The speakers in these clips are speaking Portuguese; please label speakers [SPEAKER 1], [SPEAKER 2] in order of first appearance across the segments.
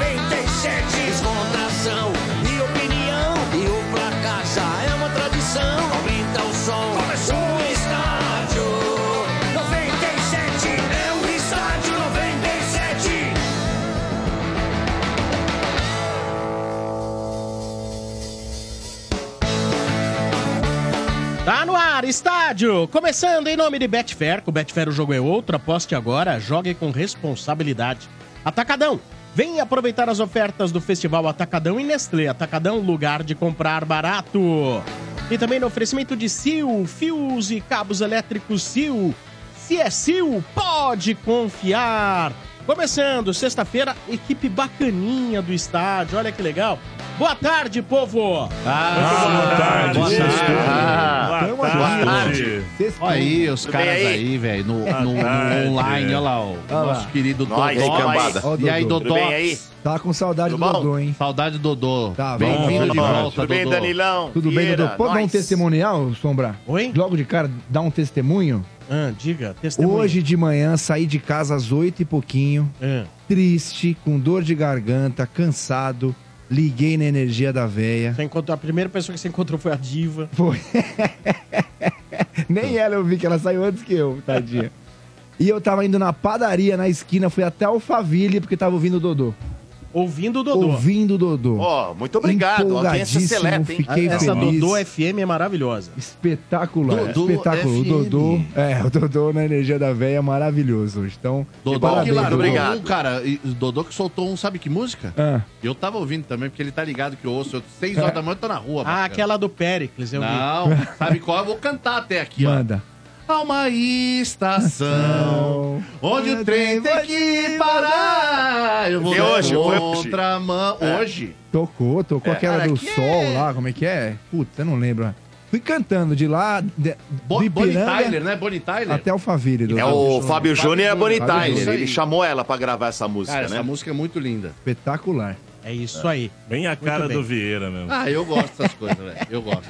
[SPEAKER 1] é é
[SPEAKER 2] Tá ar, estádio! Começando em nome de Betfair, com Betfair o jogo é outro, aposte agora, jogue com responsabilidade. Atacadão, vem aproveitar as ofertas do Festival Atacadão e Nestlé, Atacadão, lugar de comprar barato. E também no oferecimento de Sil, fios e cabos elétricos Sil. Se é Sil, pode confiar! Começando, sexta-feira, equipe bacaninha do estádio, olha que legal. Boa tarde, povo!
[SPEAKER 3] Ah, boa tarde,
[SPEAKER 2] boa
[SPEAKER 3] sextou.
[SPEAKER 2] tarde.
[SPEAKER 3] Ah,
[SPEAKER 2] Tamo
[SPEAKER 3] boa
[SPEAKER 2] aqui.
[SPEAKER 3] tarde.
[SPEAKER 4] Olha aí os
[SPEAKER 2] Tudo
[SPEAKER 4] caras
[SPEAKER 2] bem aí?
[SPEAKER 4] aí, velho, no,
[SPEAKER 2] Boa
[SPEAKER 4] no- no
[SPEAKER 2] tarde.
[SPEAKER 4] online, olha lá, o
[SPEAKER 2] Olha
[SPEAKER 4] nosso
[SPEAKER 2] lá.
[SPEAKER 4] querido Dodô.
[SPEAKER 2] Nós, cambada. Ó,
[SPEAKER 4] E aí,
[SPEAKER 2] Dodô.
[SPEAKER 4] Dodô?
[SPEAKER 2] Tudo bem aí?
[SPEAKER 5] Tá com saudade
[SPEAKER 4] Tudo
[SPEAKER 5] do
[SPEAKER 4] bom?
[SPEAKER 5] Dodô, hein?
[SPEAKER 4] Saudade do Dodô.
[SPEAKER 5] Tá,
[SPEAKER 4] Bem-vindo de volta, Dodô.
[SPEAKER 5] Tudo bem, Dodô? Pode dar um testemunhal, Sombra?
[SPEAKER 2] Oi?
[SPEAKER 5] Logo de cara, dá um testemunho?
[SPEAKER 2] Ah, diga, testemunho.
[SPEAKER 5] Hoje de manhã saí de casa às oito e pouquinho,
[SPEAKER 2] Ah.
[SPEAKER 5] triste, com dor de garganta, cansado, liguei na energia da véia.
[SPEAKER 2] Você encontrou, Então, a primeira pessoa que você encontrou foi a diva.
[SPEAKER 5] Foi. Nem ela eu vi que ela saiu antes que eu, tadinha. e eu tava indo na padaria, na esquina, fui até Alphaville porque tava ouvindo o Dodô.
[SPEAKER 2] Ouvindo o Dodô.
[SPEAKER 5] Ouvindo o Dodô.
[SPEAKER 2] Ó, muito obrigado, audiência
[SPEAKER 5] Empolgadíssimo,
[SPEAKER 2] seleta, hein?
[SPEAKER 5] Fiquei
[SPEAKER 2] Essa
[SPEAKER 5] feliz.
[SPEAKER 2] Dodô FM é maravilhosa.
[SPEAKER 5] Espetacular,
[SPEAKER 2] Dodô
[SPEAKER 5] espetáculo. O
[SPEAKER 2] FM.
[SPEAKER 5] Dodô, é, o Dodô na energia da véia é maravilhoso hoje. Então,
[SPEAKER 4] Dodô,
[SPEAKER 5] parabéns,
[SPEAKER 4] Dodô,
[SPEAKER 5] Dodô.
[SPEAKER 4] cara, e o Dodô que soltou um, sabe que música?
[SPEAKER 5] Ah.
[SPEAKER 4] Eu tava ouvindo também, porque ele tá ligado que eu ouço. Eu, seis horas da manhã eu tô na rua.
[SPEAKER 2] Ah, aquela do Péricles, eu vi.
[SPEAKER 4] Não, sabe qual? Eu vou cantar até aqui, ó.
[SPEAKER 5] Manda.
[SPEAKER 4] Há uma estação onde o trem tem que parar. Eu vou
[SPEAKER 5] Foi
[SPEAKER 4] na
[SPEAKER 5] hoje, foi hoje.
[SPEAKER 4] contramão.
[SPEAKER 5] É.
[SPEAKER 4] Hoje?
[SPEAKER 5] Tocou, tocou
[SPEAKER 4] É.
[SPEAKER 5] aquela
[SPEAKER 4] Cara,
[SPEAKER 5] do
[SPEAKER 4] que
[SPEAKER 5] sol lá, como é que é? Puta, eu não lembro. Fui cantando de lá, de,
[SPEAKER 4] Bo-
[SPEAKER 5] do
[SPEAKER 4] Bonnie
[SPEAKER 5] Ipiranga
[SPEAKER 4] Tyler, né? Bonnie Tyler.
[SPEAKER 5] até Alphaville.
[SPEAKER 6] É
[SPEAKER 5] Dodô.
[SPEAKER 6] o Fábio Júnior e a Bonnie
[SPEAKER 5] Fábio
[SPEAKER 6] Tyler.
[SPEAKER 5] Júnior.
[SPEAKER 6] Ele chamou ela pra gravar essa música,
[SPEAKER 4] Cara,
[SPEAKER 6] né?
[SPEAKER 4] essa música é muito linda.
[SPEAKER 5] Espetacular.
[SPEAKER 2] É isso aí.
[SPEAKER 7] Bem
[SPEAKER 5] é
[SPEAKER 7] a cara
[SPEAKER 4] bem.
[SPEAKER 7] do Vieira mesmo.
[SPEAKER 4] Ah, eu gosto dessas coisas, velho. Eu gosto.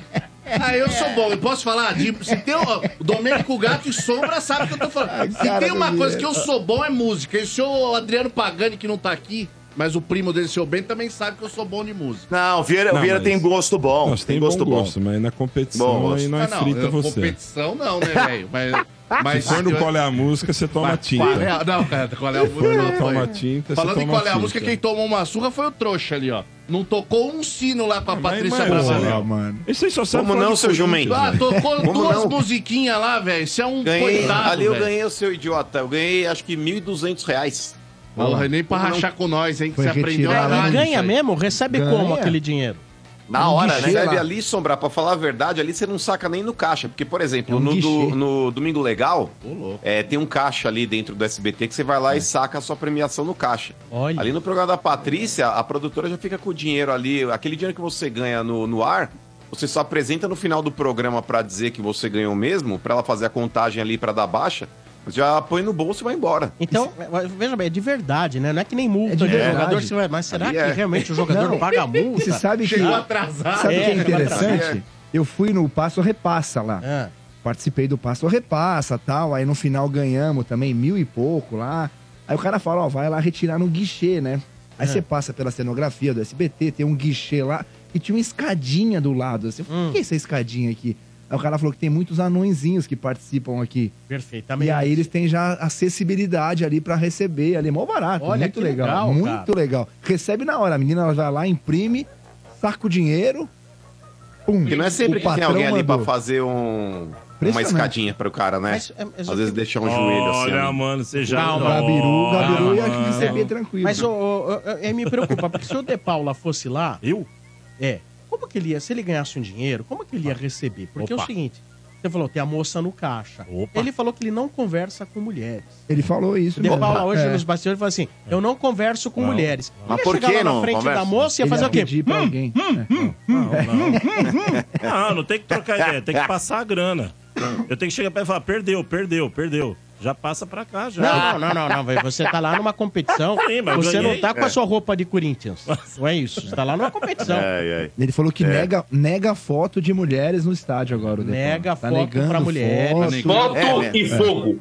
[SPEAKER 4] Ah, eu sou bom. Eu posso falar? De, se tem o o Domênico Gato e Sombra sabe o que eu tô falando. Se
[SPEAKER 7] cara
[SPEAKER 4] tem uma
[SPEAKER 7] do
[SPEAKER 4] coisa que
[SPEAKER 7] Vieira.
[SPEAKER 4] eu sou bom é música. E o senhor Adriano Pagani, que não tá aqui, mas o primo dele, seu bem, também sabe que eu sou bom de música.
[SPEAKER 6] Não, o Vieira, o
[SPEAKER 8] Não,
[SPEAKER 6] Vieira
[SPEAKER 8] mas-
[SPEAKER 6] tem gosto bom.
[SPEAKER 8] Não, você
[SPEAKER 6] tem gosto bom.
[SPEAKER 8] mas na
[SPEAKER 6] Bom
[SPEAKER 8] competição
[SPEAKER 6] gosto.
[SPEAKER 8] aí não é
[SPEAKER 4] Ah, não,
[SPEAKER 8] frita
[SPEAKER 4] eu-
[SPEAKER 8] você.
[SPEAKER 4] Competição não, né, velho? Mas, mas
[SPEAKER 8] Mas quando
[SPEAKER 4] eu-
[SPEAKER 8] qual é a música, você toma tinta.
[SPEAKER 4] Qual é a- não, cara, qual é a música?
[SPEAKER 8] Quando
[SPEAKER 4] não,
[SPEAKER 8] toma
[SPEAKER 4] foi.
[SPEAKER 8] tinta, você
[SPEAKER 4] Falando em
[SPEAKER 8] toma
[SPEAKER 4] qual é a
[SPEAKER 8] tinta.
[SPEAKER 4] música, quem tomou uma surra foi o trouxa ali, ó. Não tocou um sino lá com a Patrícia
[SPEAKER 8] mas,
[SPEAKER 4] Bravanel.
[SPEAKER 8] porra, mano. Isso aí só sabe
[SPEAKER 6] Como
[SPEAKER 8] falar
[SPEAKER 6] não,
[SPEAKER 8] de
[SPEAKER 6] seu
[SPEAKER 8] Corinthians,
[SPEAKER 6] jumento?
[SPEAKER 4] Ah,
[SPEAKER 8] velho.
[SPEAKER 4] tocou
[SPEAKER 6] Como
[SPEAKER 4] duas
[SPEAKER 6] não?
[SPEAKER 4] musiquinhas lá, velho. Você é um
[SPEAKER 6] Ganhei,
[SPEAKER 4] coitado,
[SPEAKER 6] ali eu
[SPEAKER 4] velho.
[SPEAKER 6] ganhei o seu idiota. Eu ganhei acho que 1.200 reais.
[SPEAKER 4] Porra, nem pra rachar com nós, hein? Que
[SPEAKER 6] Foi
[SPEAKER 4] você aprendeu
[SPEAKER 6] retirar lá
[SPEAKER 4] nada
[SPEAKER 6] no-
[SPEAKER 2] Ganha
[SPEAKER 4] disso aí.
[SPEAKER 2] mesmo? Recebe como
[SPEAKER 6] Ganha.
[SPEAKER 2] aquele dinheiro?
[SPEAKER 6] Na
[SPEAKER 2] Um
[SPEAKER 6] hora, né?
[SPEAKER 2] guichê
[SPEAKER 6] Sabe
[SPEAKER 2] lá.
[SPEAKER 6] ali, Sombrar, pra falar a verdade, ali você não saca nem no caixa. Porque, por exemplo,
[SPEAKER 2] É um
[SPEAKER 6] no,
[SPEAKER 2] guichê.
[SPEAKER 6] do- no Domingo Legal, é, tem um caixa ali dentro do SBT que você vai lá e saca a sua premiação no caixa.
[SPEAKER 2] É. Olha.
[SPEAKER 6] Ali no programa da Patrícia, a produtora já fica com o dinheiro ali. Aquele dinheiro que você ganha no, no ar, você só apresenta no final do programa pra dizer que você ganhou mesmo, pra ela fazer a contagem ali pra dar baixa. Já põe no bolso e vai embora.
[SPEAKER 2] Então, veja bem, é de verdade, né? Não é que nem multa
[SPEAKER 6] É
[SPEAKER 2] de,
[SPEAKER 6] de verdade.
[SPEAKER 2] jogador. que você vai- Mas será
[SPEAKER 6] Ali
[SPEAKER 2] que
[SPEAKER 6] é.
[SPEAKER 2] realmente o jogador
[SPEAKER 6] Não.
[SPEAKER 2] paga a multa?
[SPEAKER 5] Você sabe que.
[SPEAKER 2] Chegou atrasado.
[SPEAKER 5] Sabe o que é
[SPEAKER 2] É, chegou atrasado.
[SPEAKER 5] interessante? Eu fui no Passo Repassa lá.
[SPEAKER 2] Ah.
[SPEAKER 5] Participei do Passo Repassa tal. Aí no final ganhamos também mil e pouco lá. Aí o cara fala, ó, vai lá retirar no guichê, né?
[SPEAKER 2] Ah.
[SPEAKER 5] Aí você passa pela cenografia do SBT, tem um guichê lá e tinha uma escadinha do lado. Assim, o que é essa escadinha aqui? Aí o cara falou que tem muitos anõezinhos que participam aqui.
[SPEAKER 2] É. Perfeitamente.
[SPEAKER 5] E aí eles têm já acessibilidade ali pra receber, ali mó barato,
[SPEAKER 2] Olha
[SPEAKER 5] muito
[SPEAKER 2] que
[SPEAKER 5] legal,
[SPEAKER 2] legal,
[SPEAKER 5] muito
[SPEAKER 2] cara.
[SPEAKER 5] legal. Recebe na hora, a menina ela vai lá, imprime, saca o dinheiro, pum.
[SPEAKER 6] Porque não é sempre
[SPEAKER 5] o
[SPEAKER 6] que tem
[SPEAKER 5] patrão
[SPEAKER 6] alguém ali pra
[SPEAKER 5] mandou.
[SPEAKER 6] fazer um, uma
[SPEAKER 5] Impressionante.
[SPEAKER 6] escadinha pro cara, né?
[SPEAKER 5] Mas, é- é
[SPEAKER 6] Às
[SPEAKER 5] só
[SPEAKER 6] vezes
[SPEAKER 5] que-
[SPEAKER 6] deixar um joelho assim.
[SPEAKER 7] Olha,
[SPEAKER 6] ó.
[SPEAKER 7] mano, você já...
[SPEAKER 2] Calma,
[SPEAKER 7] Gabiru,
[SPEAKER 5] Gabiru, e aqui
[SPEAKER 7] mano.
[SPEAKER 5] você vê tranquilo.
[SPEAKER 2] Mas ô, ô, ô, eu- eu me preocupa, porque se o De Paula fosse lá.
[SPEAKER 7] Eu?
[SPEAKER 2] É. Como que ele ia, se ele ganhasse um dinheiro, como que ele ia receber? Porque é o
[SPEAKER 5] Opa.
[SPEAKER 2] seguinte: você falou, tem a moça no caixa. Ele falou que ele não conversa com mulheres.
[SPEAKER 5] Ele falou isso.
[SPEAKER 2] O De
[SPEAKER 5] mesmo.
[SPEAKER 2] Paula hoje
[SPEAKER 5] É.
[SPEAKER 2] nos bastidores falou assim: eu não converso com
[SPEAKER 5] Não.
[SPEAKER 2] mulheres.
[SPEAKER 5] Mas
[SPEAKER 2] Ele ia
[SPEAKER 5] por
[SPEAKER 2] chegar
[SPEAKER 5] que
[SPEAKER 2] lá na
[SPEAKER 5] não
[SPEAKER 2] frente da
[SPEAKER 5] conversa?
[SPEAKER 2] moça e ia
[SPEAKER 5] Ele
[SPEAKER 2] fazer
[SPEAKER 5] ia
[SPEAKER 2] o quê? "Hum,
[SPEAKER 5] pedir pra alguém. É.
[SPEAKER 7] Não, não tem que trocar ideia, tem que passar a grana. Eu tenho que chegar pra ele e falar, perdeu, perdeu, perdeu. Já passa pra cá, já.
[SPEAKER 2] Não, não, não, não, velho. Você tá lá numa competição.
[SPEAKER 7] Sim, mas
[SPEAKER 2] você
[SPEAKER 7] ganhei.
[SPEAKER 2] não tá com
[SPEAKER 7] É.
[SPEAKER 2] a sua roupa de Corinthians. Não é isso. Você tá lá numa competição.
[SPEAKER 5] Ele falou que
[SPEAKER 2] É.
[SPEAKER 5] nega, nega foto de mulheres no estádio agora. o De Paula.
[SPEAKER 2] Nega
[SPEAKER 5] Tá
[SPEAKER 2] foto
[SPEAKER 5] negando
[SPEAKER 2] pra mulheres.
[SPEAKER 5] foto. É, né? É.
[SPEAKER 6] assim?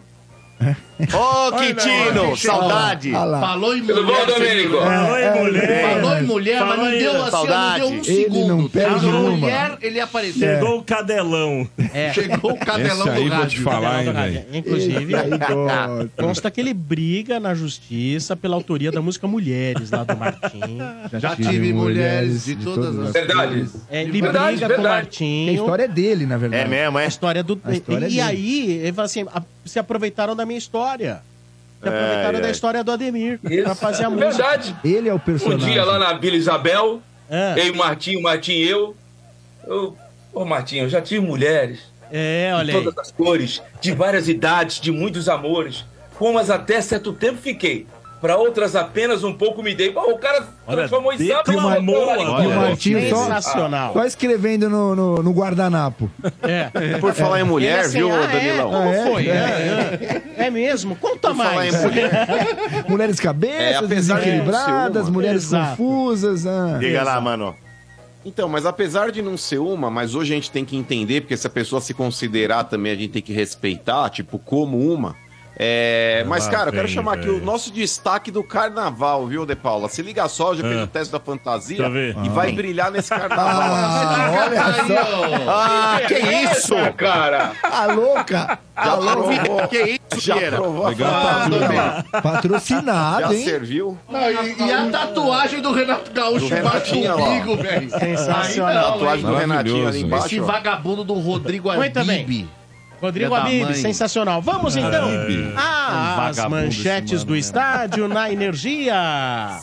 [SPEAKER 6] Ô,
[SPEAKER 4] Olha, olha,
[SPEAKER 6] Quintino, saudade.
[SPEAKER 4] olha lá. Falou em mulher.
[SPEAKER 6] Tudo bom, Domênico?
[SPEAKER 4] Falou
[SPEAKER 1] É.
[SPEAKER 9] É,
[SPEAKER 4] em mulher. Falou em mulher, mas não
[SPEAKER 7] Falou em-
[SPEAKER 4] deu assim,
[SPEAKER 6] Saudade.
[SPEAKER 4] não deu um
[SPEAKER 6] Ele
[SPEAKER 4] segundo.
[SPEAKER 5] não perde
[SPEAKER 4] Falou
[SPEAKER 5] uma.
[SPEAKER 4] mulher, ele apareceu.
[SPEAKER 5] É.
[SPEAKER 7] Chegou o cadelão.
[SPEAKER 4] Chegou o cadelão
[SPEAKER 8] Esse
[SPEAKER 4] do
[SPEAKER 8] aí vou te
[SPEAKER 4] rádio.
[SPEAKER 8] falar, hein,
[SPEAKER 2] Ronaldo
[SPEAKER 8] velho.
[SPEAKER 2] Gaga. Inclusive,
[SPEAKER 5] Aí, gosta.
[SPEAKER 2] consta que ele briga na justiça pela autoria da música Mulheres, lá do Martim.
[SPEAKER 5] É.
[SPEAKER 4] Já tive mulheres de todas as...
[SPEAKER 6] Verdade.
[SPEAKER 2] É, ele
[SPEAKER 6] Verdade,
[SPEAKER 2] briga com o
[SPEAKER 6] verdade.
[SPEAKER 2] Martinho.
[SPEAKER 5] A história é dele, na verdade.
[SPEAKER 3] É mesmo,
[SPEAKER 2] A
[SPEAKER 3] é?
[SPEAKER 2] história do.
[SPEAKER 5] A história
[SPEAKER 2] e e
[SPEAKER 5] dele.
[SPEAKER 2] aí, ele fala assim: "A- se aproveitaram da minha história.
[SPEAKER 6] É,
[SPEAKER 2] Se aproveitaram
[SPEAKER 6] Ai,
[SPEAKER 2] da
[SPEAKER 6] ai.
[SPEAKER 2] história do Ademir pra
[SPEAKER 9] Isso.
[SPEAKER 6] É
[SPEAKER 2] fazer a música.
[SPEAKER 9] É Verdade.
[SPEAKER 5] Ele é o
[SPEAKER 9] Um
[SPEAKER 5] personagem.
[SPEAKER 9] dia lá na Vila Isabel,
[SPEAKER 2] É.
[SPEAKER 9] eu e o Martinho, o Martinho e eu. eu Ô, Martinho, eu já tive mulheres
[SPEAKER 2] É,
[SPEAKER 9] de
[SPEAKER 2] olha aí.
[SPEAKER 9] todas as cores, de várias idades, de muitos amores. Com umas até certo tempo fiquei. Pra outras apenas um pouco me dei. Pô, o cara
[SPEAKER 7] Olha,
[SPEAKER 9] transformou em samba.
[SPEAKER 7] declamou
[SPEAKER 9] pô,
[SPEAKER 7] agora.
[SPEAKER 2] um
[SPEAKER 5] E o Martinho só,
[SPEAKER 2] Sensacional.
[SPEAKER 5] só escrevendo no, no, no guardanapo.
[SPEAKER 2] É.
[SPEAKER 6] Por falar em
[SPEAKER 2] Ele
[SPEAKER 6] mulher,
[SPEAKER 2] assim,
[SPEAKER 6] viu,
[SPEAKER 2] "Ah, é?
[SPEAKER 6] Danilão?
[SPEAKER 2] Como
[SPEAKER 5] Ah, é?
[SPEAKER 2] foi? É, é. É mesmo? Conta
[SPEAKER 6] Por falar em
[SPEAKER 2] mais.
[SPEAKER 6] mulher,
[SPEAKER 5] Mulheres
[SPEAKER 6] É,
[SPEAKER 5] cabeças,
[SPEAKER 6] apesar de não ser
[SPEAKER 5] desequilibradas,
[SPEAKER 6] uma.
[SPEAKER 5] mulheres
[SPEAKER 2] Exato.
[SPEAKER 5] confusas. Ah.
[SPEAKER 3] Diga lá, mano.
[SPEAKER 6] Então, mas apesar de não ser uma, mas hoje a gente tem que entender, porque se a pessoa se considerar também, a gente tem que respeitar, tipo, como uma. É, mas,
[SPEAKER 7] lá
[SPEAKER 6] cara, eu quero
[SPEAKER 7] vem,
[SPEAKER 6] chamar aqui
[SPEAKER 7] velho.
[SPEAKER 6] o nosso destaque do carnaval, viu, De Paula? Se liga só, já fez
[SPEAKER 7] Ah.
[SPEAKER 6] o teste da
[SPEAKER 7] Deixa
[SPEAKER 6] fantasia
[SPEAKER 7] eu ver.
[SPEAKER 6] e vai brilhar nesse carnaval.
[SPEAKER 5] Ah, olha
[SPEAKER 4] Aí,
[SPEAKER 5] só.
[SPEAKER 4] ó.
[SPEAKER 6] Ah, que isso?
[SPEAKER 9] Cara,
[SPEAKER 5] A louca.
[SPEAKER 6] Já provou,
[SPEAKER 3] Que isso,
[SPEAKER 6] já
[SPEAKER 3] Vieira?
[SPEAKER 6] provou a
[SPEAKER 8] Legal,
[SPEAKER 4] tá
[SPEAKER 6] fantasia,
[SPEAKER 8] Tatu,
[SPEAKER 6] mano.
[SPEAKER 5] Tá
[SPEAKER 6] Já
[SPEAKER 5] Patrocinado, hein?
[SPEAKER 6] serviu?
[SPEAKER 4] Não, e, e a tatuagem do Renato Gaúcho
[SPEAKER 6] Do
[SPEAKER 4] embaixo
[SPEAKER 6] Renatinho,
[SPEAKER 4] do
[SPEAKER 6] ó.
[SPEAKER 4] umbigo, velho.
[SPEAKER 2] Sensacional.
[SPEAKER 4] Aí não,
[SPEAKER 6] Tatuagem do
[SPEAKER 8] Maravilhoso.
[SPEAKER 6] Renatinho ali
[SPEAKER 4] hein? Esse
[SPEAKER 6] embaixo. ó.
[SPEAKER 4] vagabundo do Rodrigo
[SPEAKER 2] Muito
[SPEAKER 4] Abib.
[SPEAKER 2] Rodrigo
[SPEAKER 4] Filha da
[SPEAKER 2] Abib,
[SPEAKER 4] mãe.
[SPEAKER 2] sensacional. Vamos então
[SPEAKER 4] Ah,
[SPEAKER 2] às
[SPEAKER 10] Um vagabundo esse
[SPEAKER 2] manchetes
[SPEAKER 10] mano,
[SPEAKER 2] do
[SPEAKER 10] né?
[SPEAKER 2] estádio na energia.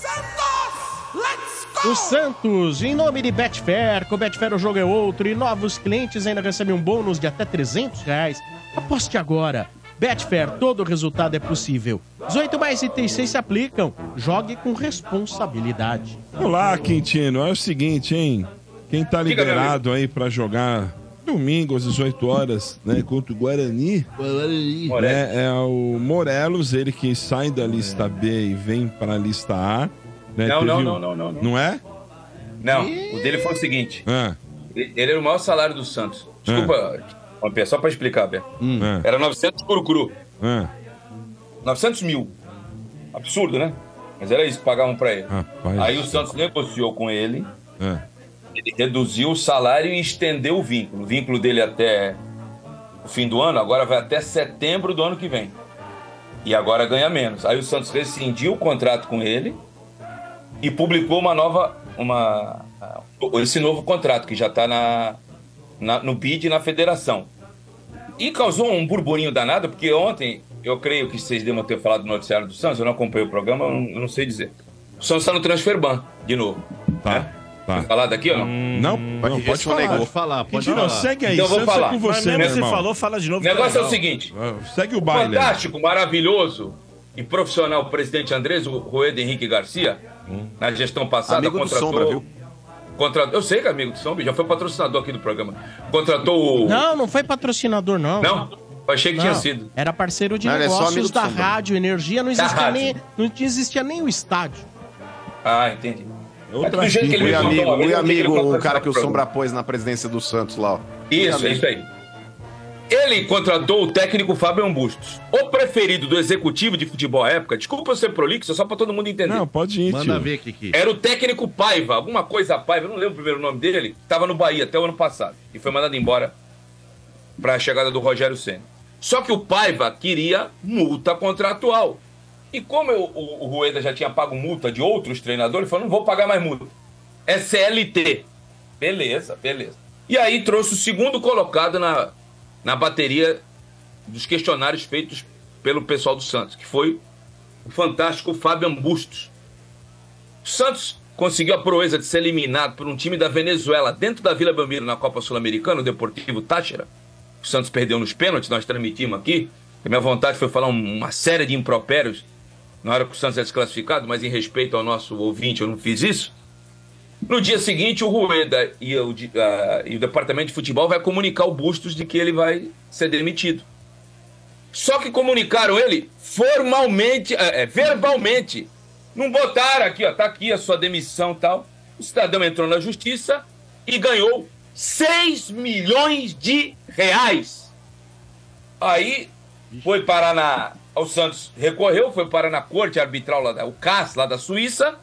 [SPEAKER 2] O Santos, em nome de Betfair, com Betfair o jogo é outro e novos clientes ainda recebem um bônus de até 300 reais. Aposte agora. Betfair, todo resultado é possível. 18 mais 36 se aplicam. Jogue com responsabilidade.
[SPEAKER 8] Olá, Quintino. É o seguinte, hein? Quem tá
[SPEAKER 9] Diga, meu
[SPEAKER 8] liberado aí pra jogar domingo às 18 horas, né? Contra o Guarani,
[SPEAKER 9] moleque.
[SPEAKER 8] né? É o Morelos, ele que sai da lista B e vem pra lista A. Né?
[SPEAKER 9] Não,
[SPEAKER 8] Teve
[SPEAKER 9] não,
[SPEAKER 8] um-
[SPEAKER 9] não, não, não, não.
[SPEAKER 8] Não é?
[SPEAKER 9] Não, o dele foi o seguinte.
[SPEAKER 8] Ah,
[SPEAKER 9] Ele ele era o maior salário do Santos. Desculpa,
[SPEAKER 2] É.
[SPEAKER 9] Vampé, só pra explicar, Bé.
[SPEAKER 4] Hum.
[SPEAKER 8] ah,
[SPEAKER 9] Era 900 curu cru.
[SPEAKER 8] ah.
[SPEAKER 9] 900 mil. Absurdo, né? Mas era isso que pagavam pra ele.
[SPEAKER 8] Rapaz.
[SPEAKER 9] Aí o Santos negociou com ele,
[SPEAKER 8] Ah,
[SPEAKER 9] ele reduziu o salário e estendeu o vínculo. O vínculo dele até o fim do ano, agora vai até setembro do ano que vem. E agora ganha menos. Aí o Santos rescindiu o contrato com ele e publicou uma nova. Uma, esse novo contrato que já está na, na- no BID e na federação. E causou um burburinho danado, porque ontem, eu creio que vocês devam ter falado do noticiário do Santos, eu não acompanhei o programa, eu não, eu não sei dizer. O Santos está no Transferban, de novo.
[SPEAKER 8] tá,
[SPEAKER 9] né?
[SPEAKER 8] tá.
[SPEAKER 9] Falar daqui ou não?
[SPEAKER 8] Não, não pode
[SPEAKER 6] Esse eu
[SPEAKER 8] falar.
[SPEAKER 6] nego.
[SPEAKER 4] Pode falar, pode falar.
[SPEAKER 8] Quintino, segue aí.
[SPEAKER 9] Então eu vou
[SPEAKER 8] Santos é
[SPEAKER 9] falar.
[SPEAKER 8] com
[SPEAKER 7] Mas
[SPEAKER 8] você,
[SPEAKER 7] mesmo
[SPEAKER 8] meu
[SPEAKER 7] se
[SPEAKER 8] irmão.
[SPEAKER 7] falou, fala de
[SPEAKER 9] O
[SPEAKER 7] novo.
[SPEAKER 9] negócio é o
[SPEAKER 7] Não.
[SPEAKER 9] seguinte:
[SPEAKER 8] Ah, Segue o
[SPEAKER 9] o
[SPEAKER 6] né?
[SPEAKER 8] baile.
[SPEAKER 9] fantástico, maravilhoso e profissional presidente Andrés Rueda Henrique Garcia, na gestão passada,
[SPEAKER 6] Hum. Amigo do
[SPEAKER 9] contratou.
[SPEAKER 6] Sombra, viu?
[SPEAKER 9] contra- eu sei que é amigo do Sombra, já foi patrocinador aqui do programa. Contratou o.
[SPEAKER 2] Não, não foi patrocinador, não.
[SPEAKER 9] Não? Eu achei que
[SPEAKER 2] Não,
[SPEAKER 9] tinha sido.
[SPEAKER 2] Era parceiro de
[SPEAKER 6] Não, ele é só amigo
[SPEAKER 2] negócios
[SPEAKER 6] do
[SPEAKER 2] da
[SPEAKER 6] Sombra.
[SPEAKER 2] rádio, energia, não
[SPEAKER 9] Da
[SPEAKER 2] existia,
[SPEAKER 9] rádio.
[SPEAKER 2] nem, não existia nem o estádio.
[SPEAKER 9] Ah,
[SPEAKER 6] É
[SPEAKER 9] entendi.
[SPEAKER 8] Outra
[SPEAKER 9] do jeito que ele
[SPEAKER 6] Fui
[SPEAKER 9] me
[SPEAKER 8] figura.
[SPEAKER 9] mandou,
[SPEAKER 6] amigo,
[SPEAKER 9] ele
[SPEAKER 6] fui
[SPEAKER 9] não queria
[SPEAKER 6] amigo, o
[SPEAKER 9] contratar
[SPEAKER 6] cara que o
[SPEAKER 9] pro
[SPEAKER 6] Sombra pôs na presidência do Santos lá, ó.
[SPEAKER 9] Isso, é isso aí. Ele contratou o técnico Fábio Bustos, o preferido do executivo de futebol à época. Desculpa eu ser prolixo, é só pra todo mundo entender.
[SPEAKER 8] Não, pode ir,
[SPEAKER 4] Manda
[SPEAKER 8] tio.
[SPEAKER 4] ver, Kiki.
[SPEAKER 6] É
[SPEAKER 9] Era o técnico Paiva, alguma coisa Paiva, eu não lembro o primeiro nome dele, estava no Bahia até o ano passado e foi mandado embora para a chegada do Rogério Senna. Só que o Paiva queria multa contratual. E como eu- o, o Rueda já tinha pago multa de outros treinadores, ele falou: não vou pagar mais multa. É CLT. Beleza, beleza. E aí trouxe o segundo colocado na, na bateria dos questionários feitos pelo pessoal do Santos, que foi o fantástico Fábio Bustos. O Santos conseguiu a proeza de ser eliminado por um time da Venezuela dentro da Vila Belmiro na Copa Sul-Americana, o Deportivo Táchira. O Santos perdeu nos pênaltis, nós transmitimos aqui. E minha vontade foi falar um- uma série de impropérios na hora que o Santos é desclassificado, mas em respeito ao nosso ouvinte, eu não fiz isso. No dia seguinte, o Rueda e o, di- ah, e o departamento de futebol vai comunicar o Bustos de que ele vai ser demitido. Só que comunicaram ele formalmente, é, é, verbalmente. Não botaram aqui, ó, tá aqui a sua demissão e tal. O cidadão entrou na justiça e ganhou 6 milhões de reais. Aí foi parar na, O Santos recorreu, foi para na corte arbitral lá da o CAS, lá da Suíça,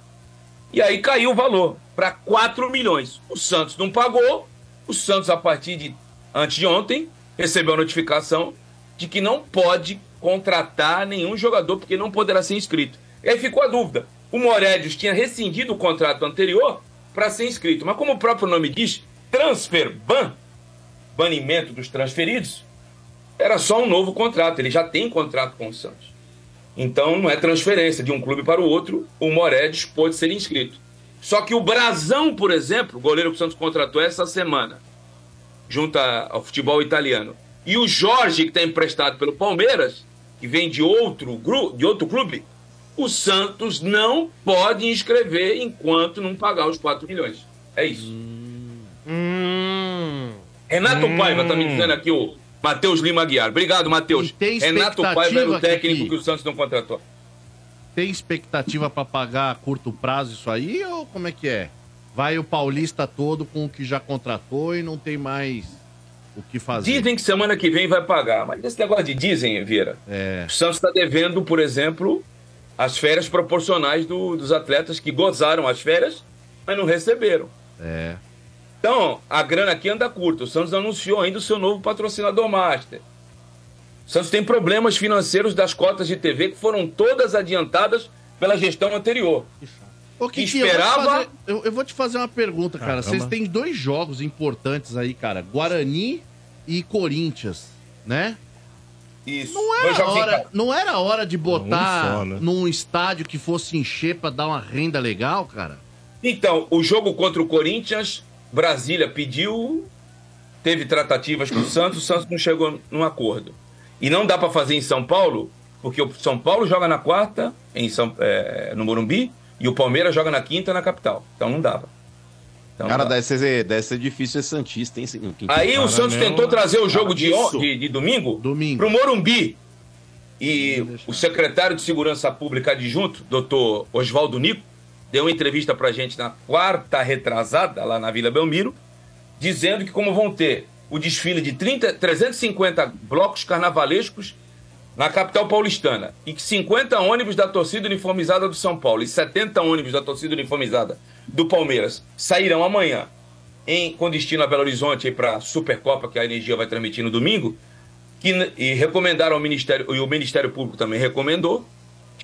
[SPEAKER 9] e aí caiu o valor para 4 milhões. O Santos não pagou. O Santos, a partir de anteontem, recebeu a notificação de que não pode contratar nenhum jogador porque não poderá ser inscrito. E aí ficou a dúvida. O Morédios tinha rescindido o contrato anterior para ser inscrito, mas como o próprio nome diz, transfer ban, banimento dos transferidos, era só um novo contrato. Ele já tem contrato com o Santos. Então não é transferência de um clube para o outro. O Moredes pode ser inscrito. Só que o Brasão, por exemplo, o goleiro que o Santos contratou essa semana, junto a- ao futebol italiano, e o Jorge, que está emprestado pelo Palmeiras, que vem de outro, gru- de outro clube, o Santos não pode inscrever enquanto não pagar os 4 milhões. É isso.
[SPEAKER 4] Hum.
[SPEAKER 9] Renato Paiva tá me dizendo aqui o Matheus Lima Guiar. Obrigado, Matheus.
[SPEAKER 4] Hum. tem
[SPEAKER 9] Renato
[SPEAKER 4] expectativa
[SPEAKER 9] Paiva era o
[SPEAKER 4] aqui
[SPEAKER 9] técnico
[SPEAKER 4] que-
[SPEAKER 9] que o Santos não contratou.
[SPEAKER 4] Tem expectativa pra pagar a curto prazo isso aí ou como é que é? Vai o paulista todo com o que já contratou e não tem mais o que fazer.
[SPEAKER 9] Dizem que semana que vem vai pagar, mas esse negócio de dizem, Vieira.
[SPEAKER 4] É.
[SPEAKER 9] O Santos está devendo, por exemplo, as férias proporcionais do- dos atletas que gozaram as férias, mas não receberam.
[SPEAKER 4] É.
[SPEAKER 9] Então, a grana aqui anda curta. O Santos anunciou ainda o seu novo patrocinador master. O Santos tem problemas financeiros das cotas de TV que foram todas adiantadas pela gestão anterior.
[SPEAKER 4] Ô, Kiki,
[SPEAKER 9] Esperava-
[SPEAKER 4] Eu vou, te fazer, eu- eu vou te fazer uma pergunta, cara.
[SPEAKER 9] Caramba.
[SPEAKER 4] Vocês têm dois jogos importantes aí, cara. Guarani e Corinthians, né?
[SPEAKER 9] Isso.
[SPEAKER 4] Não
[SPEAKER 9] Dois
[SPEAKER 4] era,
[SPEAKER 9] jogos em
[SPEAKER 4] hora,
[SPEAKER 9] casa.
[SPEAKER 4] não era hora de botar
[SPEAKER 9] só, né?
[SPEAKER 4] num estádio que fosse encher pra dar uma renda legal, cara?
[SPEAKER 9] Então, o jogo contra o Corinthians, Brasília pediu, teve tratativas com o Santos, o Santos não chegou num acordo. E não dá para fazer em São Paulo, porque o São Paulo joga na quarta, em São, é, no Morumbi, e o Palmeiras joga na quinta, na capital. Então não dava. Então,
[SPEAKER 6] Cara,
[SPEAKER 9] não dá.
[SPEAKER 6] deve ser, deve ser difícil ser Santista, hein? Quinto?
[SPEAKER 9] Aí o
[SPEAKER 6] Cara,
[SPEAKER 9] Santos
[SPEAKER 6] meu,
[SPEAKER 9] tentou trazer o jogo
[SPEAKER 6] cara,
[SPEAKER 9] de, on-
[SPEAKER 6] isso.
[SPEAKER 9] de, de domingo, pro Morumbi. E o secretário de Segurança Pública adjunto, doutor Oswaldo Nico, deu uma entrevista pra gente na quarta retrasada, lá na Vila Belmiro, dizendo que como vão ter o desfile de 30, 350 blocos carnavalescos na capital paulistana e que 50 ônibus da torcida uniformizada do São Paulo e 70 ônibus da torcida uniformizada do Palmeiras sairão amanhã em, com destino a Belo Horizonte para a Supercopa que a Energia vai transmitir no domingo que, n- e recomendaram ao Ministério e o Ministério Público também recomendou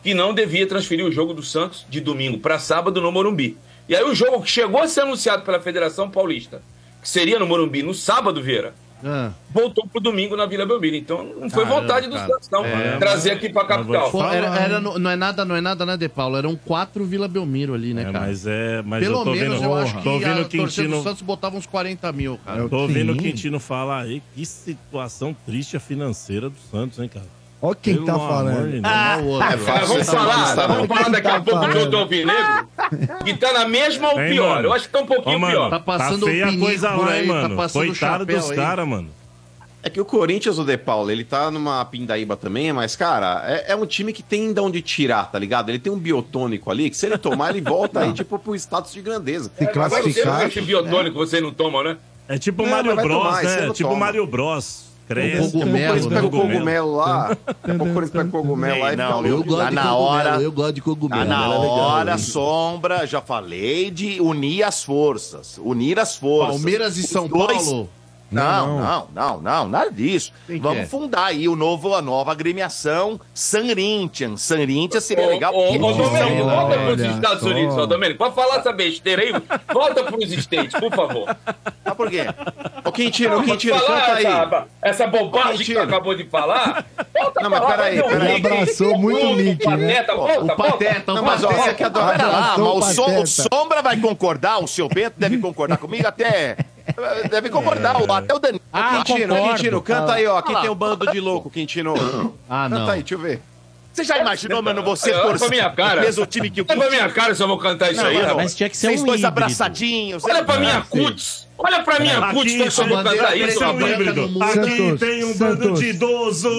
[SPEAKER 9] que não devia transferir o jogo do Santos de domingo para sábado no Morumbi. E aí o jogo que chegou a ser anunciado pela Federação Paulista, que seria no Morumbi no sábado, Vieira,
[SPEAKER 4] Ah.
[SPEAKER 9] voltou pro domingo na Vila Belmiro. Então não foi
[SPEAKER 4] Caramba,
[SPEAKER 9] vontade do
[SPEAKER 4] cara.
[SPEAKER 9] Santos, não.
[SPEAKER 4] É,
[SPEAKER 9] trazer aqui pra capital.
[SPEAKER 4] Pô, era, era no- não é nada, não é nada, né, De Paulo? Eram quatro Vila Belmiro ali, né, cara?
[SPEAKER 7] mas é- mas
[SPEAKER 4] Pelo
[SPEAKER 7] eu tô
[SPEAKER 4] menos
[SPEAKER 7] vendo-
[SPEAKER 4] eu acho que
[SPEAKER 7] tô ouvindo
[SPEAKER 4] a torcida
[SPEAKER 7] Quintino-
[SPEAKER 4] do Santos botava uns 40 mil,
[SPEAKER 5] É
[SPEAKER 4] cara.
[SPEAKER 7] Eu tô ouvindo o Quintino falar aí. Que situação triste a financeira do Santos, hein, cara?
[SPEAKER 5] Ó quem tá falando.
[SPEAKER 4] é
[SPEAKER 5] tá
[SPEAKER 7] Ah,
[SPEAKER 9] Cara, vamos
[SPEAKER 4] né?
[SPEAKER 9] falar, vamos falar Tá daqui
[SPEAKER 4] Tá
[SPEAKER 9] a pouco de outro alvinegro que tá na mesma ou
[SPEAKER 7] Hein,
[SPEAKER 9] pior.
[SPEAKER 7] mano?
[SPEAKER 9] Eu acho que tá um pouquinho
[SPEAKER 7] Ô, mano,
[SPEAKER 9] pior.
[SPEAKER 7] tá passando Tá feia a pinico coisa por lá, aí, hein, mano? tá passando Coitado chapéu dos aí. cara, mano.
[SPEAKER 6] É que o Corinthians, o De Paulo, ele tá numa pindaíba também, mas, cara, é, é um time que tem de onde tirar, tá ligado? Ele tem um biotônico ali, que se ele tomar, ele volta aí, tipo, pro status de grandeza. Se
[SPEAKER 9] Mas esse biotônico vocês não tomam, né?
[SPEAKER 7] É tipo
[SPEAKER 6] Não,
[SPEAKER 7] Mario
[SPEAKER 6] mas vai
[SPEAKER 7] Bros,
[SPEAKER 4] Ah,
[SPEAKER 6] tomar, esse
[SPEAKER 4] é
[SPEAKER 7] né?
[SPEAKER 6] não
[SPEAKER 7] Tipo
[SPEAKER 6] toma.
[SPEAKER 7] Mario Bros. Cresce.
[SPEAKER 6] Daqui a pouco eles
[SPEAKER 5] né?
[SPEAKER 10] né?
[SPEAKER 6] pegam o né? um cogumelo lá, daqui a pouco eles pegam o cogumelo lá e
[SPEAKER 10] Não,
[SPEAKER 6] fica
[SPEAKER 10] eu
[SPEAKER 6] louco.
[SPEAKER 10] gosto Tá de na cogumelo, hora- eu
[SPEAKER 4] gosto de cogumelo.
[SPEAKER 10] Tá na
[SPEAKER 6] ela é legal,
[SPEAKER 10] hora,
[SPEAKER 6] hein?
[SPEAKER 10] sombra, já falei de unir as forças. Unir as forças.
[SPEAKER 4] Palmeiras e
[SPEAKER 10] Os
[SPEAKER 4] São Paulo?
[SPEAKER 10] Não,
[SPEAKER 4] Não,
[SPEAKER 10] não, não, não, nada disso.
[SPEAKER 4] Quem que
[SPEAKER 10] Vamos
[SPEAKER 4] é?
[SPEAKER 10] fundar aí o novo, a nova agremiação Sanrintian. Sanrintian seria legal.
[SPEAKER 9] Ô, ô, ô, Domênico, volta pros
[SPEAKER 10] Olha
[SPEAKER 9] Estados
[SPEAKER 10] só.
[SPEAKER 9] Unidos, ô, Domênico. Pode falar essa besteira aí? Volta pros States, por favor.
[SPEAKER 10] Sabe por quê?
[SPEAKER 6] Ô, Quintino, ô,
[SPEAKER 9] Não,
[SPEAKER 6] Quintino,
[SPEAKER 9] mas
[SPEAKER 6] canta
[SPEAKER 9] falar
[SPEAKER 6] aí.
[SPEAKER 9] essa, essa bobagem que tu
[SPEAKER 6] Quintino.
[SPEAKER 9] acabou de falar. Volta
[SPEAKER 6] Não, mas
[SPEAKER 9] pra lá,
[SPEAKER 6] peraí,
[SPEAKER 9] vai um ver o
[SPEAKER 6] peraí.
[SPEAKER 9] Mickey,
[SPEAKER 5] Abraçou muito o Mickey, né?
[SPEAKER 9] Pateta, volta,
[SPEAKER 10] O Pateta,
[SPEAKER 9] volta.
[SPEAKER 10] não, mas ó,
[SPEAKER 9] Pateta.
[SPEAKER 10] você quer adorar. Pera lá,
[SPEAKER 5] Abraçou o
[SPEAKER 10] mas o, som-
[SPEAKER 5] Pateta.
[SPEAKER 10] o Sombra vai concordar, o seu Bento deve concordar comigo até. Deve concordar, o- até o Danilo.
[SPEAKER 6] Ah, Quintino, Quintino, canta aí, ó. Quem tem um bando de louco, Quintino?
[SPEAKER 4] Ah,
[SPEAKER 6] Canta aí, deixa eu ver.
[SPEAKER 10] Você já imaginou, mano, você
[SPEAKER 8] É,
[SPEAKER 9] Olha
[SPEAKER 10] por
[SPEAKER 9] pra minha cara.
[SPEAKER 10] mesmo time que o
[SPEAKER 9] Olha pra minha cara se eu vou cantar isso
[SPEAKER 10] Não,
[SPEAKER 9] aí.
[SPEAKER 10] mas
[SPEAKER 9] rapaz.
[SPEAKER 10] tinha que ser Vocês um dois híbrido. abraçadinhos,
[SPEAKER 9] Olha
[SPEAKER 10] né?
[SPEAKER 9] pra minha
[SPEAKER 10] Ah,
[SPEAKER 9] cutis. Olha pra minha cutis se eu vou cantar isso, rapaz.
[SPEAKER 7] Aqui tem um bando de idoso.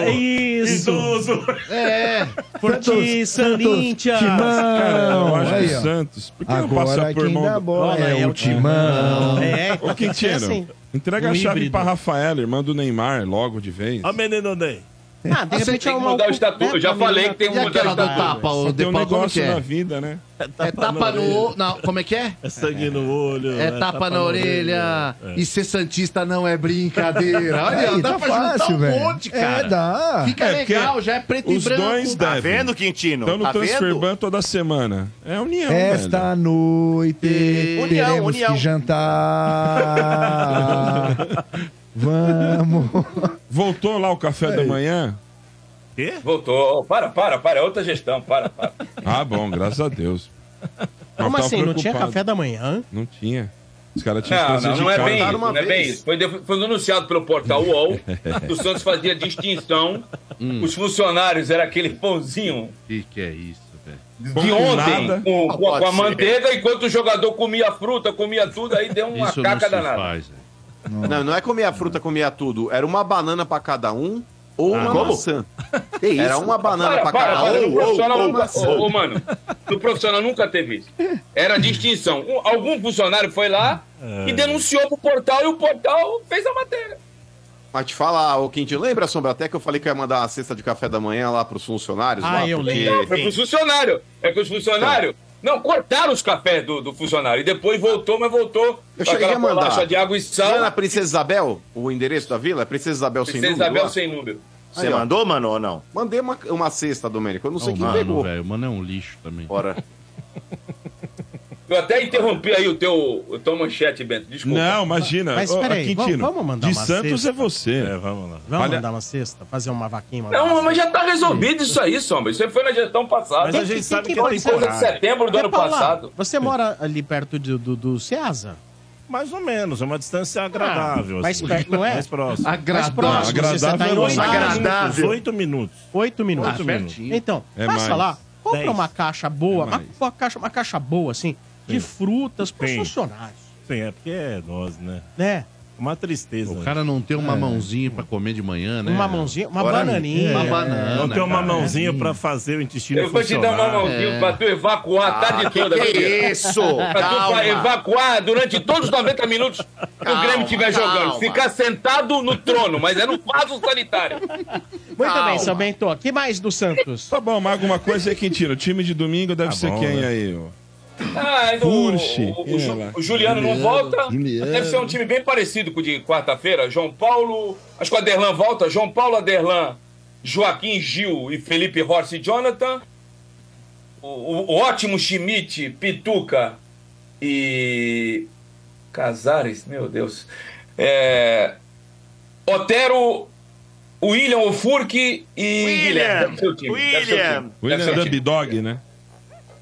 [SPEAKER 7] É
[SPEAKER 2] isso.
[SPEAKER 7] Idoso.
[SPEAKER 4] É.
[SPEAKER 2] Porque Saníntia.
[SPEAKER 8] Cara, eu acho
[SPEAKER 2] Aí,
[SPEAKER 8] que
[SPEAKER 2] ó.
[SPEAKER 8] o Santos. Por que não
[SPEAKER 2] Agora
[SPEAKER 7] é
[SPEAKER 8] passa por
[SPEAKER 2] quem
[SPEAKER 8] mão?
[SPEAKER 2] dá
[SPEAKER 8] do-
[SPEAKER 2] bola
[SPEAKER 8] Olha,
[SPEAKER 2] é o Timão. É, tem
[SPEAKER 8] Ô,
[SPEAKER 2] que ser
[SPEAKER 8] Quintino,
[SPEAKER 2] assim.
[SPEAKER 8] entrega
[SPEAKER 2] Um
[SPEAKER 8] a chave
[SPEAKER 2] híbrido.
[SPEAKER 8] pra Rafaela, irmã do Neymar, logo de vez.
[SPEAKER 7] Ó, menino Ney.
[SPEAKER 2] Ah, de
[SPEAKER 9] Você
[SPEAKER 2] repente
[SPEAKER 9] tem
[SPEAKER 2] é
[SPEAKER 9] que
[SPEAKER 2] uma
[SPEAKER 9] mudar o estatuto. Eu já falei que tem
[SPEAKER 2] né?
[SPEAKER 9] que
[SPEAKER 4] E
[SPEAKER 9] mudar o
[SPEAKER 4] aquela do
[SPEAKER 9] estatuto.
[SPEAKER 4] tapa,
[SPEAKER 8] Só
[SPEAKER 4] o
[SPEAKER 8] tem um
[SPEAKER 4] Depau, como que
[SPEAKER 8] negócio
[SPEAKER 4] é?
[SPEAKER 8] na vida, né?
[SPEAKER 4] É tapa no olho. não, Como é que é?
[SPEAKER 7] É sangue no olho.
[SPEAKER 4] É tapa na orelha.
[SPEAKER 7] é.
[SPEAKER 4] E ser santista não é brincadeira. Olha,
[SPEAKER 5] Aí,
[SPEAKER 4] dá
[SPEAKER 5] tá
[SPEAKER 4] pra
[SPEAKER 5] fácil,
[SPEAKER 4] juntar um
[SPEAKER 5] velho.
[SPEAKER 4] monte,
[SPEAKER 5] É,
[SPEAKER 4] cara.
[SPEAKER 5] dá.
[SPEAKER 4] Fica
[SPEAKER 8] É, porque
[SPEAKER 4] legal, já é preto e
[SPEAKER 8] os
[SPEAKER 4] branco.
[SPEAKER 8] dois
[SPEAKER 10] Tá
[SPEAKER 8] devem.
[SPEAKER 10] vendo, Quintino?
[SPEAKER 8] Estão no
[SPEAKER 10] tá vendo?
[SPEAKER 8] Transferban toda semana. É a união, velho.
[SPEAKER 5] Esta noite
[SPEAKER 10] União,
[SPEAKER 5] teremos
[SPEAKER 10] união.
[SPEAKER 5] que jantar. Vamos.
[SPEAKER 8] Voltou lá o café da manhã?
[SPEAKER 9] Voltou. Para, para, para. É outra gestão. Para, para.
[SPEAKER 8] Ah, bom, graças a Deus. Mas
[SPEAKER 2] Como
[SPEAKER 8] tava
[SPEAKER 2] assim? Não tinha
[SPEAKER 8] preocupado.
[SPEAKER 2] café da manhã?
[SPEAKER 8] Não tinha. Os caras tinham
[SPEAKER 9] Não,
[SPEAKER 8] que
[SPEAKER 9] não,
[SPEAKER 8] fazer
[SPEAKER 9] não é
[SPEAKER 8] de
[SPEAKER 9] bem
[SPEAKER 8] casa.
[SPEAKER 9] isso. Não é bem isso. Foi, de- foi denunciado pelo portal UOL que o Santos fazia distinção. Os funcionários era aquele pãozinho
[SPEAKER 4] Hum. Que que é isso, velho?
[SPEAKER 8] Pão
[SPEAKER 9] de
[SPEAKER 8] com
[SPEAKER 9] ontem
[SPEAKER 8] nada.
[SPEAKER 9] com,
[SPEAKER 10] Não
[SPEAKER 9] com a- com a
[SPEAKER 10] Ah, pode ser.
[SPEAKER 9] manteiga, enquanto o jogador comia fruta, comia tudo, aí deu uma
[SPEAKER 4] Isso não
[SPEAKER 9] caca
[SPEAKER 4] se
[SPEAKER 9] danada.
[SPEAKER 4] faz, velho.
[SPEAKER 6] Não, não é comer a fruta, comer tudo. Era uma banana pra cada um
[SPEAKER 10] Ah,
[SPEAKER 6] ou uma maçã. Era uma banana
[SPEAKER 9] Para,
[SPEAKER 6] pra
[SPEAKER 9] para, para.
[SPEAKER 6] cada um
[SPEAKER 9] no
[SPEAKER 6] ou
[SPEAKER 9] profissional
[SPEAKER 6] ou
[SPEAKER 9] nunca,
[SPEAKER 6] maçã.
[SPEAKER 9] ô, ô, mano, no profissional nunca teve isso. Era distinção. Um- algum funcionário foi lá
[SPEAKER 4] É.
[SPEAKER 9] e denunciou pro portal e o portal fez a matéria.
[SPEAKER 6] Mas te falar, ô Quintino, lembra, Sombra, até que eu falei que eu ia mandar uma cesta de café da manhã lá pros funcionários?
[SPEAKER 2] Ah,
[SPEAKER 6] lá,
[SPEAKER 2] eu
[SPEAKER 6] porque- Tá.
[SPEAKER 2] lembro.
[SPEAKER 9] Foi pros funcionários. É que os funcionários. Não, cortaram os cafés do, do funcionário. E depois voltou, mas voltou
[SPEAKER 6] Eu
[SPEAKER 9] com
[SPEAKER 6] cheguei
[SPEAKER 9] aquela
[SPEAKER 6] a mandar.
[SPEAKER 9] bolacha de água e
[SPEAKER 6] Não
[SPEAKER 9] sal.
[SPEAKER 6] é na Princesa Isabel, o endereço da vila? É Princesa Isabel sem
[SPEAKER 9] Princesa
[SPEAKER 6] número?
[SPEAKER 9] Isabel
[SPEAKER 6] lá?
[SPEAKER 9] sem número.
[SPEAKER 10] Você
[SPEAKER 6] Aí, ó.
[SPEAKER 10] mandou, mano, ou não?
[SPEAKER 6] Mandei uma, uma cesta, Domênico. Eu não sei
[SPEAKER 4] Ô,
[SPEAKER 6] quem
[SPEAKER 4] Mano,
[SPEAKER 6] pegou.
[SPEAKER 4] velho, o mano é um lixo também.
[SPEAKER 10] Bora.
[SPEAKER 9] Eu até interrompi aí o teu, o teu manchete, Bento. Desculpa.
[SPEAKER 8] Não, imagina.
[SPEAKER 2] Mas
[SPEAKER 8] Ô,
[SPEAKER 2] peraí,
[SPEAKER 8] Quintino,
[SPEAKER 2] vamos- vamos mandar
[SPEAKER 8] De
[SPEAKER 2] uma
[SPEAKER 8] Santos
[SPEAKER 2] cesta.
[SPEAKER 8] é você.
[SPEAKER 7] É, vamos lá.
[SPEAKER 2] Vamos
[SPEAKER 8] Olha-
[SPEAKER 2] mandar uma cesta? Fazer uma vaquinha? mandar
[SPEAKER 9] Não,
[SPEAKER 2] uma
[SPEAKER 9] mas
[SPEAKER 2] cesta?
[SPEAKER 9] já tá resolvido isso aí, Sombra. Isso aí foi na gestão
[SPEAKER 7] Mas
[SPEAKER 9] passada.
[SPEAKER 7] a gente sabe que é
[SPEAKER 2] Quem que
[SPEAKER 9] Foi coisa de
[SPEAKER 7] temporário.
[SPEAKER 9] setembro do
[SPEAKER 2] Ô,
[SPEAKER 9] ano
[SPEAKER 2] Paula,
[SPEAKER 9] passado.
[SPEAKER 2] Você mora ali perto de- do, do Ceasa? Ah,
[SPEAKER 7] Mais ou menos, é uma distância agradável. assim.
[SPEAKER 2] mais perto, não é?
[SPEAKER 7] Mais próximo. é
[SPEAKER 2] Próximo,
[SPEAKER 4] Agradável.
[SPEAKER 2] você
[SPEAKER 8] agradável
[SPEAKER 2] tá em
[SPEAKER 8] não,
[SPEAKER 2] oito,
[SPEAKER 10] agradável.
[SPEAKER 7] Oito minutos.
[SPEAKER 2] oito minutos.
[SPEAKER 7] Oito
[SPEAKER 2] Ah,
[SPEAKER 7] minutos.
[SPEAKER 2] Então,
[SPEAKER 8] É
[SPEAKER 2] passa
[SPEAKER 8] mais.
[SPEAKER 2] lá, compra
[SPEAKER 7] Dez.
[SPEAKER 2] uma caixa boa,
[SPEAKER 8] É
[SPEAKER 2] uma,
[SPEAKER 8] mais.
[SPEAKER 2] uma caixa, uma caixa boa, assim, de frutas para
[SPEAKER 7] Sim.
[SPEAKER 2] funcionários,
[SPEAKER 7] Sim, é porque é nós, né?
[SPEAKER 2] né?
[SPEAKER 7] Uma tristeza.
[SPEAKER 4] O cara não tem uma mãozinha pra comer de manhã, né?
[SPEAKER 2] Uma mãozinha, uma
[SPEAKER 10] Bora,
[SPEAKER 2] bananinha.
[SPEAKER 4] Uma
[SPEAKER 2] É.
[SPEAKER 4] banana.
[SPEAKER 7] não tem uma
[SPEAKER 4] cara.
[SPEAKER 7] mãozinha pra fazer o intestino
[SPEAKER 9] Eu vou te dar uma mãozinha
[SPEAKER 2] É.
[SPEAKER 9] pra tu evacuar a tarde toda.
[SPEAKER 10] É. Ah, que é
[SPEAKER 9] meu Deus.
[SPEAKER 10] isso?
[SPEAKER 9] Pra tu
[SPEAKER 10] Calma.
[SPEAKER 9] fa- evacuar durante todos os 90 minutos que o
[SPEAKER 10] Calma,
[SPEAKER 9] Grêmio estiver
[SPEAKER 10] calma.
[SPEAKER 9] jogando. Ficar sentado no trono, mas é no vaso sanitário.
[SPEAKER 2] Muito bem,
[SPEAKER 10] Calma.
[SPEAKER 2] seu Bento. O que mais do Santos?
[SPEAKER 8] Tá bom, mas alguma coisa aí, Quintino. O time de domingo deve
[SPEAKER 7] Tá
[SPEAKER 8] ser
[SPEAKER 7] bom,
[SPEAKER 8] quem
[SPEAKER 7] né?
[SPEAKER 8] aí? ó? é
[SPEAKER 9] Ah, o,
[SPEAKER 8] Furche,
[SPEAKER 9] o- o Ju-
[SPEAKER 8] ela.
[SPEAKER 9] o Juliano não volta.
[SPEAKER 8] Juliano.
[SPEAKER 9] Deve ser um time bem parecido com o de quarta-feira. João Paulo. Acho que o Aderlan volta. João Paulo, Aderlan, Joaquim Gil e Felipe Horst e Jonathan. O, o- o ótimo Schmidt, Pituca e. Casares, meu Deus. É, Otero, William Ofurque e Guilherme. Deve ser o time. Deve ser o
[SPEAKER 10] William.
[SPEAKER 9] time. Deve ser
[SPEAKER 8] William
[SPEAKER 9] o time.
[SPEAKER 8] Dub Dog, né?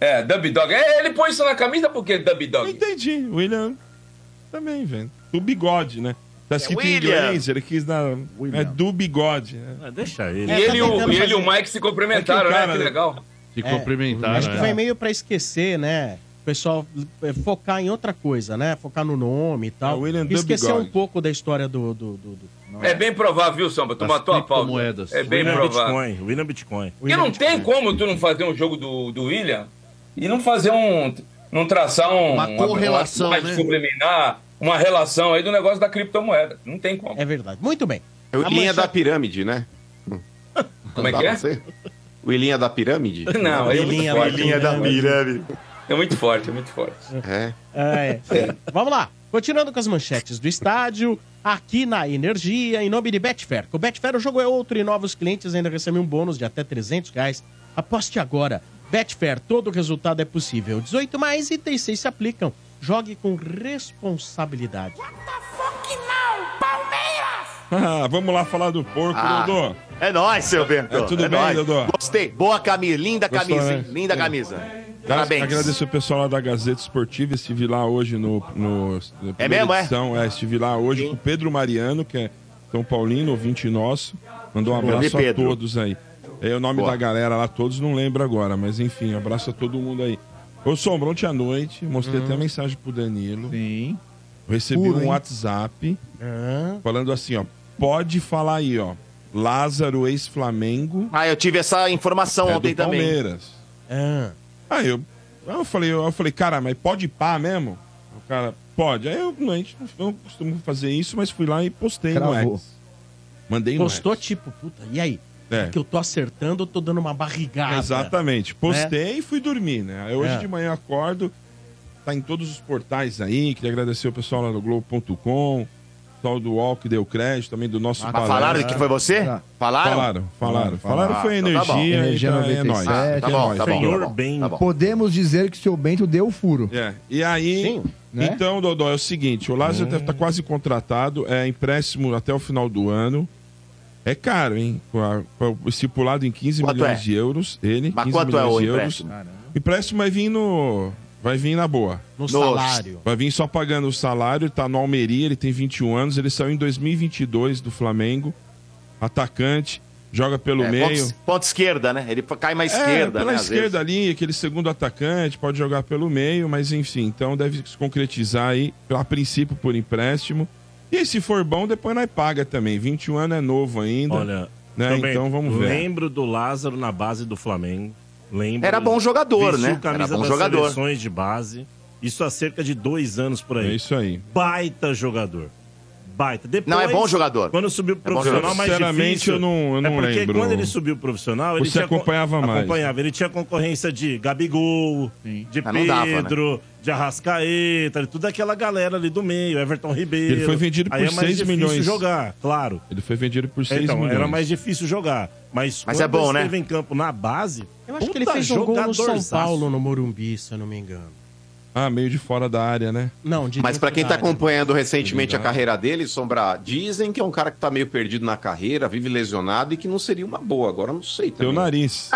[SPEAKER 9] É, Dub Dog. É, ele põe isso na camisa porque é Dub
[SPEAKER 8] Não
[SPEAKER 9] Dog.
[SPEAKER 8] entendi. William também, velho. Do bigode, né?
[SPEAKER 9] É
[SPEAKER 8] Tá escrito em
[SPEAKER 10] William.
[SPEAKER 8] inglês, ele quis na. É do bigode, né?
[SPEAKER 7] Ah, deixa ele.
[SPEAKER 9] E
[SPEAKER 2] É, tá
[SPEAKER 9] ele, e o,
[SPEAKER 2] tentando
[SPEAKER 9] e ele e o
[SPEAKER 2] fazer.
[SPEAKER 9] Mike se cumprimentaram,
[SPEAKER 8] É que o cara-
[SPEAKER 9] né? Que legal.
[SPEAKER 4] Se
[SPEAKER 2] É,
[SPEAKER 4] cumprimentaram.
[SPEAKER 2] Acho que
[SPEAKER 4] né?
[SPEAKER 2] foi meio para esquecer, né? O pessoal eh, focar em outra coisa, né? Focar no nome e
[SPEAKER 8] É,
[SPEAKER 2] tal.
[SPEAKER 8] William
[SPEAKER 2] E Esquecer
[SPEAKER 8] Dubigol.
[SPEAKER 2] um pouco da história do. do, do, do-
[SPEAKER 9] É bem provável, viu, Samba? Tu
[SPEAKER 4] As
[SPEAKER 9] matou a pau.
[SPEAKER 4] criptomoedas.
[SPEAKER 9] É bem
[SPEAKER 7] William
[SPEAKER 9] provável.
[SPEAKER 7] Bitcoin. William Bitcoin.
[SPEAKER 9] Porque não tem como tu não fazer um jogo do, do William e não fazer um. não traçar um.
[SPEAKER 4] Uma correlação,
[SPEAKER 9] uma- uma-
[SPEAKER 4] né?
[SPEAKER 9] subliminar, uma relação aí do negócio da criptomoeda. Não tem como.
[SPEAKER 2] É verdade. Muito bem.
[SPEAKER 6] É
[SPEAKER 4] Tá
[SPEAKER 6] o
[SPEAKER 2] A
[SPEAKER 6] Ilhinha
[SPEAKER 2] manchete-
[SPEAKER 6] da Pirâmide, né?
[SPEAKER 9] como é
[SPEAKER 6] Dá
[SPEAKER 9] que
[SPEAKER 6] pra
[SPEAKER 9] é?
[SPEAKER 6] você? O Ilhinha da Pirâmide?
[SPEAKER 9] Não, é muito
[SPEAKER 2] Belinha,
[SPEAKER 9] forte.
[SPEAKER 2] Belinha da
[SPEAKER 10] pirâmide.
[SPEAKER 9] É muito forte, é muito forte.
[SPEAKER 6] É.
[SPEAKER 2] É, é. Vamos lá. Continuando com as manchetes do estádio, aqui na Energia, em nome de Betfair. Com o Betfair o jogo é outro e novos clientes ainda recebem um bônus de até 300 reais. Aposte agora. Betfair, todo resultado é possível. 18 mais e 36 se aplicam. Jogue com responsabilidade.
[SPEAKER 8] Ah, vamos lá falar do porco,
[SPEAKER 10] Ah.
[SPEAKER 8] Dodô.
[SPEAKER 10] É nóis, seu Bento.
[SPEAKER 8] É, tudo bem,
[SPEAKER 10] nóis.
[SPEAKER 8] Dodô?
[SPEAKER 10] Gostei. Boa camisa. Linda
[SPEAKER 8] Gostou,
[SPEAKER 10] camisa, hein?
[SPEAKER 8] né?
[SPEAKER 10] Linda camisa.
[SPEAKER 8] Parabéns.
[SPEAKER 10] Parabéns.
[SPEAKER 8] Agradeço o pessoal lá da Gazeta Esportiva. Estive lá hoje no. no na primeira
[SPEAKER 10] mesmo, é?
[SPEAKER 8] edição. é? Estive lá hoje com o Pedro Mariano, que é São Paulino, ouvinte nosso. Mandou um
[SPEAKER 10] Grande
[SPEAKER 8] abraço a
[SPEAKER 10] Pedro.
[SPEAKER 8] todos aí. É o nome
[SPEAKER 10] Boa.
[SPEAKER 8] da galera lá, todos não lembro agora, mas enfim, abraço a todo mundo aí. Ô, Sombra, ontem à noite, mostrei até a mensagem pro Danilo.
[SPEAKER 5] Hum. Sim.
[SPEAKER 8] Eu Recebi
[SPEAKER 5] Puro,
[SPEAKER 8] um
[SPEAKER 5] hein? É.
[SPEAKER 8] WhatsApp falando assim, ó. Pode falar aí, ó. Lázaro, ex-Flamengo,
[SPEAKER 10] Ah, eu tive essa informação
[SPEAKER 8] é
[SPEAKER 10] ontem
[SPEAKER 8] do
[SPEAKER 10] também.
[SPEAKER 8] Palmeiras.
[SPEAKER 5] É.
[SPEAKER 2] Ah,
[SPEAKER 8] Aí eu, aí eu falei, eu, falei, cara, mas pode pá mesmo? O cara, pode. Aí eu não, a gente não, não costumo fazer isso, mas fui lá e postei
[SPEAKER 5] Cravou.
[SPEAKER 8] no X. Mandei no
[SPEAKER 2] gostou,
[SPEAKER 8] X.
[SPEAKER 2] tipo, puta, e aí?
[SPEAKER 8] É.
[SPEAKER 2] que eu tô acertando, eu tô dando uma barrigada.
[SPEAKER 8] Exatamente. Postei e fui dormir, né? Aí hoje
[SPEAKER 2] Né? É.
[SPEAKER 8] de manhã acordo, tá em todos os portais aí. Queria agradecer o pessoal lá do Globo.com, o pessoal do UOL que deu crédito, também do nosso
[SPEAKER 10] Ah,
[SPEAKER 8] palestra.
[SPEAKER 10] falaram que foi você?
[SPEAKER 8] Tá.
[SPEAKER 10] Falaram?
[SPEAKER 8] Falaram, falaram. Falaram,
[SPEAKER 10] Ah,
[SPEAKER 8] foi
[SPEAKER 10] então tá
[SPEAKER 8] energia.
[SPEAKER 10] bom.
[SPEAKER 5] Energia
[SPEAKER 8] então é
[SPEAKER 5] 97.
[SPEAKER 8] nóis.
[SPEAKER 5] Ah, tá
[SPEAKER 8] É
[SPEAKER 5] bom,
[SPEAKER 8] nóis.
[SPEAKER 5] tá bom,
[SPEAKER 8] Senhor
[SPEAKER 5] tá bom,
[SPEAKER 8] bem.
[SPEAKER 5] Podemos dizer que seu Bento deu furo.
[SPEAKER 8] É. E aí.
[SPEAKER 5] Né?
[SPEAKER 8] Então, Dodó, é o seguinte: o
[SPEAKER 10] Hum.
[SPEAKER 8] Lázaro deve estar quase contratado, é empréstimo até o final do ano. É caro, hein? Com a- com o Estipulado em 15
[SPEAKER 10] Quanto
[SPEAKER 8] milhões
[SPEAKER 10] é?
[SPEAKER 8] de euros. Ele.
[SPEAKER 10] Mas
[SPEAKER 8] 15
[SPEAKER 10] quanto é
[SPEAKER 8] milhões
[SPEAKER 10] o
[SPEAKER 8] de euros.
[SPEAKER 10] empréstimo?
[SPEAKER 8] O empréstimo vai vir no. Vai vir na boa.
[SPEAKER 2] No No- salário.
[SPEAKER 8] Vai vir só pagando o salário, tá no Almeria, ele tem 21 anos, ele saiu em 2022 do Flamengo. Atacante, joga pelo
[SPEAKER 10] É,
[SPEAKER 8] meio.
[SPEAKER 10] Ponta, ponta esquerda, né? Ele cai mais
[SPEAKER 8] É,
[SPEAKER 10] esquerda,
[SPEAKER 8] pela
[SPEAKER 10] né? às
[SPEAKER 8] esquerda ali, aquele segundo atacante, pode jogar pelo meio, mas enfim, então deve se concretizar aí, a princípio, por empréstimo. E aí, se for bom, depois nós paga também. 21 anos é novo ainda.
[SPEAKER 7] Olha,
[SPEAKER 8] né?
[SPEAKER 7] também
[SPEAKER 8] então vamos ver.
[SPEAKER 7] Lembro do Lázaro na base do Flamengo. Lembro.
[SPEAKER 10] Era bom jogador,
[SPEAKER 7] Vestiu
[SPEAKER 10] né?
[SPEAKER 7] camisa
[SPEAKER 10] Era bom
[SPEAKER 7] das
[SPEAKER 10] jogador.
[SPEAKER 7] seleções de base. Isso há cerca de dois anos por aí.
[SPEAKER 8] É isso aí.
[SPEAKER 7] Baita jogador. Baita. Depois,
[SPEAKER 10] Não, é bom jogador.
[SPEAKER 7] Quando subiu pro
[SPEAKER 10] É bom
[SPEAKER 7] profissional,
[SPEAKER 10] jogador.
[SPEAKER 7] mais
[SPEAKER 8] Sinceramente,
[SPEAKER 7] difícil.
[SPEAKER 8] eu não- eu não
[SPEAKER 7] é porque
[SPEAKER 8] lembro.
[SPEAKER 7] quando ele subiu pro profissional, ele
[SPEAKER 8] Você
[SPEAKER 7] tinha con-
[SPEAKER 8] acompanhava mais.
[SPEAKER 7] Acompanhava. Ele tinha concorrência de Gabigol, de
[SPEAKER 8] Ah, não dava, né?
[SPEAKER 7] Pedro, de Arrascaeta, de toda aquela galera ali do meio, Everton Ribeiro.
[SPEAKER 8] Ele foi vendido
[SPEAKER 7] Aí
[SPEAKER 8] por
[SPEAKER 7] é mais
[SPEAKER 8] 6
[SPEAKER 7] difícil
[SPEAKER 8] milhões.
[SPEAKER 7] jogar, claro.
[SPEAKER 8] Ele foi vendido por 6
[SPEAKER 7] Então,
[SPEAKER 8] milhões.
[SPEAKER 7] era mais difícil jogar. Mas,
[SPEAKER 8] Mas
[SPEAKER 7] quando
[SPEAKER 8] é bom,
[SPEAKER 7] ele
[SPEAKER 8] né?
[SPEAKER 7] esteve em campo na base,
[SPEAKER 2] Eu acho que ele fez um gol no São Paulo, no Morumbi, se eu não me engano.
[SPEAKER 8] Ah, meio de fora da área, né?
[SPEAKER 2] Não, de
[SPEAKER 6] Mas
[SPEAKER 2] dentro
[SPEAKER 6] pra quem
[SPEAKER 2] da
[SPEAKER 6] tá
[SPEAKER 2] área.
[SPEAKER 10] né?
[SPEAKER 6] acompanhando recentemente a
[SPEAKER 2] Obrigado.
[SPEAKER 6] carreira dele, Sombra, dizem que é um cara que tá meio perdido na carreira, vive lesionado e que não seria uma boa. Agora não sei também.
[SPEAKER 8] Teu nariz.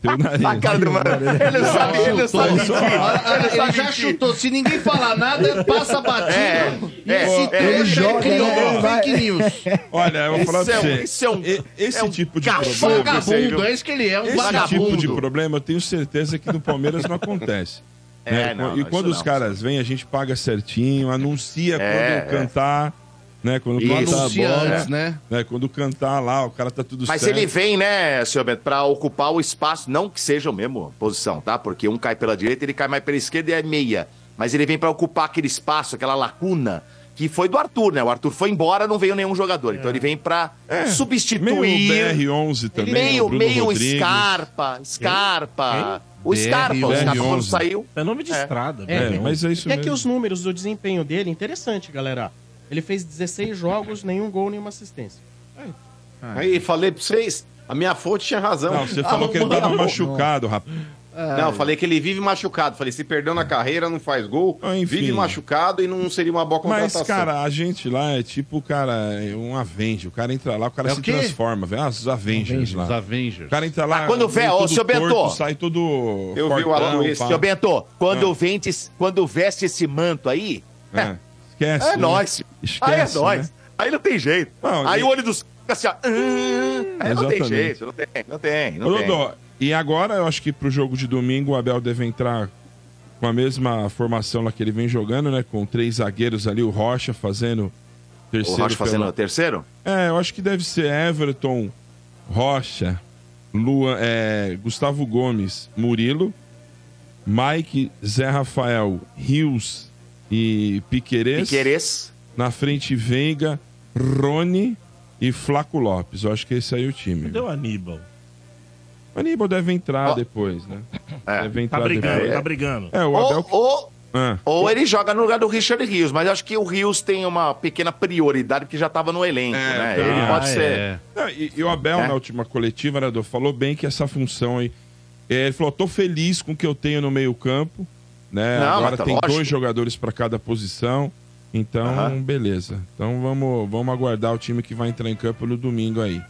[SPEAKER 8] Teu nariz.
[SPEAKER 6] A cara do mano.
[SPEAKER 4] Ele não sabe, ele não
[SPEAKER 6] Chutou.
[SPEAKER 4] sabe mentir.
[SPEAKER 6] Olha,
[SPEAKER 4] Ele
[SPEAKER 6] sabe
[SPEAKER 4] já chutou. Se ninguém falar nada, passa batido.
[SPEAKER 6] É,
[SPEAKER 4] E
[SPEAKER 6] é,
[SPEAKER 4] esse
[SPEAKER 6] é,
[SPEAKER 4] trecho
[SPEAKER 6] ele joga,
[SPEAKER 4] criou
[SPEAKER 6] né?
[SPEAKER 4] fake
[SPEAKER 6] Vai.
[SPEAKER 4] news.
[SPEAKER 8] Olha, eu vou falar
[SPEAKER 4] Esse
[SPEAKER 8] pra
[SPEAKER 4] é
[SPEAKER 8] você.
[SPEAKER 4] um- esse é um-
[SPEAKER 8] E- esse
[SPEAKER 4] é um
[SPEAKER 8] tipo de
[SPEAKER 4] cachorro
[SPEAKER 8] problema.
[SPEAKER 4] vagabundo,
[SPEAKER 8] esse aí, viu?
[SPEAKER 4] é isso que ele é, um
[SPEAKER 8] esse tipo
[SPEAKER 4] vagabundo.
[SPEAKER 8] de problema eu tenho certeza que no Palmeiras não acontece.
[SPEAKER 10] É,
[SPEAKER 8] né?
[SPEAKER 10] não, não,
[SPEAKER 8] e
[SPEAKER 10] isso
[SPEAKER 8] quando os
[SPEAKER 10] não,
[SPEAKER 8] caras vêm, a gente paga certinho, anuncia
[SPEAKER 10] É,
[SPEAKER 8] quando cantar, né? Quando
[SPEAKER 10] Isso.
[SPEAKER 8] cantar a
[SPEAKER 10] Anuncia
[SPEAKER 8] bola,
[SPEAKER 10] antes, né?
[SPEAKER 8] Quando cantar lá, o cara tá tudo
[SPEAKER 10] Mas
[SPEAKER 8] certo.
[SPEAKER 10] ele vem, né, senhor Beto, pra ocupar o espaço, não que seja a mesma posição, tá? Porque um cai pela direita, ele cai mais pela esquerda e é meia. Mas ele vem pra ocupar aquele espaço, aquela lacuna, que foi do Arthur, né? O Arthur foi embora, não veio nenhum jogador. Então ele vem pra substituir.
[SPEAKER 8] É. Meio BR11 também, o
[SPEAKER 10] Meio,
[SPEAKER 8] Bruno
[SPEAKER 10] meio
[SPEAKER 8] Rodrigues.
[SPEAKER 10] Scarpa, Scarpa. O Scarpa, o Scarpa quando saiu.
[SPEAKER 7] É nome de
[SPEAKER 2] estrada,
[SPEAKER 8] É, mas é isso
[SPEAKER 2] E aqui
[SPEAKER 8] mesmo.
[SPEAKER 2] os números do desempenho dele, interessante, galera. Ele fez 16 jogos, nenhum gol, nenhuma assistência.
[SPEAKER 6] Aí, falei pra vocês, a minha fonte tinha razão.
[SPEAKER 8] Não,
[SPEAKER 4] Ah,
[SPEAKER 8] você falou que ele tava
[SPEAKER 6] Arrumou.
[SPEAKER 8] machucado, rapaz.
[SPEAKER 10] É.
[SPEAKER 6] Não, eu falei que ele vive machucado. Falei, se perdeu na carreira, não faz gol, vive machucado e não seria uma boa
[SPEAKER 8] Ah, Mas,
[SPEAKER 6] contratação.
[SPEAKER 8] cara, a gente lá é tipo, cara, é um Avenge. O cara entra lá, o cara
[SPEAKER 6] É o
[SPEAKER 8] se
[SPEAKER 6] quê?
[SPEAKER 8] transforma, velho. Ah, Os Avengers lá.
[SPEAKER 4] Os Avengers.
[SPEAKER 8] O cara entra lá.
[SPEAKER 10] Ah, quando vê,
[SPEAKER 8] vem
[SPEAKER 10] ó,
[SPEAKER 8] todo
[SPEAKER 10] seu Bento.
[SPEAKER 8] torto, Sai todo. fortão, pá.
[SPEAKER 10] Seu Bento, quando,
[SPEAKER 8] Ah.
[SPEAKER 10] vende, quando veste esse manto aí,
[SPEAKER 8] É. Esquece.
[SPEAKER 10] É
[SPEAKER 8] né?
[SPEAKER 10] nóis.
[SPEAKER 8] Esquece,
[SPEAKER 10] aí é nóis.
[SPEAKER 8] né?
[SPEAKER 10] Aí não tem jeito.
[SPEAKER 8] Não,
[SPEAKER 10] aí
[SPEAKER 8] e-
[SPEAKER 10] o olho dos fica assim, ó. "Hum", aí não tem
[SPEAKER 8] Exatamente.
[SPEAKER 10] jeito, não tem, não tem, não
[SPEAKER 8] Ô,
[SPEAKER 10] tem.
[SPEAKER 8] Dodô, e agora eu acho que pro jogo de domingo o Abel deve entrar com a mesma formação lá que ele vem jogando, né? Com três zagueiros ali, o Rocha fazendo
[SPEAKER 10] o
[SPEAKER 8] terceiro.
[SPEAKER 10] Rocha fazendo
[SPEAKER 8] pela-
[SPEAKER 10] o terceiro?
[SPEAKER 8] É, eu acho que deve ser Everton, Rocha, Lua, é, Gustavo Gomes, Murilo, Mike, Zé Rafael, Rios e Piquerez.
[SPEAKER 10] Piquerez.
[SPEAKER 8] Na frente, Veiga, Rony e Flaco Lopes. Eu acho que esse aí é o time.
[SPEAKER 7] Cadê o Aníbal?
[SPEAKER 8] O Aníbal deve entrar depois, né? deve entrar
[SPEAKER 7] Tá brigando,
[SPEAKER 8] depois.
[SPEAKER 7] tá brigando.
[SPEAKER 8] É, o Abel...
[SPEAKER 10] Ou, ou,
[SPEAKER 8] Ah.
[SPEAKER 10] ou ele joga no lugar do Richard Rios, mas eu acho que o Rios tem uma pequena prioridade porque já tava no elenco, né?
[SPEAKER 8] tá.
[SPEAKER 10] Ele pode
[SPEAKER 8] Ah,
[SPEAKER 10] ser. É.
[SPEAKER 8] é. Não, e, e o Abel, na última coletiva, né, Dô, falou bem que essa função aí. é, Ele falou: tô feliz com o que eu tenho no meio-campo. Né?
[SPEAKER 10] Não,
[SPEAKER 8] Agora
[SPEAKER 10] mas tá
[SPEAKER 8] tem
[SPEAKER 10] lógico.
[SPEAKER 8] dois jogadores para cada posição. Então,
[SPEAKER 10] Aham.
[SPEAKER 8] beleza. Então vamos, vamos aguardar o time que vai entrar em campo no domingo aí.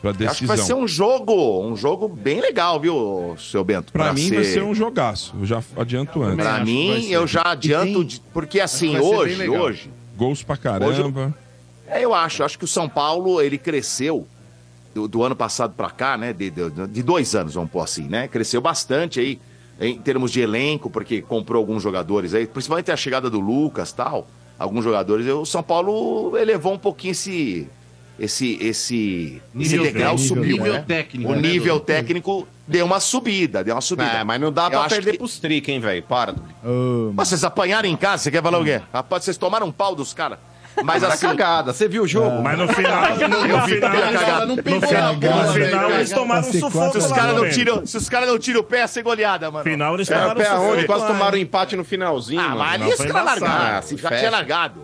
[SPEAKER 8] Pra
[SPEAKER 10] Eu
[SPEAKER 8] decisão.
[SPEAKER 10] Acho que vai ser um jogo, um jogo bem legal, viu, seu Bento?
[SPEAKER 8] Pra mim vai ser um jogaço. Eu já adianto antes.
[SPEAKER 10] Pra mim, eu já adianto, de- porque assim,
[SPEAKER 8] vai ser bem
[SPEAKER 10] hoje,
[SPEAKER 8] legal.
[SPEAKER 10] hoje,
[SPEAKER 8] Gols pra caramba.
[SPEAKER 10] É, eu acho. Eu acho que o São Paulo, ele cresceu do, do ano passado pra cá, né? De, de- de dois anos, vamos pôr assim, né? Cresceu bastante aí em termos de elenco, porque comprou alguns jogadores aí, principalmente a chegada do Lucas tal, alguns jogadores. O São Paulo elevou um pouquinho esse. Esse, esse, esse
[SPEAKER 4] Nível
[SPEAKER 10] degrau
[SPEAKER 4] técnico,
[SPEAKER 10] subiu.
[SPEAKER 4] nível
[SPEAKER 10] né?
[SPEAKER 4] técnico,
[SPEAKER 10] O
[SPEAKER 4] né,
[SPEAKER 10] nível
[SPEAKER 4] Dudu?
[SPEAKER 10] técnico deu uma subida, deu uma subida.
[SPEAKER 6] É, mas não dá
[SPEAKER 10] Eu
[SPEAKER 6] pra
[SPEAKER 10] acho
[SPEAKER 6] perder
[SPEAKER 10] que-
[SPEAKER 6] pros trick, hein, velho? Para.
[SPEAKER 10] Mas Vocês apanharam em casa, você quer falar o quê? Rapaz, vocês tomaram um pau dos caras. Mas
[SPEAKER 6] Era
[SPEAKER 10] assim-
[SPEAKER 6] é cagada. Você viu o jogo?
[SPEAKER 7] Mas no final-
[SPEAKER 10] Eu vi pela cagada.
[SPEAKER 7] no final- no final eles tomaram um sufoco
[SPEAKER 10] Se os
[SPEAKER 7] lá,
[SPEAKER 10] caras não
[SPEAKER 7] velho.
[SPEAKER 10] tiram- se os caras não tiram o pé, é ser goleada, mano.
[SPEAKER 7] Final eles
[SPEAKER 6] Era É, pé aonde? Quase tomaram um
[SPEAKER 10] em
[SPEAKER 6] empate no finalzinho.
[SPEAKER 10] Ah, mas ali os caras largaram. Se já tinha largado.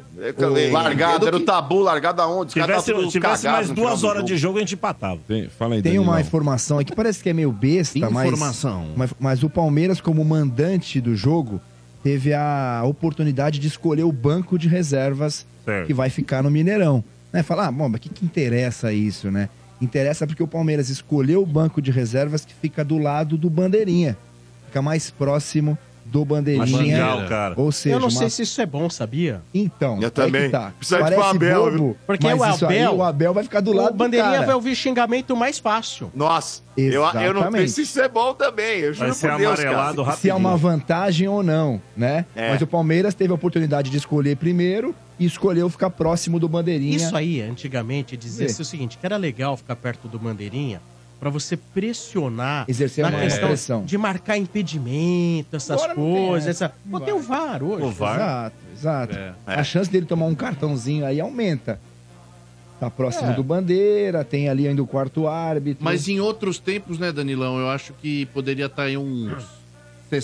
[SPEAKER 6] O largado, era o tabu, largado aonde? Os caras
[SPEAKER 7] Tivesse,
[SPEAKER 6] tavam todos
[SPEAKER 7] tivesse
[SPEAKER 6] cagados
[SPEAKER 7] mais
[SPEAKER 6] no
[SPEAKER 7] duas
[SPEAKER 6] final do
[SPEAKER 7] horas de jogo, a gente empatava.
[SPEAKER 8] Tem, fala aí,
[SPEAKER 5] Tem uma
[SPEAKER 8] Danilão.
[SPEAKER 5] informação aí que parece que é meio besta, mas-
[SPEAKER 8] Informação.
[SPEAKER 5] Mas, mas o Palmeiras, como mandante do jogo, teve a oportunidade de escolher o banco de reservas
[SPEAKER 7] Certo.
[SPEAKER 5] que vai ficar no Mineirão. Né? Falar, ah, bom, mas o que, que interessa isso, né? Interessa porque o Palmeiras escolheu o banco de reservas que fica do lado do Bandeirinha. Fica mais próximo do Bandeirinha. Ou seja,
[SPEAKER 2] eu não
[SPEAKER 5] uma
[SPEAKER 2] sei se isso é bom, é sabia?
[SPEAKER 5] Então,
[SPEAKER 2] Eu
[SPEAKER 5] aí
[SPEAKER 2] também.
[SPEAKER 5] que tá.
[SPEAKER 2] Precisa de
[SPEAKER 5] Parece
[SPEAKER 2] Abel,
[SPEAKER 5] bobo,
[SPEAKER 2] viu? Porque
[SPEAKER 5] mas
[SPEAKER 2] o
[SPEAKER 5] isso aí,
[SPEAKER 2] Abel-
[SPEAKER 5] o Abel vai ficar do
[SPEAKER 2] o
[SPEAKER 5] lado
[SPEAKER 2] bandeirinha
[SPEAKER 5] do cara.
[SPEAKER 2] vai ouvir xingamento mais fácil.
[SPEAKER 10] Nossa, eu, eu não sei
[SPEAKER 5] Exatamente.
[SPEAKER 10] se isso é bom também. Eu juro por Deus, cara.
[SPEAKER 5] Se é uma vantagem ou não, né?
[SPEAKER 10] É.
[SPEAKER 5] Mas o Palmeiras teve a oportunidade de escolher primeiro e escolheu ficar próximo do Bandeirinha.
[SPEAKER 2] Isso aí, antigamente, dizia-se
[SPEAKER 5] Sim.
[SPEAKER 2] o seguinte, que era legal ficar perto do bandeirinha pra você pressionar
[SPEAKER 5] Exercer uma pressão.
[SPEAKER 2] de marcar impedimento, essas
[SPEAKER 5] Agora não tem,
[SPEAKER 2] coisas.
[SPEAKER 5] né?
[SPEAKER 2] Essa... Pô, tem o VAR hoje.
[SPEAKER 5] Exato, exato.
[SPEAKER 2] É.
[SPEAKER 5] A chance dele tomar um cartãozinho aí aumenta. Tá próximo
[SPEAKER 4] É.
[SPEAKER 5] do Bandeira, tem ali ainda o quarto árbitro.
[SPEAKER 4] Mas em outros tempos, né, Danilão? Eu acho que poderia tá estar em uns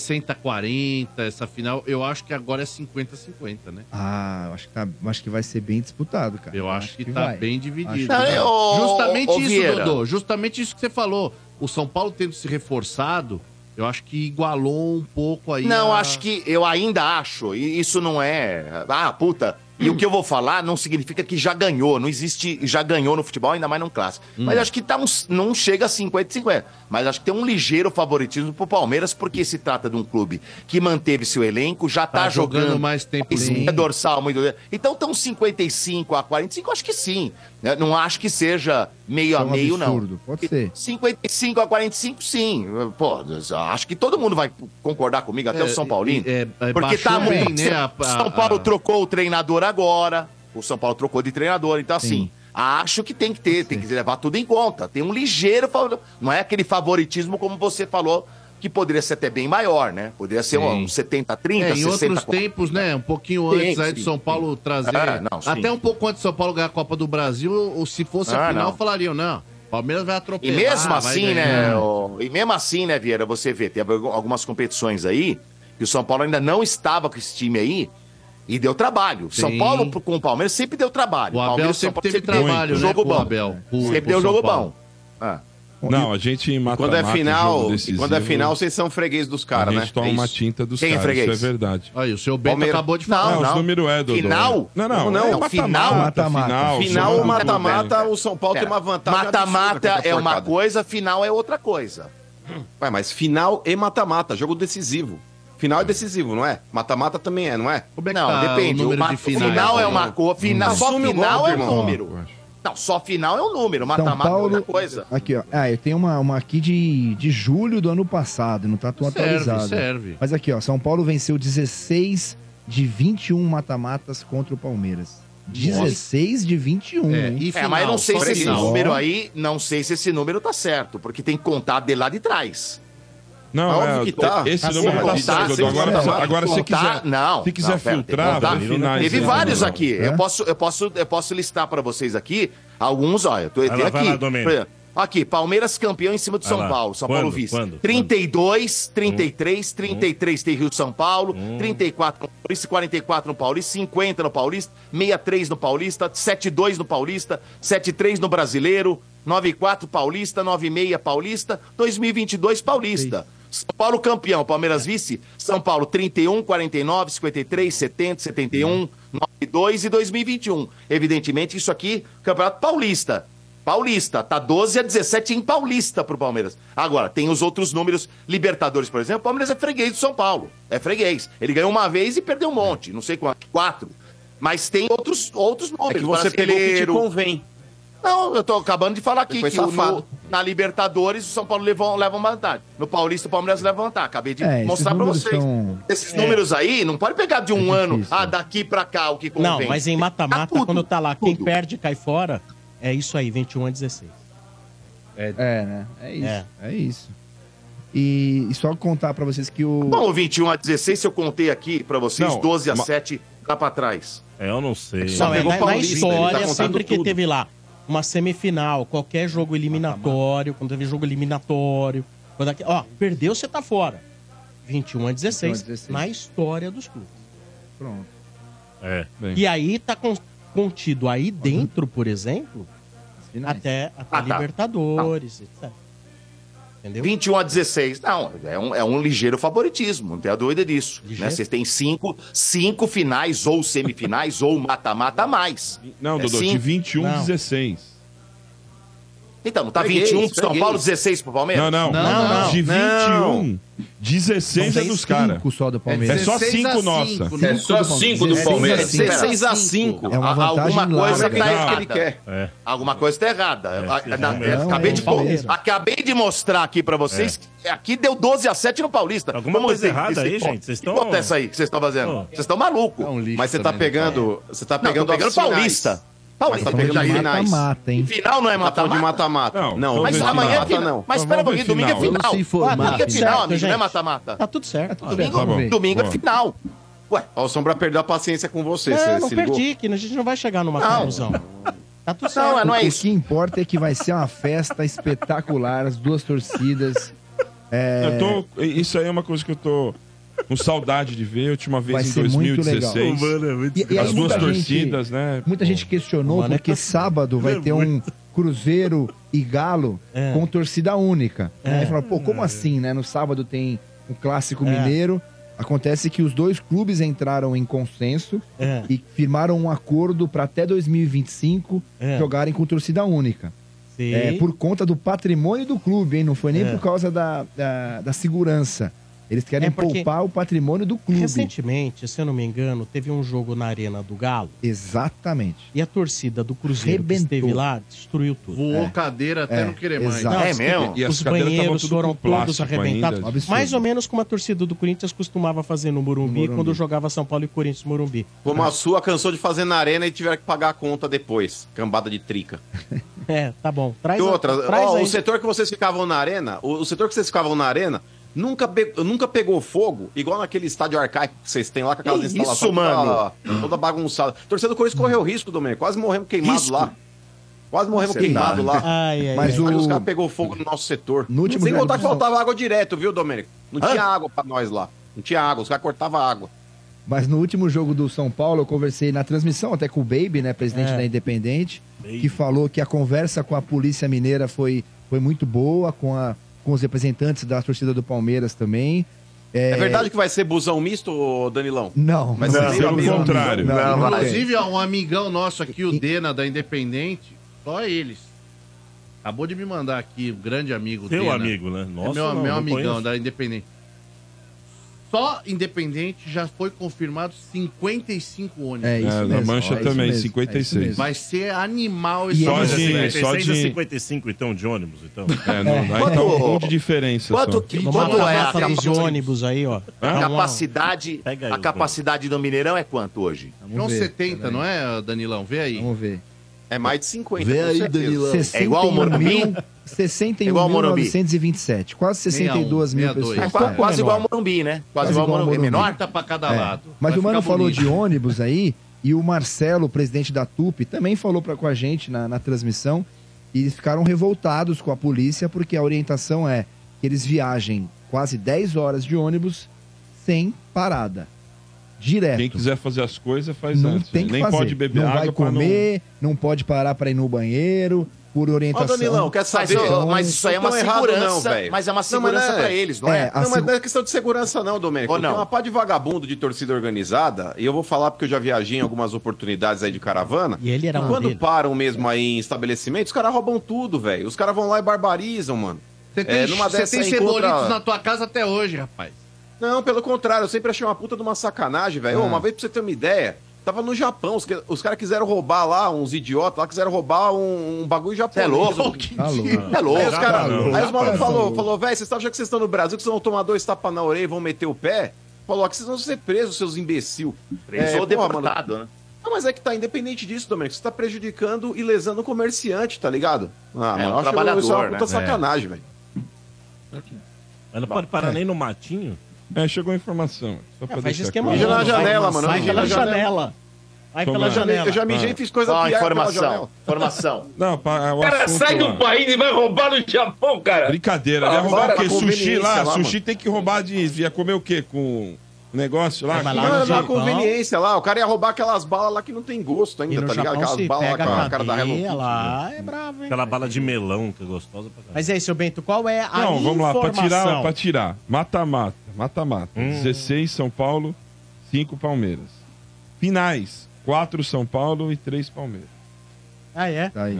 [SPEAKER 4] 60-40 essa final. Eu acho que agora é 50-50, né?
[SPEAKER 5] Ah, eu acho que, tá- eu acho que vai ser bem disputado, cara. Eu
[SPEAKER 4] acho que tá
[SPEAKER 5] vai.
[SPEAKER 4] bem dividido.
[SPEAKER 5] Acho que
[SPEAKER 4] Não,
[SPEAKER 5] vai.
[SPEAKER 4] é, ô, justamente
[SPEAKER 5] ô,
[SPEAKER 4] isso,
[SPEAKER 5] Vieira.
[SPEAKER 4] Dodô. Justamente isso que você falou. O São Paulo tendo se reforçado, eu acho que igualou um pouco aí.
[SPEAKER 10] Não,
[SPEAKER 4] a-
[SPEAKER 10] acho que eu ainda acho, e isso não é. Ah, puta. E o que eu vou falar não significa que já ganhou. Não existe já ganhou no futebol, ainda mais num clássico.
[SPEAKER 4] Hum.
[SPEAKER 10] Mas acho que tá uns, não chega a 50-50. Mas acho que tem um ligeiro favoritismo pro Palmeiras, porque se trata de um clube que manteve seu elenco, já tá,
[SPEAKER 4] Tá
[SPEAKER 10] jogando,
[SPEAKER 4] jogando mais tempo
[SPEAKER 10] Esse
[SPEAKER 4] livre.
[SPEAKER 10] é dorsal muito. Então estão 55 a 45, acho que sim. né? Não acho que seja meio a
[SPEAKER 5] É um
[SPEAKER 10] meio, não.
[SPEAKER 5] absurdo, Pode ser.
[SPEAKER 10] 55 a 45, sim. Pô, acho que todo mundo vai concordar comigo, até
[SPEAKER 4] É,
[SPEAKER 10] o São Paulino.
[SPEAKER 4] é, é,
[SPEAKER 10] porque tá
[SPEAKER 4] baixou
[SPEAKER 10] muito.
[SPEAKER 4] bem, né, a-
[SPEAKER 10] o
[SPEAKER 4] a-
[SPEAKER 10] São Paulo
[SPEAKER 4] a-
[SPEAKER 10] trocou o treinador agora. O São Paulo trocou de treinador, então assim. Acho que tem que ter, tem que levar tudo em conta. Tem um ligeiro. favor- Não é aquele favoritismo como você falou, que poderia ser até bem maior, né? Poderia ser um 70, 30,
[SPEAKER 4] É,
[SPEAKER 10] 60.
[SPEAKER 4] em outros tempos, né? Um pouquinho
[SPEAKER 10] Sim,
[SPEAKER 4] antes aí do
[SPEAKER 10] sim,
[SPEAKER 4] São
[SPEAKER 10] sim.
[SPEAKER 4] Paulo trazer.
[SPEAKER 10] Ah, não, sim.
[SPEAKER 4] até um pouco antes do São Paulo ganhar a Copa do Brasil, ou se fosse a
[SPEAKER 10] Ah,
[SPEAKER 4] final,
[SPEAKER 10] não.
[SPEAKER 4] falariam, não. Palmeiras vai
[SPEAKER 10] E
[SPEAKER 4] atropelar.
[SPEAKER 10] mesmo
[SPEAKER 4] vai
[SPEAKER 10] assim, né?
[SPEAKER 4] ganhar.
[SPEAKER 10] o- E mesmo assim, né, Vieira, você vê, tem algu- algumas competições aí que o São Paulo ainda não estava com esse time aí e deu trabalho.
[SPEAKER 4] Sim.
[SPEAKER 10] São Paulo pro- com o Palmeiras sempre deu trabalho.
[SPEAKER 4] O Abel
[SPEAKER 10] Palmeiras,
[SPEAKER 4] sempre
[SPEAKER 10] São Paulo
[SPEAKER 4] teve trabalho,
[SPEAKER 10] deu
[SPEAKER 4] né,
[SPEAKER 10] jogo
[SPEAKER 4] com o
[SPEAKER 10] bom.
[SPEAKER 4] Abel, pro-
[SPEAKER 10] sempre
[SPEAKER 4] pro
[SPEAKER 10] deu
[SPEAKER 4] São
[SPEAKER 10] jogo
[SPEAKER 4] Paulo.
[SPEAKER 10] bom. Ah.
[SPEAKER 8] Não, a gente mata
[SPEAKER 6] um Quando é final, quando é final, vocês são freguês dos
[SPEAKER 8] a
[SPEAKER 6] caras, né?
[SPEAKER 8] gente toma
[SPEAKER 6] É
[SPEAKER 8] uma
[SPEAKER 6] isso.
[SPEAKER 8] tinta dos
[SPEAKER 6] Quem é
[SPEAKER 8] caras,
[SPEAKER 6] freguês?
[SPEAKER 8] isso é verdade.
[SPEAKER 4] Aí, o seu Bento
[SPEAKER 6] Palmeiras-
[SPEAKER 4] acabou de falar.
[SPEAKER 8] Não, os números é, Dodô.
[SPEAKER 10] Final?
[SPEAKER 8] Não, não, é mata-mata,
[SPEAKER 10] final,
[SPEAKER 8] final,
[SPEAKER 10] final É.
[SPEAKER 8] jogo
[SPEAKER 10] ou mata-mata,
[SPEAKER 6] bem.
[SPEAKER 10] o São Paulo
[SPEAKER 6] Pera,
[SPEAKER 10] tem uma vantagem.
[SPEAKER 6] mata-mata
[SPEAKER 10] absurda com essa
[SPEAKER 6] é uma
[SPEAKER 10] porcada. coisa, final é outra coisa.
[SPEAKER 6] Ué, mas final e mata-mata, jogo decisivo. Final é decisivo, não é? Mata-mata também é, não é?
[SPEAKER 10] não,
[SPEAKER 4] Ah,
[SPEAKER 10] depende. tá O, ma- o final é
[SPEAKER 4] né?
[SPEAKER 10] uma coisa. Final, só final é um número. Não, só final é um número.
[SPEAKER 5] São
[SPEAKER 10] Mata-mata é
[SPEAKER 5] Paulo-
[SPEAKER 10] outra coisa.
[SPEAKER 5] Aqui, ó. Ah, eu tenho uma, uma aqui de, de julho do ano passado, não tá tão
[SPEAKER 10] Serve,
[SPEAKER 5] atualizada.
[SPEAKER 10] serve.
[SPEAKER 5] Mas aqui, ó, São Paulo venceu 16 de 21 mata-matas contra o Palmeiras. 16 de 21, hein?
[SPEAKER 10] é, mas eu não sei se esse número aí, não sei se esse número tá certo, porque tem que contar de lá de trás.
[SPEAKER 8] Não,
[SPEAKER 10] Óbvio
[SPEAKER 8] é,
[SPEAKER 10] que tá.
[SPEAKER 8] esse
[SPEAKER 10] Tá
[SPEAKER 8] número
[SPEAKER 10] certo.
[SPEAKER 8] tá
[SPEAKER 10] Tá,
[SPEAKER 8] certo.
[SPEAKER 10] sim,
[SPEAKER 8] Agora,
[SPEAKER 10] tá certo.
[SPEAKER 8] agora se
[SPEAKER 10] Contar,
[SPEAKER 8] quiser,
[SPEAKER 10] não,
[SPEAKER 8] se quiser
[SPEAKER 10] não, pera, tem que
[SPEAKER 8] filtrar,
[SPEAKER 10] contar.
[SPEAKER 8] velho, finais,
[SPEAKER 10] Teve
[SPEAKER 8] né,
[SPEAKER 10] vários
[SPEAKER 8] Dodô?
[SPEAKER 10] aqui. Eu posso, eu posso, eu posso listar pra vocês aqui alguns, ó, eu tô
[SPEAKER 8] Vai
[SPEAKER 10] tem
[SPEAKER 8] lá, vai lá,
[SPEAKER 10] aqui.
[SPEAKER 8] Domênio.
[SPEAKER 10] Por exemplo, Aqui, Palmeiras campeão em cima do
[SPEAKER 8] Vai
[SPEAKER 10] São
[SPEAKER 8] lá.
[SPEAKER 10] Paulo, São
[SPEAKER 8] Quando?
[SPEAKER 10] Paulo vice.
[SPEAKER 8] Quando? Hum.
[SPEAKER 10] 32, 33, 33 tem Rio de São Paulo, 34 no Paulista, 44 no Paulista, 50 no Paulista, 63 no Paulista, 72 no Paulista, 73 no Brasileiro, 94 Paulista, 96 Paulista, 2022 Paulista. São Paulo campeão, Palmeiras vice, São Paulo 31, 49, 53, 70,
[SPEAKER 8] Hum.
[SPEAKER 10] 71, 92 um, e 2021. Evidentemente isso aqui, Campeonato Paulista. Paulista, tá 12 a 17 em Paulista pro Palmeiras. Agora, tem os outros números. Libertadores, por exemplo, o Palmeiras é freguês do São Paulo. É freguês. Ele ganhou uma vez e perdeu um monte, não sei quanto, quatro. Mas tem outros, outros números.
[SPEAKER 6] É que você pegou o que te convém.
[SPEAKER 10] Não, eu tô acabando de falar aqui
[SPEAKER 6] Você foi
[SPEAKER 10] que o-
[SPEAKER 6] safado.
[SPEAKER 10] no- na Libertadores o São Paulo levou, leva uma vantagem. No Paulista o Palmeiras leva vantagem. Acabei de
[SPEAKER 5] É, esses
[SPEAKER 10] mostrar pra
[SPEAKER 5] números
[SPEAKER 10] vocês.
[SPEAKER 5] são-
[SPEAKER 10] Esses
[SPEAKER 5] É.
[SPEAKER 10] números aí, não pode pegar de um ano, ah, daqui pra cá o que convém.
[SPEAKER 2] Não, mas em mata-mata, quando tá lá, quem perde cai fora, é isso aí, 21 a 16.
[SPEAKER 5] É, né? É isso. É, isso. E, e só contar pra vocês que o.
[SPEAKER 10] um Bom, o 21 a 16, se eu contei aqui pra vocês,
[SPEAKER 5] Não,
[SPEAKER 10] 12 a
[SPEAKER 5] ma-
[SPEAKER 10] 7 tá pra trás?
[SPEAKER 7] Eu não sei.
[SPEAKER 2] Não, é, na, na
[SPEAKER 10] tá
[SPEAKER 2] história, sempre que teve lá uma semifinal, qualquer jogo eliminatório, quando teve jogo eliminatório, quando aqui- ó, perdeu, você tá fora. 21 a 16,
[SPEAKER 5] 21 a 16.
[SPEAKER 2] na história dos clubes.
[SPEAKER 5] Pronto.
[SPEAKER 7] É.
[SPEAKER 2] E aí tá con- contido aí dentro, por exemplo, até, até
[SPEAKER 10] Ah, tá.
[SPEAKER 2] Libertadores, etc. Entendeu?
[SPEAKER 10] 21 a 16. Não, é um, é um ligeiro favoritismo, não tenha dúvida disso. Né? Vocês têm cinco, cinco finais, ou semifinais, ou mata-mata a mais.
[SPEAKER 8] Não,
[SPEAKER 10] É
[SPEAKER 8] Dodô, de
[SPEAKER 10] cinco.
[SPEAKER 8] 21 a 16.
[SPEAKER 10] Então, tá
[SPEAKER 8] Freguês,
[SPEAKER 10] 21 pro São
[SPEAKER 8] freguês.
[SPEAKER 10] Paulo, 16 pro
[SPEAKER 5] É,
[SPEAKER 10] Palmeiras?
[SPEAKER 8] Não, não. De 21, 16 é dos caras.
[SPEAKER 5] só do Palmeiras.
[SPEAKER 8] É só
[SPEAKER 5] 16 a
[SPEAKER 8] 5
[SPEAKER 5] cinco,
[SPEAKER 8] nossa.
[SPEAKER 5] né? É só cinco do Palmeiras.
[SPEAKER 10] 16 a 5.
[SPEAKER 5] É uma vantagem
[SPEAKER 10] Alguma coisa
[SPEAKER 5] larga.
[SPEAKER 10] tá
[SPEAKER 5] Legal.
[SPEAKER 10] errada. Alguma coisa tá errada. Ah, na-
[SPEAKER 5] Não,
[SPEAKER 10] acabei,
[SPEAKER 5] é
[SPEAKER 10] de,
[SPEAKER 5] o Palmeiras.
[SPEAKER 10] acabei de mostrar aqui pra vocês. que Aqui deu 12 a 7 no Paulista. Alguma
[SPEAKER 7] coisa errada aí, gente? Vocês estão-
[SPEAKER 10] Conta essa aí que vocês estão fazendo. Vocês estão malucos.
[SPEAKER 6] Mas você tá pegando. Você tá
[SPEAKER 10] Não, tô
[SPEAKER 6] pegando.
[SPEAKER 10] pegando
[SPEAKER 6] as finais.
[SPEAKER 10] Paulista.
[SPEAKER 6] Mas
[SPEAKER 10] Paulista,
[SPEAKER 6] tá pegando
[SPEAKER 10] tô
[SPEAKER 6] as
[SPEAKER 10] pegando
[SPEAKER 6] finais.
[SPEAKER 5] mata-mata, hein?
[SPEAKER 10] Final não é
[SPEAKER 6] Tá falando de
[SPEAKER 10] mata-mata?
[SPEAKER 6] mata-mata. Não,
[SPEAKER 10] Não, mas amanhã é final. Mas espera um pouquinho, domingo é final. domingo é final, amigo, não é mata-mata.
[SPEAKER 2] Tá tudo certo.
[SPEAKER 6] tudo bem.
[SPEAKER 10] domingo
[SPEAKER 6] Tá bom.
[SPEAKER 10] domingo é
[SPEAKER 6] Boa.
[SPEAKER 10] final. Ué,
[SPEAKER 6] ó, o Sombra perdeu a paciência com você.
[SPEAKER 2] É,
[SPEAKER 6] você
[SPEAKER 2] não
[SPEAKER 6] se ligou?
[SPEAKER 2] perdi, que a gente não vai chegar numa
[SPEAKER 6] Não.
[SPEAKER 2] conclusão. Tá tudo certo.
[SPEAKER 10] Não, não é
[SPEAKER 5] o
[SPEAKER 10] isso.
[SPEAKER 5] que importa é que vai ser uma festa espetacular, as duas torcidas. É,
[SPEAKER 8] Eu tô- isso aí é uma coisa que eu tô com saudade de ver. A última
[SPEAKER 5] Vai
[SPEAKER 8] vez em
[SPEAKER 5] ser muito
[SPEAKER 8] 2016.
[SPEAKER 5] legal. Mano, é muito E- e aí
[SPEAKER 8] as duas
[SPEAKER 5] muita gente-
[SPEAKER 8] torcidas, né?
[SPEAKER 5] Muita gente questionou
[SPEAKER 8] Mano, é
[SPEAKER 5] porque
[SPEAKER 8] que-
[SPEAKER 5] sábado vai ter um Cruzeiro e Galo
[SPEAKER 8] É.
[SPEAKER 5] com torcida única.
[SPEAKER 8] É.
[SPEAKER 5] Aí falaram, pô, como assim, né? No sábado tem um clássico
[SPEAKER 2] É.
[SPEAKER 5] mineiro. Acontece que os dois clubes entraram em consenso
[SPEAKER 2] É.
[SPEAKER 5] e firmaram um acordo para até 2025
[SPEAKER 2] É.
[SPEAKER 5] jogarem com torcida única.
[SPEAKER 2] Sim.
[SPEAKER 5] É, por conta do patrimônio do clube, hein? Não foi nem
[SPEAKER 2] É.
[SPEAKER 5] por causa da, da, da segurança. Eles querem
[SPEAKER 2] É porque- assim,
[SPEAKER 5] poupar o patrimônio do clube.
[SPEAKER 2] Recentemente, se eu não me engano, teve um jogo na Arena do Galo.
[SPEAKER 5] Exatamente.
[SPEAKER 2] E a torcida do Cruzeiro que
[SPEAKER 5] Rebentou.
[SPEAKER 2] esteve lá destruiu tudo.
[SPEAKER 4] Voou cadeira até não querer mais.
[SPEAKER 2] Não,
[SPEAKER 4] E as
[SPEAKER 2] Os
[SPEAKER 4] cadeiras tavam
[SPEAKER 2] banheiros
[SPEAKER 4] tudo
[SPEAKER 2] foram
[SPEAKER 4] com plástico
[SPEAKER 2] todos
[SPEAKER 4] ainda.
[SPEAKER 2] arrebentados.
[SPEAKER 4] Um absurdo.
[SPEAKER 2] Mais ou menos como a torcida do Corinthians costumava fazer no Morumbi, quando jogava São Paulo e Corinthians no Morumbi.
[SPEAKER 6] Como a sua cansou de fazer na arena e tiveram que pagar a conta depois. Cambada de trica.
[SPEAKER 2] É, tá bom. Traz
[SPEAKER 6] e
[SPEAKER 2] a-
[SPEAKER 6] outra,
[SPEAKER 2] traz
[SPEAKER 6] ó,
[SPEAKER 2] aí.
[SPEAKER 6] o setor que vocês ficavam na arena, o, o setor que vocês ficavam na arena, nunca, pe- nunca pegou fogo, igual naquele estádio arcaico que vocês têm lá com aquelas
[SPEAKER 10] Que
[SPEAKER 6] instalações
[SPEAKER 10] isso, mano?
[SPEAKER 6] Toda, toda bagunçada. Torcedor do Corinthians correu risco, Domingo. Quase morremos queimados lá. Quase morremos
[SPEAKER 5] Sei
[SPEAKER 6] queimados
[SPEAKER 5] lá.
[SPEAKER 6] lá.
[SPEAKER 5] Ai, ai, Mas ai. o-
[SPEAKER 6] Aí os caras pegou fogo no nosso setor.
[SPEAKER 5] No último
[SPEAKER 6] Sem
[SPEAKER 5] jogo
[SPEAKER 6] contar
[SPEAKER 5] do
[SPEAKER 6] que
[SPEAKER 5] São-
[SPEAKER 6] faltava água direto, viu, Domênico? Não tinha água pra nós lá. Não tinha água, os caras cortavam água.
[SPEAKER 5] Mas no último jogo do São Paulo, eu conversei na transmissão até com o Baby, né, presidente
[SPEAKER 6] É.
[SPEAKER 5] da Independente,
[SPEAKER 6] Baby.
[SPEAKER 5] que falou que a conversa com a Polícia Mineira foi, foi muito boa, com, a, com os representantes da torcida do Palmeiras também.
[SPEAKER 6] É, verdade que vai ser busão misto, ô, Danilão?
[SPEAKER 5] Não,
[SPEAKER 6] Mas
[SPEAKER 5] não,
[SPEAKER 6] vai ser
[SPEAKER 5] não,
[SPEAKER 6] o
[SPEAKER 5] não,
[SPEAKER 6] contrário.
[SPEAKER 5] não, não, não.
[SPEAKER 4] Inclusive, ó, um amigão nosso aqui, o Dena, da Independente, só eles. Acabou de me mandar aqui, um grande amigo
[SPEAKER 7] Teu
[SPEAKER 4] Dena.
[SPEAKER 7] amigo, né? Nossa,
[SPEAKER 4] é
[SPEAKER 7] não,
[SPEAKER 4] meu, meu
[SPEAKER 7] não
[SPEAKER 4] amigão
[SPEAKER 7] conheço.
[SPEAKER 4] da Independente. Só Independente já foi confirmado 55 ônibus.
[SPEAKER 8] É isso É, na mesmo, Mancha é isso também, mesmo, 56. é isso mesmo.
[SPEAKER 4] Vai ser animal
[SPEAKER 8] E Só
[SPEAKER 4] ônibus.
[SPEAKER 8] de- só
[SPEAKER 7] 56 a
[SPEAKER 8] de-
[SPEAKER 7] 55, então, de ônibus, então.
[SPEAKER 8] É, não, aí tá um ponto de diferença. só.
[SPEAKER 2] Quanto é a
[SPEAKER 10] capacidade-
[SPEAKER 2] dos ônibus aí, ó?
[SPEAKER 10] A
[SPEAKER 2] Dá uma-
[SPEAKER 10] capacidade,
[SPEAKER 2] Tá Pega aí,
[SPEAKER 10] a capacidade do Mineirão é quanto hoje?
[SPEAKER 4] São 70, não é, Danilão? Vê aí.
[SPEAKER 5] Vamos ver.
[SPEAKER 6] É mais de 50.
[SPEAKER 10] Vê aí, Danilão.
[SPEAKER 4] É igual ao Morumbi?
[SPEAKER 10] É igual ao Morumbi.
[SPEAKER 5] 61.927, quase 62 mil pessoas.
[SPEAKER 10] É qua- quase igual ao Morumbi, né? Quase igual ao Morumbi. Menor
[SPEAKER 4] tá pra cada
[SPEAKER 5] É.
[SPEAKER 4] lado.
[SPEAKER 5] Mas
[SPEAKER 4] Vai
[SPEAKER 5] o Mano
[SPEAKER 4] ficar
[SPEAKER 5] falou
[SPEAKER 4] bonito.
[SPEAKER 5] de ônibus aí, e o Marcelo, o presidente da TUP, também falou pra, com a gente na, na transmissão, e eles ficaram revoltados com a polícia, porque a orientação é que eles viajem quase 10 horas de ônibus sem parada. Direto.
[SPEAKER 8] Quem quiser fazer as coisas, faz
[SPEAKER 5] não
[SPEAKER 8] antes.
[SPEAKER 5] tem
[SPEAKER 8] né?
[SPEAKER 5] que
[SPEAKER 8] Nem
[SPEAKER 5] fazer.
[SPEAKER 8] pode beber
[SPEAKER 5] não
[SPEAKER 8] água
[SPEAKER 5] vai
[SPEAKER 8] pra não-
[SPEAKER 5] comer, não... pode parar pra ir no banheiro, por
[SPEAKER 6] Ó,
[SPEAKER 5] orientação.
[SPEAKER 6] Danilão, quer saber?
[SPEAKER 5] Mas, é ó,
[SPEAKER 6] Não tão errado não, velho. Não, é mas é-
[SPEAKER 5] a
[SPEAKER 6] não, mas
[SPEAKER 5] segu-
[SPEAKER 6] não é questão de segurança não, Domênico.
[SPEAKER 5] Ou não?
[SPEAKER 6] Tem uma pá de vagabundo de torcida organizada, e eu vou falar porque eu já viajei em algumas oportunidades aí de caravana.
[SPEAKER 2] E ele era um
[SPEAKER 6] Quando
[SPEAKER 2] deles.
[SPEAKER 6] param mesmo aí em estabelecimentos, os caras roubam tudo, velho. Os caras vão lá e barbarizam, mano.
[SPEAKER 4] Você tem,
[SPEAKER 6] É,
[SPEAKER 4] você
[SPEAKER 6] dessa
[SPEAKER 4] tem
[SPEAKER 6] aí
[SPEAKER 4] cebolitos
[SPEAKER 6] encontra-
[SPEAKER 4] na tua casa até hoje, rapaz.
[SPEAKER 6] Não, pelo contrário, eu sempre achei uma puta de uma sacanagem, velho. Ô,
[SPEAKER 4] Ah.
[SPEAKER 6] Uma vez pra você ter uma ideia, tava no Japão, os, que- os caras quiseram roubar lá, uns idiotas lá, quiseram roubar um, um bagulho japonês.
[SPEAKER 10] Cê é louco?
[SPEAKER 6] Ô, que
[SPEAKER 10] Tá
[SPEAKER 6] dia.
[SPEAKER 10] louco.
[SPEAKER 6] É louco. Aí os,
[SPEAKER 10] Tá
[SPEAKER 6] cara,
[SPEAKER 10] louco.
[SPEAKER 6] aí os
[SPEAKER 10] Tá
[SPEAKER 6] malucos falou,
[SPEAKER 10] louco.
[SPEAKER 6] falou, velho, vocês acham que vocês estão no Brasil, que vocês vão tomar dois tapas na orelha e vão meter o pé? Falou, "Ó, que vocês vão ser presos, seus imbecil. É,
[SPEAKER 10] Preso ou
[SPEAKER 6] porra,
[SPEAKER 10] deportado, né?
[SPEAKER 6] Não, mas é que tá independente disso, Domenico. Você tá prejudicando e lesando o comerciante, tá ligado? Ah,
[SPEAKER 10] É, um
[SPEAKER 6] eu acho
[SPEAKER 10] trabalhador,
[SPEAKER 6] isso uma puta
[SPEAKER 10] né?
[SPEAKER 6] sacanagem, velho.
[SPEAKER 7] Mas não pode parar nem no matinho.
[SPEAKER 8] É, chegou a informação. Só pra
[SPEAKER 2] É, faz
[SPEAKER 8] deixar
[SPEAKER 2] esquema
[SPEAKER 8] claro.
[SPEAKER 2] Mija na louco, janela, vai, mano, vai
[SPEAKER 1] né?
[SPEAKER 2] mija pela na janela. janela. Vai pela
[SPEAKER 8] é?
[SPEAKER 2] janela.
[SPEAKER 6] Eu já mijei e fiz coisa
[SPEAKER 2] Ó,
[SPEAKER 6] pior pela
[SPEAKER 2] informação,
[SPEAKER 6] janela.
[SPEAKER 10] Informação.
[SPEAKER 8] Não, pá, o
[SPEAKER 9] Cara,
[SPEAKER 8] É um assunto
[SPEAKER 9] sai
[SPEAKER 8] lá.
[SPEAKER 9] do país e vai roubar no Japão, cara.
[SPEAKER 8] Brincadeira,
[SPEAKER 9] Ah,
[SPEAKER 8] né? Roubar
[SPEAKER 9] para
[SPEAKER 8] o quê?
[SPEAKER 9] da
[SPEAKER 8] Sushi
[SPEAKER 9] conveniência
[SPEAKER 8] lá?
[SPEAKER 9] lá,
[SPEAKER 8] sushi tem que roubar de. Ia comer o quê? Com o negócio É, lá?
[SPEAKER 6] Não, era uma conveniência lá. O cara ia roubar aquelas balas lá que não tem gosto ainda, tá ligado? Aquelas balas lá com a cara da Hello Kitty.
[SPEAKER 2] lá, é bravo, hein?
[SPEAKER 7] Aquela bala de melão que é gostosa pra caramba.
[SPEAKER 2] Mas é isso, seu Bento, qual é a
[SPEAKER 8] Não, vamos lá, pra tirar,
[SPEAKER 2] informação?
[SPEAKER 8] pra tirar. Mata-mata, mata-mata. 16 São Paulo, 5 Palmeiras. Finais, 4 São Paulo e 3 Palmeiras.
[SPEAKER 2] Ah, é?
[SPEAKER 5] Tá aí.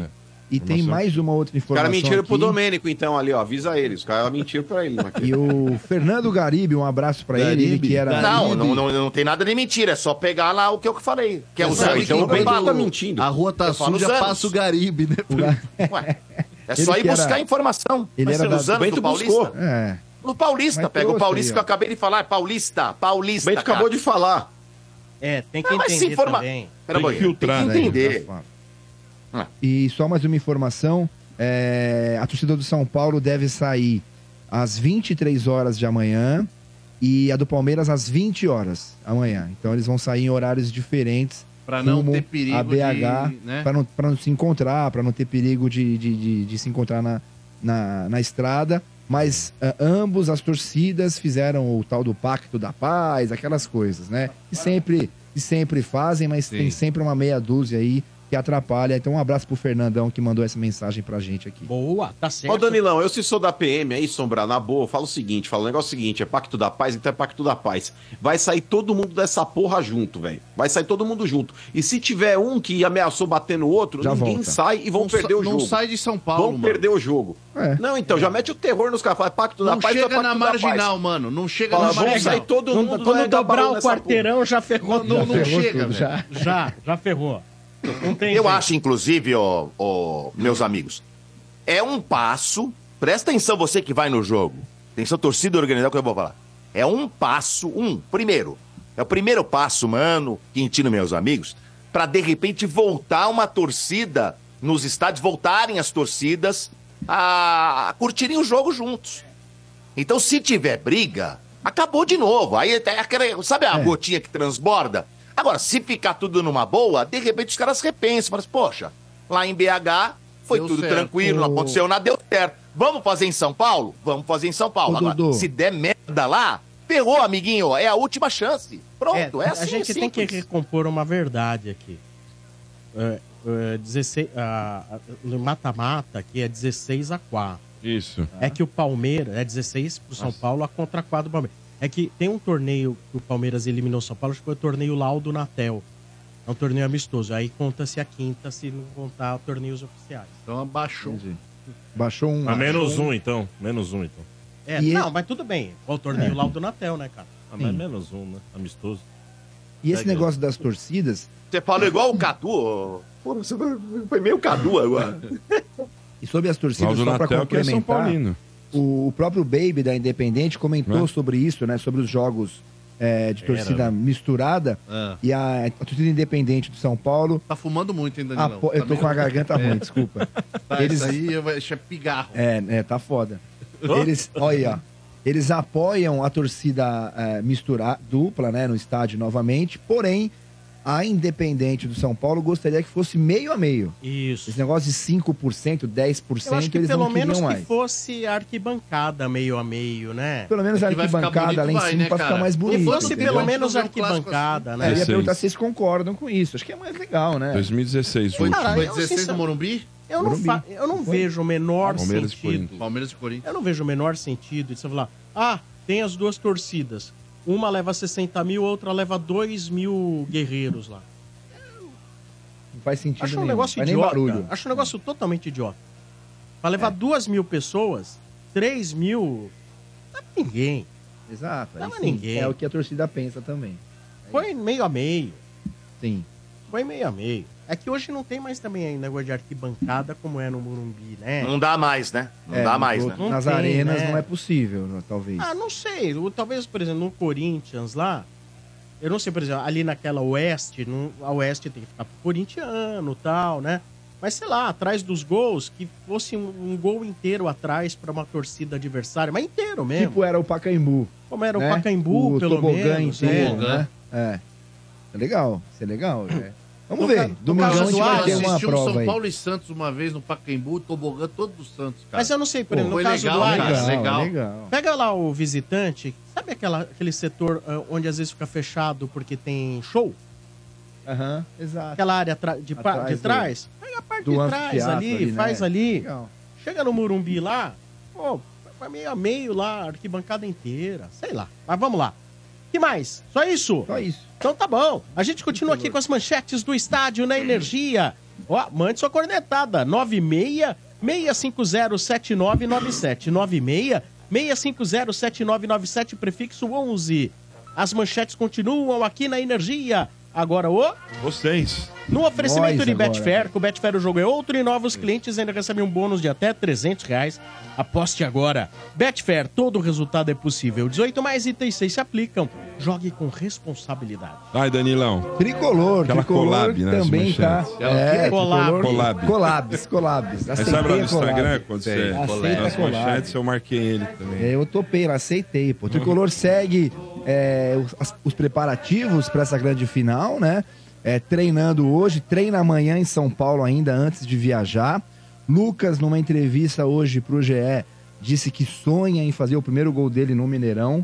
[SPEAKER 5] E tem mais uma
[SPEAKER 6] Os
[SPEAKER 5] outra informação.
[SPEAKER 6] caras mentiram pro
[SPEAKER 5] aqui.
[SPEAKER 6] Domênico, então, ali, ó. Avisa eles. Os caras mentiram pra ele. né?
[SPEAKER 5] E o Fernando Garibe, um abraço pra ele, ele que
[SPEAKER 10] Não,
[SPEAKER 5] era. Garibe.
[SPEAKER 10] não, não, não tem nada de mentira, é só pegar lá o que eu falei. Que é
[SPEAKER 5] Mas
[SPEAKER 10] usar
[SPEAKER 5] sabe
[SPEAKER 10] então
[SPEAKER 5] que
[SPEAKER 10] o
[SPEAKER 5] enquanto
[SPEAKER 10] bala.
[SPEAKER 5] tá mentindo.
[SPEAKER 10] A
[SPEAKER 11] rua tá
[SPEAKER 10] Eu falo
[SPEAKER 11] suja,
[SPEAKER 10] os anos.
[SPEAKER 11] passa o Garibe, né?
[SPEAKER 10] Ué, é
[SPEAKER 11] Ele
[SPEAKER 10] só ir
[SPEAKER 11] que era-
[SPEAKER 10] buscar informação.
[SPEAKER 11] ele era da-
[SPEAKER 10] dos anos do
[SPEAKER 11] Bento
[SPEAKER 10] Paulista.
[SPEAKER 11] buscou.
[SPEAKER 5] É.
[SPEAKER 10] No Paulista,
[SPEAKER 11] Mas
[SPEAKER 10] pega o
[SPEAKER 11] trouxe aí,
[SPEAKER 10] Paulista
[SPEAKER 11] ó.
[SPEAKER 10] que eu acabei de falar, é Paulista, Paulista.
[SPEAKER 6] Bento acabou de falar.
[SPEAKER 2] É, tem
[SPEAKER 10] que
[SPEAKER 6] entender também.
[SPEAKER 10] Pera,
[SPEAKER 6] Tem que
[SPEAKER 10] tem
[SPEAKER 6] filtrar,
[SPEAKER 10] que
[SPEAKER 6] né?
[SPEAKER 10] entender.
[SPEAKER 5] E só mais uma informação: é, a torcida do São Paulo deve sair às 23 horas de amanhã e a do Palmeiras às 20 horas amanhã. Então eles vão sair em horários diferentes.
[SPEAKER 4] Pra não
[SPEAKER 5] rumo
[SPEAKER 4] ter perigo
[SPEAKER 5] A BH,
[SPEAKER 4] de, né?
[SPEAKER 5] para não, pra não se encontrar, para não ter perigo de, de, de- de se encontrar na, na, na estrada. Mas ah, ambos as torcidas fizeram o tal do Pacto da Paz, aquelas coisas, né? E sempre, e sempre fazem, mas tem sempre uma meia dúzia aí que atrapalha. Então, um abraço pro Fernandão que mandou essa mensagem pra gente aqui.
[SPEAKER 2] Boa, tá certo.
[SPEAKER 6] Ó, Danilão, eu se sou da PM aí, Sombra, na boa, fala o seguinte, fala o negócio seguinte, é Pacto da Paz, então é Pacto da Paz. Vai sair todo mundo dessa porra junto, velho. Vai sair todo mundo junto. E se tiver um que ameaçou bater no outro,
[SPEAKER 5] Já
[SPEAKER 6] ninguém
[SPEAKER 5] volta.
[SPEAKER 6] sai e vão
[SPEAKER 5] Não
[SPEAKER 6] perder
[SPEAKER 5] sa-
[SPEAKER 6] o
[SPEAKER 5] não
[SPEAKER 6] jogo.
[SPEAKER 5] sai
[SPEAKER 10] de São
[SPEAKER 5] Paulo,
[SPEAKER 6] Vão
[SPEAKER 5] mano.
[SPEAKER 6] perder o jogo.
[SPEAKER 5] É.
[SPEAKER 6] Não, então, já mete o terror nos caras. Fala, Pacto da
[SPEAKER 4] Não
[SPEAKER 6] Paz, então é
[SPEAKER 4] chega na
[SPEAKER 6] Pacto da Paz.
[SPEAKER 4] marginal, mano. Não chega
[SPEAKER 6] Fala,
[SPEAKER 4] na
[SPEAKER 6] vamos
[SPEAKER 4] marginal.
[SPEAKER 6] sair todo
[SPEAKER 2] Quando-
[SPEAKER 6] mundo né? vai
[SPEAKER 2] Quando
[SPEAKER 6] dar
[SPEAKER 2] dobrar
[SPEAKER 6] balão
[SPEAKER 2] o
[SPEAKER 6] nessa
[SPEAKER 2] quarteirão, já ferrou
[SPEAKER 10] Não-
[SPEAKER 2] tudo.
[SPEAKER 10] não Já ferrou chega, tudo,
[SPEAKER 2] já.
[SPEAKER 10] velho.
[SPEAKER 2] já, já ferrou. Não tem
[SPEAKER 10] Eu
[SPEAKER 2] jeito.
[SPEAKER 10] acho, inclusive, ó, ó, meus amigos, é um passo. Presta atenção, você que vai no jogo. Atenção, torcida organizada, que eu vou falar. É um passo, um, primeiro. É o primeiro passo, mano, Quintino, meus amigos, pra de repente voltar uma torcida nos estádios, voltarem as torcidas a, a curtirem o jogo juntos. Então, se tiver briga, acabou de novo. Aí é aquela, sabe a gotinha que transborda? Agora, se ficar tudo numa boa, de repente os caras repensam, mas poxa, lá em BH foi
[SPEAKER 11] Deu
[SPEAKER 10] tudo
[SPEAKER 11] certo.
[SPEAKER 10] tranquilo, não aconteceu nada, deu certo. Vamos fazer em São Paulo? Vamos fazer em São Paulo.
[SPEAKER 5] Ô,
[SPEAKER 10] Agora,
[SPEAKER 5] Dudu.
[SPEAKER 10] se der merda lá, ferrou, amiguinho, é a última chance. Pronto, é, assim,
[SPEAKER 2] A gente
[SPEAKER 10] é
[SPEAKER 2] tem que
[SPEAKER 10] simples.
[SPEAKER 2] recompor uma verdade aqui. É, é, 16, ah, no mata-mata aqui é 16 a 4.
[SPEAKER 8] Isso.
[SPEAKER 2] É que o Palmeiras é 16 pro São Paulo a contra 4 do Palmeiras. É que tem um torneio que o Palmeiras eliminou o São Paulo, acho que foi o torneio Laudo Natel. É um torneio amistoso. Aí conta-se a quinta se não contar torneios oficiais.
[SPEAKER 4] Então abaixou.
[SPEAKER 5] Baixou um.
[SPEAKER 7] A menos um, então. Menos um, então.
[SPEAKER 2] É,
[SPEAKER 5] E
[SPEAKER 2] não,
[SPEAKER 5] ele-
[SPEAKER 2] mas tudo bem. É O torneio
[SPEAKER 5] É.
[SPEAKER 2] Laudo Natel, né, cara?
[SPEAKER 7] Ah, mas menos um, né? Amistoso.
[SPEAKER 5] E esse negócio das torcidas,
[SPEAKER 10] Você falou igual o Cadu. ó. Pô, você foi- foi meio Cadu agora.
[SPEAKER 5] E sobre as torcidas,
[SPEAKER 8] Cláudio
[SPEAKER 5] só para
[SPEAKER 8] Natel, que é São
[SPEAKER 5] complementar,
[SPEAKER 8] Paulino.
[SPEAKER 5] o, o próprio Baby da Independente comentou
[SPEAKER 8] Né?
[SPEAKER 5] sobre isso, né? Sobre os jogos é, de
[SPEAKER 4] Era,
[SPEAKER 5] torcida
[SPEAKER 4] né?
[SPEAKER 5] misturada.
[SPEAKER 4] Ah.
[SPEAKER 5] E a, a torcida independente do São Paulo.
[SPEAKER 4] Tá fumando muito, hein, Danilão?
[SPEAKER 5] apo- Ah, Eu
[SPEAKER 4] Tá
[SPEAKER 5] tô
[SPEAKER 4] meio-
[SPEAKER 5] com a garganta
[SPEAKER 2] É.
[SPEAKER 5] ruim, desculpa.
[SPEAKER 4] Tá,
[SPEAKER 5] Eles-
[SPEAKER 4] Isso aí eu vou- isso é pigarro.
[SPEAKER 5] É, né? Tá foda. Eles, olha, aí, ó. eles apoiam a torcida é, mistura dupla, né, no estádio novamente. Porém, a Independente do São Paulo gostaria que fosse meio a meio.
[SPEAKER 2] Isso.
[SPEAKER 5] Esse negócio de 5%, 10%,
[SPEAKER 2] Eu acho que
[SPEAKER 5] eles
[SPEAKER 2] pelo
[SPEAKER 5] não queriam
[SPEAKER 2] menos
[SPEAKER 5] mais.
[SPEAKER 2] que fosse arquibancada meio a meio, né?
[SPEAKER 5] Pelo menos a
[SPEAKER 2] que vai ficar
[SPEAKER 5] arquibancada lá
[SPEAKER 2] bonito,
[SPEAKER 5] em
[SPEAKER 2] vai,
[SPEAKER 5] cima
[SPEAKER 2] né,
[SPEAKER 5] pra ficar
[SPEAKER 2] cara?
[SPEAKER 5] mais
[SPEAKER 2] Se
[SPEAKER 5] bonito.
[SPEAKER 2] fosse
[SPEAKER 5] entendeu?
[SPEAKER 2] pelo menos um arquibancada, né?
[SPEAKER 5] É, eu ia
[SPEAKER 8] Seis.
[SPEAKER 5] perguntar se vocês concordam com isso. Acho que é mais legal, né?
[SPEAKER 8] 2016,
[SPEAKER 2] Foi-
[SPEAKER 8] último.
[SPEAKER 2] Cara, Foi eu, 16 no
[SPEAKER 4] Morumbi?
[SPEAKER 2] Eu não, fa- eu não vejo o menor
[SPEAKER 8] Palmeiras e
[SPEAKER 2] sentido.
[SPEAKER 4] Palmeiras e Corinthians.
[SPEAKER 2] Eu não vejo o menor sentido de você falar, ah, tem as duas torcidas. Uma leva 60 mil, outra leva 2 mil guerreiros lá.
[SPEAKER 5] Não faz sentido
[SPEAKER 2] Acho um
[SPEAKER 5] nenhum.
[SPEAKER 2] negócio
[SPEAKER 5] Faz nem
[SPEAKER 2] idiota.
[SPEAKER 5] barulho. É.
[SPEAKER 2] Acho um negócio totalmente idiota. Pra levar duas mil pessoas, 3 mil. Não é pra ninguém.
[SPEAKER 5] Exato.
[SPEAKER 2] Não
[SPEAKER 5] aí
[SPEAKER 2] é
[SPEAKER 5] sim,
[SPEAKER 2] ninguém.
[SPEAKER 5] É o que a torcida pensa também. É
[SPEAKER 2] Foi meio a meio.
[SPEAKER 5] Sim.
[SPEAKER 2] Foi meio a meio. É que hoje não tem mais também aí negócio de arquibancada como é no Morumbi, né?
[SPEAKER 10] Não dá mais, né? Não
[SPEAKER 5] É,
[SPEAKER 10] dá
[SPEAKER 5] no-
[SPEAKER 10] mais, né?
[SPEAKER 5] Nas
[SPEAKER 2] Não tem,
[SPEAKER 5] arenas
[SPEAKER 2] né?
[SPEAKER 5] não é possível, né, talvez.
[SPEAKER 2] Ah, não sei. Ou Talvez, por exemplo, no Corinthians lá. Eu não sei, por exemplo, ali naquela Oeste, no, a Oeste tem que ficar pro corintiano e tal, né? Mas sei lá, atrás dos gols, que fosse um, um gol inteiro atrás pra uma torcida adversária, mas inteiro mesmo.
[SPEAKER 5] Tipo era o Pacaembu.
[SPEAKER 2] Como era o
[SPEAKER 5] né?
[SPEAKER 2] Pacaembu,
[SPEAKER 5] O
[SPEAKER 2] pelo
[SPEAKER 5] tobogã
[SPEAKER 2] menos,
[SPEAKER 5] inteiro,
[SPEAKER 2] é.
[SPEAKER 5] né? É. É legal, isso é legal. é. Vamos
[SPEAKER 4] No
[SPEAKER 5] ver.
[SPEAKER 4] ca- no
[SPEAKER 5] Domingão
[SPEAKER 4] caso,
[SPEAKER 5] a gente vai ter uma
[SPEAKER 4] assisti um
[SPEAKER 5] prova
[SPEAKER 4] São
[SPEAKER 5] aí.
[SPEAKER 4] Paulo e Santos uma vez no Pacaembu, tobogã todo do Santos, cara.
[SPEAKER 2] Mas eu não sei, por
[SPEAKER 4] Pô,
[SPEAKER 2] exemplo, no
[SPEAKER 4] foi
[SPEAKER 2] caso
[SPEAKER 4] legal,
[SPEAKER 2] do Allianz,
[SPEAKER 4] cara, legal.
[SPEAKER 2] Pega lá o visitante, sabe aquela, aquele setor ah, onde às vezes fica fechado porque tem show?
[SPEAKER 5] Aham, exato.
[SPEAKER 2] Aquela área tra- de, pra-
[SPEAKER 5] Atrás
[SPEAKER 2] de
[SPEAKER 5] do-
[SPEAKER 2] trás? Pega a parte
[SPEAKER 5] do
[SPEAKER 2] de trás
[SPEAKER 5] anfiteatro
[SPEAKER 2] ali,
[SPEAKER 5] ali, né?
[SPEAKER 2] faz ali.
[SPEAKER 5] Legal.
[SPEAKER 2] Chega no Morumbi lá, pô, vai meio a meio lá, arquibancada inteira, sei lá. Mas vamos lá. que mais? Só isso? Só
[SPEAKER 5] isso.
[SPEAKER 2] Então tá bom. A gente continua aqui com as manchetes do estádio na energia. Ó, mande sua cornetada. 96 650 7997. 96 650 7997, prefixo 11. As manchetes continuam aqui na energia. Agora o.
[SPEAKER 8] Vocês.
[SPEAKER 2] No oferecimento
[SPEAKER 8] Nós
[SPEAKER 2] de
[SPEAKER 8] agora,
[SPEAKER 2] Betfair, com o Betfair o jogo é outro e novos clientes ainda recebem um bônus de até 300 reais. Aposte agora. Betfair, todo resultado é possível. 18 mais itens 6 se aplicam. Jogue com responsabilidade.
[SPEAKER 8] Ai, Danilão.
[SPEAKER 5] Tricolor,
[SPEAKER 8] Aquela
[SPEAKER 5] tricolor
[SPEAKER 8] collab, né, as
[SPEAKER 5] também tá.
[SPEAKER 8] manchetes.
[SPEAKER 5] É,
[SPEAKER 8] Collab.
[SPEAKER 5] tricolor-
[SPEAKER 8] Collab.
[SPEAKER 5] Colabs, colabs.
[SPEAKER 8] Mas sabe lá
[SPEAKER 5] Aceitei
[SPEAKER 8] no
[SPEAKER 5] a collab.
[SPEAKER 8] Instagram, quando você
[SPEAKER 5] Aceita
[SPEAKER 8] nas
[SPEAKER 5] a collab.
[SPEAKER 8] manchetes, eu marquei ele também.
[SPEAKER 5] É, Eu topei lá, aceitei. Pô. O Tricolor segue é, os, as- os preparativos para essa grande final, né? É, treinando hoje, treina amanhã em São Paulo ainda antes de viajar. Lucas, numa entrevista hoje pro GE, disse que sonha em fazer o primeiro gol dele no Mineirão,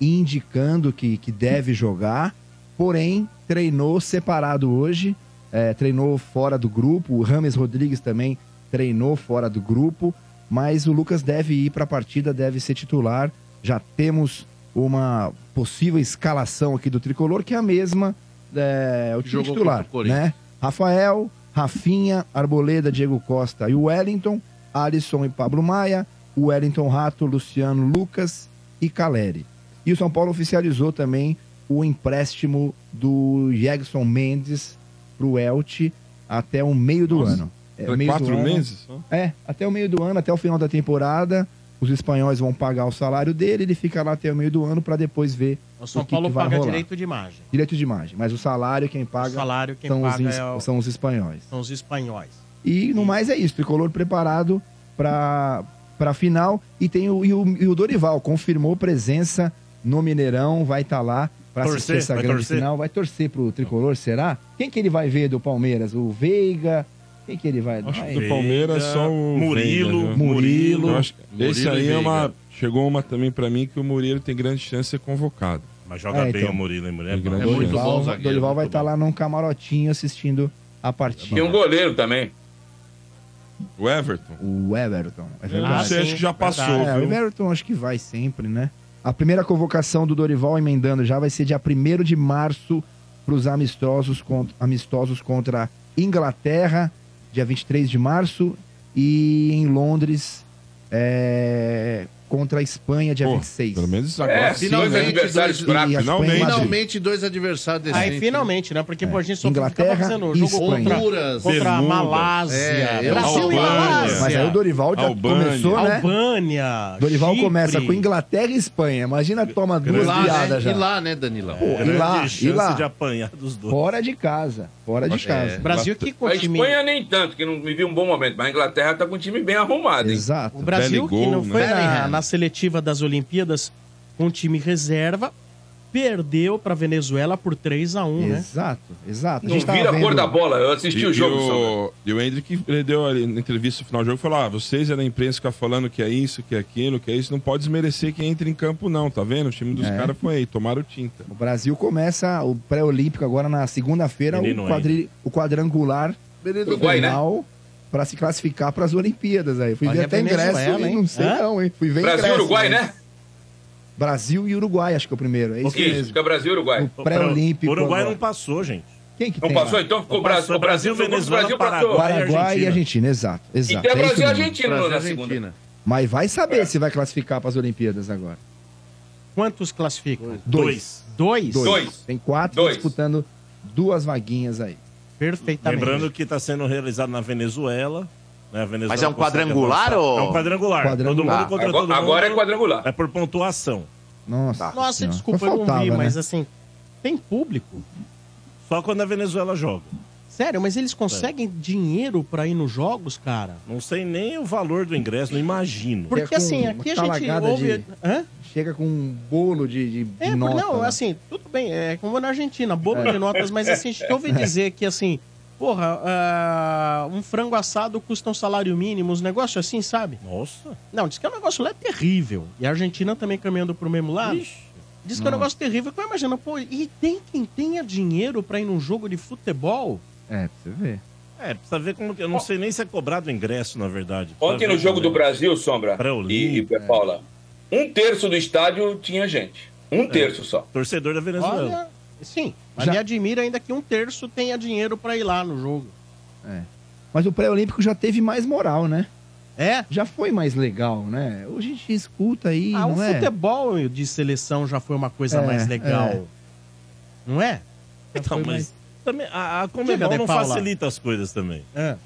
[SPEAKER 5] indicando que, que deve jogar, porém treinou separado hoje, é, treinou fora do grupo. O Rames Rodrigues também treinou fora do grupo, mas o Lucas deve ir para a partida, deve ser titular. Já temos uma possível escalação aqui do tricolor, que é a mesma é, o time
[SPEAKER 4] Jogou
[SPEAKER 5] titular,
[SPEAKER 4] contra o Corinthians.
[SPEAKER 5] né? Rafael, Rafinha, Arboleda, Diego Costa e o Wellington, Alisson e Pablo Maia, o Wellington Rato, Luciano Lucas e Caleri. E o São Paulo oficializou também o empréstimo do Jegson Mendes pro Elche até o meio do ano.
[SPEAKER 8] Era quatro
[SPEAKER 5] ano.
[SPEAKER 8] meses só?
[SPEAKER 5] É, até o meio do ano, até o final da temporada, os espanhóis vão pagar o salário dele, ele fica lá até o meio do ano para depois ver
[SPEAKER 2] O São
[SPEAKER 5] que
[SPEAKER 2] Paulo
[SPEAKER 5] que vai
[SPEAKER 2] paga
[SPEAKER 5] rolar.
[SPEAKER 2] direito de imagem.
[SPEAKER 5] Direito de imagem, mas o salário quem paga,
[SPEAKER 2] salário quem
[SPEAKER 5] são,
[SPEAKER 2] paga
[SPEAKER 5] os, ins-
[SPEAKER 2] é o-
[SPEAKER 5] são os espanhóis.
[SPEAKER 2] São os espanhóis.
[SPEAKER 5] E no mais é isso, tricolor preparado para para final e tem o, e o e o Dorival confirmou presença no Mineirão, vai estar lá para assistir
[SPEAKER 7] Torcer,
[SPEAKER 5] essa
[SPEAKER 7] vai
[SPEAKER 5] grande
[SPEAKER 7] torcer?
[SPEAKER 5] final, vai torcer pro tricolor, será? Quem que ele vai ver do Palmeiras? O Veiga? Quem que ele vai?
[SPEAKER 8] Acho
[SPEAKER 5] vai-
[SPEAKER 8] que do Palmeiras só o.
[SPEAKER 7] Murilo,
[SPEAKER 8] Veiga, viu?
[SPEAKER 5] Murilo.
[SPEAKER 8] Eu acho que
[SPEAKER 5] Murilo
[SPEAKER 8] esse
[SPEAKER 5] e
[SPEAKER 8] aí é
[SPEAKER 5] Veiga.
[SPEAKER 8] uma. Chegou uma também pra mim que o Murilo tem grande chance de ser convocado.
[SPEAKER 7] Mas joga
[SPEAKER 5] É, bem então. o
[SPEAKER 7] Murilo, hein, Murilo?
[SPEAKER 8] É
[SPEAKER 5] Dorival,
[SPEAKER 8] muito bom.
[SPEAKER 5] Dorival vai estar lá num camarotinho assistindo a partida.
[SPEAKER 9] Tem um goleiro também.
[SPEAKER 8] O Everton.
[SPEAKER 5] O Everton.
[SPEAKER 2] Ah,
[SPEAKER 5] É
[SPEAKER 8] Eu não sei, acho que já passou,
[SPEAKER 5] É,
[SPEAKER 8] viu?
[SPEAKER 5] o Everton acho que vai sempre, né? A primeira convocação do Dorival, emendando já, vai ser dia 1 de março para os amistosos contra, amistosos contra Inglaterra, dia 23 de março, e em Londres é, contra a Espanha, dia 26. Pelo
[SPEAKER 8] menos
[SPEAKER 9] É, finalmente
[SPEAKER 4] né?
[SPEAKER 9] adversários fracos.
[SPEAKER 4] Finalmente, né? finalmente dois adversários
[SPEAKER 2] Aí
[SPEAKER 4] decentes.
[SPEAKER 2] finalmente, né? Porque pô, a gente só
[SPEAKER 5] Inglaterra
[SPEAKER 2] fica fazendo
[SPEAKER 5] e
[SPEAKER 2] jogo contra,
[SPEAKER 5] Espanha.
[SPEAKER 2] contra
[SPEAKER 4] Honduras,
[SPEAKER 2] a
[SPEAKER 4] Bermuda.
[SPEAKER 2] Malásia.
[SPEAKER 4] É, eu-
[SPEAKER 2] Brasil e
[SPEAKER 4] Albânia.
[SPEAKER 2] Malásia.
[SPEAKER 5] Mas aí o Dorival já
[SPEAKER 2] Albânia.
[SPEAKER 5] começou, né?
[SPEAKER 2] Albânia.
[SPEAKER 5] Dorival
[SPEAKER 2] Chipre.
[SPEAKER 5] começa com Inglaterra e Espanha. Imagina, toma duas
[SPEAKER 4] lá, né?
[SPEAKER 5] piadas já.
[SPEAKER 4] E lá, né, Danilão?
[SPEAKER 5] Pô, e lá, e lá.
[SPEAKER 7] apanhar dos dois.
[SPEAKER 5] Fora de casa. Fora de casa.
[SPEAKER 8] é.
[SPEAKER 9] é, A Espanha nem tanto, que não me viu um bom momento, mas a Inglaterra tá com um time bem arrumado, hein?
[SPEAKER 5] Exato.
[SPEAKER 2] O Brasil, que
[SPEAKER 8] né?
[SPEAKER 2] não
[SPEAKER 5] né?
[SPEAKER 2] foi na,
[SPEAKER 9] Bellingham.
[SPEAKER 2] na seletiva das Olimpíadas com time reserva, perdeu pra Venezuela por 3 a 1 né?
[SPEAKER 5] Exato, exato.
[SPEAKER 9] Não vira a cor da bola, eu assisti
[SPEAKER 8] E-
[SPEAKER 9] o jogo.
[SPEAKER 8] E
[SPEAKER 9] Saulo.
[SPEAKER 8] o, e o Hendrick ele deu ali na entrevista no final do jogo falou: ah, vocês é da imprensa ficar falando que é isso, que é aquilo, que é isso. Não pode desmerecer quem entra em campo, não, tá vendo? O time dos
[SPEAKER 5] É.
[SPEAKER 8] caras foi aí, tomaram tinta.
[SPEAKER 5] O Brasil começa o pré-olímpico agora na segunda-feira,
[SPEAKER 8] Menino
[SPEAKER 5] o, quadri- o quadrangular
[SPEAKER 4] Menino
[SPEAKER 9] Uruguai, né?
[SPEAKER 5] final para se classificar para as Olimpíadas aí. Fui
[SPEAKER 2] Olha
[SPEAKER 5] ver
[SPEAKER 2] a
[SPEAKER 5] até ingresso,
[SPEAKER 2] Venezuela,
[SPEAKER 5] e
[SPEAKER 2] hein?
[SPEAKER 5] não sei
[SPEAKER 2] Hã?
[SPEAKER 5] não, hein? Fui ver
[SPEAKER 9] Brasil e
[SPEAKER 5] ingresso,
[SPEAKER 9] Uruguai,
[SPEAKER 5] mas-
[SPEAKER 9] né?
[SPEAKER 5] Brasil e Uruguai, acho que é o primeiro, é isso
[SPEAKER 9] Isso,
[SPEAKER 5] mesmo.
[SPEAKER 9] fica Brasil e Uruguai.
[SPEAKER 5] pré-olímpico
[SPEAKER 7] O Uruguai
[SPEAKER 5] agora.
[SPEAKER 7] não passou, gente.
[SPEAKER 5] Quem que
[SPEAKER 7] Não
[SPEAKER 5] tem
[SPEAKER 7] passou,
[SPEAKER 5] lá?
[SPEAKER 7] então ficou
[SPEAKER 9] Não
[SPEAKER 7] Brasil,
[SPEAKER 9] passou.
[SPEAKER 7] o Brasil, Venezuela,
[SPEAKER 9] Brasil
[SPEAKER 7] Paraguai,
[SPEAKER 5] Paraguai e
[SPEAKER 7] Argentina.
[SPEAKER 5] Argentina, exato, exato.
[SPEAKER 9] Até
[SPEAKER 5] é isso
[SPEAKER 9] Brasil e
[SPEAKER 5] mesmo.
[SPEAKER 9] Argentina na
[SPEAKER 4] Brasil e
[SPEAKER 9] segunda.
[SPEAKER 4] Argentina.
[SPEAKER 5] Mas vai saber
[SPEAKER 7] É.
[SPEAKER 5] se vai classificar para as Olimpíadas agora.
[SPEAKER 2] Quantos classificam?
[SPEAKER 5] Dois.
[SPEAKER 2] Dois?
[SPEAKER 5] Tem quatro disputando duas vaguinhas aí.
[SPEAKER 2] Perfeitamente.
[SPEAKER 7] Lembrando que está sendo realizado na Venezuela. Né? A Venezuela
[SPEAKER 10] Mas é um
[SPEAKER 7] consegue
[SPEAKER 10] quadrangular
[SPEAKER 7] avançar.
[SPEAKER 10] ou- Ah,
[SPEAKER 7] É um quadrangular.
[SPEAKER 5] Quadrangular.
[SPEAKER 7] Todo mundo contra
[SPEAKER 9] Agora-
[SPEAKER 7] todo mundo.
[SPEAKER 9] agora é quadrangular.
[SPEAKER 7] É por pontuação.
[SPEAKER 10] Tá.
[SPEAKER 5] Nossa,
[SPEAKER 2] Nossa,
[SPEAKER 5] senhora.
[SPEAKER 2] desculpa,
[SPEAKER 5] Só
[SPEAKER 2] eu não vi,
[SPEAKER 5] faltava, né?
[SPEAKER 2] mas assim, tem público?
[SPEAKER 7] Só quando a Venezuela joga.
[SPEAKER 2] Sério, mas eles conseguem dinheiro pra ir nos jogos, cara?
[SPEAKER 7] Não sei nem o valor do ingresso, não imagino.
[SPEAKER 2] Porque
[SPEAKER 5] É com
[SPEAKER 2] assim, aqui a gente
[SPEAKER 5] talagada
[SPEAKER 2] ouve.
[SPEAKER 5] de- Chega com um bolo de, de
[SPEAKER 2] É, por-
[SPEAKER 5] nota.
[SPEAKER 2] não,
[SPEAKER 5] né?
[SPEAKER 2] assim, tudo bem, é como na Argentina, bobo
[SPEAKER 5] É.
[SPEAKER 2] de notas, mas assim, a gente ouve
[SPEAKER 5] É.
[SPEAKER 2] dizer que assim, porra, ah, um frango assado custa um salário mínimo, uns negócios assim, sabe?
[SPEAKER 7] Nossa.
[SPEAKER 2] Não, diz que é um negócio lá terrível. E a Argentina também caminhando pro mesmo lado. Diz que é um
[SPEAKER 5] Não.
[SPEAKER 2] negócio terrível. que eu imagino, pô, e tem quem tenha dinheiro pra ir num jogo de futebol?
[SPEAKER 5] É, pra você ver.
[SPEAKER 7] É, precisa ver como que. Eu não sei nem se é cobrado o ingresso, na verdade.
[SPEAKER 9] Ontem
[SPEAKER 7] Precisa
[SPEAKER 9] no
[SPEAKER 7] ver é.
[SPEAKER 9] jogo do
[SPEAKER 7] também.
[SPEAKER 9] Brasil, Sombra e,
[SPEAKER 7] é.
[SPEAKER 9] e Paula, um terço do estádio tinha gente. Um terço só.
[SPEAKER 7] É. Torcedor da
[SPEAKER 2] Olha, sim, mas me admira ainda que um terço tenha dinheiro pra ir lá no jogo.
[SPEAKER 5] É. Mas o pré-olímpico já teve mais moral, né?
[SPEAKER 2] É?
[SPEAKER 5] Já foi mais legal, né? Hoje a gente escuta aí,
[SPEAKER 2] Ah,
[SPEAKER 5] não
[SPEAKER 2] o
[SPEAKER 5] é?
[SPEAKER 2] futebol de seleção já foi uma coisa
[SPEAKER 5] É,
[SPEAKER 2] mais legal.
[SPEAKER 5] é.
[SPEAKER 2] Não é?
[SPEAKER 7] Então, mas também a, a
[SPEAKER 2] Diga,
[SPEAKER 7] Comebol
[SPEAKER 2] De
[SPEAKER 7] não
[SPEAKER 2] Paula.
[SPEAKER 7] facilita as coisas também.
[SPEAKER 2] É.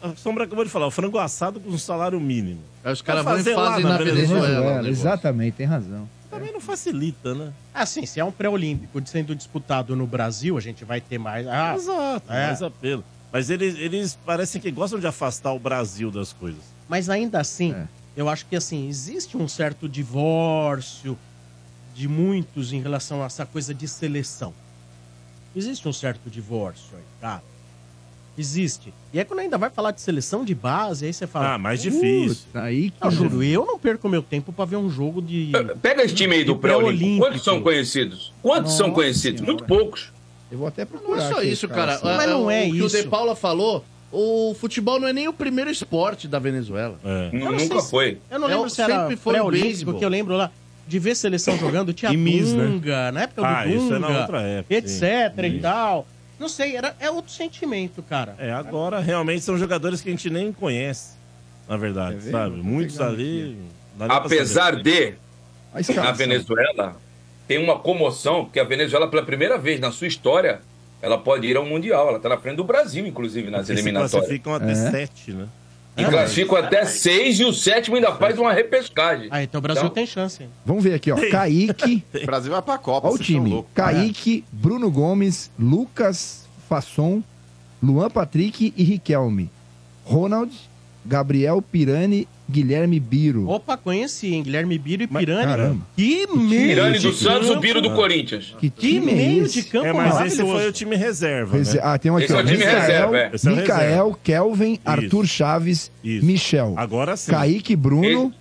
[SPEAKER 7] A Sombra acabou de falar, o frango assado com um salário mínimo. Tá
[SPEAKER 4] Aí os
[SPEAKER 7] Vai fazer lá na Venezuela, o negócio.
[SPEAKER 5] exatamente, tem razão.
[SPEAKER 7] Também não facilita, né?
[SPEAKER 2] Assim, se é um pré-olímpico sendo disputado no Brasil, a gente vai ter mais. Ah,
[SPEAKER 7] Exato,
[SPEAKER 2] é.
[SPEAKER 7] mais apelo. Mas eles, eles parecem que gostam de afastar o Brasil das coisas.
[SPEAKER 2] Mas ainda assim, eu acho que assim, existe um certo divórcio de muitos em relação a essa coisa de seleção. Existe um certo divórcio aí, cara. Existe. E é quando ainda vai falar de seleção de base, aí você fala.
[SPEAKER 7] Ah, mais difícil.
[SPEAKER 5] "Puta, Aí que
[SPEAKER 2] eu juro, eu não perco meu tempo pra ver um jogo de.
[SPEAKER 9] Pega esse time aí do
[SPEAKER 2] de
[SPEAKER 9] pré-olímpico. Quantos são conhecidos? Quantos são conhecidos? Muito poucos.
[SPEAKER 5] Eu vou até
[SPEAKER 4] Não
[SPEAKER 5] procurar.
[SPEAKER 4] é só
[SPEAKER 5] aqui,
[SPEAKER 4] isso, cara.
[SPEAKER 5] assim.
[SPEAKER 4] Ah, o
[SPEAKER 2] é
[SPEAKER 4] que o De Paula falou, o futebol não é nem o primeiro esporte da Venezuela.
[SPEAKER 2] É. Eu não sei se- Eu não
[SPEAKER 4] É
[SPEAKER 2] lembro
[SPEAKER 4] o-
[SPEAKER 2] se era
[SPEAKER 4] sempre foi o
[SPEAKER 2] pré-olímpico,
[SPEAKER 4] beisebol.
[SPEAKER 2] que eu lembro lá de ver seleção jogando, tinha
[SPEAKER 7] E Miss, né?
[SPEAKER 2] Dunga, na época
[SPEAKER 7] Ah,
[SPEAKER 2] do Dunga,
[SPEAKER 7] isso é na outra época,
[SPEAKER 2] etc
[SPEAKER 7] sim.
[SPEAKER 2] e tal. Não sei, era, é outro sentimento, cara.
[SPEAKER 7] É, agora realmente são jogadores que a gente nem conhece, na verdade, sabe? Muitos ali. não dá nem pra
[SPEAKER 9] Apesar
[SPEAKER 7] saber.
[SPEAKER 9] de,
[SPEAKER 5] A
[SPEAKER 9] na
[SPEAKER 5] escalação.
[SPEAKER 9] Venezuela, tem uma comoção, porque a Venezuela, pela primeira vez na sua história, ela pode ir ao Mundial. Ela está na frente do Brasil, inclusive, nas
[SPEAKER 7] Eles se
[SPEAKER 9] eliminatórias.
[SPEAKER 7] classificam até
[SPEAKER 9] É.
[SPEAKER 7] sete, né?
[SPEAKER 9] E classificam até seis e o sétimo ainda faz uma repescagem.
[SPEAKER 2] Ah, então o Brasil tem chance.
[SPEAKER 5] Vamos ver aqui, ó. Kaique.
[SPEAKER 6] O Brasil vai pra Copa.
[SPEAKER 5] Olha o
[SPEAKER 6] vocês tão
[SPEAKER 5] time.
[SPEAKER 6] loucos.
[SPEAKER 5] Kaique,
[SPEAKER 7] É.
[SPEAKER 5] Bruno Gomes, Lucas Fasson, Luan Patrick e Riquelme. Ronald, Gabriel Pirani, Guilherme Biro.
[SPEAKER 2] Opa, conheci, hein? Guilherme Biro e Pirani.
[SPEAKER 5] caramba.
[SPEAKER 2] Que meio
[SPEAKER 9] Pirani do
[SPEAKER 2] de
[SPEAKER 9] Santos, o
[SPEAKER 2] campo.
[SPEAKER 9] Biro do Corinthians.
[SPEAKER 5] Que
[SPEAKER 2] Que
[SPEAKER 5] time é
[SPEAKER 2] meio
[SPEAKER 5] esse?
[SPEAKER 2] de campo
[SPEAKER 7] É, mas esse
[SPEAKER 2] maravilhoso.
[SPEAKER 7] foi o time reserva.
[SPEAKER 5] Rese-
[SPEAKER 7] né?
[SPEAKER 5] Ah, tem um aqui,
[SPEAKER 7] Esse
[SPEAKER 5] ó.
[SPEAKER 7] é o time reserva, é. Esse é o
[SPEAKER 5] Micael,
[SPEAKER 7] reserva.
[SPEAKER 5] Kelvin,
[SPEAKER 7] Isso.
[SPEAKER 5] Arthur Chaves, Michel.
[SPEAKER 7] Agora sim.
[SPEAKER 5] Kaique Bruno,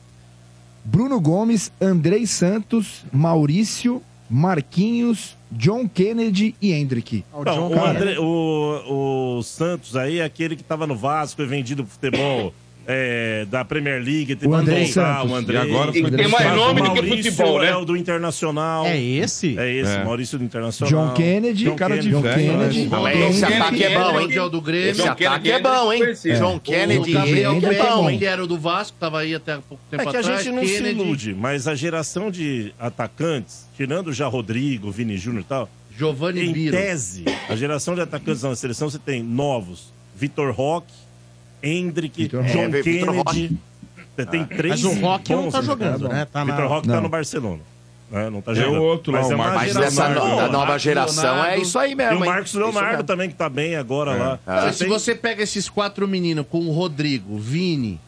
[SPEAKER 5] Bruno Gomes, Andrei Santos, Maurício, Marquinhos, John Kennedy e Hendrick.
[SPEAKER 7] Então, o, André- o- o Santos aí é aquele que tava no Vasco, foi vendido pro futebol é, da Premier League. teve
[SPEAKER 5] O
[SPEAKER 7] que
[SPEAKER 5] Andrei
[SPEAKER 7] voltar,
[SPEAKER 5] Santos.
[SPEAKER 7] Ah, O Andrei.
[SPEAKER 5] E agora foi
[SPEAKER 7] tem mais
[SPEAKER 5] emprestado.
[SPEAKER 7] nome do que
[SPEAKER 5] Maurício
[SPEAKER 7] futebol, né?
[SPEAKER 5] é
[SPEAKER 7] o do Internacional.
[SPEAKER 2] É esse?
[SPEAKER 7] É esse,
[SPEAKER 5] É.
[SPEAKER 7] Maurício do Internacional.
[SPEAKER 5] John Kennedy,
[SPEAKER 7] John
[SPEAKER 5] cara de
[SPEAKER 7] Kennedy.
[SPEAKER 5] velho, né?
[SPEAKER 7] John
[SPEAKER 5] Esse
[SPEAKER 7] Kennedy.
[SPEAKER 5] ataque
[SPEAKER 4] é bom, hein?
[SPEAKER 7] Kennedy.
[SPEAKER 4] do Grêmio.
[SPEAKER 10] Esse ataque é bom, hein?
[SPEAKER 4] É.
[SPEAKER 10] John Kennedy
[SPEAKER 4] O Gabriel
[SPEAKER 10] Hendrick é
[SPEAKER 4] Kennedy,
[SPEAKER 10] bom, hein?
[SPEAKER 4] que era o do Vasco, tava aí até há pouco tempo
[SPEAKER 7] É que a
[SPEAKER 4] atrás.
[SPEAKER 7] gente não se
[SPEAKER 4] Kennedy,
[SPEAKER 7] ilude, mas a geração de atacantes, tirando já Rodrigo, Vini Júnior e tal,
[SPEAKER 4] Giovanni
[SPEAKER 7] em
[SPEAKER 4] Biro.
[SPEAKER 7] tese, a geração de atacantes na seleção, você tem novos, Vitor Roque, Hendrick,
[SPEAKER 5] Vitor
[SPEAKER 7] John
[SPEAKER 5] Roque. Vitor
[SPEAKER 7] Kennedy.
[SPEAKER 5] Roque.
[SPEAKER 7] Você tem
[SPEAKER 2] Ah,
[SPEAKER 7] três
[SPEAKER 2] mas o Roque não
[SPEAKER 7] bons
[SPEAKER 2] tá jogando,
[SPEAKER 7] jogadores.
[SPEAKER 2] né? Tá na-
[SPEAKER 7] Vitor Roque tá
[SPEAKER 2] Não.
[SPEAKER 7] no Barcelona. né? Não tá
[SPEAKER 5] É o
[SPEAKER 7] jogando.
[SPEAKER 5] outro lá, o
[SPEAKER 7] é uma
[SPEAKER 5] Marcos
[SPEAKER 10] Mas essa
[SPEAKER 7] geração-
[SPEAKER 10] no- da
[SPEAKER 7] Não,
[SPEAKER 10] nova
[SPEAKER 7] Marcos
[SPEAKER 10] geração
[SPEAKER 7] Leonardo.
[SPEAKER 10] é isso aí mesmo,
[SPEAKER 7] E o
[SPEAKER 10] hein?
[SPEAKER 7] Marcos
[SPEAKER 10] Isso mesmo. É.
[SPEAKER 7] Leonardo também, que tá bem
[SPEAKER 5] É.
[SPEAKER 7] agora lá.
[SPEAKER 4] Cara,
[SPEAKER 7] Você
[SPEAKER 4] se
[SPEAKER 7] tem-
[SPEAKER 4] você pega esses quatro meninos com o Rodrigo, Vini,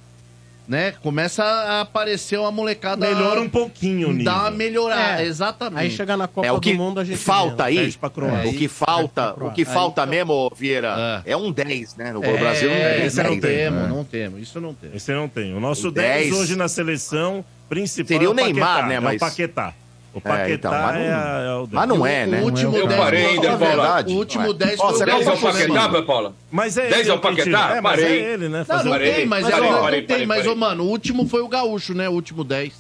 [SPEAKER 4] né? Começa a aparecer uma molecada.
[SPEAKER 7] Melhora um pouquinho, Nino.
[SPEAKER 4] Dá uma melhorada,
[SPEAKER 2] É.
[SPEAKER 4] exatamente.
[SPEAKER 2] Aí chegar na Copa
[SPEAKER 10] É o que
[SPEAKER 2] do Mundo a gente
[SPEAKER 10] falta aí. é,
[SPEAKER 7] Perde pra Croácia.
[SPEAKER 10] O que falta, o que
[SPEAKER 4] Aí,
[SPEAKER 10] falta mesmo, Vieira, é. um 10, né? O
[SPEAKER 4] Ah. É,
[SPEAKER 10] Brasil não tem
[SPEAKER 4] esse não
[SPEAKER 10] 10, né?
[SPEAKER 4] temos, não temos. Isso não temos.
[SPEAKER 7] Esse não tem. O nosso
[SPEAKER 10] Tem
[SPEAKER 7] 10,
[SPEAKER 10] dez.
[SPEAKER 7] hoje na seleção principal
[SPEAKER 10] Seria
[SPEAKER 7] é
[SPEAKER 10] o Neymar,
[SPEAKER 7] Paquetá,
[SPEAKER 10] né,
[SPEAKER 7] é
[SPEAKER 10] mas-
[SPEAKER 7] o Paquetá. O
[SPEAKER 10] É,
[SPEAKER 7] Paquetá
[SPEAKER 10] então,
[SPEAKER 7] é,
[SPEAKER 10] mas não-
[SPEAKER 7] a- é o
[SPEAKER 10] mas não é,
[SPEAKER 7] dez.
[SPEAKER 10] né?
[SPEAKER 4] O último
[SPEAKER 10] Eu
[SPEAKER 4] 10
[SPEAKER 10] parei,
[SPEAKER 4] foi o
[SPEAKER 10] ainda,
[SPEAKER 4] Paquetá.
[SPEAKER 10] Paulo. Verdade,
[SPEAKER 4] O último
[SPEAKER 10] não é.
[SPEAKER 4] 10
[SPEAKER 10] Ó,
[SPEAKER 4] foi
[SPEAKER 10] você
[SPEAKER 4] o
[SPEAKER 10] quer
[SPEAKER 4] Paquetá.
[SPEAKER 10] Dez é o
[SPEAKER 9] Paquetá, meu Paula?
[SPEAKER 7] Mas é
[SPEAKER 9] 10
[SPEAKER 7] ele
[SPEAKER 9] é o
[SPEAKER 7] que eu
[SPEAKER 9] Paquetá?
[SPEAKER 7] digo. É, mas
[SPEAKER 9] Parei.
[SPEAKER 7] é ele, né?
[SPEAKER 4] Não,
[SPEAKER 7] Fazendo-
[SPEAKER 4] não tem, mas,
[SPEAKER 9] parei,
[SPEAKER 4] ó,
[SPEAKER 9] parei,
[SPEAKER 4] não tem,
[SPEAKER 9] parei,
[SPEAKER 4] mas
[SPEAKER 9] parei.
[SPEAKER 4] ô, mano, o último foi o Gaúcho, né? O último 10.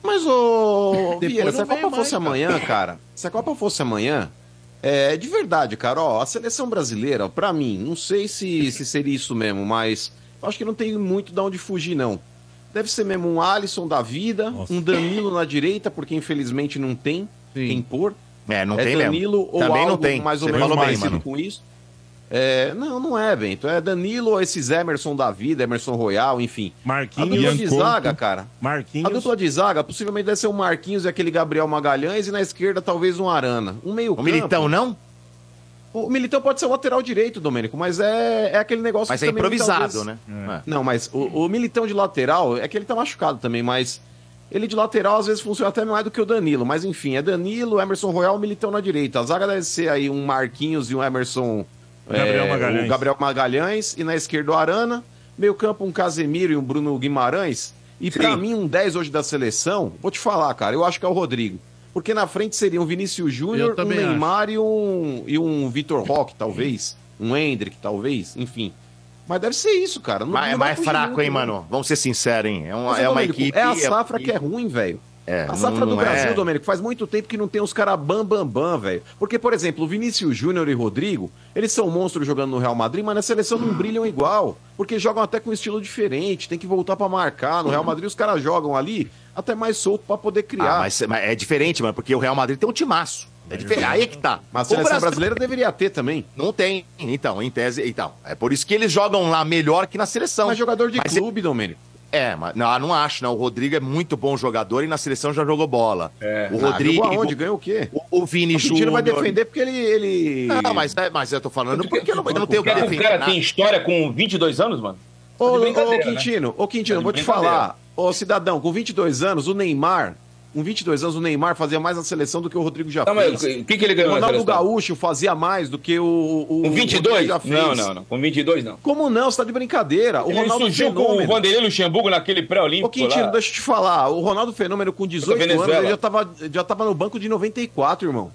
[SPEAKER 6] Mas, ô,
[SPEAKER 4] Depois
[SPEAKER 6] Vieira,
[SPEAKER 4] não
[SPEAKER 6] se a
[SPEAKER 4] veio
[SPEAKER 6] Copa
[SPEAKER 4] mais,
[SPEAKER 6] fosse
[SPEAKER 4] cara.
[SPEAKER 6] amanhã, cara, se a Copa fosse amanhã, é de verdade, cara, ó, a seleção brasileira, pra mim, não sei se, se seria isso mesmo, mas eu acho que não tem muito de onde fugir, não. Deve ser mesmo um Alisson da vida, um Danilo na direita, porque infelizmente não tem quem pôr.
[SPEAKER 10] É, não
[SPEAKER 6] é
[SPEAKER 10] tem mesmo.
[SPEAKER 6] Danilo ou
[SPEAKER 10] Também não
[SPEAKER 6] algo
[SPEAKER 10] tem.
[SPEAKER 6] mais ou
[SPEAKER 10] Você
[SPEAKER 6] menos
[SPEAKER 10] falou bem,
[SPEAKER 6] parecido
[SPEAKER 10] mano.
[SPEAKER 6] com isso. É, não, não é, Bento. É Danilo ou esses Emerson da vida, Emerson Royal, enfim.
[SPEAKER 7] Marquinhos.
[SPEAKER 6] A dupla de
[SPEAKER 7] Ian Couto.
[SPEAKER 6] zaga, cara.
[SPEAKER 7] Marquinhos.
[SPEAKER 6] A dupla de zaga possivelmente deve ser o Marquinhos e aquele Gabriel Magalhães e na esquerda talvez um Arana. Um meio
[SPEAKER 10] O Militão não?
[SPEAKER 6] O Militão pode ser o lateral direito, Domênico, mas é, é aquele negócio
[SPEAKER 10] Mas
[SPEAKER 6] que
[SPEAKER 10] é
[SPEAKER 6] também
[SPEAKER 10] improvisado,
[SPEAKER 6] talvez-
[SPEAKER 7] É.
[SPEAKER 10] né?
[SPEAKER 6] Não, mas o, o Militão de lateral, é que ele tá machucado também, mas ele de lateral às vezes funciona até mais do que o Danilo. Mas enfim, é Danilo, Emerson Royal, Militão na direita. A zaga deve ser aí um Marquinhos e um Emerson...
[SPEAKER 7] Gabriel
[SPEAKER 6] é,
[SPEAKER 7] Magalhães.
[SPEAKER 6] O Gabriel Magalhães e na esquerda o Arana. Meio campo um Casemiro e um Bruno Guimarães. E pra mim um 10 hoje da seleção, vou te falar, cara, eu acho que é o Rodrigo. Porque na frente seria um Vinícius Júnior, um
[SPEAKER 4] também acho.
[SPEAKER 6] Neymar e um, e um Vitor Roque, talvez. Um Hendrick, talvez. Enfim. Mas deve ser isso, cara. Não-
[SPEAKER 10] Mas, mas
[SPEAKER 6] não vai
[SPEAKER 10] é
[SPEAKER 6] fugir
[SPEAKER 10] fraco,
[SPEAKER 6] muito,
[SPEAKER 10] hein,
[SPEAKER 6] né?
[SPEAKER 10] mano? Vamos ser sinceros, hein? É
[SPEAKER 6] Mas,
[SPEAKER 10] uma, é uma
[SPEAKER 6] Domênico,
[SPEAKER 10] equipe.
[SPEAKER 6] É a safra que é ruim, velho.
[SPEAKER 10] É,
[SPEAKER 6] a
[SPEAKER 10] não-
[SPEAKER 6] safra do
[SPEAKER 10] não é-
[SPEAKER 6] Brasil, Domênico, faz muito tempo que não tem os caras bam, bam, bam, velho. Porque, por exemplo, o Vinícius Júnior e Rodrigo, eles são monstros jogando no Real Madrid, mas na seleção não brilham igual. Porque jogam até com um estilo diferente, tem que voltar pra marcar. No Real Madrid os caras jogam ali até mais solto pra poder criar.
[SPEAKER 10] Ah, mas, mas é diferente, mano, porque o Real Madrid tem um timaço. É diferente. Aí é que tá.
[SPEAKER 6] Mas a
[SPEAKER 10] O
[SPEAKER 6] seleção
[SPEAKER 10] Brasil-
[SPEAKER 6] brasileira deveria ter também.
[SPEAKER 10] Não tem. Então, em tese, então. É por isso que eles jogam lá melhor que na seleção.
[SPEAKER 6] Mas jogador de
[SPEAKER 10] Mas
[SPEAKER 6] clube, Domênico.
[SPEAKER 10] É, mas não, não acho, não. O Rodrigo é muito bom jogador e na seleção já jogou bola. O
[SPEAKER 6] Ah,
[SPEAKER 10] Rodrigo.
[SPEAKER 6] jogou aonde? Ganhou o quê?
[SPEAKER 10] O, o Vini
[SPEAKER 6] O Tiro
[SPEAKER 10] Júnior.
[SPEAKER 6] vai defender porque ele. ele...
[SPEAKER 10] Não, mas, é- mas eu tô falando porque eu não, eu não tenho o que
[SPEAKER 9] Quer que o
[SPEAKER 10] defender.
[SPEAKER 9] cara
[SPEAKER 10] nada.
[SPEAKER 9] tem história com 22 anos, mano?
[SPEAKER 6] Ô,
[SPEAKER 9] Tá de
[SPEAKER 6] ô,
[SPEAKER 9] brincadeira,
[SPEAKER 6] Quintino, ô, Quintino,
[SPEAKER 9] Tá de
[SPEAKER 6] vou te
[SPEAKER 9] brincadeira.
[SPEAKER 6] falar. Ô, cidadão, com 22 anos, o Neymar, com 22 anos, o Neymar fazia mais na seleção do que o Rodrigo já
[SPEAKER 9] Não, mas
[SPEAKER 6] fez.
[SPEAKER 9] o que que ele ganhou
[SPEAKER 6] O
[SPEAKER 9] na
[SPEAKER 6] Ronaldo
[SPEAKER 9] seleção?
[SPEAKER 6] Gaúcho fazia mais do que o. o
[SPEAKER 9] Com
[SPEAKER 6] o
[SPEAKER 9] 22?
[SPEAKER 6] Rodrigo já fez.
[SPEAKER 9] Não, não, não. Com 22, não.
[SPEAKER 6] Como não? Você tá de brincadeira. O
[SPEAKER 9] Ele
[SPEAKER 6] Ronaldo é um
[SPEAKER 9] surgiu com o
[SPEAKER 6] Fenômeno.
[SPEAKER 9] Vanderlei Luxemburgo naquele
[SPEAKER 6] Ô,
[SPEAKER 9] pré-olímpico
[SPEAKER 6] Quintino,
[SPEAKER 9] lá.
[SPEAKER 6] deixa eu te falar. O Ronaldo Fenômeno com 18 anos,
[SPEAKER 9] Venezuela.
[SPEAKER 6] ele já tava, já tava no banco de 94, irmão.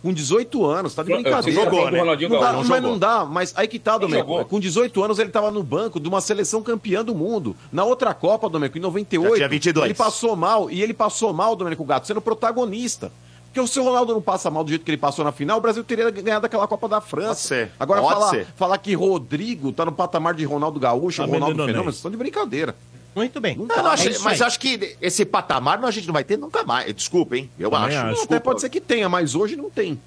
[SPEAKER 6] Com 18 anos, tá de
[SPEAKER 9] Não, eu-
[SPEAKER 6] brincadeira.
[SPEAKER 9] você jogou, né?
[SPEAKER 6] Não dá,
[SPEAKER 9] Não
[SPEAKER 6] mas
[SPEAKER 9] jogou.
[SPEAKER 6] não dá, mas aí que tá, Domenico.
[SPEAKER 9] jogou.
[SPEAKER 6] Com 18 anos ele tava no banco de uma seleção campeã do mundo. Na outra Copa, Domenico, em 98,
[SPEAKER 10] Já tinha 22.
[SPEAKER 6] ele passou mal, e ele passou mal, Domenico Gato, sendo protagonista. Porque se o Ronaldo não passa mal do jeito que ele passou na final, o Brasil teria ganhado aquela Copa da França.
[SPEAKER 10] Pode ser.
[SPEAKER 6] Agora,
[SPEAKER 10] Pode
[SPEAKER 6] falar,
[SPEAKER 10] ser.
[SPEAKER 6] falar que Rodrigo tá no patamar de Ronaldo
[SPEAKER 7] Tá
[SPEAKER 6] Gaúcho, Ronaldo
[SPEAKER 7] vendendo
[SPEAKER 6] Fenômeno,
[SPEAKER 7] bem.
[SPEAKER 6] vocês estão de brincadeira.
[SPEAKER 2] Muito bem.
[SPEAKER 10] Não,
[SPEAKER 8] Tá,
[SPEAKER 10] não, acho-
[SPEAKER 2] É isso
[SPEAKER 10] mas
[SPEAKER 2] aí.
[SPEAKER 10] acho que esse patamar a gente não vai ter nunca mais. Desculpa, hein? Eu
[SPEAKER 7] Também
[SPEAKER 10] acho.
[SPEAKER 7] acho.
[SPEAKER 6] Não, até pode ser que tenha, mas hoje não tem.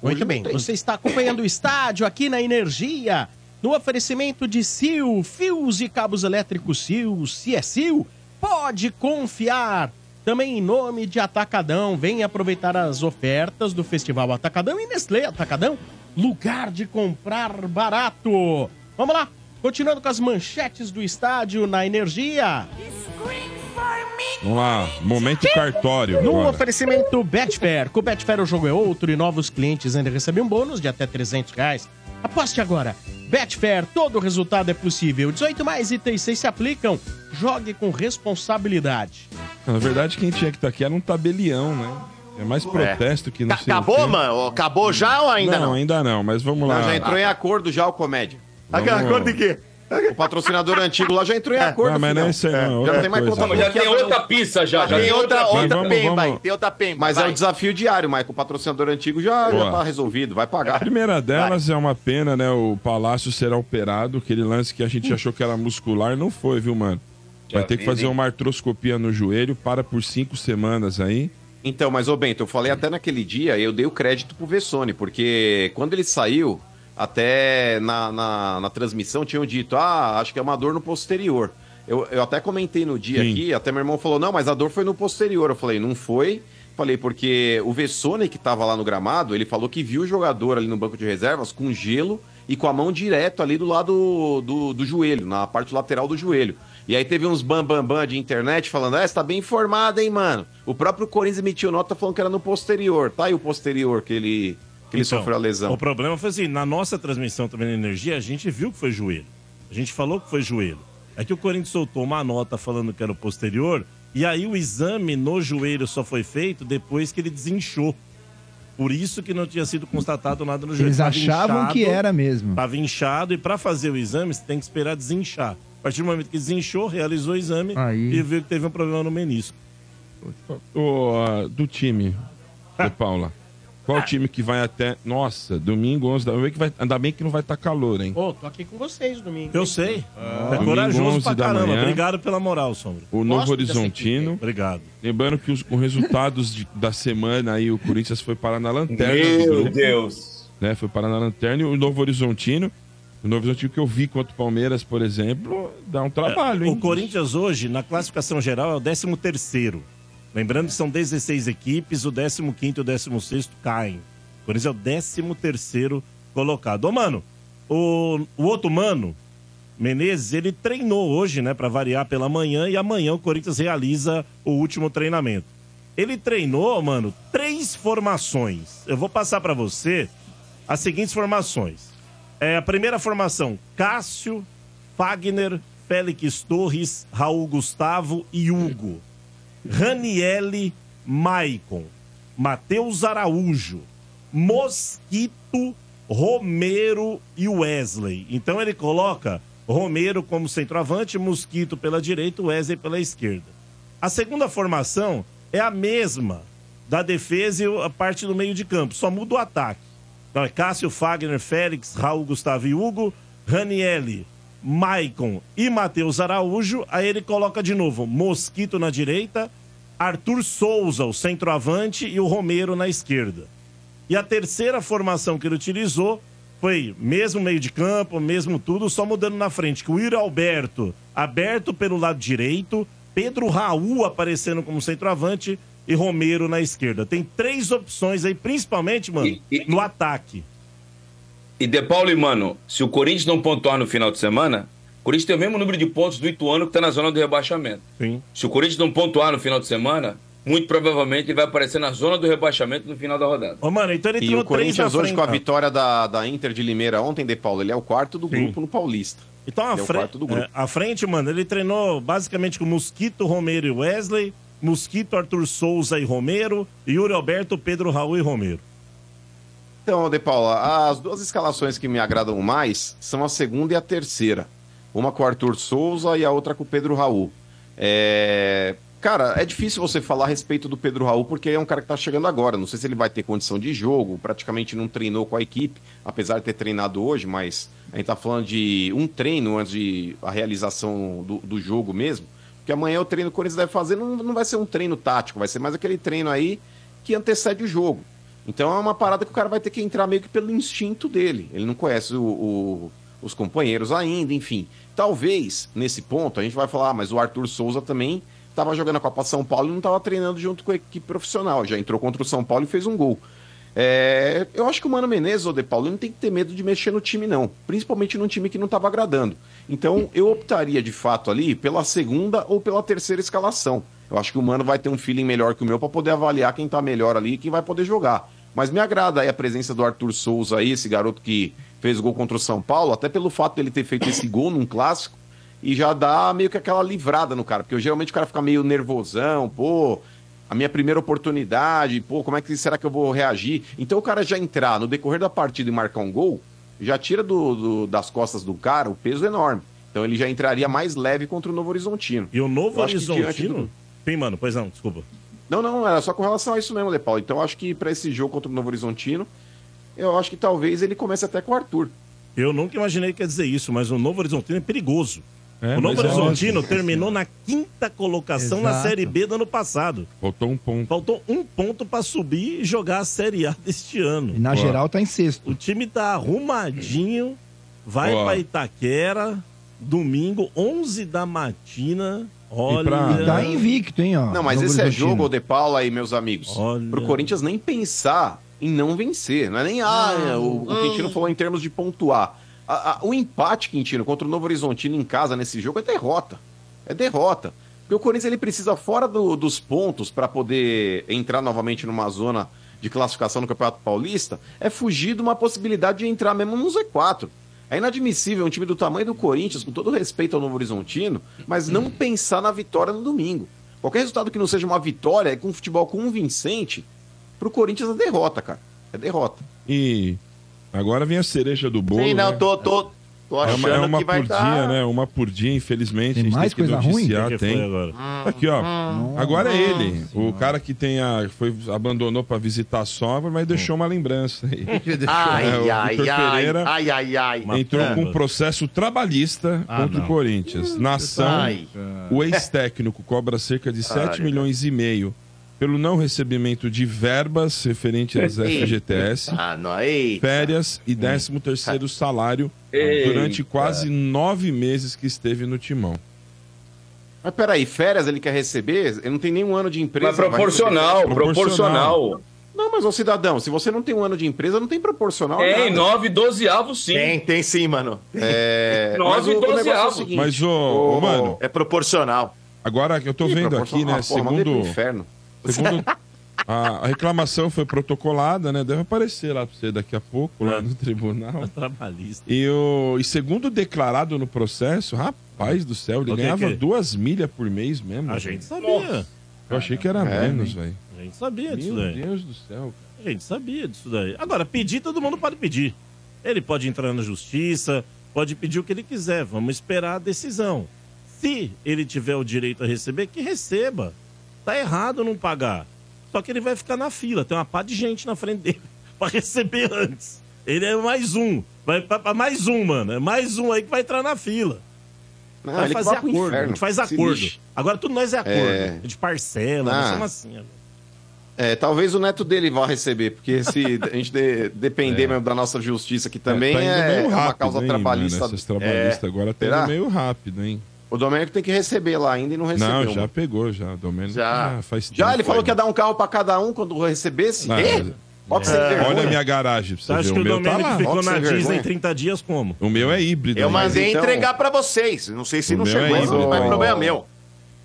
[SPEAKER 2] Muito bem, você está acompanhando o estádio aqui na Energia, no oferecimento de Sil, fios e cabos elétricos Sil, se é Sil, pode confiar. Também em nome de Atacadão, vem aproveitar as ofertas do Festival Atacadão e Nestlé Atacadão, lugar de comprar barato. Vamos lá, continuando com as manchetes do estádio na Energia.
[SPEAKER 8] Vamos lá, momento cartório
[SPEAKER 2] No
[SPEAKER 8] agora.
[SPEAKER 2] oferecimento Betfair. Com o Betfair o jogo é outro e novos clientes ainda recebem um bônus de até 300 reais. Aposte agora. Betfair, todo resultado é possível. 18 mais itens 6 se aplicam. Jogue com responsabilidade.
[SPEAKER 8] Na verdade, quem tinha que estar aqui era um tabelião, né? É mais protesto que não
[SPEAKER 10] Ca-
[SPEAKER 8] sei o
[SPEAKER 10] acabou,
[SPEAKER 8] quê.
[SPEAKER 10] mano? Acabou já ou ainda
[SPEAKER 8] não,
[SPEAKER 10] não?
[SPEAKER 8] ainda não, mas vamos lá.
[SPEAKER 6] Não, já entrou em acordo já o comédia.
[SPEAKER 8] Vamos-
[SPEAKER 10] quê?
[SPEAKER 6] O patrocinador antigo lá já entrou em acordo.
[SPEAKER 8] Não, mas não
[SPEAKER 6] filhão.
[SPEAKER 8] é isso aí, não.
[SPEAKER 6] Já
[SPEAKER 8] outra
[SPEAKER 6] tem mais
[SPEAKER 8] coisa.
[SPEAKER 6] conta
[SPEAKER 9] Mas já tem outra pista já. já
[SPEAKER 10] Tem outra,
[SPEAKER 8] Mas
[SPEAKER 10] outra
[SPEAKER 8] vamos,
[SPEAKER 10] pemba aí.
[SPEAKER 8] vamos.
[SPEAKER 10] Tem outra pemba.
[SPEAKER 6] Mas é
[SPEAKER 10] vai.
[SPEAKER 6] o desafio diário, Michael. O patrocinador antigo já, já
[SPEAKER 8] Boa.
[SPEAKER 6] tá resolvido, vai
[SPEAKER 8] A
[SPEAKER 6] pagar.
[SPEAKER 8] primeira delas é uma pena, né? O Palácio será operado. Aquele lance que a gente achou que era muscular, não foi, viu, mano? Vai
[SPEAKER 9] Já
[SPEAKER 8] ter que
[SPEAKER 9] vi,
[SPEAKER 8] fazer
[SPEAKER 9] hein?
[SPEAKER 8] uma artroscopia no joelho, para por cinco semanas aí.
[SPEAKER 6] Então, mas ô Bento, eu falei até naquele dia, eu dei o crédito pro Vessone, porque quando ele saiu, até na, na, na transmissão tinham dito, ah, acho que é uma dor no posterior. Eu, eu até comentei no dia
[SPEAKER 8] Sim.
[SPEAKER 6] aqui, até meu irmão falou, não, mas a dor foi no posterior. Eu falei, não foi. Falei, porque o Vessone que tava lá no gramado, ele falou que viu o jogador ali no banco de reservas com gelo e com a mão direto ali do lado do, do joelho, na parte lateral do joelho. E aí teve uns bam bam bam de internet falando: "Ah, você tá bem informado, hein, mano? O próprio Corinthians emitiu nota falando que era no posterior, tá? E o posterior que ele que ele
[SPEAKER 7] Então,
[SPEAKER 6] sofreu a lesão.
[SPEAKER 7] O problema foi assim, na nossa transmissão também na Energia, a gente viu que foi joelho. A gente falou que foi joelho. É que o Corinthians soltou uma nota falando que era o posterior, e aí o exame no joelho só foi feito depois que ele desinchou. Por isso que não tinha sido constatado nada no joelho.
[SPEAKER 5] Eles
[SPEAKER 7] Tava
[SPEAKER 5] achavam
[SPEAKER 7] inchado,
[SPEAKER 5] que era mesmo.
[SPEAKER 7] Tava inchado, e para fazer o exame, você tem que esperar desinchar. A partir do momento que desinchou, realizou o exame
[SPEAKER 5] Aí.
[SPEAKER 7] e viu que teve um problema no menisco.
[SPEAKER 8] Ô, ah, do time, de Paula. Qual time que vai até. Nossa, domingo, 11 da noite. que vai- Ainda bem que não vai estar calor, hein?
[SPEAKER 2] Ô, tô aqui com vocês domingo.
[SPEAKER 7] Eu sei. é
[SPEAKER 8] Ah. Domingo,
[SPEAKER 7] corajoso
[SPEAKER 8] 11
[SPEAKER 7] pra
[SPEAKER 8] da
[SPEAKER 7] caramba.
[SPEAKER 8] manhã.
[SPEAKER 7] Obrigado pela moral, Sombra.
[SPEAKER 8] O Novo
[SPEAKER 2] Gosto dessa
[SPEAKER 8] Horizontino.
[SPEAKER 7] Obrigado.
[SPEAKER 8] Lembrando que os, os resultados de- da semana aí, o Corinthians foi parar na lanterna. do
[SPEAKER 9] Meu
[SPEAKER 8] grupo.
[SPEAKER 9] Deus.
[SPEAKER 8] né? Foi parar na lanterna e o Novo Horizontino. O Novo Horizontino que eu vi contra o Palmeiras, por exemplo, dá um trabalho, hein?
[SPEAKER 7] É, O Corinthians hoje, na classificação geral, é o 13 terceiro. Lembrando que são 16 equipes, o 15 e o 16 caem. O Corinthians é o 13 terceiro colocado. Ô, mano, o, o outro mano, Menezes, ele treinou hoje, né, para variar pela manhã, e amanhã o Corinthians realiza o último treinamento. Ele treinou, mano, três formações. Eu vou passar para você as seguintes formações. É, a primeira formação, Cássio, Fagner, Félix Torres, Raul Gustavo e Hugo. Raniele Maicon, Matheus Araújo, Mosquito, Romero e Wesley. Então ele coloca Romero como centroavante, Mosquito pela direita, Wesley pela esquerda. A segunda formação é a mesma da defesa e a parte do meio de campo, só muda o ataque. Então é Cássio, Fagner, Félix, Raul, Gustavo e Hugo, Ranielli, Maicon e Matheus Araújo. Aí ele coloca de novo Mosquito na direita, Arthur Souza, o centroavante, e o Romero na esquerda. E a terceira formação que ele utilizou foi mesmo meio de campo, mesmo tudo, só mudando na frente, que o Iro Alberto aberto pelo lado direito, Pedro Raul aparecendo como centroavante e Romero na esquerda. Tem três opções aí, principalmente, mano, no ataque.
[SPEAKER 9] E De Paulo e Mano, se o Corinthians não pontuar no final de semana, o Corinthians tem o mesmo número de pontos do Ituano que está na zona do rebaixamento.
[SPEAKER 7] Sim.
[SPEAKER 9] Se o Corinthians não pontuar no final de semana, muito provavelmente ele vai aparecer na zona do rebaixamento no final da rodada.
[SPEAKER 7] Ô, mano, então ele
[SPEAKER 6] E
[SPEAKER 7] tirou
[SPEAKER 6] o
[SPEAKER 7] três na
[SPEAKER 6] Corinthians hoje,
[SPEAKER 7] frente. né?
[SPEAKER 6] com a vitória da, da Inter de Limeira ontem, De Paulo, ele é o quarto do grupo no Paulista.
[SPEAKER 7] Então, à
[SPEAKER 6] ele é o quarto
[SPEAKER 7] frente,
[SPEAKER 6] do grupo.
[SPEAKER 7] é, à frente, mano, ele treinou basicamente com Mosquito, Romero e Wesley, Mosquito, Arthur Souza e Romero, Yuri Alberto, Pedro Raul e Romero.
[SPEAKER 6] Então, De Paula, as duas escalações que me agradam mais são a segunda e a terceira. Uma com o Arthur Souza e a outra com o Pedro Raul. É, Cara, é difícil você falar a respeito do Pedro Raul, porque é um cara que tá chegando agora. Não sei se ele vai ter condição de jogo, praticamente não treinou com a equipe, apesar de ter treinado hoje, mas a gente tá falando de um treino antes de a realização do, do jogo mesmo. Porque amanhã o treino que o Corinthians deve fazer não, não vai ser um treino tático, vai ser mais aquele treino aí que antecede o jogo. Então é uma parada que o cara vai ter que entrar meio que pelo instinto dele. Ele não conhece o- o- os companheiros ainda, enfim. Talvez, nesse ponto, a gente vai falar, "Ah, mas o Arthur Souza também estava jogando a Copa São Paulo e não estava treinando junto com a equipe profissional. Já entrou contra o São Paulo e fez um gol. É, eu acho que o Mano Menezes, o De Paulo, ele não tem que ter medo de mexer no time, não. Principalmente num time que não estava agradando. Então, eu optaria, de fato, ali pela segunda ou pela terceira escalação. Eu acho que o Mano vai ter um feeling melhor que o meu para poder avaliar quem tá melhor ali e quem vai poder jogar. Mas me agrada aí a presença do Arthur Souza aí, esse garoto que fez gol contra o São Paulo, até pelo fato dele ter feito esse gol num clássico e já dá meio que aquela livrada no cara, porque geralmente o cara fica meio nervosão, pô, a minha primeira oportunidade, pô, como é que será que eu vou reagir? Então o cara já entrar no decorrer da partida e marcar um gol, já tira do- do- das costas do cara o peso enorme. Então ele já entraria mais leve contra o Novo Horizontino.
[SPEAKER 7] E o Novo
[SPEAKER 6] Eu acho que diante
[SPEAKER 7] Horizontino?
[SPEAKER 6] do-
[SPEAKER 7] Sim, mano, pois não, desculpa.
[SPEAKER 6] Não, não, era só com relação a isso mesmo, De Paulo. Então eu acho que pra esse jogo contra o Novo Horizontino, eu acho que talvez ele comece até com o Arthur.
[SPEAKER 7] Eu nunca imaginei que ia dizer isso, mas o Novo Horizontino é perigoso.
[SPEAKER 8] É,
[SPEAKER 7] o Novo
[SPEAKER 8] mas é
[SPEAKER 7] Horizontino
[SPEAKER 8] ótimo.
[SPEAKER 7] terminou na quinta colocação na
[SPEAKER 8] Exato.
[SPEAKER 7] Série B do ano passado.
[SPEAKER 8] Faltou um ponto.
[SPEAKER 7] Faltou um ponto pra subir e jogar a Série A deste ano.
[SPEAKER 5] E na
[SPEAKER 7] Ó.
[SPEAKER 5] geral tá em sexto.
[SPEAKER 7] O time tá arrumadinho, vai
[SPEAKER 5] Ó.
[SPEAKER 7] pra Itaquera, domingo, 11 da matina. Olha.
[SPEAKER 5] E tá invicto, hein, ó.
[SPEAKER 6] Não, mas
[SPEAKER 5] Novo
[SPEAKER 6] esse é
[SPEAKER 5] Horizontino.
[SPEAKER 6] jogo, De Paula aí, meus amigos. Pro Corinthians nem pensar em não vencer. Não é nem, ah, é, o, o Quintino falou em termos de pontuar. A- a- o empate, Quintino, contra o Novo Horizontino em casa nesse jogo é derrota. É derrota. Porque o Corinthians ele precisa, fora do- dos pontos, para poder entrar novamente numa zona de classificação no Campeonato Paulista, é fugir de uma possibilidade de entrar mesmo no Z4. É inadmissível um time do tamanho do Corinthians, com todo respeito ao Novo Horizontino, mas não pensar na vitória no domingo. Qualquer resultado que não seja uma vitória, é com futebol convincente, pro Corinthians é derrota, cara. É derrota.
[SPEAKER 8] E agora vem a cereja do bolo.
[SPEAKER 10] Sim, não,
[SPEAKER 8] né?
[SPEAKER 10] tô, tô, tô
[SPEAKER 8] É
[SPEAKER 10] achando
[SPEAKER 8] uma, é uma
[SPEAKER 10] que vai
[SPEAKER 8] por
[SPEAKER 10] estar.
[SPEAKER 8] dia, né? Uma por dia, infelizmente. Tem
[SPEAKER 10] mais coisa ruim?
[SPEAKER 8] noticiar,
[SPEAKER 10] O que que
[SPEAKER 8] tem.
[SPEAKER 10] foi agora?
[SPEAKER 8] Aqui, ó. agora é ele. O cara que tem a, foi, abandonou pra visitar a sogra, mas deixou uma lembrança aí. É, o
[SPEAKER 10] Ai, ai,
[SPEAKER 8] Vitor
[SPEAKER 10] ai,
[SPEAKER 8] Pereira
[SPEAKER 10] ai, ai, ai.
[SPEAKER 8] Entrou com um processo trabalhista
[SPEAKER 10] Ah,
[SPEAKER 8] contra
[SPEAKER 10] não.
[SPEAKER 8] o Corinthians. Na ação,
[SPEAKER 10] Ai.
[SPEAKER 8] o ex-técnico cobra cerca de 7
[SPEAKER 10] Ai.
[SPEAKER 8] milhões e meio pelo não recebimento de verbas referente às FGTS,
[SPEAKER 10] Ah, não, eita.
[SPEAKER 8] férias e 13 terceiro salário
[SPEAKER 10] Eita.
[SPEAKER 8] durante quase nove meses que esteve no timão.
[SPEAKER 6] Mas peraí, férias ele quer receber? Ele não tem nenhum ano de empresa.
[SPEAKER 8] Mas proporcional,
[SPEAKER 6] vai receber férias?
[SPEAKER 8] proporcional.
[SPEAKER 6] Não, mas, ô cidadão, se você não tem um ano de empresa, não tem proporcional.
[SPEAKER 8] É,
[SPEAKER 9] Tem
[SPEAKER 6] nada.
[SPEAKER 9] 9, 12 avos sim.
[SPEAKER 6] Tem, tem sim, mano. É...
[SPEAKER 9] Nove,
[SPEAKER 6] mas o- o
[SPEAKER 9] doze
[SPEAKER 6] negócio é o
[SPEAKER 9] avos.
[SPEAKER 6] seguinte,
[SPEAKER 8] Mas, ô,
[SPEAKER 6] ô,
[SPEAKER 8] ô, mano.
[SPEAKER 6] É proporcional.
[SPEAKER 8] Agora que eu tô
[SPEAKER 6] Ih,
[SPEAKER 8] vendo aqui,
[SPEAKER 6] proporcional,
[SPEAKER 8] né?
[SPEAKER 6] porra, mandei pro
[SPEAKER 8] segundo.
[SPEAKER 6] inferno.
[SPEAKER 8] Segundo. A, a reclamação foi protocolada, né? Deve aparecer lá pra você daqui a pouco,
[SPEAKER 7] É.
[SPEAKER 8] lá no tribunal.
[SPEAKER 7] Trabalhista.
[SPEAKER 8] E, o, e
[SPEAKER 10] é
[SPEAKER 8] segundo declarado no processo, rapaz do céu, ele
[SPEAKER 7] O que
[SPEAKER 8] ganhava
[SPEAKER 7] que-
[SPEAKER 8] duas milhas por mês mesmo.
[SPEAKER 7] A
[SPEAKER 8] velho.
[SPEAKER 7] gente sabia.
[SPEAKER 8] Eu achei que era
[SPEAKER 7] É,
[SPEAKER 8] menos,
[SPEAKER 7] hein?
[SPEAKER 8] velho.
[SPEAKER 7] A gente sabia disso
[SPEAKER 8] Meu
[SPEAKER 7] daí.
[SPEAKER 8] Deus do céu.
[SPEAKER 7] A gente sabia disso daí. Agora, pedir, todo mundo pode pedir. Ele pode entrar na justiça, pode pedir o que ele quiser. Vamos esperar a decisão. Se ele tiver o direito a receber, que receba. Tá errado não pagar. Só que ele vai ficar na fila. Tem uma pá de gente na frente dele pra receber antes. Ele é mais um. Vai pra, pra mais um, mano. É mais um aí que vai entrar na fila.
[SPEAKER 6] Não,
[SPEAKER 7] vai
[SPEAKER 6] Ah, ele
[SPEAKER 7] fazer
[SPEAKER 6] vai pro
[SPEAKER 7] acordo.
[SPEAKER 6] inferno.
[SPEAKER 7] A gente faz
[SPEAKER 6] Se
[SPEAKER 7] acordo.
[SPEAKER 6] lixe.
[SPEAKER 7] Agora tudo nós é acordo.
[SPEAKER 6] É.
[SPEAKER 7] A gente parcela,
[SPEAKER 6] Ah.
[SPEAKER 7] nós somos assim. ó.
[SPEAKER 6] É, talvez o neto dele vá receber, porque se a gente de- depender mesmo da nossa justiça, que também
[SPEAKER 8] tá
[SPEAKER 6] é,
[SPEAKER 8] indo meio
[SPEAKER 6] uma
[SPEAKER 8] rápido,
[SPEAKER 6] causa
[SPEAKER 8] hein,
[SPEAKER 6] trabalhista.
[SPEAKER 8] mano? Essas trabalhistas
[SPEAKER 6] É.
[SPEAKER 8] agora tá
[SPEAKER 6] Será?
[SPEAKER 8] indo meio rápido, hein?
[SPEAKER 6] O Domênico tem que receber lá ainda e não recebeu.
[SPEAKER 8] não, já
[SPEAKER 6] mano.
[SPEAKER 8] pegou, já. Domênico
[SPEAKER 6] Já.
[SPEAKER 8] já faz
[SPEAKER 6] Já, ele
[SPEAKER 8] tempo,
[SPEAKER 6] falou
[SPEAKER 8] né?
[SPEAKER 6] que ia dar um carro pra cada um quando recebesse?
[SPEAKER 8] Ah,
[SPEAKER 6] Quê? Ó que sem vergonha.
[SPEAKER 8] Olha a minha garagem, pra você
[SPEAKER 7] Acho
[SPEAKER 8] ver.
[SPEAKER 7] que
[SPEAKER 8] O
[SPEAKER 7] o
[SPEAKER 8] meu tá
[SPEAKER 7] Domênico
[SPEAKER 8] lá.
[SPEAKER 7] ficou
[SPEAKER 6] Ó, que
[SPEAKER 7] na
[SPEAKER 6] sem
[SPEAKER 7] Disney
[SPEAKER 6] vergonha.
[SPEAKER 7] 30 dias como?
[SPEAKER 8] O meu é híbrido.
[SPEAKER 10] Eu
[SPEAKER 8] hein?
[SPEAKER 10] mandei
[SPEAKER 6] então-
[SPEAKER 10] entregar pra vocês. Não sei se
[SPEAKER 8] O
[SPEAKER 10] não
[SPEAKER 8] meu
[SPEAKER 10] chegou,
[SPEAKER 8] é
[SPEAKER 10] ainda,
[SPEAKER 8] isso,
[SPEAKER 10] mas
[SPEAKER 8] ó.
[SPEAKER 10] problema meu.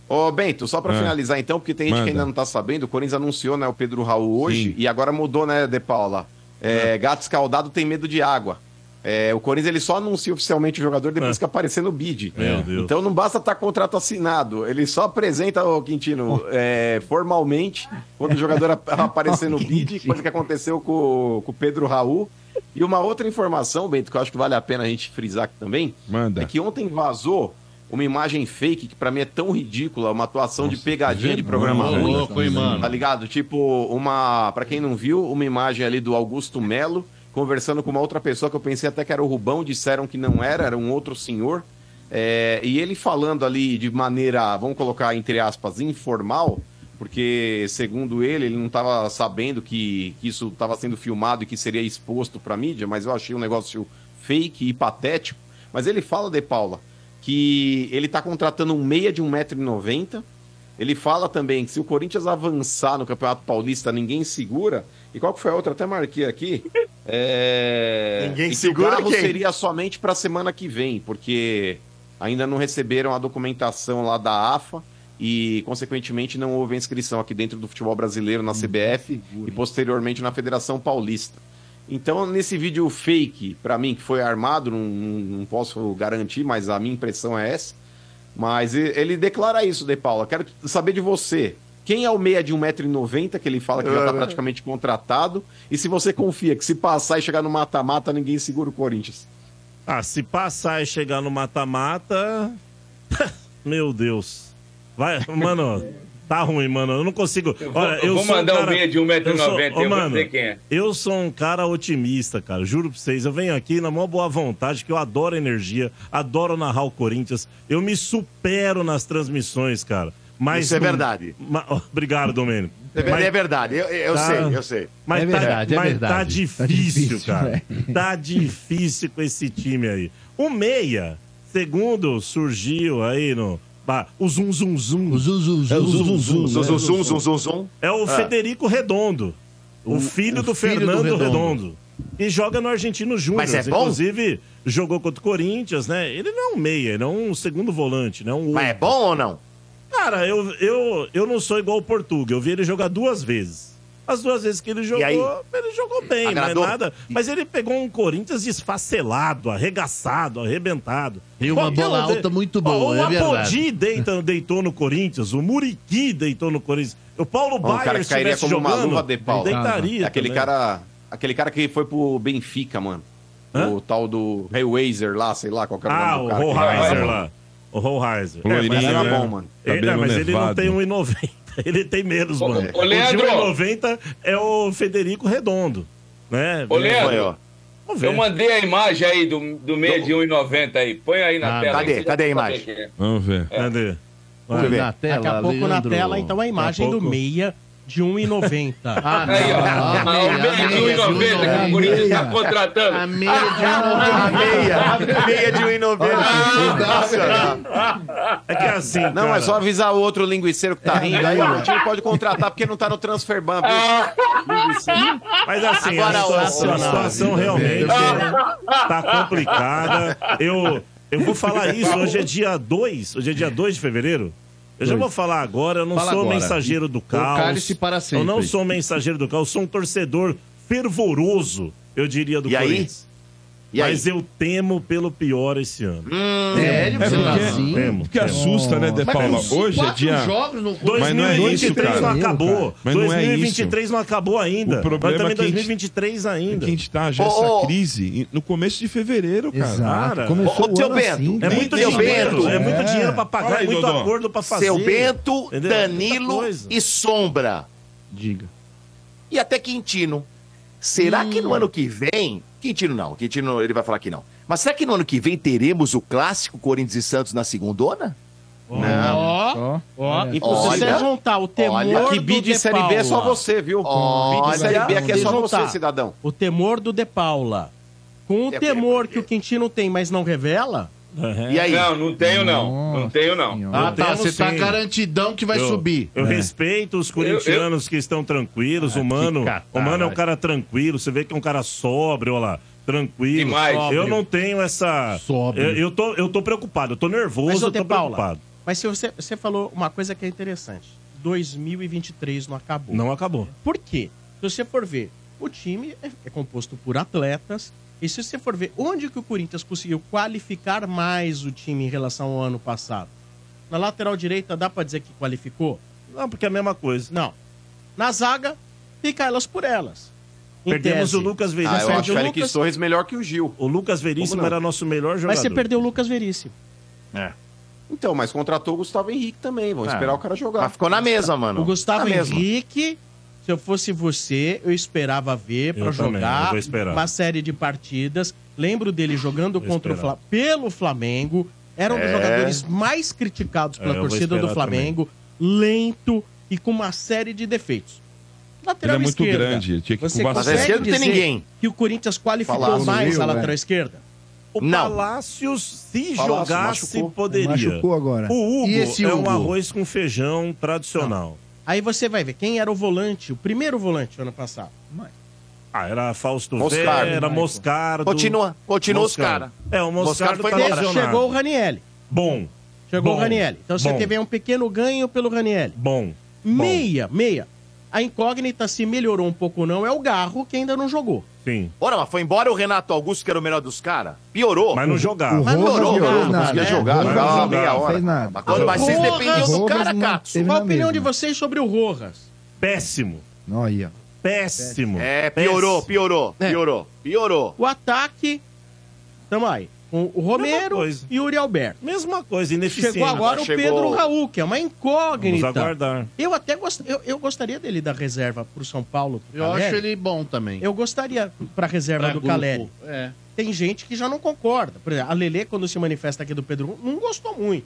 [SPEAKER 6] Ô, Bento, só pra
[SPEAKER 8] Ah.
[SPEAKER 6] finalizar então, porque tem gente
[SPEAKER 8] Manda.
[SPEAKER 6] que ainda não tá sabendo, o Corinthians anunciou, né, o Pedro Raul hoje,
[SPEAKER 8] Sim.
[SPEAKER 6] e agora mudou, né, De Paula? É,
[SPEAKER 10] Ah.
[SPEAKER 6] Gato escaldado tem medo de água. É, o Corinthians ele só anuncia oficialmente o jogador
[SPEAKER 10] Ah.
[SPEAKER 6] depois que aparecer no bid.
[SPEAKER 7] Meu Deus.
[SPEAKER 6] Então não basta estar contrato assinado, ele só apresenta o Quintino é, formalmente quando o jogador ap- aparecer no bid, coisa que aconteceu com, o- com o Pedro Raul. E uma outra informação, Bento, que eu acho que vale a pena a gente frisar aqui também,
[SPEAKER 8] Manda.
[SPEAKER 6] é que ontem vazou uma imagem fake que pra mim é tão ridícula, uma atuação de pegadinha de programa
[SPEAKER 4] é Ô,
[SPEAKER 6] ruim.
[SPEAKER 4] louco, hein, mano?
[SPEAKER 6] Tá ligado? Tipo, uma, Pra quem não viu, uma imagem ali do Augusto Melo conversando com uma outra pessoa que eu pensei até que era o Rubão, disseram que não era, era um outro senhor. É, e ele falando ali de maneira, vamos colocar entre aspas, informal, porque segundo ele, ele não estava sabendo que, que isso estava sendo filmado e que seria exposto pra mídia, mas eu achei um negócio fake e patético. Mas ele fala, De Paula, que ele tá contratando um meia de 1,90m, ele fala também que se o Corinthians avançar no Campeonato Paulista, ninguém segura. E qual que foi a outra? Até marquei aqui. É...
[SPEAKER 10] Ninguém
[SPEAKER 6] e que
[SPEAKER 10] segura
[SPEAKER 6] o carro
[SPEAKER 10] quem?
[SPEAKER 6] seria somente para a semana que vem, porque ainda não receberam a documentação lá da AFA e, consequentemente, não houve a inscrição aqui dentro do futebol brasileiro
[SPEAKER 10] Hum,
[SPEAKER 6] na CBF e, posteriormente, na Federação Paulista. Então, nesse vídeo fake, para mim, que foi armado, não, não posso garantir, mas a minha impressão é essa. Mas e- ele declara isso, De Paula. Quero saber de você. Quem é o meia de 1,90m que ele fala que já
[SPEAKER 10] Ah,
[SPEAKER 6] está praticamente contratado? E se você confia que se passar e chegar no mata-mata, ninguém segura o Corinthians?
[SPEAKER 7] Ah, se passar e chegar no mata-mata. Meu Deus. Vai, mano, tá ruim, mano. Eu não consigo.
[SPEAKER 9] vou-
[SPEAKER 7] Olha, eu
[SPEAKER 9] eu vou
[SPEAKER 7] sou um
[SPEAKER 9] mandar um
[SPEAKER 7] cara-
[SPEAKER 9] meia de 1,90m, eu
[SPEAKER 7] Ô,
[SPEAKER 9] vou
[SPEAKER 7] mano,
[SPEAKER 9] dizer quem é.
[SPEAKER 7] Eu sou um cara otimista, cara. Juro pra vocês. Eu venho aqui na maior boa vontade, que eu adoro energia, adoro narrar o Corinthians. Eu me supero nas transmissões, cara. Mas
[SPEAKER 10] Isso é
[SPEAKER 7] não-
[SPEAKER 10] verdade.
[SPEAKER 7] Ma- Obrigado, Domênico.
[SPEAKER 10] É, ver-
[SPEAKER 7] Mas-
[SPEAKER 10] é verdade, eu, eu
[SPEAKER 7] Tá.
[SPEAKER 10] sei, eu sei.
[SPEAKER 7] Mas,
[SPEAKER 3] É verdade,
[SPEAKER 7] tá,
[SPEAKER 3] é
[SPEAKER 7] mas
[SPEAKER 3] verdade.
[SPEAKER 7] tá
[SPEAKER 3] Tá
[SPEAKER 7] difícil,
[SPEAKER 5] difícil,
[SPEAKER 7] cara. Tá difícil com esse time aí. O meia, segundo surgiu aí no. ah, O zum zum zum. O zum zum zum. zum, zum,
[SPEAKER 10] Zum,
[SPEAKER 7] né?
[SPEAKER 10] zum, zum, zum, zum, zum. Ah.
[SPEAKER 7] É o Federico Redondo. O, filho
[SPEAKER 3] o
[SPEAKER 7] do
[SPEAKER 3] filho do
[SPEAKER 7] Fernando Redondo.
[SPEAKER 3] Redondo.
[SPEAKER 7] E joga no Argentino Júnior.
[SPEAKER 10] Mas é bom?
[SPEAKER 7] Inclusive, jogou contra o Corinthians, né? Ele não é um meia, ele é um segundo volante, né? Um
[SPEAKER 10] Mas é bom ou não?
[SPEAKER 7] Cara, eu, eu, eu não sou igual o Portuga. Eu vi ele jogar duas vezes. As duas vezes que ele jogou,
[SPEAKER 10] aí?
[SPEAKER 7] ele jogou bem, não é
[SPEAKER 10] Agradou?
[SPEAKER 7] nada. Mas ele pegou um Corinthians desfacelado, arregaçado, arrebentado.
[SPEAKER 3] E uma
[SPEAKER 7] Qualquer
[SPEAKER 3] bola
[SPEAKER 7] um de-
[SPEAKER 3] alta muito
[SPEAKER 7] Ó,
[SPEAKER 3] boa, é
[SPEAKER 7] O Apodi
[SPEAKER 3] verdade.
[SPEAKER 7] deita, deitou no Corinthians, o Muriqui deitou no Corinthians. O Paulo
[SPEAKER 6] Bom, o
[SPEAKER 7] Baier,
[SPEAKER 6] um cara que
[SPEAKER 7] se
[SPEAKER 6] cairia
[SPEAKER 7] tivesse
[SPEAKER 6] como uma
[SPEAKER 7] jogando,
[SPEAKER 6] luva de pau.
[SPEAKER 7] deitaria
[SPEAKER 6] Aquele
[SPEAKER 7] também.
[SPEAKER 6] cara, aquele cara que foi pro Benfica, mano.
[SPEAKER 7] Hã?
[SPEAKER 6] O tal do Hellraiser lá, sei lá qual que era
[SPEAKER 7] Ah,
[SPEAKER 6] o
[SPEAKER 7] o
[SPEAKER 6] nome do cara.
[SPEAKER 7] Rollheiser
[SPEAKER 6] que-
[SPEAKER 7] lá. O Rollheiser. É,
[SPEAKER 8] Loirinho,
[SPEAKER 6] mas era
[SPEAKER 8] né?
[SPEAKER 6] bom, mano.
[SPEAKER 7] Ele,
[SPEAKER 8] Cabelo
[SPEAKER 7] não, mas ele não
[SPEAKER 8] nevado.
[SPEAKER 7] tem 1,90. Ele tem menos,
[SPEAKER 9] Ô,
[SPEAKER 7] mano.
[SPEAKER 9] ô, Leandro!
[SPEAKER 7] O de 1,90 é o Federico Redondo. Né?
[SPEAKER 9] Ô, Leandro!
[SPEAKER 10] Foi, ó.
[SPEAKER 7] Vamos ver.
[SPEAKER 9] Eu mandei a imagem aí do, do meia de 1,90 aí. Põe aí na
[SPEAKER 7] Ah,
[SPEAKER 9] tela.
[SPEAKER 10] cadê?
[SPEAKER 9] aí,
[SPEAKER 10] Cadê a
[SPEAKER 9] já sabe
[SPEAKER 10] imagem?
[SPEAKER 9] quem é.
[SPEAKER 8] Vamos ver.
[SPEAKER 7] Cadê?
[SPEAKER 10] Vamos ver.
[SPEAKER 3] Na tela,
[SPEAKER 2] Daqui a pouco na
[SPEAKER 3] Leandro.
[SPEAKER 2] tela, então, a imagem do
[SPEAKER 7] pouco.
[SPEAKER 2] meia de 1,90.
[SPEAKER 9] Ah, não. Aí, ó. Ah, a meia, meia de 1,90 que o Corinthians tá contratando. A meia de 1,90.
[SPEAKER 6] meia. Meia de 1,90.
[SPEAKER 7] É que é assim,
[SPEAKER 6] Não,
[SPEAKER 7] cara. É,
[SPEAKER 6] é só avisar o outro linguiceiro que tá rindo aí. O
[SPEAKER 7] tipo
[SPEAKER 6] time pode contratar porque não tá no transfer ban.
[SPEAKER 9] Ah!
[SPEAKER 7] Mas assim, a
[SPEAKER 6] é
[SPEAKER 7] situação, a situação realmente tá complicada. Eu, eu vou falar isso, hoje é dia 2, hoje é dia 2 de fevereiro. Eu já
[SPEAKER 4] Dois.
[SPEAKER 7] vou falar agora, eu não
[SPEAKER 4] Fala
[SPEAKER 7] sou
[SPEAKER 4] agora.
[SPEAKER 7] mensageiro do
[SPEAKER 4] O
[SPEAKER 7] caos.
[SPEAKER 4] cálice para sempre.
[SPEAKER 7] Eu não sou mensageiro do caos, sou um torcedor fervoroso, eu diria, do
[SPEAKER 4] E aí?
[SPEAKER 7] Corinthians.
[SPEAKER 4] E aí? Hum.
[SPEAKER 7] Mas eu temo pelo pior esse ano.
[SPEAKER 8] sério, É você porque- tá assim?
[SPEAKER 7] Temo,
[SPEAKER 8] porque
[SPEAKER 7] temo.
[SPEAKER 8] assusta, né, De Mas Paula? com Hoje é quatro dia- jogos no- Mas não é isso,
[SPEAKER 7] 2023 não
[SPEAKER 8] cara.
[SPEAKER 7] acabou.
[SPEAKER 8] Mas não é isso.
[SPEAKER 7] 2023 não acabou ainda.
[SPEAKER 8] O
[SPEAKER 7] Nós
[SPEAKER 8] problema é
[SPEAKER 7] também
[SPEAKER 8] que a gente-
[SPEAKER 7] 2023 ainda.
[SPEAKER 8] Que a gente tá já
[SPEAKER 7] Ô,
[SPEAKER 8] essa
[SPEAKER 7] ô.
[SPEAKER 8] crise em- no começo de fevereiro, cara.
[SPEAKER 7] Exato.
[SPEAKER 8] Cara,
[SPEAKER 7] Começou Ô, o seu ano Bento, assim,
[SPEAKER 2] né?
[SPEAKER 7] é muito
[SPEAKER 8] Seu
[SPEAKER 7] dinheiro,
[SPEAKER 8] Bento.
[SPEAKER 7] é muito dinheiro pra pagar,
[SPEAKER 8] Fala aí,
[SPEAKER 7] é muito
[SPEAKER 8] Dodô.
[SPEAKER 7] acordo pra fazer.
[SPEAKER 10] Seu Bento,
[SPEAKER 7] Entendeu? Muita
[SPEAKER 10] Danilo
[SPEAKER 7] coisa.
[SPEAKER 10] e Sombra.
[SPEAKER 5] Diga.
[SPEAKER 10] E até Quintino. Será que
[SPEAKER 7] Hum.
[SPEAKER 10] no ano que vem. Quintino não, Quintino ele vai falar que não. Mas será que no ano que vem teremos o clássico Corinthians e Santos na segundona?
[SPEAKER 2] Ó, ó. E se você
[SPEAKER 10] Olha.
[SPEAKER 2] juntar o temor
[SPEAKER 10] Olha.
[SPEAKER 2] do
[SPEAKER 10] Que bid de
[SPEAKER 2] De
[SPEAKER 10] Série B é só
[SPEAKER 2] Paula-
[SPEAKER 10] você, viu? Bid de Série B aqui é
[SPEAKER 2] se
[SPEAKER 10] só você,
[SPEAKER 2] juntar
[SPEAKER 10] cidadão.
[SPEAKER 2] O temor do De Paula. Com o
[SPEAKER 10] É,
[SPEAKER 2] temor que o Quintino tem, mas não revela.
[SPEAKER 9] E aí? Não, não tenho não. não tenho não.
[SPEAKER 7] Ah, tá, você tá
[SPEAKER 4] garantidão que É.
[SPEAKER 7] eu, Eu
[SPEAKER 2] né?
[SPEAKER 7] respeito os corintianos que estão
[SPEAKER 2] Ah,
[SPEAKER 7] tranquilos. o Mano, o Mano
[SPEAKER 2] né?
[SPEAKER 7] é um cara tranquilo. Você vê que é um cara sóbrio, olha lá. Tranquilo.
[SPEAKER 2] Demais.
[SPEAKER 7] Eu
[SPEAKER 2] Sóbrio.
[SPEAKER 7] não tenho essa.
[SPEAKER 2] Sóbrio.
[SPEAKER 7] Eu, eu tô, eu tô preocupado, eu tô nervoso,
[SPEAKER 2] Mas, ô,
[SPEAKER 7] eu
[SPEAKER 2] De
[SPEAKER 7] tô
[SPEAKER 2] Paula,
[SPEAKER 7] preocupado.
[SPEAKER 2] mas se você, você falou uma coisa que é interessante. 2023 não acabou.
[SPEAKER 7] Não acabou.
[SPEAKER 2] Por quê? Se você for ver, o time é, é composto por atletas. E se você for ver onde que o Corinthians conseguiu qualificar mais o time em relação ao ano passado? Na lateral direita, dá pra dizer que qualificou?
[SPEAKER 7] Não, porque é a mesma coisa.
[SPEAKER 2] Não. Na zaga, fica elas por elas. Em
[SPEAKER 7] Perdemos
[SPEAKER 2] tese.
[SPEAKER 7] o Lucas Veríssimo.
[SPEAKER 2] Ah, eu acho o Eric Torres
[SPEAKER 6] melhor que o Gil.
[SPEAKER 7] O Lucas Veríssimo
[SPEAKER 2] Como não?
[SPEAKER 7] era nosso melhor jogador.
[SPEAKER 2] Mas você perdeu o Lucas Veríssimo.
[SPEAKER 6] Então, mas contratou o Gustavo Henrique também. Vamos
[SPEAKER 2] Ah.
[SPEAKER 6] esperar o cara jogar. Tá.
[SPEAKER 2] Mas ficou
[SPEAKER 10] na mesa, mano.
[SPEAKER 2] O Gustavo
[SPEAKER 6] Na mesa.
[SPEAKER 2] Henrique, se eu fosse você, eu esperava ver
[SPEAKER 7] Eu
[SPEAKER 2] pra
[SPEAKER 7] também, eu
[SPEAKER 2] jogar
[SPEAKER 7] vou esperar.
[SPEAKER 2] uma série de partidas. Lembro dele jogando
[SPEAKER 7] Vou
[SPEAKER 2] contra o
[SPEAKER 7] esperar.
[SPEAKER 2] Fla pelo Flamengo. Era um dos
[SPEAKER 7] É.
[SPEAKER 2] jogadores mais criticados pela
[SPEAKER 7] É, eu vou
[SPEAKER 2] torcida do
[SPEAKER 7] esperar
[SPEAKER 2] Flamengo. Lento e com uma série de defeitos. Lateral
[SPEAKER 8] Ele é muito
[SPEAKER 2] esquerda,
[SPEAKER 8] grande, ele tinha que ir
[SPEAKER 2] você
[SPEAKER 8] com
[SPEAKER 2] consegue
[SPEAKER 8] bastante. Lateral esquerda não tem
[SPEAKER 2] dizer
[SPEAKER 8] ninguém.
[SPEAKER 2] Que o Corinthians qualificou
[SPEAKER 8] Palácio, né?
[SPEAKER 2] mais
[SPEAKER 8] viu,
[SPEAKER 2] a lateral
[SPEAKER 8] velho?
[SPEAKER 2] esquerda?
[SPEAKER 7] O Palácios, se
[SPEAKER 2] Palácio
[SPEAKER 7] jogasse,
[SPEAKER 2] machucou.
[SPEAKER 7] poderia.
[SPEAKER 2] Machucou agora.
[SPEAKER 7] O Hugo
[SPEAKER 2] E esse
[SPEAKER 7] é um
[SPEAKER 2] Hugo?
[SPEAKER 7] arroz com feijão tradicional.
[SPEAKER 2] Aí você vai ver quem era o volante, o primeiro volante ano passado.
[SPEAKER 7] Ah, era Fausto
[SPEAKER 2] Moscardo.
[SPEAKER 7] Vera, era Moscardo.
[SPEAKER 2] Continua, continua os
[SPEAKER 7] Moscardo.
[SPEAKER 2] cara.
[SPEAKER 7] É, o Moscardo,
[SPEAKER 2] Moscardo foi
[SPEAKER 7] tá
[SPEAKER 2] embora.
[SPEAKER 7] lesionado.
[SPEAKER 2] Chegou o Ranielli.
[SPEAKER 7] Bom.
[SPEAKER 2] Chegou
[SPEAKER 7] Bom.
[SPEAKER 2] o Ranielli. Então você
[SPEAKER 7] Bom.
[SPEAKER 2] teve aí um pequeno ganho pelo Ranielli.
[SPEAKER 7] Bom.
[SPEAKER 2] Meia, meia. A incógnita se melhorou um pouco ou não é o Garro, que ainda não jogou.
[SPEAKER 7] Sim.
[SPEAKER 10] Ora, mas foi embora o Renato Augusto, que era o melhor dos caras? Piorou.
[SPEAKER 7] Mas não jogava.
[SPEAKER 10] Mas
[SPEAKER 7] O Rojas
[SPEAKER 10] piorou,
[SPEAKER 7] não
[SPEAKER 10] piorou,
[SPEAKER 7] fez
[SPEAKER 10] não
[SPEAKER 7] nada,
[SPEAKER 10] conseguia
[SPEAKER 7] né?
[SPEAKER 10] jogar,
[SPEAKER 7] Rojas
[SPEAKER 10] jogava
[SPEAKER 7] não
[SPEAKER 10] meia
[SPEAKER 7] jogava,
[SPEAKER 10] hora.
[SPEAKER 7] fez nada.
[SPEAKER 10] Mas, quando- mas vocês
[SPEAKER 2] Rojas-
[SPEAKER 10] dependiam do
[SPEAKER 2] Rojas
[SPEAKER 10] cara,
[SPEAKER 2] não
[SPEAKER 10] Cato.
[SPEAKER 2] Qual a opinião de vocês sobre o Rojas?
[SPEAKER 7] Péssimo.
[SPEAKER 5] Olha.
[SPEAKER 7] Péssimo.
[SPEAKER 10] É, piorou, piorou,
[SPEAKER 2] É.
[SPEAKER 10] piorou, piorou.
[SPEAKER 2] O ataque, tamo aí. com o Romero e o Uri Alberto.
[SPEAKER 7] Mesma coisa, ineficiente.
[SPEAKER 2] Chegou agora
[SPEAKER 7] Ah,
[SPEAKER 2] o
[SPEAKER 7] chegou.
[SPEAKER 2] Pedro Raul, que é uma incógnita.
[SPEAKER 7] Vamos aguardar.
[SPEAKER 2] Eu até gost... eu, eu gostaria dele dar reserva pro São Paulo. pro
[SPEAKER 4] Eu
[SPEAKER 2] Caleri.
[SPEAKER 4] acho ele bom também.
[SPEAKER 2] Eu gostaria pra reserva
[SPEAKER 4] Pra
[SPEAKER 2] do
[SPEAKER 4] grupo.
[SPEAKER 2] Caleri.
[SPEAKER 4] É.
[SPEAKER 2] Tem gente que já não concorda. Por exemplo, a Lelê, quando se manifesta aqui do Pedro, não gostou muito.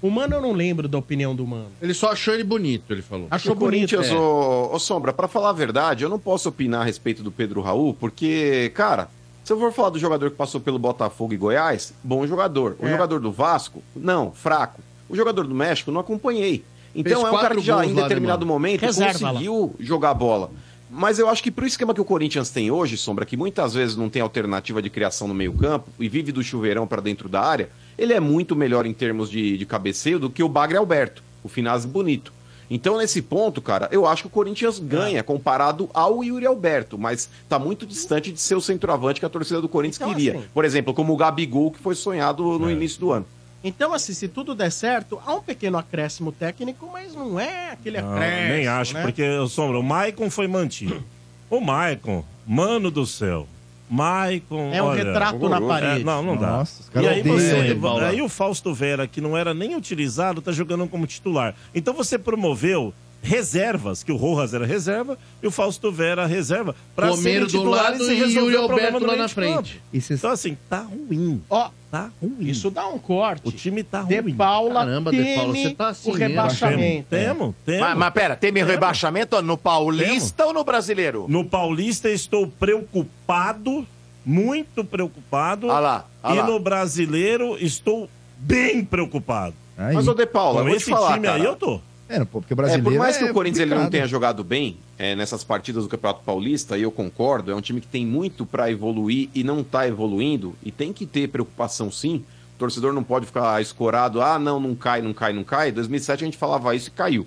[SPEAKER 2] O Mano, eu não lembro da opinião do Mano.
[SPEAKER 4] Ele só achou ele bonito, ele falou.
[SPEAKER 2] Achou
[SPEAKER 6] o Corinthians,
[SPEAKER 2] bonito, é.
[SPEAKER 6] ô, ô, Sombra, pra falar a verdade, eu não posso opinar a respeito do Pedro Raul, porque, cara, se eu for falar do jogador que passou pelo Botafogo e Goiás, bom jogador. O jogador do Vasco, não, fraco. O jogador do México, não acompanhei. Então
[SPEAKER 4] Fez
[SPEAKER 6] é um cara
[SPEAKER 4] quatro
[SPEAKER 6] que já,
[SPEAKER 4] gols
[SPEAKER 6] em
[SPEAKER 4] lá, né,
[SPEAKER 6] determinado
[SPEAKER 4] mano?
[SPEAKER 6] momento,
[SPEAKER 4] Reserva lá.
[SPEAKER 6] conseguiu conseguiu jogar bola. Mas eu acho que pro esquema que o Corinthians tem hoje, Sombra, que muitas vezes não tem alternativa de criação no meio-campo e vive do chuveirão para dentro da área, ele é muito melhor em termos de, de cabeceio do que o Bagre Alberto, o Finaz bonito. Então, nesse ponto, cara, eu acho que
[SPEAKER 2] É.
[SPEAKER 6] o Corinthians ganha comparado ao Yuri Alberto, mas tá muito distante de ser o centroavante que a torcida do Corinthians
[SPEAKER 2] Então,
[SPEAKER 6] queria.
[SPEAKER 2] assim- É.
[SPEAKER 6] Por exemplo, como o Gabigol, que foi sonhado no início do ano.
[SPEAKER 2] Então, assim, se tudo der certo, há um pequeno acréscimo técnico, mas não é aquele
[SPEAKER 7] Não,
[SPEAKER 2] acréscimo.
[SPEAKER 7] Ah, nem acho,
[SPEAKER 2] né?
[SPEAKER 7] porque tá eu sombra. O Maicon foi mantido. O Maicon, mano do céu. Maicon.
[SPEAKER 2] É um
[SPEAKER 7] olha,
[SPEAKER 2] retrato na
[SPEAKER 7] é,
[SPEAKER 2] parede.
[SPEAKER 7] não, não dá.
[SPEAKER 2] Nossa, os
[SPEAKER 7] e
[SPEAKER 2] caras
[SPEAKER 7] aí
[SPEAKER 2] odeiam
[SPEAKER 7] você.
[SPEAKER 2] ele, Paula.
[SPEAKER 7] Aí o Fausto Vera, que não era nem utilizado, tá jogando como titular. Então você promoveu reservas, que o Rojas era reserva e o Fausto Vera reserva. pra
[SPEAKER 4] Romero
[SPEAKER 7] serem
[SPEAKER 4] do
[SPEAKER 7] titulares
[SPEAKER 4] lado e
[SPEAKER 7] resolver
[SPEAKER 4] Yuri
[SPEAKER 7] o problema
[SPEAKER 4] Alberto
[SPEAKER 7] do
[SPEAKER 4] lá
[SPEAKER 7] meio
[SPEAKER 4] na
[SPEAKER 7] de campo.
[SPEAKER 4] frente.
[SPEAKER 7] Então, assim, tá ruim.
[SPEAKER 2] Ó,
[SPEAKER 7] tá ruim.
[SPEAKER 2] Isso dá um corte. O
[SPEAKER 7] time tá
[SPEAKER 2] ruim. De Paula
[SPEAKER 10] Caramba,
[SPEAKER 2] teme
[SPEAKER 10] De Paula, você tá assim
[SPEAKER 2] o
[SPEAKER 10] mesmo.
[SPEAKER 2] rebaixamento.
[SPEAKER 7] Temo, temo.
[SPEAKER 10] Mas, mas pera, teme
[SPEAKER 7] Temo.
[SPEAKER 10] rebaixamento ó, no Paulista ou no Brasileiro?
[SPEAKER 7] No Paulista estou preocupado, muito preocupado.
[SPEAKER 10] Ah lá, ah
[SPEAKER 7] e
[SPEAKER 10] lá.
[SPEAKER 7] no brasileiro estou bem preocupado.
[SPEAKER 6] Mas, ô De Paula,
[SPEAKER 7] Com
[SPEAKER 6] eu vou te
[SPEAKER 7] esse
[SPEAKER 6] falar,
[SPEAKER 7] time aí
[SPEAKER 6] cara.
[SPEAKER 7] eu tô.
[SPEAKER 5] É, porque o
[SPEAKER 6] É,
[SPEAKER 5] brasileiro.
[SPEAKER 6] por mais que
[SPEAKER 5] é
[SPEAKER 6] o Corinthians ele não
[SPEAKER 5] complicado.
[SPEAKER 6] tenha jogado bem é, nessas partidas do Campeonato Paulista, e eu concordo, é um time que tem muito pra evoluir e não tá evoluindo, e tem que ter preocupação sim. O torcedor não pode ficar escorado, ah, não, não cai, não cai, não cai. Em 2007 a gente falava isso e caiu.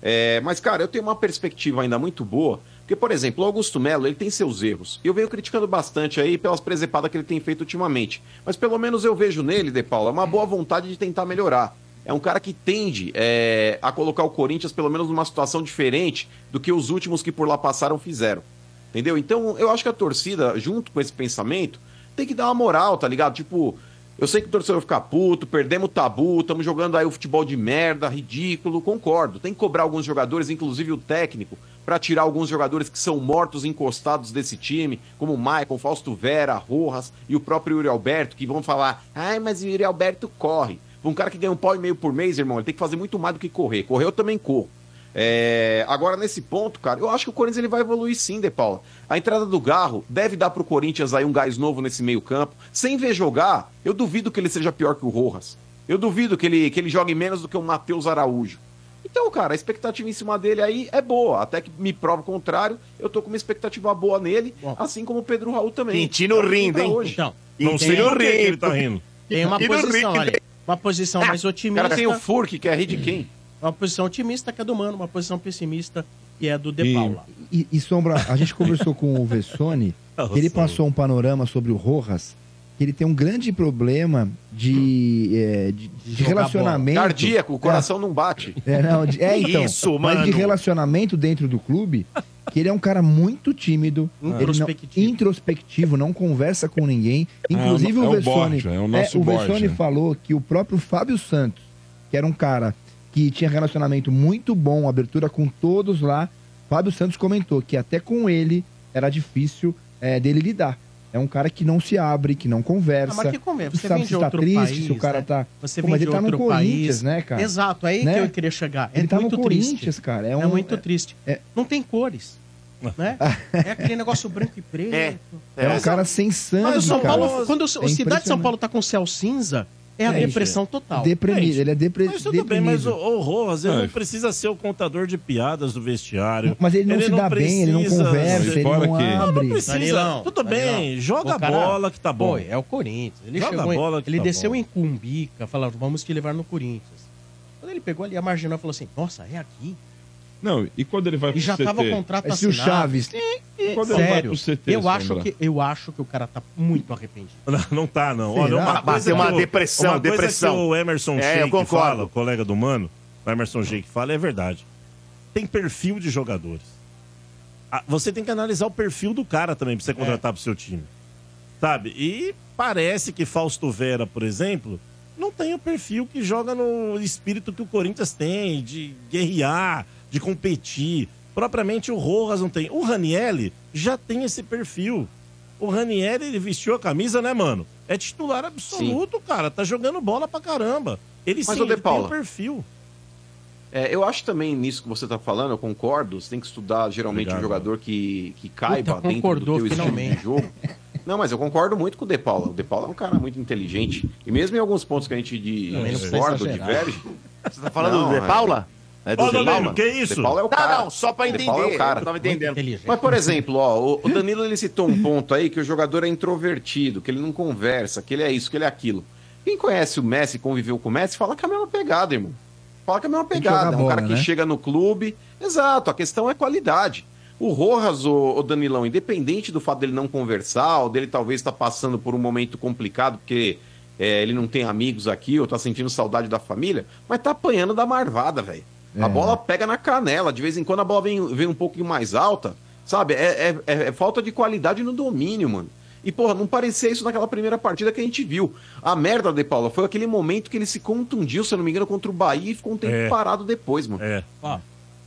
[SPEAKER 6] É, mas, cara, eu tenho uma perspectiva ainda muito boa, porque, por exemplo, o Augusto Melo, ele tem seus erros. E eu venho criticando bastante aí pelas presepadas que ele tem feito ultimamente. Mas pelo menos eu vejo nele, De Paula, uma boa vontade de tentar melhorar. É um cara que tende é, a colocar o Corinthians, pelo menos, numa situação diferente do que os últimos que por lá passaram fizeram. Entendeu? Então, eu acho que a torcida, junto com esse pensamento, tem que dar uma moral, tá ligado? Tipo, eu sei que o torcedor vai ficar puto, perdemos o tabu, estamos jogando aí o futebol de merda, ridículo, concordo. Tem que cobrar alguns jogadores, inclusive o técnico, pra tirar alguns jogadores que são mortos encostados desse time, como o Maicon, Fausto Vera, Rojas e o próprio Yuri Alberto, que vão falar: ai, mas o Yuri Alberto corre. Pra Um cara que ganha um pau e meio por mês, irmão, ele tem que fazer muito mais do que correr. Correr eu também corro. É, agora, nesse ponto, cara, eu acho que o Corinthians ele vai evoluir sim, De Paula. A entrada do Garro deve dar pro Corinthians aí um gás novo nesse meio campo. Sem ver jogar, eu duvido que ele seja pior que o Rojas. Eu duvido que ele, que ele jogue menos do que o Matheus Araújo. Então, cara, a expectativa em cima dele aí é boa. Até que me prova o contrário, eu tô com uma expectativa boa nele, assim como o Pedro Raul também.
[SPEAKER 10] Quintino
[SPEAKER 6] É o que
[SPEAKER 10] rindo,
[SPEAKER 6] tá
[SPEAKER 10] hein?
[SPEAKER 6] hoje.
[SPEAKER 2] Então,
[SPEAKER 7] Não sei
[SPEAKER 5] um
[SPEAKER 7] por que que ele tá rindo.
[SPEAKER 2] Tem uma
[SPEAKER 6] E do Rick,
[SPEAKER 2] posição, olha.
[SPEAKER 6] né?
[SPEAKER 2] Uma posição
[SPEAKER 6] Ah,
[SPEAKER 2] mais
[SPEAKER 6] o
[SPEAKER 2] otimista.
[SPEAKER 6] cara tem o Furk, que é rir de quem?
[SPEAKER 2] Uma posição otimista que é do Mano, uma posição pessimista que é do De
[SPEAKER 5] E-
[SPEAKER 2] Paula.
[SPEAKER 5] E, e, Sombra, a gente conversou com o Vessone,
[SPEAKER 2] Nossa.
[SPEAKER 5] ele passou um panorama sobre o Rojas, que ele tem um grande problema de, é, de- de
[SPEAKER 6] Jogar
[SPEAKER 5] relacionamento.
[SPEAKER 6] bola. Cardíaco, o coração não bate.
[SPEAKER 5] É, não, de- é, então.
[SPEAKER 6] Isso,
[SPEAKER 5] Mas de
[SPEAKER 6] mano.
[SPEAKER 5] relacionamento dentro do clube, que ele é um cara muito tímido. ele não-
[SPEAKER 2] Um Introspectivo.
[SPEAKER 5] introspectivo, não conversa com ninguém.
[SPEAKER 8] É,
[SPEAKER 5] Inclusive
[SPEAKER 8] é
[SPEAKER 5] o
[SPEAKER 8] o
[SPEAKER 5] Vessone.
[SPEAKER 8] Borja, é o nosso
[SPEAKER 5] o Vessone
[SPEAKER 8] Borja.
[SPEAKER 5] falou que o próprio Fábio Santos, que era um cara que tinha relacionamento muito bom, abertura com todos lá, Fábio Santos comentou que até com ele era difícil é, dele lidar. É um cara que não se abre, que não conversa.
[SPEAKER 2] Ah, mas que conversa? Você
[SPEAKER 5] sabe
[SPEAKER 2] vem de
[SPEAKER 5] se tá
[SPEAKER 2] outro
[SPEAKER 5] triste,
[SPEAKER 2] país,
[SPEAKER 5] se o cara
[SPEAKER 2] né?
[SPEAKER 5] tá.
[SPEAKER 2] Você
[SPEAKER 5] Pô,
[SPEAKER 2] vem
[SPEAKER 5] mas
[SPEAKER 2] de
[SPEAKER 5] ele tá no
[SPEAKER 2] outro
[SPEAKER 5] Corinthians,
[SPEAKER 2] país.
[SPEAKER 5] né, cara?
[SPEAKER 2] Exato, é aí
[SPEAKER 5] Né?
[SPEAKER 2] que eu queria chegar. É
[SPEAKER 5] Ele tá no
[SPEAKER 2] muito
[SPEAKER 5] Corinthians,
[SPEAKER 2] triste.
[SPEAKER 5] cara, é
[SPEAKER 2] É,
[SPEAKER 5] um-
[SPEAKER 2] muito triste. Não tem cores. Né? É aquele negócio branco e preto.
[SPEAKER 10] É.
[SPEAKER 5] É, um cara sem sangue.
[SPEAKER 2] Mas o São
[SPEAKER 5] cara.
[SPEAKER 2] Paulo, quando o,
[SPEAKER 5] É
[SPEAKER 2] a cidade de São
[SPEAKER 5] impressionante.
[SPEAKER 2] Paulo tá com o céu cinza, é a
[SPEAKER 5] É,
[SPEAKER 2] depressão
[SPEAKER 7] gente.
[SPEAKER 2] total.
[SPEAKER 5] Deprimido,
[SPEAKER 7] isso.
[SPEAKER 5] ele é depre-
[SPEAKER 7] Mas tudo bem,
[SPEAKER 5] deprimido.
[SPEAKER 7] mas o, o Rojas, ele
[SPEAKER 5] É.
[SPEAKER 7] não precisa ser o contador de piadas do vestiário.
[SPEAKER 5] Mas ele não se dá bem, ele não conversa, ele Fora não que-
[SPEAKER 7] Não,
[SPEAKER 5] abre.
[SPEAKER 7] precisa.
[SPEAKER 2] Danilão,
[SPEAKER 7] tudo bem,
[SPEAKER 2] Danilão.
[SPEAKER 7] joga
[SPEAKER 2] Ô,
[SPEAKER 7] a
[SPEAKER 2] cara,
[SPEAKER 7] bola que tá bom.
[SPEAKER 2] Pô, é o Corinthians. Ele
[SPEAKER 7] Joga
[SPEAKER 2] chegou,
[SPEAKER 7] a
[SPEAKER 2] em-
[SPEAKER 7] bola que
[SPEAKER 2] ele
[SPEAKER 7] tá
[SPEAKER 2] desceu
[SPEAKER 7] bom.
[SPEAKER 2] em Cumbica, falaram, vamos te levar no Corinthians. Quando ele pegou ali a marginal, falou assim, nossa, é aqui?
[SPEAKER 8] Não, e quando ele vai
[SPEAKER 2] E já
[SPEAKER 8] CT?
[SPEAKER 2] tava o contrato
[SPEAKER 8] É se
[SPEAKER 2] assinado.
[SPEAKER 8] Sim,
[SPEAKER 2] E-
[SPEAKER 8] Quando ele vai
[SPEAKER 2] Sério,
[SPEAKER 8] pro CT,
[SPEAKER 2] eu, acho
[SPEAKER 8] Sombra?
[SPEAKER 2] que, eu acho que o cara tá muito arrependido.
[SPEAKER 7] Não, não tá, não.
[SPEAKER 2] Será?
[SPEAKER 7] Olha, uma
[SPEAKER 2] Bateu
[SPEAKER 7] coisa
[SPEAKER 2] uma
[SPEAKER 7] que o-
[SPEAKER 2] depressão,
[SPEAKER 7] uma coisa
[SPEAKER 2] depressão.
[SPEAKER 7] que o Emerson
[SPEAKER 2] É, eu
[SPEAKER 7] Sheik
[SPEAKER 2] concordo.
[SPEAKER 7] fala, o colega do Mano, o Emerson Sheik fala, é verdade. Tem perfil de jogadores. Ah, Você tem que analisar o perfil do cara também pra você contratar pro seu time. Sabe? E parece que Fausto Vera, por exemplo, não tem o perfil que joga no espírito que o Corinthians tem, de guerrear, de competir. Propriamente o Rojas não tem. O Ranielli já tem esse perfil. O Ranieri, ele vestiu a camisa, né, mano? É titular absoluto, cara. Tá jogando bola pra caramba. Ele
[SPEAKER 6] Mas,
[SPEAKER 7] sim,
[SPEAKER 6] ô, De
[SPEAKER 7] ele tem
[SPEAKER 6] Paula,
[SPEAKER 7] o perfil.
[SPEAKER 6] É, eu acho também nisso que você tá falando, eu concordo. Você tem que estudar geralmente um jogador que, que caiba
[SPEAKER 2] Puta,
[SPEAKER 6] dentro do
[SPEAKER 2] concordou,
[SPEAKER 6] teu estilo
[SPEAKER 2] finalmente.
[SPEAKER 6] de jogo. Não, mas eu concordo muito com o De Paula. O De Paula é um cara muito inteligente. E mesmo em alguns pontos que a gente de-
[SPEAKER 10] Também não precisa
[SPEAKER 6] discorda ou
[SPEAKER 10] exagerar.
[SPEAKER 6] diverge.
[SPEAKER 10] Você tá falando do De Paula? É do De Paula?
[SPEAKER 6] De Paula é o
[SPEAKER 10] Tá,
[SPEAKER 6] cara.
[SPEAKER 10] não, só pra
[SPEAKER 6] De Paula é
[SPEAKER 10] entender,
[SPEAKER 6] o cara.
[SPEAKER 10] eu tava entendendo.
[SPEAKER 6] Mas, por exemplo, ó, o- o Danilo ele citou um ponto aí que o jogador é introvertido, que ele não conversa, que ele é isso, que ele é aquilo. Quem conhece o Messi, conviveu com o Messi, fala que é a mesma pegada, irmão. Fala que é a mesma
[SPEAKER 5] que jogar
[SPEAKER 6] pegada. É um
[SPEAKER 5] bola,
[SPEAKER 6] cara que
[SPEAKER 5] né?
[SPEAKER 6] chega no clube. Exato, a questão é qualidade. O Rojas, o, o Danilão, independente do fato dele não conversar, ou dele talvez estar passando por um momento complicado, porque é, ele não tem amigos aqui, ou tá sentindo saudade da família, mas tá apanhando da marvada, velho. A bola pega na canela, de vez em quando a bola vem, vem um pouquinho mais alta, sabe? É, é- é- é falta de qualidade no domínio, mano. E, porra, não parecia isso naquela primeira partida que a gente viu. A merda, De Paula, foi aquele momento que ele se contundiu, se eu não me engano, contra o Bahia e ficou um tempo
[SPEAKER 2] É.
[SPEAKER 6] parado depois, mano.
[SPEAKER 7] É.
[SPEAKER 2] Ó,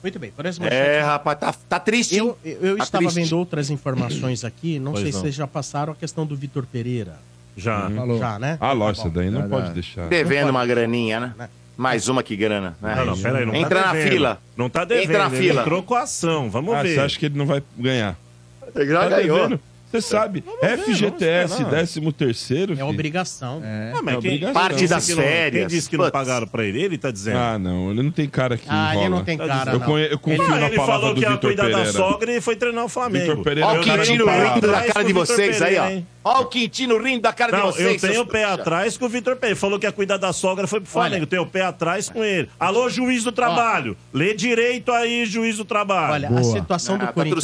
[SPEAKER 2] Muito bem, parece
[SPEAKER 10] É, rapaz, tá, tá triste,
[SPEAKER 2] Eu, eu- eu
[SPEAKER 10] Tá
[SPEAKER 2] estava
[SPEAKER 10] triste.
[SPEAKER 2] vendo outras informações aqui, não
[SPEAKER 10] Pois
[SPEAKER 2] sei se
[SPEAKER 10] não.
[SPEAKER 2] vocês já passaram a questão do Vitor Pereira.
[SPEAKER 7] Tá Já.
[SPEAKER 2] Falou. Já, né?
[SPEAKER 8] Ah, lógico,
[SPEAKER 2] Tá bom.
[SPEAKER 8] daí não
[SPEAKER 2] Já,
[SPEAKER 8] pode
[SPEAKER 2] já.
[SPEAKER 8] deixar.
[SPEAKER 10] Devendo
[SPEAKER 2] Não
[SPEAKER 10] uma graninha, né? Mais uma que grana. né?
[SPEAKER 8] Não, não, peraí, não tá
[SPEAKER 10] Entra na
[SPEAKER 8] devendo.
[SPEAKER 10] fila.
[SPEAKER 7] Não tá devendo,
[SPEAKER 10] Entra na
[SPEAKER 7] ele
[SPEAKER 10] fila.
[SPEAKER 7] entrou com a ação, vamos
[SPEAKER 8] Ah,
[SPEAKER 7] ver.
[SPEAKER 8] Você acha que ele não vai ganhar? Tá
[SPEAKER 10] Ele já ganhou.
[SPEAKER 8] devendo. Você sabe, FGTS,
[SPEAKER 7] esperar.
[SPEAKER 8] 13 terceiro.
[SPEAKER 2] É obrigação.
[SPEAKER 8] É,
[SPEAKER 7] um- Ah, mas
[SPEAKER 8] é
[SPEAKER 7] quem-
[SPEAKER 8] obrigação.
[SPEAKER 7] quem disse que não- Quem disse que não pagaram pra ele? Ele tá dizendo.
[SPEAKER 8] Ah, não, ele não tem cara que
[SPEAKER 7] Ah, ele
[SPEAKER 8] enrola.
[SPEAKER 7] não tem
[SPEAKER 8] Tá
[SPEAKER 7] cara,
[SPEAKER 8] dizendo. Eu,
[SPEAKER 7] não.
[SPEAKER 8] conhe- eu confio
[SPEAKER 7] Ah,
[SPEAKER 8] na
[SPEAKER 7] ele
[SPEAKER 8] palavra
[SPEAKER 7] falou
[SPEAKER 8] do
[SPEAKER 7] que ia
[SPEAKER 8] Vitor
[SPEAKER 7] cuidar
[SPEAKER 8] Pereira.
[SPEAKER 7] da sogra e foi treinar o Flamengo.
[SPEAKER 8] Vitor Pereira
[SPEAKER 10] Olha o
[SPEAKER 8] é um
[SPEAKER 10] Quintino
[SPEAKER 8] cara
[SPEAKER 10] rindo da
[SPEAKER 8] atrás
[SPEAKER 10] cara de
[SPEAKER 7] com o Vitor
[SPEAKER 10] vocês aí, ó.
[SPEAKER 7] Pereira, hein?
[SPEAKER 10] Olha o Quintino rindo da cara de
[SPEAKER 7] Não,
[SPEAKER 10] vocês.
[SPEAKER 7] eu tenho o
[SPEAKER 10] seus
[SPEAKER 7] pé
[SPEAKER 10] trouxa.
[SPEAKER 7] atrás com o Vitor Pereira. Ele Falou que ia cuidar da sogra, foi pro Flamengo. Tem o pé atrás com ele. Alô, juiz do trabalho. Lê direito aí, juiz do trabalho.
[SPEAKER 2] Olha, a situação
[SPEAKER 7] Ah,
[SPEAKER 10] Ah,
[SPEAKER 7] tá
[SPEAKER 10] tá
[SPEAKER 2] do Corinthians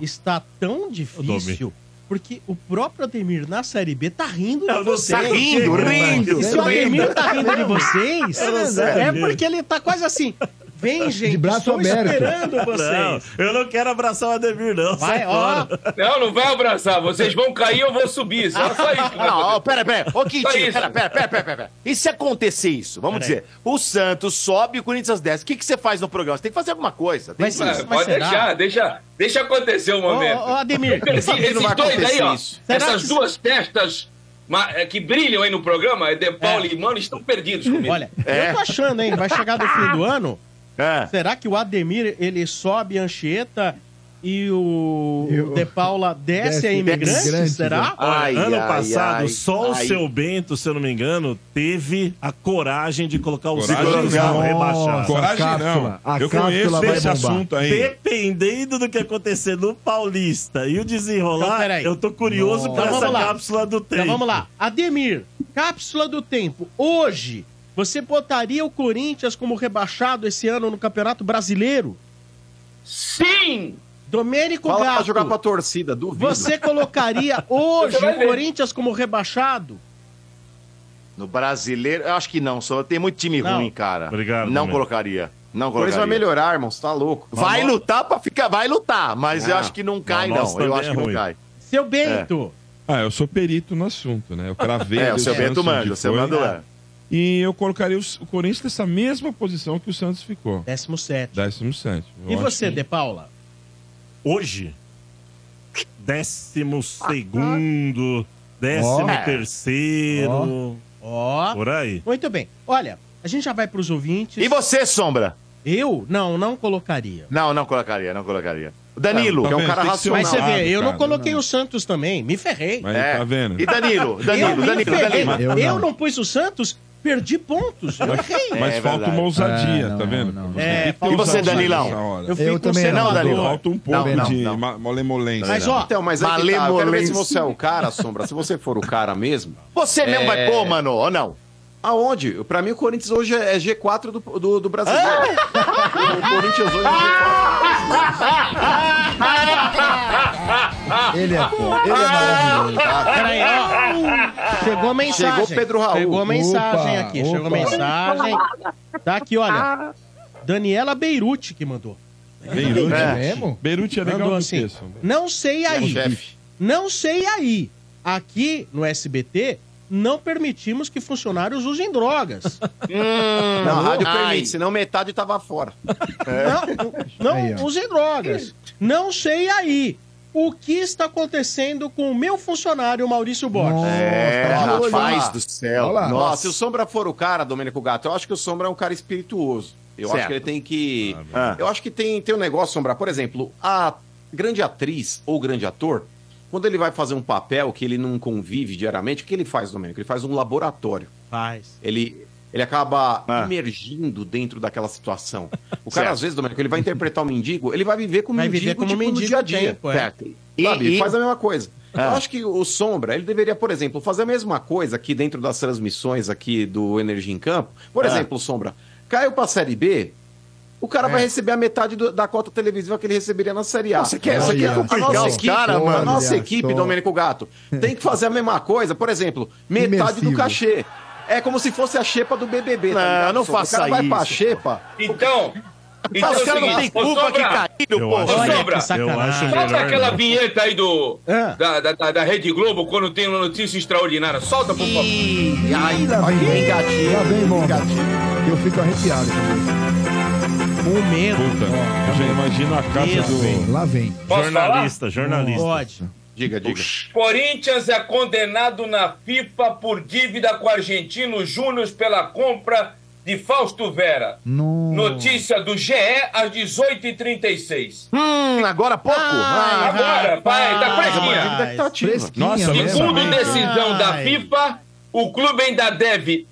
[SPEAKER 2] está tão difícil porque o próprio Ademir na Série B tá rindo de
[SPEAKER 7] Eu não
[SPEAKER 2] vocês.
[SPEAKER 7] sei por quê, cara.
[SPEAKER 2] E Se o Ademir tá rindo de vocês,
[SPEAKER 7] Eu não sei.
[SPEAKER 2] é porque ele tá quase assim. Vem, gente, estou esperando vocês.
[SPEAKER 7] Não, eu não quero abraçar o Ademir, não.
[SPEAKER 2] Vai,
[SPEAKER 7] Sai
[SPEAKER 2] ó.
[SPEAKER 7] fora.
[SPEAKER 9] Não, não vai abraçar. Vocês vão cair, eu vou subir. Só, só isso.
[SPEAKER 10] Não, ó, pera, pera. Ô,
[SPEAKER 9] Só
[SPEAKER 10] Quintino,
[SPEAKER 9] isso.
[SPEAKER 10] pera, pera, pera, pera, pera. E se acontecer isso? Vamos
[SPEAKER 9] Pera aí.
[SPEAKER 10] dizer, o Santos sobe e o Corinthians desce. O que, que você faz no programa? Você tem que fazer alguma coisa. Tem que...
[SPEAKER 9] Mas é, pode deixar, deixa, deixa acontecer o momento.
[SPEAKER 10] Ô, ô, Ademir,
[SPEAKER 9] Esse,
[SPEAKER 10] sabe que não
[SPEAKER 9] esses
[SPEAKER 10] vai
[SPEAKER 9] dois
[SPEAKER 10] acontecer
[SPEAKER 9] aí, ó,
[SPEAKER 10] isso. Será
[SPEAKER 9] essas
[SPEAKER 10] que-
[SPEAKER 9] duas testas ma- é, que brilham aí no programa, é
[SPEAKER 10] É.
[SPEAKER 9] De Paulo e Mano, estão perdidos comigo.
[SPEAKER 2] Olha,
[SPEAKER 7] É.
[SPEAKER 6] É.
[SPEAKER 2] eu tô achando, hein? Vai chegar do fim do ano. Será que o Ademir ele sobe a Anchieta e o, o De Paula desce, é a imigrante? Será?
[SPEAKER 7] Olha, ano passado,
[SPEAKER 2] ai,
[SPEAKER 7] só
[SPEAKER 2] ai.
[SPEAKER 7] o seu Bento, se eu não me engano, teve a coragem de colocar o
[SPEAKER 8] Coragem
[SPEAKER 7] Santos
[SPEAKER 8] não.
[SPEAKER 7] não rebaixado.
[SPEAKER 8] Coragem A cápsula, não. a Eu cápsula conheço vai esse bombar. assunto aí.
[SPEAKER 7] Dependendo do que acontecer no Paulista e o desenrolar, eu tô curioso
[SPEAKER 2] Então
[SPEAKER 7] por essa
[SPEAKER 2] vamos lá.
[SPEAKER 7] cápsula do tempo.
[SPEAKER 2] Então vamos lá. Ademir, cápsula do tempo. Hoje, você botaria o Corinthians como rebaixado esse ano no Campeonato Brasileiro?
[SPEAKER 9] Sim!
[SPEAKER 2] Domênico
[SPEAKER 6] Fala pra
[SPEAKER 2] Gato,
[SPEAKER 6] jogar pra torcida, duvido.
[SPEAKER 2] você colocaria hoje
[SPEAKER 6] Você vai
[SPEAKER 2] o
[SPEAKER 6] ver.
[SPEAKER 2] Corinthians como rebaixado?
[SPEAKER 10] No brasileiro, eu acho que não. Só tem muito time
[SPEAKER 2] Não.
[SPEAKER 10] ruim, cara. Obrigado. Não colocaria. Não
[SPEAKER 6] O Corinthians
[SPEAKER 10] colocaria.
[SPEAKER 6] vai melhorar, irmão, você tá louco.
[SPEAKER 10] Vai lutar pra ficar, vai lutar, mas eu
[SPEAKER 8] Ah,
[SPEAKER 10] acho que não cai,
[SPEAKER 8] mas o nosso
[SPEAKER 10] não. Eu
[SPEAKER 8] também
[SPEAKER 10] acho
[SPEAKER 8] é
[SPEAKER 10] que não
[SPEAKER 8] ruim.
[SPEAKER 10] cai.
[SPEAKER 2] Seu
[SPEAKER 8] Bento. Ah, eu sou perito no assunto, né? Eu cravei.
[SPEAKER 10] É,
[SPEAKER 8] ali
[SPEAKER 10] o seu
[SPEAKER 8] Santos
[SPEAKER 10] Bento manda,
[SPEAKER 8] onde
[SPEAKER 10] o seu
[SPEAKER 8] foi.
[SPEAKER 10] Bento é.
[SPEAKER 8] E eu colocaria o, o Corinthians nessa mesma posição que o Santos ficou.
[SPEAKER 2] 17.
[SPEAKER 8] 17. Eu
[SPEAKER 2] e
[SPEAKER 8] acho
[SPEAKER 2] você,
[SPEAKER 8] que-
[SPEAKER 2] De Paula?
[SPEAKER 7] Hoje, décimo segundo, décimo
[SPEAKER 2] Ó.
[SPEAKER 7] terceiro.
[SPEAKER 2] Ó.
[SPEAKER 7] Por aí.
[SPEAKER 2] Muito bem. Olha, a gente já vai pros ouvintes.
[SPEAKER 10] E você, Sombra?
[SPEAKER 2] Eu? Não, não colocaria.
[SPEAKER 10] Não, não colocaria, não colocaria. O Danilo,
[SPEAKER 2] Não,
[SPEAKER 10] que é um
[SPEAKER 2] talvez, Tá
[SPEAKER 10] cara
[SPEAKER 2] tem que ser
[SPEAKER 10] racional.
[SPEAKER 2] Mas você vê, eu não coloquei o Santos também, me ferrei.
[SPEAKER 10] Tá, Mas É. tá vendo? E Danilo?
[SPEAKER 2] eu
[SPEAKER 10] Danilo,
[SPEAKER 2] me
[SPEAKER 10] Danilo,
[SPEAKER 2] ferrei.
[SPEAKER 10] Danilo.
[SPEAKER 2] Eu,
[SPEAKER 10] Eu
[SPEAKER 2] não.
[SPEAKER 10] não.
[SPEAKER 2] pus o Santos, perdi pontos. Eu errei.
[SPEAKER 8] Mas
[SPEAKER 10] É
[SPEAKER 8] falta
[SPEAKER 10] verdade.
[SPEAKER 8] uma ousadia,
[SPEAKER 10] É, não,
[SPEAKER 8] tá vendo? Você
[SPEAKER 2] É,
[SPEAKER 8] tem que ter
[SPEAKER 10] e você,
[SPEAKER 8] ousadia
[SPEAKER 10] Danilão?
[SPEAKER 8] nessa hora.
[SPEAKER 10] Eu fico Eu também sem não, nada. Danilo.
[SPEAKER 8] Falta um pouco
[SPEAKER 10] Não, não,
[SPEAKER 8] de
[SPEAKER 10] não.
[SPEAKER 8] ma- molemolência.
[SPEAKER 2] Mas, ó,
[SPEAKER 6] Então, mas aí que tá, eu quero ver se
[SPEAKER 10] malemolência.
[SPEAKER 6] você é o cara, Sombra. Se você for o cara mesmo... é-
[SPEAKER 10] Você mesmo vai pôr, mano, ou não?
[SPEAKER 6] Aonde? Pra mim, o Corinthians hoje é G4 do, do, do brasileiro. o Corinthians hoje é G4.
[SPEAKER 5] Ele é bom, ele é maravilhoso.
[SPEAKER 2] Ah! Peraí, ó. Chegou mensagem.
[SPEAKER 5] Chegou Pedro Raul.
[SPEAKER 2] Chegou mensagem
[SPEAKER 5] Opa,
[SPEAKER 2] aqui,
[SPEAKER 5] opa.
[SPEAKER 2] chegou mensagem. Tá aqui, olha. Daniela Beirute que mandou.
[SPEAKER 8] Beirute?
[SPEAKER 2] É.
[SPEAKER 8] mesmo? Beirute é legal
[SPEAKER 2] Mandou
[SPEAKER 8] do
[SPEAKER 2] assim,
[SPEAKER 8] que, Sombra?
[SPEAKER 2] Não
[SPEAKER 10] é
[SPEAKER 2] sei aí.
[SPEAKER 8] chefe.
[SPEAKER 2] Não sei aí. Aqui no SBT não permitimos que funcionários usem drogas.
[SPEAKER 10] Hum,
[SPEAKER 6] não, a rádio
[SPEAKER 2] Hum. Ai.
[SPEAKER 6] permite, senão metade tava fora.
[SPEAKER 2] Não
[SPEAKER 6] Aí, ó.
[SPEAKER 2] usem drogas. Não sei aí. O que está acontecendo com o meu funcionário Maurício Borges?
[SPEAKER 6] É,
[SPEAKER 10] rapaz do céu.
[SPEAKER 6] Olha lá.
[SPEAKER 10] Nossa.
[SPEAKER 6] Nossa, se o Sombra for o cara, Domênico Gato, eu acho que o Sombra é um cara espirituoso. Eu
[SPEAKER 10] Certo.
[SPEAKER 6] acho que ele tem que. eu acho que tem, tem um negócio, Sombra. Por exemplo, a grande atriz ou grande ator, quando ele vai fazer um papel que ele não convive diariamente, o que ele faz, Domênico? Ele faz um laboratório.
[SPEAKER 2] Faz.
[SPEAKER 6] Ele, ele acaba
[SPEAKER 2] Ah.
[SPEAKER 6] emergindo dentro daquela situação. O cara,
[SPEAKER 2] Certo.
[SPEAKER 6] às vezes, Domênico, ele vai interpretar o mendigo, ele vai viver como
[SPEAKER 2] Vai
[SPEAKER 6] mendigo,
[SPEAKER 2] viver como
[SPEAKER 6] tipo,
[SPEAKER 2] mendigo
[SPEAKER 6] no dia a dia.
[SPEAKER 2] tempo, é.
[SPEAKER 6] Certo.
[SPEAKER 2] E-
[SPEAKER 6] Sabe?
[SPEAKER 2] e-
[SPEAKER 6] Faz a mesma coisa. Eu
[SPEAKER 2] Ah.
[SPEAKER 6] acho que o Sombra, ele deveria, por exemplo, fazer a mesma coisa aqui dentro das transmissões aqui do Energia em Campo. Por
[SPEAKER 10] Ah.
[SPEAKER 6] exemplo, Sombra, caiu pra Série B, o cara
[SPEAKER 10] É.
[SPEAKER 6] vai receber a metade do- da cota televisiva que ele receberia na Série A.
[SPEAKER 10] Você quer- você
[SPEAKER 6] Olha
[SPEAKER 10] quer
[SPEAKER 6] só.
[SPEAKER 10] complicar
[SPEAKER 6] a nossa
[SPEAKER 10] os
[SPEAKER 6] equipe,
[SPEAKER 10] cara,
[SPEAKER 6] A
[SPEAKER 10] mano?
[SPEAKER 6] nossa
[SPEAKER 10] Olha
[SPEAKER 6] equipe,
[SPEAKER 10] só.
[SPEAKER 6] Domênico Gato, tem que fazer a mesma coisa. Por exemplo, metade do
[SPEAKER 10] Imersivo.
[SPEAKER 6] cachê. É como se fosse a xepa do BBB,
[SPEAKER 10] Não,
[SPEAKER 6] tá ligado,
[SPEAKER 10] não
[SPEAKER 6] Sombra?
[SPEAKER 10] faça
[SPEAKER 6] O cara vai pra
[SPEAKER 10] isso,
[SPEAKER 6] xepa...
[SPEAKER 9] Então. então
[SPEAKER 6] Os
[SPEAKER 9] é
[SPEAKER 6] caras
[SPEAKER 9] o
[SPEAKER 6] não
[SPEAKER 9] seguinte,
[SPEAKER 6] têm
[SPEAKER 9] ô,
[SPEAKER 6] culpa que
[SPEAKER 9] Sombra,
[SPEAKER 6] caíram,
[SPEAKER 9] ô,
[SPEAKER 6] pô.
[SPEAKER 9] Sombra,
[SPEAKER 7] eu acho
[SPEAKER 9] Solta
[SPEAKER 7] melhor
[SPEAKER 9] aquela
[SPEAKER 7] não.
[SPEAKER 9] vinheta aí do,
[SPEAKER 10] Ah.
[SPEAKER 9] da, da, da- da Rede Globo quando tem uma notícia extraordinária. Solta, por favor.
[SPEAKER 5] Ai, lá vem, lá vem, bom. Eu fico arrepiado.
[SPEAKER 2] o medo.
[SPEAKER 8] Puta, eu já imagino a casa
[SPEAKER 2] Medo.
[SPEAKER 8] do.
[SPEAKER 5] Lá vem.
[SPEAKER 9] Posso
[SPEAKER 7] jornalista,
[SPEAKER 9] falar?
[SPEAKER 7] jornalista.
[SPEAKER 2] Pode.
[SPEAKER 6] Diga, diga.
[SPEAKER 9] Corinthians é condenado na FIFA por dívida com Argentino Júnior pela compra de Fausto Vera. Notícia do GE às 18h36.
[SPEAKER 10] Hum, agora há pouco? Ah,
[SPEAKER 9] Agora, pai, tá fresquinha.
[SPEAKER 8] Nossa,
[SPEAKER 6] né,
[SPEAKER 9] Segundo
[SPEAKER 8] mesmo?
[SPEAKER 9] decisão da FIFA, o clube ainda deve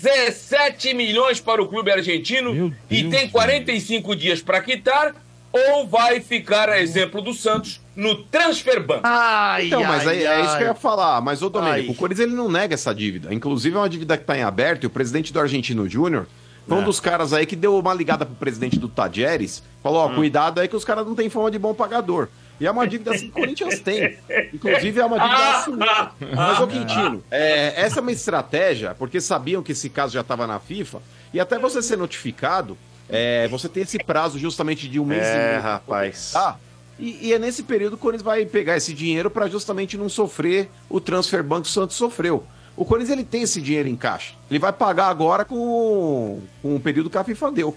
[SPEAKER 9] 17 milhões para o clube argentino e tem 45 dias para quitar ou vai ficar, a exemplo do Santos, no Transferban.
[SPEAKER 10] Ai,
[SPEAKER 6] Então, mas
[SPEAKER 10] ai,
[SPEAKER 6] é, é isso que eu ia
[SPEAKER 10] ai.
[SPEAKER 6] falar. Mas, ô Domênico,
[SPEAKER 10] Ai.
[SPEAKER 6] o Corinthians ele não nega essa dívida. Inclusive, é uma dívida que está em aberto e o presidente do Argentino Júnior foi
[SPEAKER 9] É.
[SPEAKER 6] um dos caras aí que deu uma ligada pro presidente do Tajeres. Falou,
[SPEAKER 9] Hum.
[SPEAKER 6] ó, cuidado aí que os caras não têm fama de bom pagador. E é uma dívida assim que o Corinthians tem. Inclusive, é uma dívida
[SPEAKER 2] Ah!
[SPEAKER 6] assim.
[SPEAKER 9] Ah,
[SPEAKER 6] Mas, ô Quintino, é, essa é uma estratégia, porque sabiam que esse caso já estava na FIFA, e até você ser notificado, é, você tem esse prazo justamente de um mês e
[SPEAKER 10] É,
[SPEAKER 6] meio.
[SPEAKER 10] rapaz.
[SPEAKER 6] Ah, e, e é nesse período que o Corinthians vai pegar esse dinheiro para justamente não sofrer o transfer banco que o Santos sofreu. O Corinthians ele tem esse dinheiro em caixa. Ele vai pagar agora com, com o período que a FIFA deu.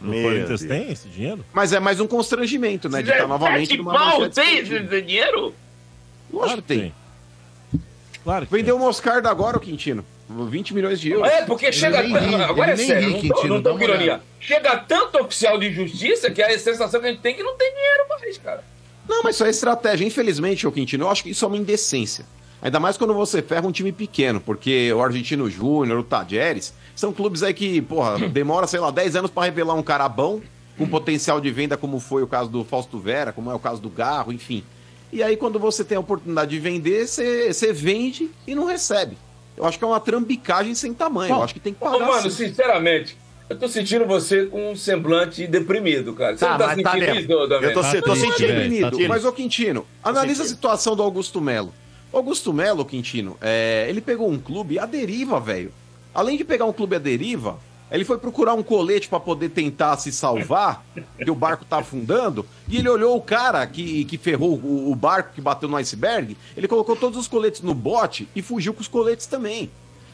[SPEAKER 7] O Corinthians tem esse dinheiro?
[SPEAKER 6] Mas é mais um constrangimento, né? De estar novamente numa
[SPEAKER 9] pau
[SPEAKER 6] manchete
[SPEAKER 9] tem
[SPEAKER 6] escondida.
[SPEAKER 9] esse dinheiro?
[SPEAKER 6] Lógico que tem.
[SPEAKER 7] Claro que
[SPEAKER 6] Vendeu o Moscardo agora, o Quintino. 20 milhões de euros.
[SPEAKER 9] É, porque chega.
[SPEAKER 4] nem ri,
[SPEAKER 9] Agora é
[SPEAKER 4] ele nem
[SPEAKER 9] sério,
[SPEAKER 4] ri,
[SPEAKER 9] não tô,
[SPEAKER 4] Quintino,
[SPEAKER 9] não tô
[SPEAKER 4] dá uma
[SPEAKER 9] com ironia.
[SPEAKER 4] olhada.
[SPEAKER 9] Chega tanto oficial de justiça que a sensação que a gente tem é que não tem dinheiro mais, cara.
[SPEAKER 6] Não, mas isso é estratégia. Infelizmente, ô Quintino, eu acho que isso é uma indecência. Ainda mais quando você ferra um time pequeno, porque o Argentino Júnior, o Tajeres, são clubes aí que, porra, demora, sei lá, 10 anos pra revelar um carabão com potencial de venda, como foi o caso do Fausto Vera, como é o caso do Garro, enfim. E aí, quando você tem a oportunidade de vender, você você vende e não recebe. Eu acho que é uma trambicagem sem tamanho. Eu acho que tem que
[SPEAKER 9] Ô,
[SPEAKER 6] pagar.
[SPEAKER 9] mano,
[SPEAKER 6] sim.
[SPEAKER 9] sinceramente, eu tô sentindo você com um semblante deprimido, cara. Você
[SPEAKER 10] Tá,
[SPEAKER 9] não tá
[SPEAKER 10] mas tá mesmo.
[SPEAKER 9] sentindo
[SPEAKER 10] Tá
[SPEAKER 9] isso, Damião?
[SPEAKER 10] Eu tô, se- tô
[SPEAKER 6] Não é
[SPEAKER 10] sentindo.
[SPEAKER 9] Tá
[SPEAKER 6] deprimido,
[SPEAKER 10] Sentindo.
[SPEAKER 6] mas, ô Quintino, analisa a situação do Augusto Melo. O Augusto Melo, Quintino, é, ele pegou um clube à deriva, velho. Além de pegar um clube à deriva, ele foi procurar um colete pra poder tentar se salvar, que o barco tá afundando, e ele olhou o cara que, que ferrou o, o barco que bateu no iceberg, ele colocou todos os coletes no bote e fugiu com os coletes também.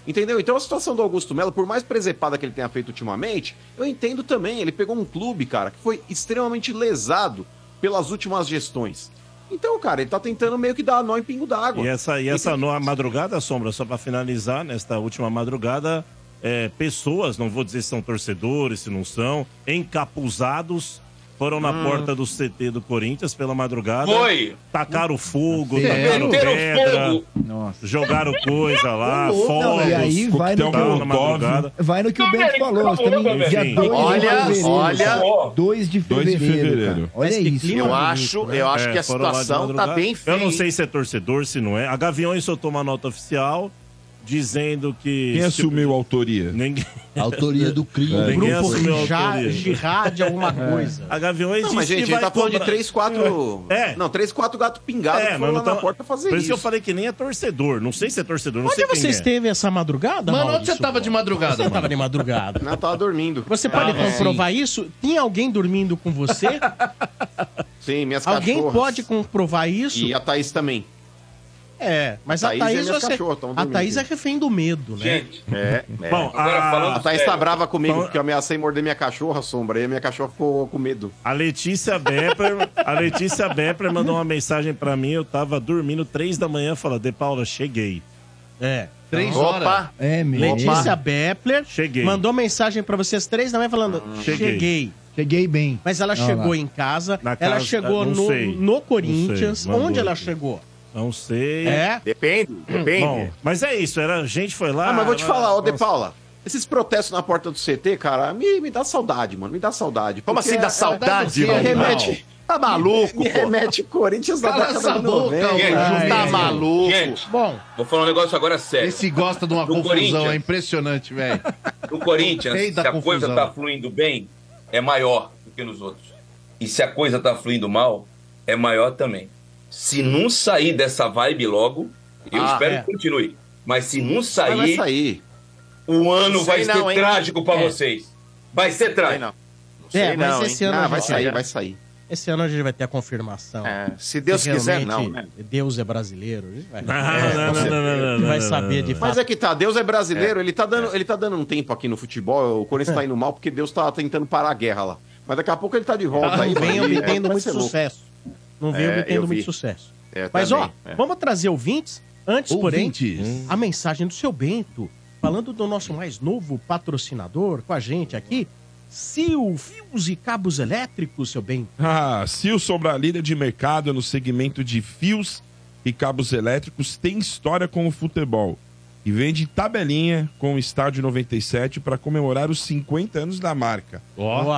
[SPEAKER 6] Entendeu? Então a situação do Augusto Melo, por mais presepada que ele tenha feito ultimamente, eu entendo também. Ele pegou um clube, cara, que foi extremamente lesado pelas últimas gestões. Então, cara, ele tá tentando meio que dar nó em pingo d'água.
[SPEAKER 7] E essa, e essa no- a madrugada, Sombra, só para finalizar, nesta última madrugada, é, pessoas, não vou dizer se são torcedores, se não são, encapuzados, foram na porta do CT do Corinthians pela madrugada.
[SPEAKER 9] Foi.
[SPEAKER 7] Tacaram fogo,
[SPEAKER 5] Sério?
[SPEAKER 7] tacaram
[SPEAKER 9] Meteram
[SPEAKER 7] pedra,
[SPEAKER 9] fogo.
[SPEAKER 5] Nossa.
[SPEAKER 7] jogaram coisa lá,
[SPEAKER 5] Ô, Tá louco,
[SPEAKER 7] fogos.
[SPEAKER 5] não, e aí vai no, que,
[SPEAKER 8] coquetel
[SPEAKER 7] tal,
[SPEAKER 8] Molotov.
[SPEAKER 7] na madrugada.
[SPEAKER 5] vai no que o
[SPEAKER 9] Não,
[SPEAKER 5] Bento
[SPEAKER 9] velho,
[SPEAKER 5] falou.
[SPEAKER 9] acabou,
[SPEAKER 5] Tem um
[SPEAKER 9] velho.
[SPEAKER 5] dia
[SPEAKER 7] Sim.
[SPEAKER 5] 2
[SPEAKER 10] assim, Olha,
[SPEAKER 5] de fevereiro.
[SPEAKER 10] olha.
[SPEAKER 5] cara. 2 de
[SPEAKER 8] Dois de
[SPEAKER 5] fevereiro. cara.
[SPEAKER 8] fevereiro.
[SPEAKER 5] Olha
[SPEAKER 2] Mas que
[SPEAKER 5] isso.
[SPEAKER 2] clima
[SPEAKER 10] Eu
[SPEAKER 2] bonito,
[SPEAKER 10] acho,
[SPEAKER 6] né?
[SPEAKER 10] eu acho
[SPEAKER 7] É,
[SPEAKER 10] que a
[SPEAKER 7] foram lá de
[SPEAKER 10] situação tá
[SPEAKER 7] madrugada.
[SPEAKER 10] bem feia.
[SPEAKER 7] Eu não sei se é torcedor, se não é. A Gaviões soltou uma nota oficial dizendo que.
[SPEAKER 8] Quem
[SPEAKER 7] esse tipo
[SPEAKER 8] assumiu a autoria?
[SPEAKER 7] de- Ninguém,
[SPEAKER 11] Autoria do crime.
[SPEAKER 7] ninguém
[SPEAKER 2] Grupo
[SPEAKER 7] assumiu a
[SPEAKER 2] Rijá-
[SPEAKER 7] autoria. É.
[SPEAKER 2] Girard, alguma coisa.
[SPEAKER 7] A Gaviões
[SPEAKER 6] Não,
[SPEAKER 7] disse
[SPEAKER 6] mas, gente,
[SPEAKER 7] que
[SPEAKER 6] ele
[SPEAKER 7] vai
[SPEAKER 6] tá falando de
[SPEAKER 7] cobrar-
[SPEAKER 6] 3, 4.
[SPEAKER 7] É.
[SPEAKER 6] Não, 3, 4 gato pingado que
[SPEAKER 7] É,
[SPEAKER 6] foram
[SPEAKER 7] mas
[SPEAKER 6] lá
[SPEAKER 7] não tá...
[SPEAKER 6] na porta fazer
[SPEAKER 7] Por isso
[SPEAKER 6] isso.
[SPEAKER 7] que eu falei que nem é torcedor. Não sei se é torcedor, não
[SPEAKER 2] Onde
[SPEAKER 7] sei quem
[SPEAKER 2] você
[SPEAKER 7] é.
[SPEAKER 2] esteve essa madrugada,
[SPEAKER 4] Mano, onde
[SPEAKER 2] Maurício?
[SPEAKER 7] tá?
[SPEAKER 4] você tava de
[SPEAKER 2] Você
[SPEAKER 4] madrugada, mano?
[SPEAKER 2] tava de madrugada.
[SPEAKER 6] Não, eu tava dormindo. Ah, é.
[SPEAKER 2] Você pode comprovar isso? Tem alguém dormindo com você?
[SPEAKER 6] Sim, minhas
[SPEAKER 2] alguém
[SPEAKER 6] cachorras.
[SPEAKER 2] pode comprovar isso?
[SPEAKER 6] E a Thaís também.
[SPEAKER 2] É, mas a
[SPEAKER 6] Thaís
[SPEAKER 2] Thaís,
[SPEAKER 6] e minhas
[SPEAKER 2] você-
[SPEAKER 6] cachorras tão
[SPEAKER 2] a
[SPEAKER 6] dormindo
[SPEAKER 2] Thaís é
[SPEAKER 6] aqui.
[SPEAKER 2] refém do medo, né?
[SPEAKER 9] Gente,
[SPEAKER 7] Bom,
[SPEAKER 9] Agora
[SPEAKER 7] a...
[SPEAKER 9] falando-
[SPEAKER 6] É, A Thaís tá
[SPEAKER 9] Sério?
[SPEAKER 6] brava comigo,
[SPEAKER 7] Então-
[SPEAKER 6] porque eu ameacei morder minha cachorra, sombra, e a minha cachorra ficou com medo.
[SPEAKER 7] a Letícia Bepler, a Letícia Bepler mandou uma mensagem pra mim. Eu tava dormindo três da manhã, fala: "De Paula, cheguei".
[SPEAKER 2] É.
[SPEAKER 4] Três horas.
[SPEAKER 10] Opa,
[SPEAKER 5] É, meu.
[SPEAKER 2] Letícia Bepler
[SPEAKER 7] Cheguei.
[SPEAKER 2] mandou mensagem pra vocês três da manhã falando: cheguei.
[SPEAKER 7] Cheguei.
[SPEAKER 5] Cheguei bem.
[SPEAKER 2] Mas ela
[SPEAKER 5] Olha lá.
[SPEAKER 2] chegou em casa,
[SPEAKER 7] Na
[SPEAKER 2] ela
[SPEAKER 7] casa-
[SPEAKER 2] chegou
[SPEAKER 7] não
[SPEAKER 2] no,
[SPEAKER 7] sei.
[SPEAKER 2] no Corinthians.
[SPEAKER 7] Não sei,
[SPEAKER 2] Onde
[SPEAKER 7] mandou
[SPEAKER 2] ela
[SPEAKER 7] aqui.
[SPEAKER 2] chegou?
[SPEAKER 7] Não sei.
[SPEAKER 2] É?
[SPEAKER 10] depende, depende.
[SPEAKER 7] Bom, mas é isso, era a gente foi lá.
[SPEAKER 6] Ah, mas vou te
[SPEAKER 7] ela-
[SPEAKER 6] falar, ô De
[SPEAKER 7] Nossa,
[SPEAKER 6] Paula. Esses protestos na porta do CT, cara, me, me dá saudade, mano. Me dá saudade.
[SPEAKER 10] Como
[SPEAKER 6] Porque
[SPEAKER 10] assim dá
[SPEAKER 6] é-
[SPEAKER 10] saudade,
[SPEAKER 6] é- é-
[SPEAKER 10] irmão?
[SPEAKER 6] remete. Tá maluco,
[SPEAKER 10] Me
[SPEAKER 6] pô. Remete Corinthians da
[SPEAKER 10] Cala essa boca,
[SPEAKER 9] Gente,
[SPEAKER 10] Ju, tá
[SPEAKER 2] ai,
[SPEAKER 10] maluco.
[SPEAKER 9] gente,
[SPEAKER 2] Bom,
[SPEAKER 9] vou falar um negócio agora sério.
[SPEAKER 4] Esse gosta de uma
[SPEAKER 9] Do
[SPEAKER 4] confusão,
[SPEAKER 9] Corinthians.
[SPEAKER 4] é impressionante, velho.
[SPEAKER 9] No
[SPEAKER 4] Sei
[SPEAKER 9] Corinthians, se
[SPEAKER 4] da
[SPEAKER 9] a coisa
[SPEAKER 4] confusão.
[SPEAKER 9] tá fluindo bem, é maior do que nos outros. E se a coisa tá fluindo mal, é maior também. Se não sair dessa vibe logo, eu
[SPEAKER 10] Ah,
[SPEAKER 9] espero
[SPEAKER 2] é.
[SPEAKER 9] que continue. Mas se não
[SPEAKER 6] Mas vai
[SPEAKER 9] sair,
[SPEAKER 6] sair.
[SPEAKER 9] o ano
[SPEAKER 10] Sei
[SPEAKER 9] vai ser
[SPEAKER 10] não, hein?
[SPEAKER 9] trágico pra
[SPEAKER 10] É.
[SPEAKER 9] vocês. Vai ser
[SPEAKER 10] Sei
[SPEAKER 9] trágico.
[SPEAKER 10] não.
[SPEAKER 2] é,
[SPEAKER 10] sei
[SPEAKER 2] mas
[SPEAKER 10] não,
[SPEAKER 2] esse
[SPEAKER 10] hein?
[SPEAKER 2] ano
[SPEAKER 6] Ah,
[SPEAKER 2] já
[SPEAKER 6] vai
[SPEAKER 2] saiu.
[SPEAKER 6] sair, vai sair.
[SPEAKER 2] Esse ano a gente vai ter a confirmação.
[SPEAKER 10] É, se Deus
[SPEAKER 2] Se
[SPEAKER 10] quiser,
[SPEAKER 2] realmente
[SPEAKER 10] não, né?
[SPEAKER 2] Deus é brasileiro. A gente vai,
[SPEAKER 10] Não,
[SPEAKER 6] Ah,
[SPEAKER 2] É,
[SPEAKER 10] não,
[SPEAKER 2] você-
[SPEAKER 10] não, não, não, não,
[SPEAKER 2] vai
[SPEAKER 10] não,
[SPEAKER 2] saber de fato.
[SPEAKER 6] Mas é que tá, Deus é brasileiro,
[SPEAKER 2] É.
[SPEAKER 6] ele, tá dando, ele tá dando um tempo aqui no futebol, o Corinthians tá indo mal porque Deus tá tentando parar a guerra lá. Mas daqui a pouco ele tá de volta.
[SPEAKER 2] Não
[SPEAKER 6] aí,
[SPEAKER 2] vem
[SPEAKER 6] vai-
[SPEAKER 2] obtendo
[SPEAKER 6] vai
[SPEAKER 2] muito
[SPEAKER 6] ser louco.
[SPEAKER 2] sucesso. Não vem
[SPEAKER 6] É,
[SPEAKER 2] obtendo
[SPEAKER 6] eu
[SPEAKER 2] muito
[SPEAKER 6] vi.
[SPEAKER 2] sucesso.
[SPEAKER 6] É,
[SPEAKER 2] Mas,
[SPEAKER 6] também,
[SPEAKER 2] ó,
[SPEAKER 6] é.
[SPEAKER 2] vamos trazer ouvintes. Antes,
[SPEAKER 4] Ouvintes.
[SPEAKER 2] porém, a mensagem do seu Bento, falando do nosso mais novo patrocinador com a gente aqui, Sil Fios e Cabos Elétricos, seu Bento.
[SPEAKER 8] Ah, Sil Sobral, líder de mercado no segmento de fios e cabos elétricos, tem história com o futebol e vende tabelinha com o Estádio 97 para comemorar os 50 anos da marca.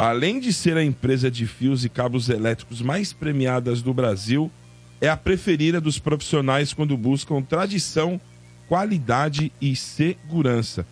[SPEAKER 8] Além de ser a empresa de fios e cabos elétricos mais premiadas do Brasil, é a preferida dos profissionais quando buscam tradição, qualidade e segurança.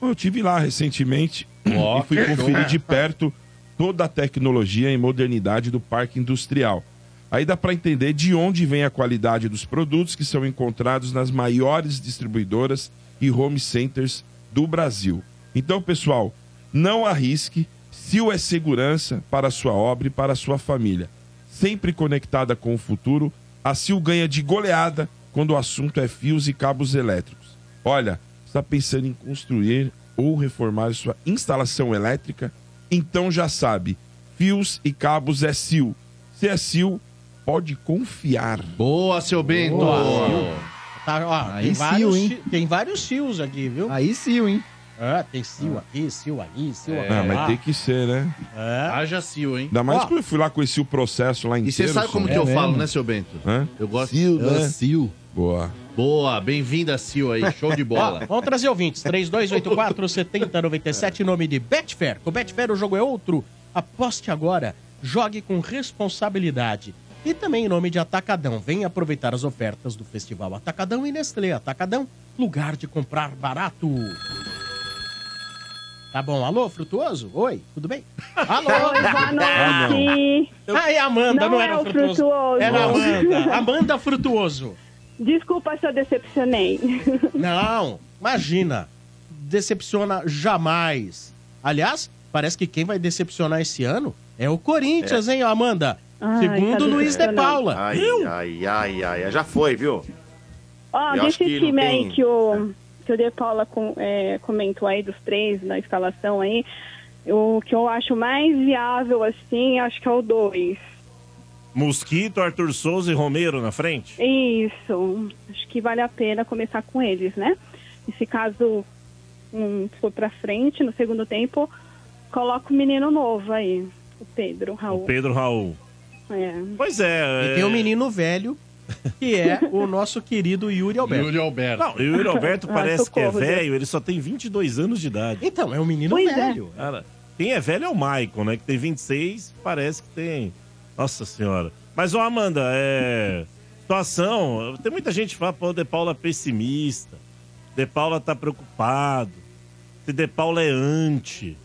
[SPEAKER 8] Bom, Eu tive lá recentemente
[SPEAKER 3] Ó,
[SPEAKER 8] e fui
[SPEAKER 3] que
[SPEAKER 8] conferir
[SPEAKER 3] show.
[SPEAKER 8] de perto toda a tecnologia e modernidade do parque industrial. Aí dá para entender de onde vem a qualidade dos produtos que são encontrados nas maiores distribuidoras e home centers do Brasil. Então, pessoal, não arrisque. Sil é segurança para a sua obra e para a sua família. Sempre conectada com o futuro, a Sil ganha de goleada quando o assunto é fios e cabos elétricos. Olha, está pensando em construir ou reformar sua instalação elétrica? Então já sabe, fios e cabos é Sil. Se é Sil, pode confiar.
[SPEAKER 4] Boa, seu Bento!
[SPEAKER 2] Tá, ó,
[SPEAKER 8] Aí
[SPEAKER 2] tem,
[SPEAKER 8] sil,
[SPEAKER 2] vários,
[SPEAKER 8] hein?
[SPEAKER 2] si- tem vários sios aqui, viu?
[SPEAKER 5] Aí sil, hein?
[SPEAKER 2] É, tem sil aqui, sil aí, sil É.
[SPEAKER 8] É,
[SPEAKER 2] aqui.
[SPEAKER 8] mas tem que ser, né?
[SPEAKER 4] Haja Sil, hein?
[SPEAKER 8] Ainda mais
[SPEAKER 4] Ó,
[SPEAKER 8] que eu fui lá conheci o processo lá em
[SPEAKER 4] E você sabe como que eu falo, né, seu Bento?
[SPEAKER 8] Hã?
[SPEAKER 4] Eu gosto
[SPEAKER 8] Sil,
[SPEAKER 4] Ah,
[SPEAKER 8] né?
[SPEAKER 4] Sil.
[SPEAKER 8] Boa.
[SPEAKER 4] Boa, bem-vinda, Sil aí. Show de bola.
[SPEAKER 2] Ó, vamos trazer ouvintes. 3284 7097, nome de Betfair. Com Betfair o jogo é outro. Aposte agora, jogue com responsabilidade. E também em nome de Atacadão. Venha aproveitar as ofertas do Festival Atacadão e Nestlé. Atacadão, lugar de comprar barato. Tá bom. Alô, Frutuoso? Oi, tudo bem? Alô?
[SPEAKER 3] Oi, boa
[SPEAKER 2] Ah, não.
[SPEAKER 3] noite.
[SPEAKER 2] Ai, Amanda, não,
[SPEAKER 3] Não
[SPEAKER 2] era
[SPEAKER 3] é o
[SPEAKER 2] Frutuoso.
[SPEAKER 3] Frutuoso.
[SPEAKER 2] Era
[SPEAKER 3] Nossa.
[SPEAKER 2] Amanda. Amanda Frutuoso.
[SPEAKER 3] Desculpa se eu decepcionei.
[SPEAKER 2] Não, imagina. Decepciona jamais. Aliás, parece que quem vai decepcionar esse ano é o Corinthians, hein, Amanda?
[SPEAKER 3] Ai,
[SPEAKER 2] Segundo
[SPEAKER 3] tá
[SPEAKER 2] Luiz de
[SPEAKER 3] decepcionando.
[SPEAKER 2] Paula.
[SPEAKER 10] Ai, ai, ai, ai, já foi, viu?
[SPEAKER 3] Ó,
[SPEAKER 10] Eu acho
[SPEAKER 3] desse
[SPEAKER 10] que não
[SPEAKER 3] time aí
[SPEAKER 10] tem-
[SPEAKER 3] que o, que o De Paula com- é, comentou aí dos três na escalação aí, o que eu acho mais viável, assim, acho que é o dois.
[SPEAKER 7] Mosquito, Arthur Souza e Romero na frente?
[SPEAKER 3] Isso. Acho que vale a pena começar com eles, né? E se caso um for pra frente no segundo tempo, coloca o menino novo aí. O Pedro, o Raul.
[SPEAKER 7] Pedro Raul.
[SPEAKER 3] É.
[SPEAKER 7] Pois é.
[SPEAKER 2] E tem o menino velho, que é o nosso querido Yuri Alberto.
[SPEAKER 7] Yuri Alberto. Não, e o Yuri Alberto
[SPEAKER 2] Ah,
[SPEAKER 7] parece que é
[SPEAKER 2] socorro, Deus.
[SPEAKER 7] velho, ele só tem 22 anos de idade.
[SPEAKER 2] Então, é um menino
[SPEAKER 3] Pois é.
[SPEAKER 2] velho.
[SPEAKER 7] Cara, quem é velho é o Maicon, né? Que tem 26, parece que tem. Nossa senhora. Mas, ó, Amanda, é. Situação. Tem muita gente que fala, pô, o De Paula é pessimista. De Paula tá preocupado. Se De Paula é anti.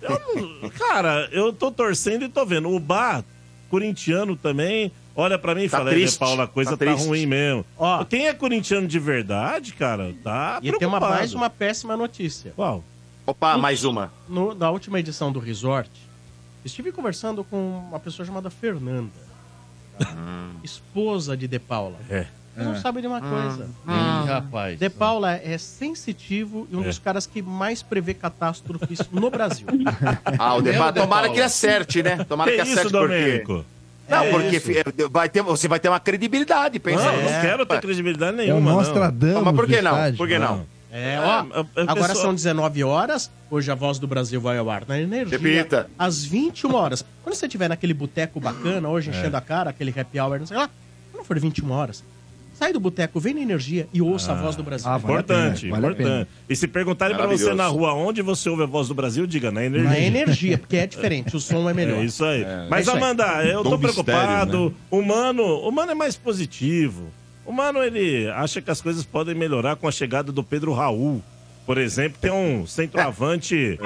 [SPEAKER 7] Eu não- cara, eu tô torcendo e tô vendo. O Bar, corintiano também, olha pra mim e
[SPEAKER 2] Tá
[SPEAKER 7] fala, é,
[SPEAKER 2] triste,
[SPEAKER 7] De Paula, a coisa
[SPEAKER 2] tá
[SPEAKER 7] tá,
[SPEAKER 2] triste."
[SPEAKER 7] ruim mesmo.
[SPEAKER 2] Ó.
[SPEAKER 7] Quem é corintiano de verdade, cara, tá
[SPEAKER 2] E tem uma, mais uma péssima notícia.
[SPEAKER 7] Qual?
[SPEAKER 10] Opa, mais uma.
[SPEAKER 2] No- na última edição do Resort, estive conversando com uma pessoa chamada Fernanda, tá?
[SPEAKER 10] Hum.
[SPEAKER 2] esposa de De Paula.
[SPEAKER 7] É.
[SPEAKER 2] Vocês não sabem de uma
[SPEAKER 7] Hum.
[SPEAKER 2] coisa.
[SPEAKER 7] Hum, rapaz.
[SPEAKER 2] De Paula é sensitivo e um dos caras que mais prevê catástrofes no Brasil.
[SPEAKER 10] Ah, o
[SPEAKER 2] Meu
[SPEAKER 10] Deba,
[SPEAKER 2] É De
[SPEAKER 10] tomara
[SPEAKER 2] Paula.
[SPEAKER 10] que ele acerte, né? Tomara
[SPEAKER 2] Que
[SPEAKER 10] que,
[SPEAKER 2] isso,
[SPEAKER 10] acerte,
[SPEAKER 2] Domênico?
[SPEAKER 10] porque... Não,
[SPEAKER 2] É
[SPEAKER 10] porque
[SPEAKER 2] isso.
[SPEAKER 10] fi- vai ter, você vai ter uma credibilidade, pensa.
[SPEAKER 7] Não, eu
[SPEAKER 2] é,
[SPEAKER 7] não quero ter credibilidade nenhuma. não.
[SPEAKER 2] Ah,
[SPEAKER 10] Não, Mas por que não? Por que não?
[SPEAKER 2] É, ó,
[SPEAKER 7] Ah, a- a
[SPEAKER 2] agora
[SPEAKER 7] pessoa-
[SPEAKER 2] são 19 horas. Hoje a Voz do Brasil vai ao ar na energia.
[SPEAKER 10] Repita.
[SPEAKER 2] Às 21 horas. Quando você estiver naquele boteco bacana, hoje
[SPEAKER 7] É.
[SPEAKER 2] enchendo a cara, aquele happy hour, não sei lá, quando for 21 horas, sai do boteco, vem na energia e ouça Ah, a
[SPEAKER 7] Ah.
[SPEAKER 2] Voz do Brasil.
[SPEAKER 7] importante, importante. E se perguntarem pra você
[SPEAKER 2] Maravilhoso.
[SPEAKER 7] na rua onde você ouve a voz do Brasil, diga na energia.
[SPEAKER 2] Na energia, porque é diferente, o som é melhor.
[SPEAKER 7] É isso aí.
[SPEAKER 2] É
[SPEAKER 7] Mas,
[SPEAKER 2] isso aí.
[SPEAKER 7] Amanda, eu tô
[SPEAKER 2] Dom Mistério, né?
[SPEAKER 7] preocupado. O Mano, o Mano é mais positivo. O Mano, ele acha que as coisas podem melhorar com a chegada do Pedro Raul, por exemplo, que é um centroavante.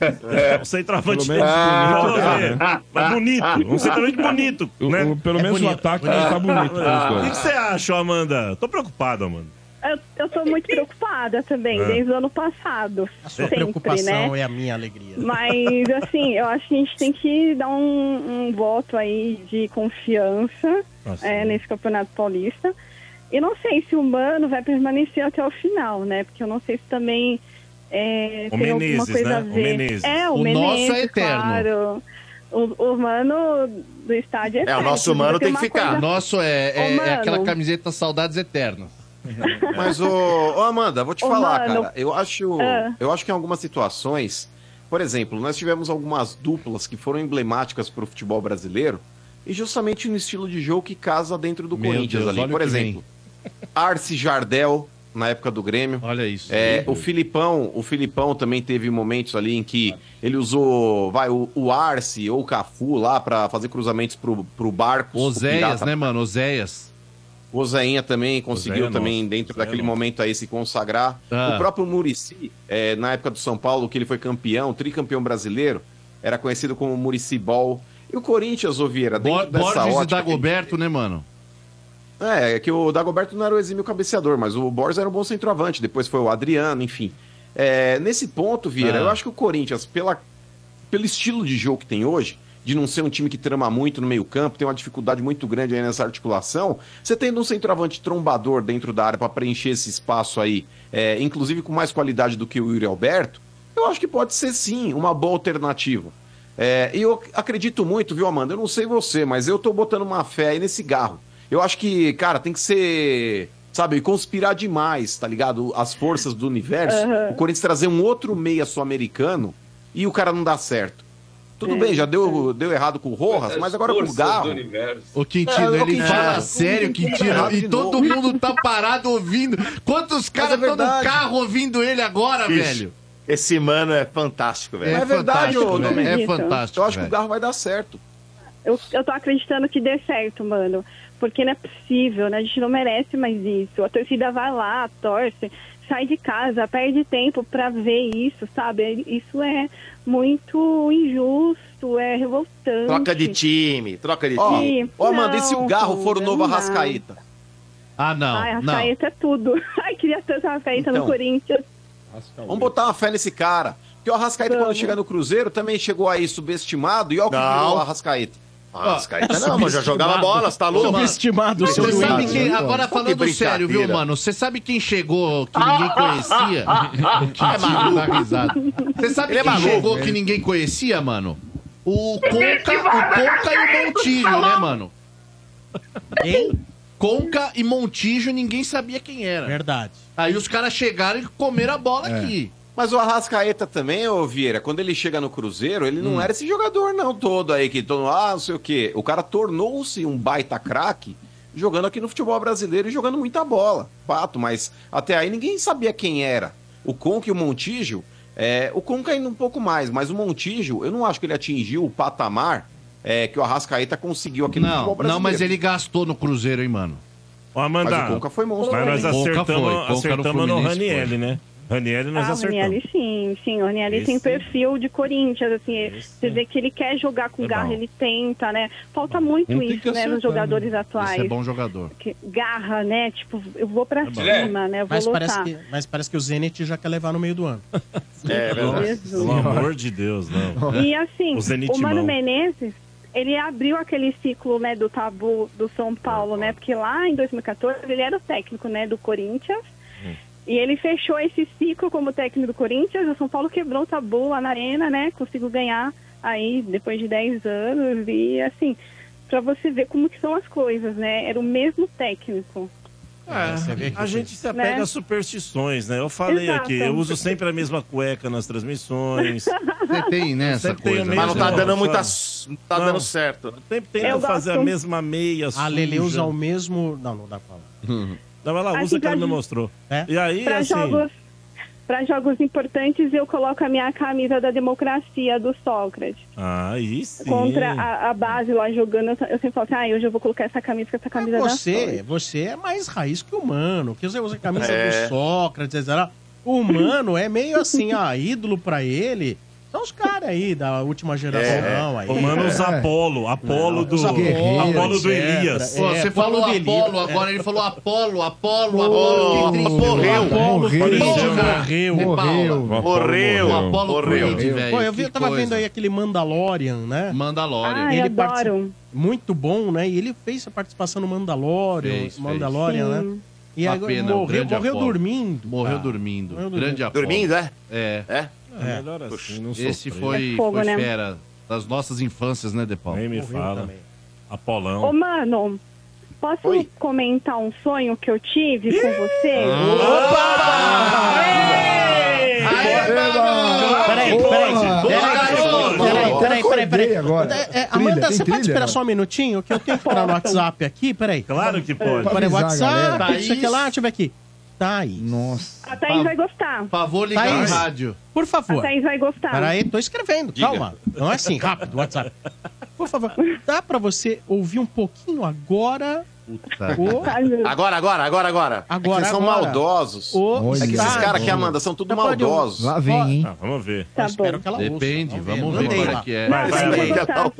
[SPEAKER 7] É, um centroavante
[SPEAKER 8] Pelo menos bonito,
[SPEAKER 7] Vamos
[SPEAKER 8] né?
[SPEAKER 7] ver. Mas bonito. Um centroavante bonito.
[SPEAKER 8] O-
[SPEAKER 7] né?
[SPEAKER 8] o- pelo menos o ataque tá bonito dos
[SPEAKER 7] Ah. O
[SPEAKER 8] dois.
[SPEAKER 7] que que você acha, Amanda? Tô preocupado, Amanda.
[SPEAKER 3] Eu, eu tô muito preocupada também,
[SPEAKER 2] É.
[SPEAKER 3] desde o ano passado.
[SPEAKER 2] A sua
[SPEAKER 3] sempre,
[SPEAKER 2] preocupação
[SPEAKER 3] né?
[SPEAKER 2] é a minha alegria.
[SPEAKER 3] Mas, assim, eu acho que a gente tem que dar um, um voto aí de confiança
[SPEAKER 7] Ah,
[SPEAKER 11] Nossa.
[SPEAKER 3] é, nesse Campeonato Paulista. E não sei se o Mano vai permanecer até o final, né? Porque eu não sei se também é,
[SPEAKER 7] O
[SPEAKER 3] tem alguma
[SPEAKER 7] Menezes,
[SPEAKER 3] coisa
[SPEAKER 7] né?
[SPEAKER 3] a
[SPEAKER 7] O
[SPEAKER 3] ver.
[SPEAKER 7] Menezes.
[SPEAKER 3] É, o,
[SPEAKER 7] O nosso
[SPEAKER 3] Menezes,
[SPEAKER 7] é eterno.
[SPEAKER 3] claro. O, o Mano do estádio é
[SPEAKER 4] É, o
[SPEAKER 3] eterno,
[SPEAKER 4] nosso
[SPEAKER 3] precisa
[SPEAKER 4] humano
[SPEAKER 3] ter
[SPEAKER 4] tem que
[SPEAKER 3] uma
[SPEAKER 4] ficar.
[SPEAKER 3] coisa-
[SPEAKER 4] Nosso é,
[SPEAKER 3] Ô,
[SPEAKER 4] é, é
[SPEAKER 3] Mano,
[SPEAKER 4] aquela camiseta Saudades Eternas.
[SPEAKER 6] Mas, ô, ô, Amanda, vou te
[SPEAKER 4] Ô,
[SPEAKER 6] falar,
[SPEAKER 4] mano.
[SPEAKER 6] cara. Eu acho,
[SPEAKER 4] Ah.
[SPEAKER 6] eu acho que em algumas situações, por exemplo, nós tivemos algumas duplas que foram emblemáticas pro futebol brasileiro e justamente no estilo de jogo que casa dentro do
[SPEAKER 4] Meu
[SPEAKER 6] Corinthians
[SPEAKER 4] Deus, olha
[SPEAKER 6] ali.
[SPEAKER 4] o
[SPEAKER 6] Por
[SPEAKER 4] que
[SPEAKER 6] exemplo, Arce Jardel na época do Grêmio.
[SPEAKER 4] Olha isso.
[SPEAKER 6] É, o Filipão, o Filipão também teve momentos ali em que ele usou, vai, o, o Arce ou o Cafu lá pra fazer cruzamentos pro, pro barco.
[SPEAKER 4] Oséias, né, mano? Oséias.
[SPEAKER 6] O Zéinha também conseguiu
[SPEAKER 4] Zéia,
[SPEAKER 6] também,
[SPEAKER 4] nossa.
[SPEAKER 6] dentro
[SPEAKER 4] Zéia,
[SPEAKER 6] daquele
[SPEAKER 4] nossa.
[SPEAKER 6] momento aí, se consagrar.
[SPEAKER 4] Ah.
[SPEAKER 6] O próprio Murici, é, na época do São Paulo, que ele foi campeão, tricampeão brasileiro, era conhecido como Murici Ball. E o Corinthians, ô Vieira, dentro
[SPEAKER 4] Bo-
[SPEAKER 6] dessa
[SPEAKER 4] Borges e
[SPEAKER 6] ótica...
[SPEAKER 4] Dagoberto, né, mano?
[SPEAKER 6] É, é que o Dagoberto não era o exímio cabeceador, mas o Borges era um bom centroavante, depois foi o Adriano, enfim. É, nesse ponto, Vieira,
[SPEAKER 4] Ah.
[SPEAKER 6] eu acho que o Corinthians, pela, pelo estilo de jogo que tem hoje, de não ser um time que trama muito no meio-campo, tem uma dificuldade muito grande aí nessa articulação. Você tendo um centroavante trombador dentro da área para preencher esse espaço aí, é, inclusive com mais qualidade do que o Yuri Alberto, eu acho que pode ser sim uma boa alternativa. É, e eu acredito muito, viu, Amanda? Eu não sei você, mas eu tô botando uma fé aí nesse garro. Eu acho que, cara, tem que ser, sabe, conspirar demais, tá ligado? As forças do universo.
[SPEAKER 12] Aham.
[SPEAKER 6] O Corinthians trazer um outro meia sul-americano e o cara não dá certo. Tudo
[SPEAKER 12] É,
[SPEAKER 6] bem, já deu, deu errado com o Rojas, mas agora com o garro.
[SPEAKER 4] O Quintino,
[SPEAKER 6] É, o
[SPEAKER 4] ele
[SPEAKER 6] Quintino.
[SPEAKER 4] fala
[SPEAKER 6] É.
[SPEAKER 4] sério, Quintino.
[SPEAKER 6] Errado
[SPEAKER 4] E
[SPEAKER 6] de
[SPEAKER 4] todo
[SPEAKER 6] novo.
[SPEAKER 4] mundo tá parado ouvindo. Quantos caras estão no
[SPEAKER 10] verdade.
[SPEAKER 4] carro ouvindo ele agora,
[SPEAKER 10] Ixi,
[SPEAKER 4] velho?
[SPEAKER 10] Esse mano é fantástico, né? velho.
[SPEAKER 4] É
[SPEAKER 6] É verdade, ô,
[SPEAKER 4] fantástico,
[SPEAKER 6] Domênico.
[SPEAKER 4] velho. É fantástico,
[SPEAKER 6] Eu acho que
[SPEAKER 4] velho.
[SPEAKER 6] o garro vai dar certo.
[SPEAKER 3] Eu, eu tô acreditando que dê certo, mano. Porque não é possível, né? A gente não merece mais isso. A torcida vai lá, torce, sai de casa, perde tempo pra ver isso, sabe? Isso é muito injusto, é revoltante.
[SPEAKER 10] Troca de time, troca de
[SPEAKER 6] Ó,
[SPEAKER 10] time.
[SPEAKER 6] ó, Amanda, e se o garro for o novo
[SPEAKER 3] não dá.
[SPEAKER 6] Arrascaeta?
[SPEAKER 4] Ah, não.
[SPEAKER 3] Ai, Arrascaeta é tudo. Ai, queria tanto Arrascaeta
[SPEAKER 6] Então.
[SPEAKER 3] no Corinthians.
[SPEAKER 6] Vamos botar uma fé nesse cara. Porque o Arrascaeta, quando chegar no Cruzeiro, também chegou aí subestimado. E olha o que
[SPEAKER 10] Não.
[SPEAKER 6] virou o Arrascaeta.
[SPEAKER 4] Ah,
[SPEAKER 10] Arrascaeta não, mas já jogava bola, você tá louco?
[SPEAKER 2] Subestimado,
[SPEAKER 10] Mas
[SPEAKER 2] seu
[SPEAKER 10] você sabe
[SPEAKER 2] Luiz.
[SPEAKER 10] que-
[SPEAKER 4] Agora
[SPEAKER 10] Que
[SPEAKER 4] falando sério, viu,
[SPEAKER 10] brincadeira.
[SPEAKER 4] mano? Você sabe quem chegou que ninguém conhecia? O
[SPEAKER 10] Ah, é
[SPEAKER 4] Quintino dá
[SPEAKER 10] maluco.
[SPEAKER 4] risada. Você sabe
[SPEAKER 10] Ele é
[SPEAKER 4] quem
[SPEAKER 10] maluco,
[SPEAKER 4] chegou
[SPEAKER 10] né?
[SPEAKER 4] que ninguém conhecia, mano? O Conca, o Conca e o Montijo, né, mano?
[SPEAKER 2] Quem?
[SPEAKER 4] Conca e Montijo, ninguém sabia quem era.
[SPEAKER 2] Verdade.
[SPEAKER 4] Aí os caras chegaram e comeram a bola aqui.
[SPEAKER 6] Mas o Arrascaeta também, ô Vieira, quando ele chega no Cruzeiro, ele
[SPEAKER 4] Hum.
[SPEAKER 6] não era esse jogador não todo aí, que todo, ah, não sei o quê. O cara tornou-se um baita craque jogando aqui no futebol brasileiro e jogando muita bola. Pato, mas até aí ninguém sabia quem era. O Conca e o Montijo, é, o Conca ainda um pouco mais, mas o Montijo, eu não acho que ele atingiu o patamar é, que o Arrascaeta conseguiu aqui no futebol
[SPEAKER 4] Não,
[SPEAKER 6] brasileiro.
[SPEAKER 4] não, mas ele gastou no Cruzeiro, hein, mano?
[SPEAKER 7] Ô, Amanda,
[SPEAKER 6] Mas o Conca foi monstro.
[SPEAKER 7] Mas nós
[SPEAKER 6] Conca
[SPEAKER 7] acertamos,
[SPEAKER 6] foi, Conca no
[SPEAKER 7] acertamos no,
[SPEAKER 6] Fluminense
[SPEAKER 7] Raniel,
[SPEAKER 6] foi.
[SPEAKER 7] né? Raniel nós
[SPEAKER 3] Ah, o
[SPEAKER 7] acertamos.
[SPEAKER 3] Ranieri sim, sim, o Ranieri tem
[SPEAKER 7] Esse-
[SPEAKER 3] perfil de Corinthians, assim, você vê que ele quer jogar com
[SPEAKER 7] É
[SPEAKER 3] garra,
[SPEAKER 7] bom.
[SPEAKER 3] ele tenta, né? Falta muito
[SPEAKER 4] Não tem que
[SPEAKER 3] isso, né,
[SPEAKER 4] acertar,
[SPEAKER 3] nos jogadores
[SPEAKER 4] né?
[SPEAKER 3] atuais.
[SPEAKER 4] Esse é bom É jogador.
[SPEAKER 3] Que- garra, né? Tipo, eu vou
[SPEAKER 7] É
[SPEAKER 3] pra cima, né? Eu vou
[SPEAKER 2] Mas parece,
[SPEAKER 3] lutar.
[SPEAKER 2] que, mas parece que o Zenit já quer levar no meio do ano.
[SPEAKER 10] É
[SPEAKER 2] verdade.
[SPEAKER 7] Pelo amor de Deus, não.
[SPEAKER 3] E assim,
[SPEAKER 7] o Zenit
[SPEAKER 3] o Mano
[SPEAKER 7] mão.
[SPEAKER 3] Menezes, ele abriu aquele ciclo, né, do tabu do São Paulo, né? Porque lá em 2014 ele era o técnico, né, do Corinthians.
[SPEAKER 7] Hum.
[SPEAKER 3] E ele fechou esse ciclo como técnico do Corinthians. O São Paulo quebrou o tabu lá na arena, né? Conseguiu ganhar aí depois de 10 anos. E assim, pra você ver como que são as coisas, né? Era o mesmo técnico.
[SPEAKER 7] É, a gente se apega
[SPEAKER 3] Né?
[SPEAKER 7] a superstições, né? Eu falei
[SPEAKER 3] Exato.
[SPEAKER 7] aqui, eu uso sempre a mesma cueca nas transmissões.
[SPEAKER 4] Você tem, né, essa
[SPEAKER 7] Sempre tem
[SPEAKER 4] coisa.
[SPEAKER 7] o
[SPEAKER 10] Mas não tá
[SPEAKER 7] mesmo,
[SPEAKER 10] dando muita.
[SPEAKER 7] sabe?
[SPEAKER 10] Não tá
[SPEAKER 7] Não.
[SPEAKER 10] dando certo.
[SPEAKER 7] Sempre tenta fazer a mesma meia
[SPEAKER 2] A Lele
[SPEAKER 7] suja.
[SPEAKER 2] Ah, usa o mesmo... Não, não dá pra falar.
[SPEAKER 7] Não, ela
[SPEAKER 3] Assim,
[SPEAKER 7] usa que ela
[SPEAKER 3] pra-
[SPEAKER 7] me mostrou.
[SPEAKER 2] É?
[SPEAKER 7] E aí,
[SPEAKER 3] Pra
[SPEAKER 7] assim...
[SPEAKER 3] jogos para jogos importantes eu coloco a minha camisa da democracia do Sócrates
[SPEAKER 7] Ah, aí sim.
[SPEAKER 3] contra a, a base lá jogando eu, eu sempre falo assim, ah hoje eu vou colocar essa camisa com essa camisa da
[SPEAKER 2] Você, você é mais raiz que humano, que você usa a camisa
[SPEAKER 10] É.
[SPEAKER 2] do Sócrates, etc. O humano é meio assim, ó, ídolo pra ele Então os caras aí da última
[SPEAKER 10] É.
[SPEAKER 2] geração aí.
[SPEAKER 7] O mano usa
[SPEAKER 2] É.
[SPEAKER 7] Apolo, Apolo
[SPEAKER 2] Não,
[SPEAKER 7] do.
[SPEAKER 2] os Apolo,
[SPEAKER 7] Apolo do
[SPEAKER 2] etc. é.
[SPEAKER 7] Elias.
[SPEAKER 2] Pô, você falou é.
[SPEAKER 4] Apolo,
[SPEAKER 2] Delírio,
[SPEAKER 4] É, Apolo, agora ele falou Apolo, Apolo,
[SPEAKER 10] Oh,
[SPEAKER 4] Apolo. que triste.
[SPEAKER 10] morreu.
[SPEAKER 2] Morreu.
[SPEAKER 4] Morreu.
[SPEAKER 10] Morreu.
[SPEAKER 4] O Apolo
[SPEAKER 10] Morreu.
[SPEAKER 4] Creed, velho.
[SPEAKER 2] Pô, eu, vi,
[SPEAKER 4] que
[SPEAKER 2] eu tava
[SPEAKER 4] coisa.
[SPEAKER 2] vendo aí aquele Mandalorian, né?
[SPEAKER 4] Mandalorian.
[SPEAKER 3] Ai,
[SPEAKER 2] partici-
[SPEAKER 3] adoro.
[SPEAKER 2] Muito bom, né? E ele fez a participação no Mandalorian,
[SPEAKER 4] Fez, fez.
[SPEAKER 2] Mandalorian né?
[SPEAKER 3] Sim.
[SPEAKER 2] E
[SPEAKER 4] Uma
[SPEAKER 2] agora
[SPEAKER 4] pena, um
[SPEAKER 2] morreu,
[SPEAKER 4] grande
[SPEAKER 2] morreu
[SPEAKER 4] Apolo.
[SPEAKER 2] dormindo. Ah.
[SPEAKER 4] Morreu
[SPEAKER 2] cara.
[SPEAKER 4] dormindo.
[SPEAKER 2] Morreu dormindo.
[SPEAKER 4] Grande Apolo.
[SPEAKER 10] Dormindo, é?
[SPEAKER 4] É.
[SPEAKER 10] É?
[SPEAKER 7] É melhor assim, não sou.
[SPEAKER 4] Esse foi,
[SPEAKER 3] É fogo,
[SPEAKER 4] foi
[SPEAKER 3] né?
[SPEAKER 4] fera das nossas infâncias, né, Depau?
[SPEAKER 7] Nem me fala.
[SPEAKER 2] também.
[SPEAKER 7] Apolão.
[SPEAKER 3] Ô, mano, posso
[SPEAKER 10] Oi.
[SPEAKER 3] comentar um sonho que eu tive com você?
[SPEAKER 2] Peraí,
[SPEAKER 5] Porra!
[SPEAKER 2] peraí.
[SPEAKER 5] Porra,
[SPEAKER 2] Peraí, peraí, peraí, peraí, peraí.
[SPEAKER 5] acordei agora.
[SPEAKER 2] É, é,
[SPEAKER 5] Trilha,
[SPEAKER 2] Amanda,
[SPEAKER 5] tem
[SPEAKER 2] você pode
[SPEAKER 5] trilha,
[SPEAKER 2] esperar
[SPEAKER 5] não?
[SPEAKER 2] só um minutinho que eu tenho que entrar no WhatsApp aqui, peraí.
[SPEAKER 7] Claro que pode.
[SPEAKER 5] Pra
[SPEAKER 2] Peraí,
[SPEAKER 5] avisar a
[SPEAKER 2] WhatsApp,
[SPEAKER 5] galera.
[SPEAKER 2] não sei o que lá, deixa eu ver aqui. Thaís.
[SPEAKER 5] Nossa.
[SPEAKER 3] A Thaís vai gostar.
[SPEAKER 4] Favor ligar
[SPEAKER 2] Thaís.
[SPEAKER 4] a rádio.
[SPEAKER 2] Por
[SPEAKER 3] A
[SPEAKER 2] favor.
[SPEAKER 3] Thaís vai gostar.
[SPEAKER 2] Peraí, tô escrevendo, calma. Não é assim, rápido, WhatsApp. Por favor, dá pra você ouvir um pouquinho agora
[SPEAKER 4] Puta.
[SPEAKER 2] o...
[SPEAKER 3] Ai, meu-
[SPEAKER 10] Agora, agora, agora, agora. É que
[SPEAKER 2] Agora,
[SPEAKER 10] vocês são
[SPEAKER 2] agora.
[SPEAKER 10] maldosos.
[SPEAKER 2] o...
[SPEAKER 5] Olha.
[SPEAKER 10] É que esses
[SPEAKER 5] Tá,
[SPEAKER 10] caras aqui,
[SPEAKER 5] bom.
[SPEAKER 10] Amanda, são tudo
[SPEAKER 2] Mas pode-
[SPEAKER 10] maldosos.
[SPEAKER 5] Lá vem, hein?
[SPEAKER 7] Ah, vamos ver.
[SPEAKER 3] Tá
[SPEAKER 2] Eu espero
[SPEAKER 3] bom.
[SPEAKER 2] que ela ouça.
[SPEAKER 4] Depende, vamos ver
[SPEAKER 2] Mandei
[SPEAKER 4] qual é
[SPEAKER 2] lá.
[SPEAKER 4] que é.
[SPEAKER 7] Vai, vai,
[SPEAKER 3] Vai
[SPEAKER 7] vai.
[SPEAKER 3] gostar.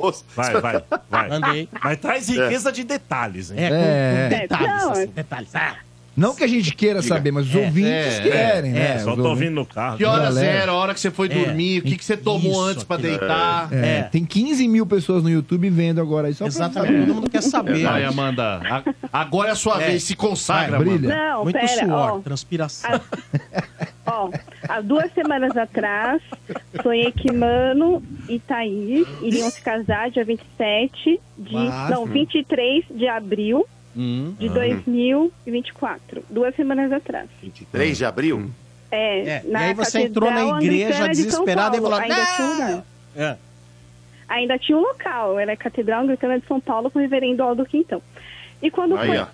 [SPEAKER 7] Vai, vai, vai.
[SPEAKER 2] Mandei.
[SPEAKER 7] Mas
[SPEAKER 10] É.
[SPEAKER 7] traz riqueza de detalhes, hein?
[SPEAKER 2] É, com,
[SPEAKER 5] É.
[SPEAKER 2] com detalhes.
[SPEAKER 3] Não,
[SPEAKER 2] assim,
[SPEAKER 3] é-
[SPEAKER 2] detalhes. Ah,
[SPEAKER 5] Não que a gente queira saber, mas os
[SPEAKER 2] É,
[SPEAKER 5] ouvintes
[SPEAKER 4] é,
[SPEAKER 5] querem,
[SPEAKER 2] é,
[SPEAKER 5] né?
[SPEAKER 7] É, só
[SPEAKER 5] Os
[SPEAKER 7] tô
[SPEAKER 5] ouvintes-
[SPEAKER 7] ouvindo no carro.
[SPEAKER 4] Que horas
[SPEAKER 5] Galera.
[SPEAKER 4] era, a hora que você foi
[SPEAKER 2] É.
[SPEAKER 4] dormir, o que, que você tomou
[SPEAKER 2] Isso,
[SPEAKER 4] antes pra
[SPEAKER 2] aquilo.
[SPEAKER 4] deitar.
[SPEAKER 5] É,
[SPEAKER 2] É.
[SPEAKER 5] Tem 15 mil pessoas no YouTube vendo agora. Isso é
[SPEAKER 2] Exatamente, todo mundo quer saber.
[SPEAKER 4] Vai, Amanda. a- Agora é a sua
[SPEAKER 2] É.
[SPEAKER 4] vez, se consagra,
[SPEAKER 5] Vai,
[SPEAKER 4] Amanda.
[SPEAKER 5] brilha.
[SPEAKER 3] Não,
[SPEAKER 2] Muito
[SPEAKER 3] pera,
[SPEAKER 2] suor,
[SPEAKER 3] ó.
[SPEAKER 2] transpiração.
[SPEAKER 3] Ó, há duas semanas atrás, sonhei que Mano e Thaís iriam se casar dia 27 de.
[SPEAKER 5] Mas-
[SPEAKER 3] Não, 23 de abril
[SPEAKER 2] Uhum.
[SPEAKER 4] Hum.
[SPEAKER 2] Ah.
[SPEAKER 3] de 2024. Duas semanas atrás.
[SPEAKER 10] 23 de abril?
[SPEAKER 3] É,
[SPEAKER 2] É, e aí você
[SPEAKER 3] Catedral
[SPEAKER 2] entrou na igreja
[SPEAKER 3] Anglicana de São
[SPEAKER 2] desesperada e
[SPEAKER 3] Paulo.
[SPEAKER 2] falou:
[SPEAKER 3] Ainda tinha um
[SPEAKER 2] Não!
[SPEAKER 3] lugar.
[SPEAKER 2] É.
[SPEAKER 3] Ainda tinha um local, era a Catedral Anglicana de São Paulo com o reverendo Aldo Quintão. E quando
[SPEAKER 10] Aí,
[SPEAKER 3] foi
[SPEAKER 10] ó.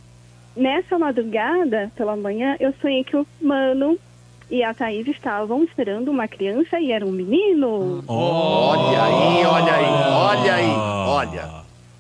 [SPEAKER 3] nessa madrugada, pela manhã, eu sonhei que o Mano e a Thaís estavam esperando uma criança e era um menino.
[SPEAKER 1] Ah.
[SPEAKER 10] Olha aí, olha aí, olha aí, olha.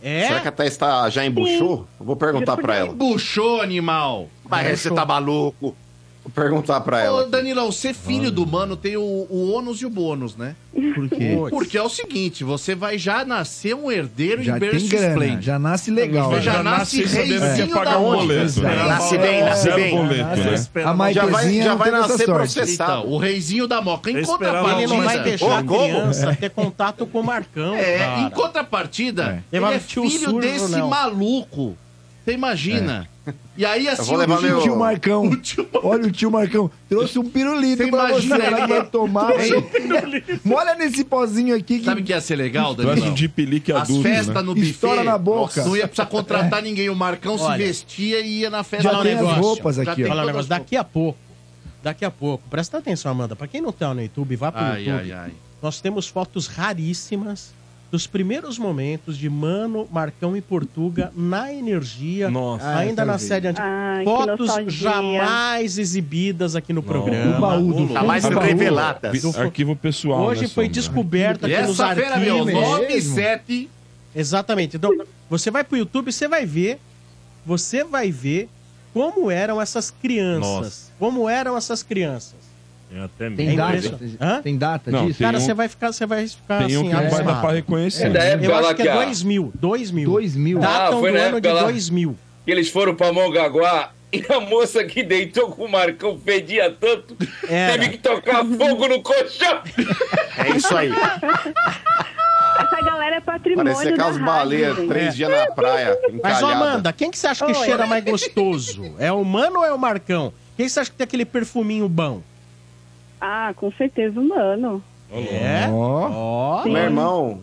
[SPEAKER 2] É?
[SPEAKER 10] Será que a Thaís tá, já embuchou? Eu vou perguntar pra ela.
[SPEAKER 4] Buchou, animal.
[SPEAKER 10] Mas você tá maluco?
[SPEAKER 6] Vou perguntar pra
[SPEAKER 4] Ô,
[SPEAKER 6] ela.
[SPEAKER 4] Danilão, ser filho do mano tem o, o ônus e o bônus, né?
[SPEAKER 5] Por quê?
[SPEAKER 2] Pois.
[SPEAKER 4] Porque é o seguinte, você vai já nascer um herdeiro
[SPEAKER 5] Já
[SPEAKER 4] de
[SPEAKER 5] tem
[SPEAKER 4] berço
[SPEAKER 5] grana,
[SPEAKER 4] esplêndido.
[SPEAKER 5] já nasce legal.
[SPEAKER 4] Você
[SPEAKER 5] né?
[SPEAKER 4] já,
[SPEAKER 7] Já
[SPEAKER 4] nasce,
[SPEAKER 7] nasce sabendo
[SPEAKER 5] que ia
[SPEAKER 4] reizinho
[SPEAKER 8] pagar
[SPEAKER 4] da
[SPEAKER 8] um
[SPEAKER 4] onde?
[SPEAKER 8] boleto, né?
[SPEAKER 10] Nasce bem, nasce
[SPEAKER 8] Zero
[SPEAKER 10] bem.
[SPEAKER 8] boleto,
[SPEAKER 7] Você
[SPEAKER 8] né?
[SPEAKER 7] espera
[SPEAKER 5] A
[SPEAKER 7] uma-
[SPEAKER 10] Já vai,
[SPEAKER 5] Maiquezinha
[SPEAKER 10] já
[SPEAKER 5] não
[SPEAKER 10] vai
[SPEAKER 5] teve essa
[SPEAKER 10] nascer
[SPEAKER 5] sorte.
[SPEAKER 10] processado.
[SPEAKER 4] Então, o reizinho da moca. Em
[SPEAKER 7] Eu esperava
[SPEAKER 4] contrapartida...
[SPEAKER 2] Ele não vai
[SPEAKER 10] Ô,
[SPEAKER 2] deixar a
[SPEAKER 10] como?
[SPEAKER 2] criança ter contato com o Marcão.
[SPEAKER 4] É,
[SPEAKER 2] cara.
[SPEAKER 4] em contrapartida, ele
[SPEAKER 2] Levava
[SPEAKER 4] é
[SPEAKER 2] tio
[SPEAKER 4] filho
[SPEAKER 2] um surdo,
[SPEAKER 4] desse
[SPEAKER 2] não.
[SPEAKER 4] maluco. Você imagina?
[SPEAKER 2] É.
[SPEAKER 4] E aí, assim,
[SPEAKER 6] vou levar
[SPEAKER 4] o
[SPEAKER 6] meu-
[SPEAKER 5] O tio Marcão.
[SPEAKER 4] O tio
[SPEAKER 5] Olha o tio Marcão. Trouxe um pirulito
[SPEAKER 4] Você
[SPEAKER 5] pra
[SPEAKER 4] imagina
[SPEAKER 5] você. Ela
[SPEAKER 4] ele-
[SPEAKER 5] vai tomar. vai- Molha nesse pozinho aqui que
[SPEAKER 4] Sabe o que ia ser legal,
[SPEAKER 8] Traz um
[SPEAKER 4] Danilão?
[SPEAKER 8] de pelique
[SPEAKER 4] As
[SPEAKER 8] adulto,
[SPEAKER 4] festas
[SPEAKER 8] né?
[SPEAKER 4] no buffet.
[SPEAKER 5] estoura na boca. É.
[SPEAKER 4] Não ia precisar contratar ninguém. O Marcão
[SPEAKER 2] Olha.
[SPEAKER 4] se vestia e ia na festa.
[SPEAKER 5] Já
[SPEAKER 2] Falar um
[SPEAKER 5] tem as
[SPEAKER 2] negócio.
[SPEAKER 5] roupas
[SPEAKER 4] Já
[SPEAKER 5] aqui,
[SPEAKER 4] tem-
[SPEAKER 5] ó.
[SPEAKER 2] Falar um
[SPEAKER 4] todas
[SPEAKER 2] negócio,
[SPEAKER 4] as
[SPEAKER 2] daqui a pouco. Daqui a pouco. Presta atenção, Amanda. Pra quem não tá no YouTube, vá pro
[SPEAKER 4] Ai,
[SPEAKER 2] YouTube.
[SPEAKER 4] ai, ai.
[SPEAKER 2] Nós temos fotos raríssimas dos primeiros momentos de Mano, Marcão e Portuga na energia,
[SPEAKER 7] Nossa.
[SPEAKER 2] ainda
[SPEAKER 5] Ah, eu
[SPEAKER 2] na
[SPEAKER 5] quero ver.
[SPEAKER 2] série antiga.
[SPEAKER 3] Ai, que
[SPEAKER 2] fotos
[SPEAKER 3] nostalgia.
[SPEAKER 2] jamais exibidas aqui no programa.
[SPEAKER 5] No baú do
[SPEAKER 10] Tá mais
[SPEAKER 5] no baú.
[SPEAKER 10] reveladas.
[SPEAKER 8] Vi- Arquivo pessoal,
[SPEAKER 2] Hoje
[SPEAKER 8] né,
[SPEAKER 2] foi
[SPEAKER 8] Sombra?
[SPEAKER 2] descoberto
[SPEAKER 4] E
[SPEAKER 2] aqui nos
[SPEAKER 4] essa
[SPEAKER 2] arquivos.
[SPEAKER 4] feira, meu,
[SPEAKER 5] mesmo.
[SPEAKER 4] 9 7
[SPEAKER 2] Exatamente. Então, você vai pro YouTube, você vai ver, você vai ver como eram essas crianças.
[SPEAKER 7] Nossa.
[SPEAKER 2] Como eram essas crianças.
[SPEAKER 7] Eu até
[SPEAKER 5] Tem
[SPEAKER 2] É
[SPEAKER 7] medo.
[SPEAKER 5] data?
[SPEAKER 2] impressionante. Hã?
[SPEAKER 5] Tem data
[SPEAKER 8] Não,
[SPEAKER 5] disso?
[SPEAKER 8] tem-
[SPEAKER 2] Cara,
[SPEAKER 8] um-
[SPEAKER 2] você vai ficar, você vai ficar
[SPEAKER 8] Tem um
[SPEAKER 2] assim,
[SPEAKER 8] que não vai dar
[SPEAKER 2] abismado.
[SPEAKER 8] pra reconhecer.
[SPEAKER 9] É da
[SPEAKER 8] né?
[SPEAKER 9] época
[SPEAKER 2] Eu
[SPEAKER 9] lá
[SPEAKER 2] acho que
[SPEAKER 9] que
[SPEAKER 2] é
[SPEAKER 9] a-
[SPEAKER 2] 2000, 2000.
[SPEAKER 5] 2000.
[SPEAKER 9] Ah,
[SPEAKER 2] Datam
[SPEAKER 9] foi
[SPEAKER 2] do
[SPEAKER 9] na
[SPEAKER 2] ano de
[SPEAKER 9] época lá.
[SPEAKER 2] 2000.
[SPEAKER 9] que eles foram pra Mongaguá e a moça que deitou com o Marcão fedia tanto,
[SPEAKER 2] Era.
[SPEAKER 9] teve que tocar fogo no colchão.
[SPEAKER 10] É isso aí.
[SPEAKER 3] Essa galera é patrimônio
[SPEAKER 6] Parecia
[SPEAKER 3] da
[SPEAKER 6] aquelas
[SPEAKER 3] rádio,
[SPEAKER 6] baleias,
[SPEAKER 3] gente.
[SPEAKER 6] três dias na praia,
[SPEAKER 2] Mas, ó,
[SPEAKER 6] encalhada.
[SPEAKER 2] Amanda, quem que você acha que
[SPEAKER 3] Oi.
[SPEAKER 2] cheira mais gostoso? É o Mano ou é o Marcão? Quem que você acha que tem aquele perfuminho bom?
[SPEAKER 3] Ah, com certeza, mano.
[SPEAKER 2] É?
[SPEAKER 5] Ó.
[SPEAKER 2] Ó.
[SPEAKER 6] O meu irmão...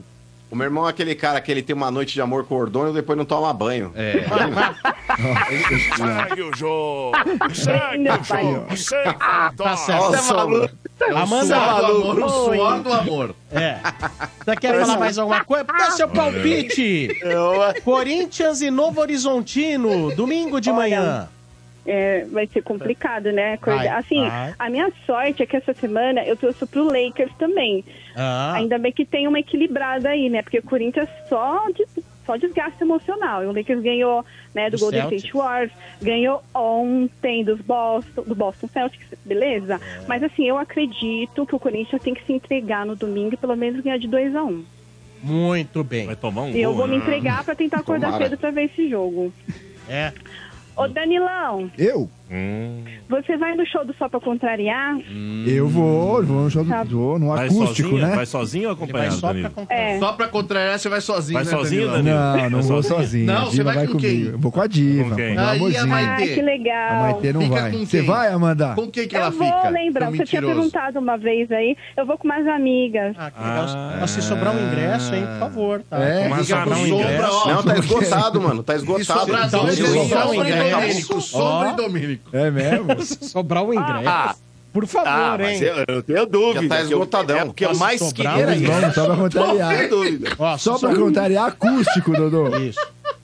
[SPEAKER 6] O meu irmão é aquele cara que ele tem uma noite de amor com o Ordônio e depois não toma banho.
[SPEAKER 4] É.
[SPEAKER 11] Segue o jogo!
[SPEAKER 3] Bem, meu pai.
[SPEAKER 11] Sem
[SPEAKER 6] Ah,
[SPEAKER 2] Tá
[SPEAKER 11] dó!
[SPEAKER 6] é
[SPEAKER 2] certo.
[SPEAKER 10] Nossa, maluco.
[SPEAKER 2] Amanda,
[SPEAKER 4] suor
[SPEAKER 6] tá
[SPEAKER 4] do amor, o
[SPEAKER 3] Oi.
[SPEAKER 4] suor do amor.
[SPEAKER 2] é. Você quer falar mais alguma coisa? Dá seu palpite.
[SPEAKER 4] É
[SPEAKER 2] Corinthians e Novo Horizontino, domingo de manhã.
[SPEAKER 3] É, vai ser complicado, né? Acordar.
[SPEAKER 2] Vai,
[SPEAKER 3] assim,
[SPEAKER 2] vai.
[SPEAKER 3] a minha sorte é que essa semana eu torço pro Lakers também.
[SPEAKER 2] Ah,
[SPEAKER 3] Ainda bem que tem uma equilibrada aí, né? Porque o Corinthians só de só desgaste emocional. E o Lakers ganhou, né, do,
[SPEAKER 11] Do
[SPEAKER 3] Golden
[SPEAKER 11] Celtics.
[SPEAKER 3] State Warriors, ganhou ontem dos Boston, do Boston Celtics, beleza?
[SPEAKER 2] É.
[SPEAKER 3] Mas assim, eu acredito que o Corinthians tem que se entregar no domingo e pelo menos ganhar de 2 a 1
[SPEAKER 2] Muito bem.
[SPEAKER 7] Vai tomar um
[SPEAKER 3] E eu vou me entregar pra tentar acordar
[SPEAKER 2] Tomara.
[SPEAKER 3] cedo pra ver esse jogo.
[SPEAKER 2] É.
[SPEAKER 3] Ô Danilão,
[SPEAKER 5] Eu?
[SPEAKER 3] você vai no show do Só Pra Contrariar?
[SPEAKER 5] Eu vou, vou no show do vou no
[SPEAKER 7] Vai
[SPEAKER 5] acústico,
[SPEAKER 7] sozinho?
[SPEAKER 5] né?
[SPEAKER 7] Vai sozinho ou acompanhado,
[SPEAKER 5] Ele vai só pra
[SPEAKER 7] Danilo?
[SPEAKER 3] É.
[SPEAKER 4] Só pra contrariar, você vai sozinho,
[SPEAKER 7] Vai
[SPEAKER 4] né,
[SPEAKER 7] sozinho,
[SPEAKER 4] Danilão?
[SPEAKER 5] Não, não vou sozinho.
[SPEAKER 4] Não,
[SPEAKER 5] a
[SPEAKER 4] você
[SPEAKER 5] Diva
[SPEAKER 4] vai,
[SPEAKER 5] vai
[SPEAKER 4] com
[SPEAKER 5] comigo.
[SPEAKER 4] quem?
[SPEAKER 5] Eu vou com É a Diva. Com
[SPEAKER 4] quem?
[SPEAKER 5] meu
[SPEAKER 4] Aí a
[SPEAKER 5] amorzinho.
[SPEAKER 3] Ah, que legal.
[SPEAKER 5] A Maitê não
[SPEAKER 4] Fica
[SPEAKER 5] vai.
[SPEAKER 4] com
[SPEAKER 5] Você
[SPEAKER 4] quem?
[SPEAKER 5] vai, Amanda?
[SPEAKER 4] Com quem que
[SPEAKER 3] eu
[SPEAKER 4] ela
[SPEAKER 3] vou
[SPEAKER 4] fica?
[SPEAKER 3] lembrar,
[SPEAKER 4] Seu
[SPEAKER 3] você tinha
[SPEAKER 4] mentiroso. Ah,
[SPEAKER 3] perguntado uma vez aí. Eu vou com umas amigas. Ah.
[SPEAKER 2] Nossa, se sobrar um ingresso, hein, por favor, tá?
[SPEAKER 6] É,
[SPEAKER 2] Mas
[SPEAKER 6] fica com
[SPEAKER 2] não
[SPEAKER 6] sombra,
[SPEAKER 2] ingresso.
[SPEAKER 6] ó. Não, tá esgotado, mano, tá esgotado.
[SPEAKER 2] Se sobrar
[SPEAKER 6] Então,
[SPEAKER 2] dois,
[SPEAKER 6] se
[SPEAKER 2] eles
[SPEAKER 6] sobrar
[SPEAKER 2] dão
[SPEAKER 6] um
[SPEAKER 2] ingresso.
[SPEAKER 4] é
[SPEAKER 6] Domênico,
[SPEAKER 4] sobra e
[SPEAKER 2] Domênico.
[SPEAKER 5] É mesmo?
[SPEAKER 2] Se sobrar um ingresso.
[SPEAKER 6] Ah,
[SPEAKER 2] por favor,
[SPEAKER 6] ah,
[SPEAKER 2] hein?
[SPEAKER 6] mas eu- eu tenho dúvida
[SPEAKER 2] Já tá
[SPEAKER 6] que eu-
[SPEAKER 2] esgotadão.
[SPEAKER 6] é porque eu
[SPEAKER 2] Nossa,
[SPEAKER 6] mais
[SPEAKER 2] sobrar
[SPEAKER 6] queria
[SPEAKER 2] um
[SPEAKER 6] era
[SPEAKER 2] ingresso.
[SPEAKER 6] isso.
[SPEAKER 5] Só pra contrariar.
[SPEAKER 6] Sem dúvida. um
[SPEAKER 2] Ó,
[SPEAKER 5] Só
[SPEAKER 1] um
[SPEAKER 5] pra contrariar acústico, Dodô.
[SPEAKER 2] Isso.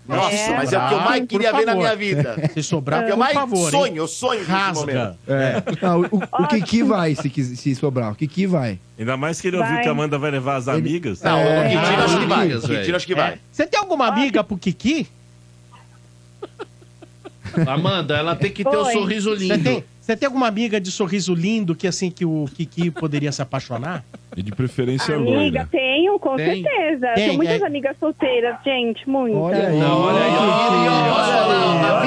[SPEAKER 6] Nossa, mas é o que eu mais queria ver na minha vida.
[SPEAKER 2] Se sobrar,
[SPEAKER 6] É o que eu
[SPEAKER 2] por
[SPEAKER 6] mais
[SPEAKER 2] favor, hein?
[SPEAKER 6] sonho, eu sonho nesse
[SPEAKER 2] Rasga.
[SPEAKER 6] momento.
[SPEAKER 5] É. Não, o, o Kiki vai, se, quis- se sobrar. O Kiki vai.
[SPEAKER 7] Ainda mais que ele ouviu
[SPEAKER 5] Vai.
[SPEAKER 7] que a Amanda vai levar as amigas.
[SPEAKER 5] Não, o Quintino acho que vai.
[SPEAKER 7] amigas,
[SPEAKER 5] O Quintino
[SPEAKER 7] velho.
[SPEAKER 6] acho que vai.
[SPEAKER 2] Você tem alguma amiga pro Kiki?
[SPEAKER 4] Amanda, ela tem que ter um
[SPEAKER 2] Oi.
[SPEAKER 4] sorriso
[SPEAKER 2] Você
[SPEAKER 4] lindo.
[SPEAKER 2] tem, você tem alguma amiga de sorriso lindo que assim que o Kiki poderia se apaixonar?
[SPEAKER 8] E de preferência
[SPEAKER 3] Amiga, tenho, com
[SPEAKER 2] Tem?
[SPEAKER 3] certeza. Eu
[SPEAKER 2] Tem,
[SPEAKER 3] Tenho muitas
[SPEAKER 2] é.
[SPEAKER 3] amigas solteiras, gente, muitas.
[SPEAKER 2] Olha aí. Não, olha aí,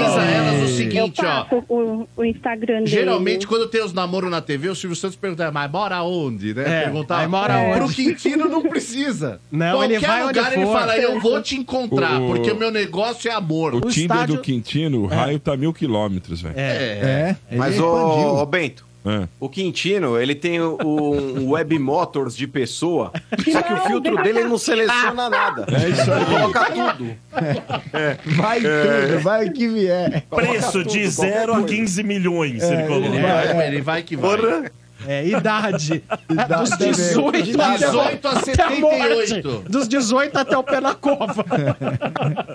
[SPEAKER 4] avisa elas o
[SPEAKER 3] Eu
[SPEAKER 4] seguinte, ó.
[SPEAKER 3] passo o, o Instagram dele.
[SPEAKER 4] Geralmente, quando tem os namoros na TV, o Silvio Santos pergunta, mas mora onde, né?
[SPEAKER 2] É,
[SPEAKER 4] Perguntar.
[SPEAKER 2] aí mora onde?
[SPEAKER 4] Pro Quintino não precisa.
[SPEAKER 2] Não,
[SPEAKER 4] Qualquer
[SPEAKER 2] ele vai onde
[SPEAKER 4] lugar ele
[SPEAKER 2] for.
[SPEAKER 4] fala, eu vou te encontrar,
[SPEAKER 8] O-
[SPEAKER 4] porque o meu negócio é amor.
[SPEAKER 8] O Tinder do Quintino,
[SPEAKER 4] É.
[SPEAKER 8] o raio tá mil quilômetros, velho.
[SPEAKER 6] É. Mas, ô, ô, Bento, o Quintino, ele tem o- um web motors de pessoa, só que o filtro dele ele não seleciona nada.
[SPEAKER 8] É isso aí.
[SPEAKER 6] Coloca tudo.
[SPEAKER 5] Vai
[SPEAKER 6] É.
[SPEAKER 5] tudo, vai que vier.
[SPEAKER 7] Preço de 0 a 15 milhões,
[SPEAKER 5] É,
[SPEAKER 7] ele colocou.
[SPEAKER 5] ele vai,
[SPEAKER 4] ele vai que
[SPEAKER 7] vai.
[SPEAKER 2] É, idade.
[SPEAKER 7] Idade
[SPEAKER 2] dos
[SPEAKER 7] também.
[SPEAKER 2] 18
[SPEAKER 7] Idade.
[SPEAKER 2] até,
[SPEAKER 7] 18 a
[SPEAKER 2] até a morte.
[SPEAKER 7] 78.
[SPEAKER 2] Dos 18 até o pé na cova.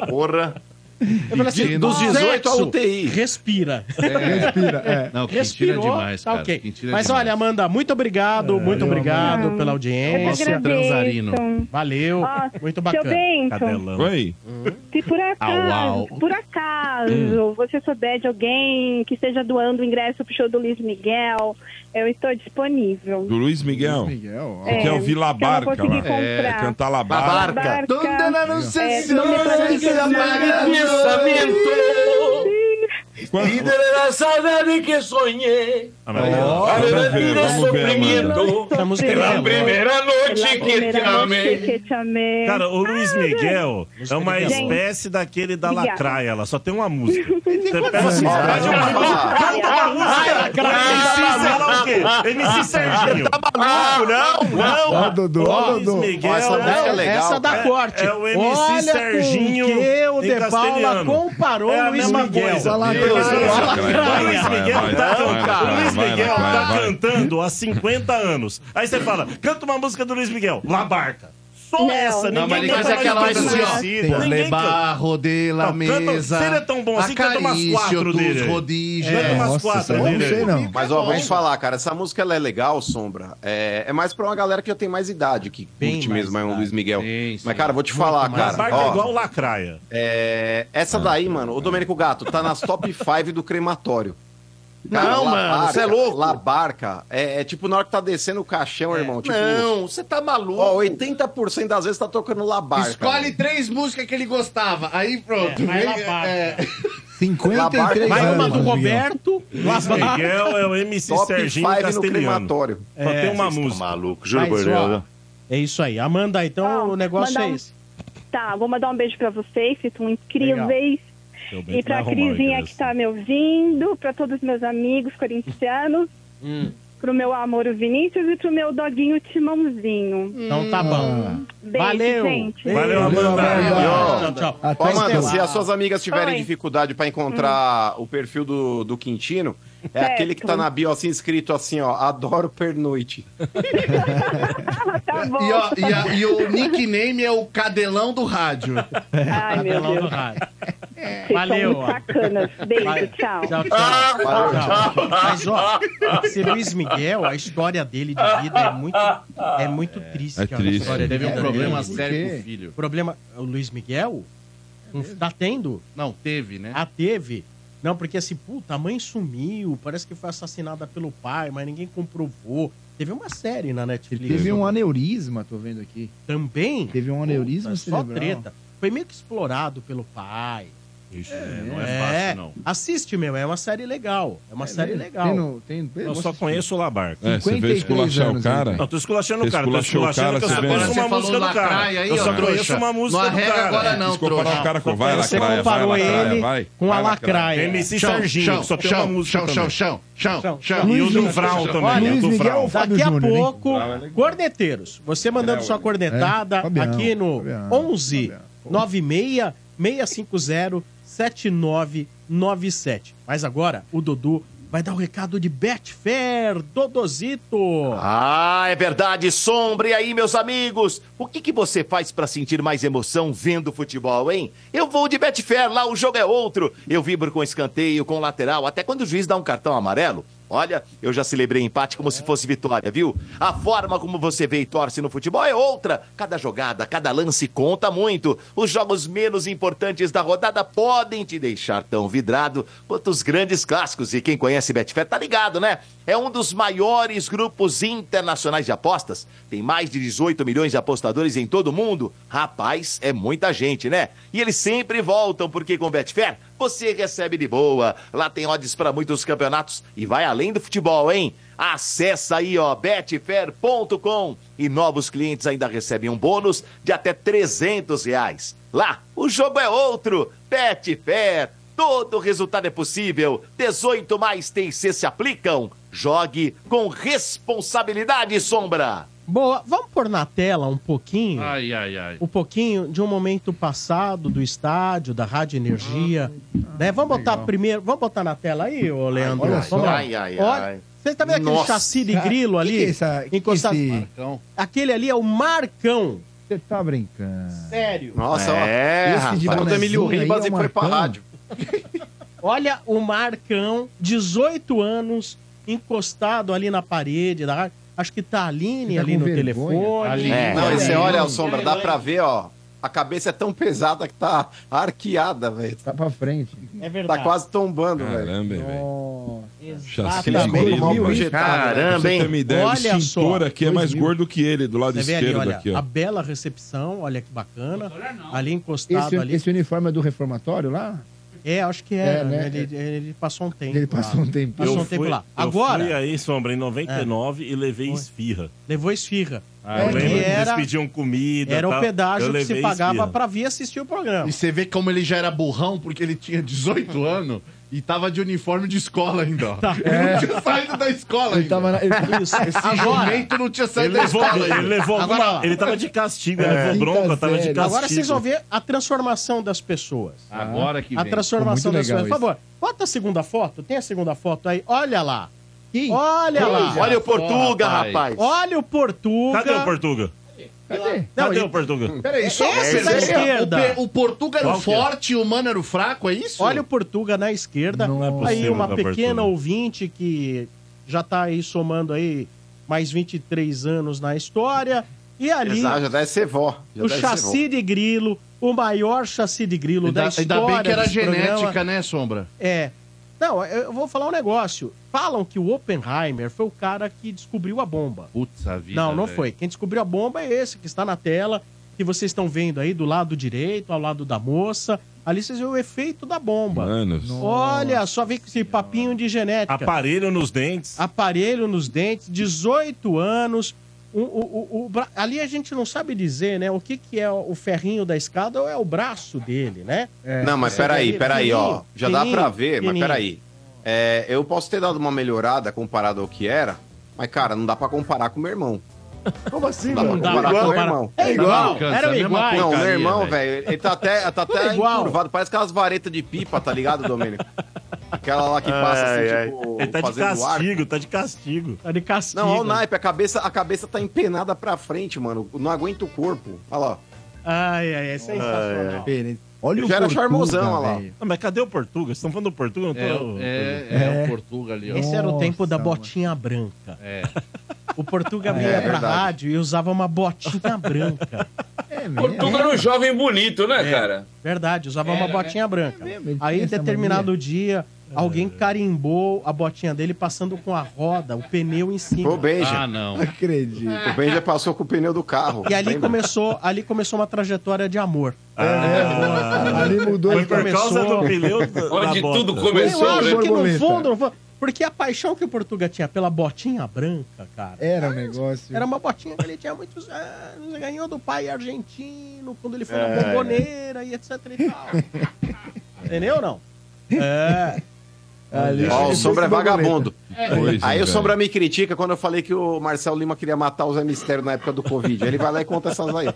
[SPEAKER 6] Porra.
[SPEAKER 2] Eu falei assim,
[SPEAKER 4] Dos 18 à
[SPEAKER 2] sexo,
[SPEAKER 4] UTI.
[SPEAKER 2] Respira.
[SPEAKER 4] Respira, é. Não, Quintino é
[SPEAKER 2] Respirou,
[SPEAKER 4] demais,
[SPEAKER 2] tá
[SPEAKER 4] cara.
[SPEAKER 2] ok.
[SPEAKER 4] Quintino é
[SPEAKER 2] Mas
[SPEAKER 4] demais.
[SPEAKER 2] olha, Amanda, muito obrigado, muito obrigado
[SPEAKER 3] Amanda.
[SPEAKER 2] pela
[SPEAKER 3] Eu
[SPEAKER 2] audiência.
[SPEAKER 3] que agradeço.
[SPEAKER 2] Valeu,
[SPEAKER 3] Ó,
[SPEAKER 2] muito
[SPEAKER 3] seu
[SPEAKER 2] bacana.
[SPEAKER 3] Bento. Cadelão.
[SPEAKER 8] Oi.
[SPEAKER 3] Se por acaso,
[SPEAKER 2] Au, au.
[SPEAKER 3] por acaso, você souber de alguém que esteja doando ingresso pro show do Luiz Miguel, eu estou disponível.
[SPEAKER 8] Do Luiz Miguel.
[SPEAKER 5] Luiz Miguel, ó.
[SPEAKER 8] Você quer ouvir
[SPEAKER 3] É, que
[SPEAKER 8] Labarca
[SPEAKER 3] eu não
[SPEAKER 8] lá.
[SPEAKER 3] consegui comprar.
[SPEAKER 8] cantar Labarca.
[SPEAKER 3] Barca.
[SPEAKER 4] É,
[SPEAKER 3] não me
[SPEAKER 1] né,
[SPEAKER 3] parece
[SPEAKER 9] Y de la sala de que soñé.
[SPEAKER 5] É.
[SPEAKER 9] Al revertir el sufrimiento. de La primera noche que te amé.
[SPEAKER 7] Cara, o Luiz Miguel é uma
[SPEAKER 9] Miguel.
[SPEAKER 7] espécie daquele da
[SPEAKER 9] Obrigada.
[SPEAKER 7] lacraia, ela só tem uma música. Você pega
[SPEAKER 9] quantas
[SPEAKER 7] assim,
[SPEAKER 9] músicas?
[SPEAKER 7] faz uma música, canta uma música. MC, sei lá o quê? MC Serginho. Não, não.
[SPEAKER 5] Ó, Dodô, ó,
[SPEAKER 7] tá Luiz
[SPEAKER 5] Dodô.
[SPEAKER 7] Miguel.
[SPEAKER 5] Ó, essa música
[SPEAKER 2] é legal,
[SPEAKER 7] essa
[SPEAKER 2] cara. É o MC Serginho
[SPEAKER 7] o
[SPEAKER 2] em
[SPEAKER 7] De Paula
[SPEAKER 2] castelhano.
[SPEAKER 7] comparou
[SPEAKER 2] É a
[SPEAKER 7] o Luiz
[SPEAKER 2] mesma
[SPEAKER 7] Miguel.
[SPEAKER 2] coisa.
[SPEAKER 7] Fala,
[SPEAKER 2] Meu
[SPEAKER 7] Deus,
[SPEAKER 2] Deus.
[SPEAKER 7] fala,
[SPEAKER 2] Vai,
[SPEAKER 7] fala,
[SPEAKER 2] vai,
[SPEAKER 7] Luiz
[SPEAKER 2] vai,
[SPEAKER 7] Miguel
[SPEAKER 2] vai,
[SPEAKER 7] tá-
[SPEAKER 2] vai, vai,
[SPEAKER 7] O Luiz
[SPEAKER 2] vai,
[SPEAKER 7] Miguel
[SPEAKER 2] vai,
[SPEAKER 7] tá
[SPEAKER 2] vai.
[SPEAKER 7] cantando há 50 anos. Aí você fala, canta uma música do Luiz Miguel. Labarca. Só
[SPEAKER 4] Não.
[SPEAKER 7] essa,
[SPEAKER 4] Não, mas
[SPEAKER 7] ninguém tá
[SPEAKER 4] ele faz
[SPEAKER 7] mais
[SPEAKER 4] aquela
[SPEAKER 7] canta
[SPEAKER 4] música
[SPEAKER 7] essa.
[SPEAKER 4] assim,
[SPEAKER 7] Ninguém
[SPEAKER 4] ó. Le
[SPEAKER 7] canta.
[SPEAKER 4] barro de la
[SPEAKER 7] Não, canta-
[SPEAKER 4] mesa,
[SPEAKER 7] Se ele é tão bom assim, canta umas
[SPEAKER 4] acaricio
[SPEAKER 7] quatro
[SPEAKER 4] tus
[SPEAKER 7] dele.
[SPEAKER 4] rodízios.
[SPEAKER 7] Canta umas
[SPEAKER 6] Nossa,
[SPEAKER 7] quatro
[SPEAKER 6] essa eu
[SPEAKER 7] dele.
[SPEAKER 6] Mas ó, vamos falar, cara, essa música ela é legal, Sombra. É, é mais pra uma galera que já tem mais idade, que curte mesmo é um Luiz Miguel. Mas, cara, vou te falar,
[SPEAKER 7] mais.
[SPEAKER 6] cara.
[SPEAKER 7] Labarca é igual Lacraia.
[SPEAKER 6] É, essa daí,
[SPEAKER 4] Ah,
[SPEAKER 6] mano, o Domênico Gato, tá nas top 5 do crematório.
[SPEAKER 4] Não, mano, você é louco.
[SPEAKER 6] Labarca, é, é tipo na hora que tá descendo o caixão,
[SPEAKER 7] É.
[SPEAKER 6] irmão. Tipo,
[SPEAKER 4] Não, você tá maluco.
[SPEAKER 6] Ó, 80% das vezes tá tocando Labarca.
[SPEAKER 4] Escolhe três músicas que ele gostava. Aí pronto.
[SPEAKER 6] É, vai
[SPEAKER 4] Vem-
[SPEAKER 6] lá,
[SPEAKER 4] é,
[SPEAKER 6] né?
[SPEAKER 5] 53
[SPEAKER 6] Vai uma
[SPEAKER 5] anos.
[SPEAKER 6] do
[SPEAKER 5] Luiz Miguel.
[SPEAKER 2] Roberto,
[SPEAKER 7] Luiz Miguel é o MC
[SPEAKER 2] Top
[SPEAKER 7] Serginho
[SPEAKER 2] five no
[SPEAKER 7] Castelhano.
[SPEAKER 2] crematório.
[SPEAKER 7] Só
[SPEAKER 2] É,
[SPEAKER 7] tem uma
[SPEAKER 2] vocês tão
[SPEAKER 7] música.
[SPEAKER 10] maluco,
[SPEAKER 2] juro Mas, por Deus, ó, né? É isso aí. Amanda, então o negócio
[SPEAKER 3] mandar
[SPEAKER 2] é
[SPEAKER 3] um-
[SPEAKER 2] esse.
[SPEAKER 3] Tá, vou mandar um beijo pra vocês, vocês são incríveis.
[SPEAKER 2] Seu beijo
[SPEAKER 3] E pra
[SPEAKER 2] vai arrumar um
[SPEAKER 3] Crisinha que tá me ouvindo, pra todos os meus amigos corintianos, pro meu amor o Vinícius e pro meu doguinho Timãozinho.
[SPEAKER 2] Então tá bom.
[SPEAKER 3] Beijo,
[SPEAKER 2] Valeu.
[SPEAKER 3] gente.
[SPEAKER 6] Valeu, Amanda. Tchau, tchau. Ó, Amanda, se
[SPEAKER 2] semana.
[SPEAKER 6] as suas amigas tiverem
[SPEAKER 3] Oi.
[SPEAKER 6] dificuldade pra encontrar o perfil do, do Quintino, é
[SPEAKER 3] Certo.
[SPEAKER 6] aquele que tá na bio assim, escrito assim, ó, adoro pernoite.
[SPEAKER 3] Tá
[SPEAKER 4] E, é ó, e a- e o nickname é o Cadelão do Rádio.
[SPEAKER 3] Ai, meu Deus. Vocês
[SPEAKER 2] Valeu,
[SPEAKER 3] são
[SPEAKER 2] ó.
[SPEAKER 3] muito sacanas. Beijo,
[SPEAKER 2] Vai.
[SPEAKER 3] tchau.
[SPEAKER 2] Tchau,
[SPEAKER 9] Ah,
[SPEAKER 2] tchau. Tchau, tchau. Mas, ó, esse Luiz Miguel, a história dele de vida é muito, é muito triste.
[SPEAKER 8] É
[SPEAKER 2] cara, a
[SPEAKER 8] triste.
[SPEAKER 2] história de
[SPEAKER 8] Teve um
[SPEAKER 2] vida
[SPEAKER 8] problema
[SPEAKER 2] dele.
[SPEAKER 8] sério
[SPEAKER 2] Por quê?
[SPEAKER 8] com o filho. É
[SPEAKER 2] Problema... O Luiz Miguel? Não tá tendo?
[SPEAKER 4] Não, teve, né?
[SPEAKER 2] Ah, teve? Não, porque assim, puta, a mãe sumiu, parece que foi assassinada pelo pai, mas ninguém comprovou. Teve uma série na Netflix.
[SPEAKER 5] Teve um aneurisma, tô vendo aqui.
[SPEAKER 2] Também?
[SPEAKER 5] Teve um aneurisma
[SPEAKER 2] Puta, só
[SPEAKER 5] cerebral.
[SPEAKER 2] treta. Foi meio que explorado pelo pai.
[SPEAKER 7] Isso,
[SPEAKER 5] não é
[SPEAKER 7] fácil, não.
[SPEAKER 2] Assiste, meu, é uma série legal. É uma
[SPEAKER 7] É
[SPEAKER 2] série
[SPEAKER 7] mesmo?
[SPEAKER 2] legal.
[SPEAKER 7] Tem
[SPEAKER 5] no- tem-
[SPEAKER 7] Eu só conheço o Labarca.
[SPEAKER 8] É, você veio esculachar o cara?
[SPEAKER 7] Não, tô esculachando o
[SPEAKER 8] Você
[SPEAKER 7] cara. Tô
[SPEAKER 8] esculachou o
[SPEAKER 7] esculachando
[SPEAKER 8] cara,
[SPEAKER 7] que eu
[SPEAKER 8] você
[SPEAKER 7] só
[SPEAKER 8] vê,
[SPEAKER 7] conheço
[SPEAKER 8] né?
[SPEAKER 7] uma
[SPEAKER 8] Você
[SPEAKER 7] música do
[SPEAKER 8] falou lacraia
[SPEAKER 7] cara.
[SPEAKER 8] aí,
[SPEAKER 7] Eu só
[SPEAKER 8] ó,
[SPEAKER 7] conheço
[SPEAKER 8] trouxa.
[SPEAKER 7] uma música
[SPEAKER 8] Não
[SPEAKER 7] do
[SPEAKER 8] arrega
[SPEAKER 7] cara.
[SPEAKER 8] agora não, Quis comparar trouxa. o cara com vai,
[SPEAKER 7] Você
[SPEAKER 8] lacraia,
[SPEAKER 7] comparou
[SPEAKER 8] vai, lacraia,
[SPEAKER 7] ele
[SPEAKER 8] vai,
[SPEAKER 7] com a
[SPEAKER 8] vai,
[SPEAKER 7] lacraia.
[SPEAKER 8] lacraia.
[SPEAKER 7] MC
[SPEAKER 8] Chão,
[SPEAKER 7] Sarginho,
[SPEAKER 8] chão,
[SPEAKER 7] que só tem
[SPEAKER 8] chão,
[SPEAKER 7] uma música
[SPEAKER 8] chão,
[SPEAKER 7] também.
[SPEAKER 8] chão, chão, chão, chão.
[SPEAKER 7] E o
[SPEAKER 8] Luiz
[SPEAKER 7] do
[SPEAKER 8] Miguel,
[SPEAKER 7] Vral
[SPEAKER 8] chão,
[SPEAKER 7] também. né?
[SPEAKER 8] chão.
[SPEAKER 7] o do
[SPEAKER 8] Luiz
[SPEAKER 7] Vral.
[SPEAKER 8] Miguel, Fábio
[SPEAKER 2] Daqui a
[SPEAKER 8] Júnior, hein?
[SPEAKER 2] pouco,
[SPEAKER 8] Brau é legal.
[SPEAKER 2] corneteiros, você mandando sua cornetada
[SPEAKER 5] É, Fabião,
[SPEAKER 2] aqui no
[SPEAKER 5] Fabião,
[SPEAKER 2] 11 96 650 7997. Mas agora o Dudu vai dar o recado de Betfair, Dodozito.
[SPEAKER 10] Ah, é verdade, Sombra. E aí, meus amigos? O que, que você faz pra sentir mais emoção vendo futebol, hein? Eu vou de Betfair, lá o jogo é outro. Eu vibro com escanteio, com lateral, até quando o juiz dá um cartão amarelo. Olha, eu já celebrei empate como se fosse vitória, viu? A forma como você vê e torce no futebol é outra. Cada jogada, cada lance conta muito. Os jogos menos importantes da rodada podem te deixar tão vidrado quanto os grandes clássicos. E quem conhece Betfair tá ligado, né? É um dos maiores grupos internacionais de apostas. Tem mais de 18 milhões de apostadores em todo o mundo. Rapaz, é muita gente, né? E eles sempre voltam, porque com Betfair você recebe de boa. Lá tem odds para muitos campeonatos e vai além do futebol, hein? Acesse aí, ó, betfair.com e novos clientes ainda recebem um bônus de até 300 reais. Lá, o jogo é outro. Betfair, todo resultado é possível. 18 mais TC se aplicam. Jogue com responsabilidade, Sombra.
[SPEAKER 2] Boa, vamos pôr na tela um pouquinho.
[SPEAKER 4] Ai, ai, ai.
[SPEAKER 2] um pouquinho de um momento passado do estádio, da Rádio
[SPEAKER 5] Ah,
[SPEAKER 2] Energia. né? Vamos botar primeiro, vamos botar na tela aí, ô Leandro.
[SPEAKER 5] olha
[SPEAKER 2] Vamos
[SPEAKER 5] só.
[SPEAKER 2] lá.
[SPEAKER 5] Ai, ai,
[SPEAKER 2] Olha,
[SPEAKER 5] ai.
[SPEAKER 2] Você tá vendo aquele
[SPEAKER 5] Nossa.
[SPEAKER 2] chassi de grilo
[SPEAKER 5] Ah,
[SPEAKER 2] ali?
[SPEAKER 5] que que é essa- que
[SPEAKER 2] encostado?
[SPEAKER 5] que é esse-
[SPEAKER 2] Aquele ali é o Marcão.
[SPEAKER 5] Você tá brincando.
[SPEAKER 2] Sério.
[SPEAKER 5] Nossa, ó, É, esse de rapaz. bonezinho aí é o Marcão.
[SPEAKER 2] Olha o Marcão, 18 anos, encostado ali na parede da rádio. Acho que tá a Aline
[SPEAKER 6] Tá
[SPEAKER 2] ali
[SPEAKER 6] com
[SPEAKER 2] no
[SPEAKER 6] vergonha.
[SPEAKER 2] telefone.
[SPEAKER 6] É. Não, e você olha, Sombra, dá pra ver, ó. A cabeça é tão pesada que tá arqueada, velho.
[SPEAKER 5] Tá pra frente.
[SPEAKER 2] É verdade.
[SPEAKER 6] Tá quase
[SPEAKER 8] É.
[SPEAKER 6] tombando, velho.
[SPEAKER 8] Caramba, velho.
[SPEAKER 2] Exatamente.
[SPEAKER 8] Pra você ter uma ideia,
[SPEAKER 2] Olha
[SPEAKER 8] o
[SPEAKER 2] só.
[SPEAKER 8] extintor aqui é mais
[SPEAKER 2] 2000.
[SPEAKER 8] gordo que ele, do lado
[SPEAKER 2] Você vê ali,
[SPEAKER 8] esquerdo
[SPEAKER 2] olha,
[SPEAKER 8] aqui, ó.
[SPEAKER 2] a bela recepção, olha que bacana. Ali encostado
[SPEAKER 5] Esse,
[SPEAKER 2] ali.
[SPEAKER 5] esse uniforme é do reformatório lá?
[SPEAKER 2] É, acho que
[SPEAKER 5] É,
[SPEAKER 2] era,
[SPEAKER 5] né?
[SPEAKER 2] né? Ele, ele passou um tempo.
[SPEAKER 5] Ele passou
[SPEAKER 2] lá.
[SPEAKER 5] um tempo.
[SPEAKER 2] Passou
[SPEAKER 5] Eu
[SPEAKER 2] um tempo
[SPEAKER 5] fui-
[SPEAKER 2] lá.
[SPEAKER 7] Eu
[SPEAKER 2] Agora, É.
[SPEAKER 7] fui aí, Sombra, em 99 e levei esfirra.
[SPEAKER 2] levou esfirra.
[SPEAKER 7] Ah, eu
[SPEAKER 2] É,
[SPEAKER 7] lembro
[SPEAKER 2] que
[SPEAKER 7] que eles
[SPEAKER 2] era-
[SPEAKER 7] pediam comida.
[SPEAKER 2] Era o
[SPEAKER 7] tal. tá?
[SPEAKER 2] pedágio
[SPEAKER 7] Eu
[SPEAKER 2] que se
[SPEAKER 7] levei
[SPEAKER 2] pagava
[SPEAKER 7] esfirra.
[SPEAKER 2] pra vir assistir o programa.
[SPEAKER 4] E você vê como ele já era burrão, porque ele tinha 18 anos e tava de uniforme de escola ainda. ó.
[SPEAKER 2] Tá.
[SPEAKER 4] Ele não tinha saído da escola
[SPEAKER 5] É. Ele
[SPEAKER 4] ainda.
[SPEAKER 5] tava na- ele-
[SPEAKER 4] Esse
[SPEAKER 5] Agora-
[SPEAKER 4] jumento não tinha saído
[SPEAKER 7] Ele
[SPEAKER 4] da
[SPEAKER 7] levou,
[SPEAKER 4] escola
[SPEAKER 7] ele
[SPEAKER 4] ainda.
[SPEAKER 7] levou
[SPEAKER 4] Agora,
[SPEAKER 7] alguma,
[SPEAKER 4] ó.
[SPEAKER 7] ele tava de castigo,
[SPEAKER 4] É.
[SPEAKER 7] ele levou bronca,
[SPEAKER 4] Quinta
[SPEAKER 7] tava de
[SPEAKER 4] série.
[SPEAKER 7] castigo.
[SPEAKER 2] Agora vocês vão ver a transformação das pessoas.
[SPEAKER 4] Agora que
[SPEAKER 2] A
[SPEAKER 4] vem.
[SPEAKER 2] transformação
[SPEAKER 4] Ficou
[SPEAKER 2] das
[SPEAKER 4] muito
[SPEAKER 2] pessoas.
[SPEAKER 4] legal
[SPEAKER 2] Por favor, bota a segunda foto. Tem a segunda foto aí. Olha lá. Olha
[SPEAKER 4] coisa.
[SPEAKER 2] lá.
[SPEAKER 4] Olha o
[SPEAKER 2] Olha,
[SPEAKER 4] Portuga, rapaz.
[SPEAKER 2] Olha o Portuga.
[SPEAKER 7] Cadê o Portuga?
[SPEAKER 5] Cadê?
[SPEAKER 7] Cadê
[SPEAKER 2] ele-
[SPEAKER 7] o Portuga?
[SPEAKER 4] Peraí, só uma
[SPEAKER 2] Essa é a
[SPEAKER 4] pergunta. O
[SPEAKER 2] esquerda.
[SPEAKER 4] pe- O Portuga era o
[SPEAKER 2] Qual que é?
[SPEAKER 4] forte e o Mano era o fraco, é isso?
[SPEAKER 2] Olha o Portuga na esquerda. aí
[SPEAKER 7] possível,
[SPEAKER 2] uma
[SPEAKER 7] tá,
[SPEAKER 2] pequena
[SPEAKER 7] Portuga.
[SPEAKER 2] ouvinte que já tá aí somando aí mais 23 anos na história. E ali
[SPEAKER 4] tá,
[SPEAKER 6] Exato, já deve ser vó. Já
[SPEAKER 2] o
[SPEAKER 6] deve ser
[SPEAKER 2] chassi de grilo, o maior chassi de grilo da
[SPEAKER 4] Ainda,
[SPEAKER 2] história.
[SPEAKER 4] ainda bem que era
[SPEAKER 2] desse
[SPEAKER 4] genética,
[SPEAKER 2] programa.
[SPEAKER 4] né, Sombra?
[SPEAKER 2] É. Não, eu vou falar um negócio. Falam que o Oppenheimer foi o cara que descobriu a bomba.
[SPEAKER 4] Putz, a vida.
[SPEAKER 2] não, não
[SPEAKER 4] velho.
[SPEAKER 2] foi. Quem descobriu a bomba é esse que está na tela, que vocês estão vendo aí do lado direito, ao lado da moça. Ali vocês veem o efeito da bomba.
[SPEAKER 8] Mano.
[SPEAKER 2] Olha, só vem com esse papinho de genética.
[SPEAKER 7] Aparelho nos dentes.
[SPEAKER 2] Aparelho nos dentes, 18 anos. Um- o- o- o bra- ali a gente não sabe dizer, né? O que, que é o ferrinho da escada ou é o braço dele, né?
[SPEAKER 6] vó. Não, mas
[SPEAKER 2] Você
[SPEAKER 6] peraí,
[SPEAKER 2] vê-
[SPEAKER 6] peraí, ó.
[SPEAKER 2] Fininho,
[SPEAKER 6] Já dá
[SPEAKER 2] fininho,
[SPEAKER 6] pra ver, mas
[SPEAKER 2] fininho.
[SPEAKER 6] peraí. É, eu posso ter dado uma melhorada comparado ao que era, mas, cara, não dá pra comparar com o meu irmão.
[SPEAKER 5] Como assim,
[SPEAKER 6] Não dá
[SPEAKER 5] mano?
[SPEAKER 6] pra comparar com o meu irmão.
[SPEAKER 2] É igual,
[SPEAKER 6] Não,
[SPEAKER 2] era
[SPEAKER 4] a mesma
[SPEAKER 2] igual.
[SPEAKER 6] Não, meu
[SPEAKER 4] porcaria,
[SPEAKER 6] irmão,
[SPEAKER 4] velho.
[SPEAKER 6] velho, ele tá até, tá até
[SPEAKER 2] Tudo igual.
[SPEAKER 6] encurvado. Parece aquelas varetas de pipa, tá ligado, Domênico? Aquela lá que passa, assim,
[SPEAKER 7] Ai,
[SPEAKER 6] tipo,
[SPEAKER 7] ai. Ele tá de
[SPEAKER 6] fazendo ar.
[SPEAKER 7] castigo, tá de castigo.
[SPEAKER 2] Tá de castigo.
[SPEAKER 6] Não, olha o naipe, a cabeça, a cabeça tá empenada pra frente, mano. Não aguenta o corpo. Olha lá.
[SPEAKER 2] Ai, ai, é sensacional.
[SPEAKER 5] Diferente. Olha o Portuga, velho.
[SPEAKER 7] Não, mas cadê o Portuga? Vocês estão falando do Portuga? Não
[SPEAKER 4] É,
[SPEAKER 7] tô...
[SPEAKER 4] é, é, o Portuga ali, ó.
[SPEAKER 2] Esse era o tempo da botinha branca. O Portuga
[SPEAKER 4] É,
[SPEAKER 2] vinha pra
[SPEAKER 4] verdade.
[SPEAKER 2] rádio e usava uma botinha branca. É
[SPEAKER 9] Portuga era um jovem bonito, né, cara?
[SPEAKER 2] Verdade, usava uma
[SPEAKER 9] Era,
[SPEAKER 2] botinha branca.
[SPEAKER 5] É
[SPEAKER 9] ele
[SPEAKER 2] Aí,
[SPEAKER 9] tinha essa
[SPEAKER 2] determinado dia, alguém carimbou a botinha dele passando com a roda, o pneu em cima.
[SPEAKER 6] Ô, Benja.
[SPEAKER 2] Ah,
[SPEAKER 5] Acredito.
[SPEAKER 6] O Benja passou com o pneu do carro. tá
[SPEAKER 2] E ali
[SPEAKER 6] lembra?
[SPEAKER 2] começou, ali começou uma trajetória de amor.
[SPEAKER 5] É, ali mudou
[SPEAKER 2] Foi por causa do pneu
[SPEAKER 9] Onde tudo começou,
[SPEAKER 2] Eu acho
[SPEAKER 9] né?
[SPEAKER 2] que no fundo, no fundo- porque a paixão que o Portuga tinha pela botinha branca, cara.
[SPEAKER 5] Era um negócio.
[SPEAKER 2] Era uma botinha que ele tinha muitos anos, ganhou do pai argentino, quando ele foi na
[SPEAKER 5] É.
[SPEAKER 2] bomboneira e etc e tal. Entendeu ou não? É.
[SPEAKER 6] Ali, Ó, o
[SPEAKER 2] depois
[SPEAKER 6] Sombra é
[SPEAKER 2] do Borboleta.
[SPEAKER 6] vagabundo.
[SPEAKER 2] É.
[SPEAKER 6] Aí
[SPEAKER 2] Coisa,
[SPEAKER 6] o
[SPEAKER 2] velho.
[SPEAKER 6] Sombra me critica quando eu falei que o Marcelo Lima queria matar o Zé Mistério na época do Covid. Aí Ele vai lá e conta essas aí.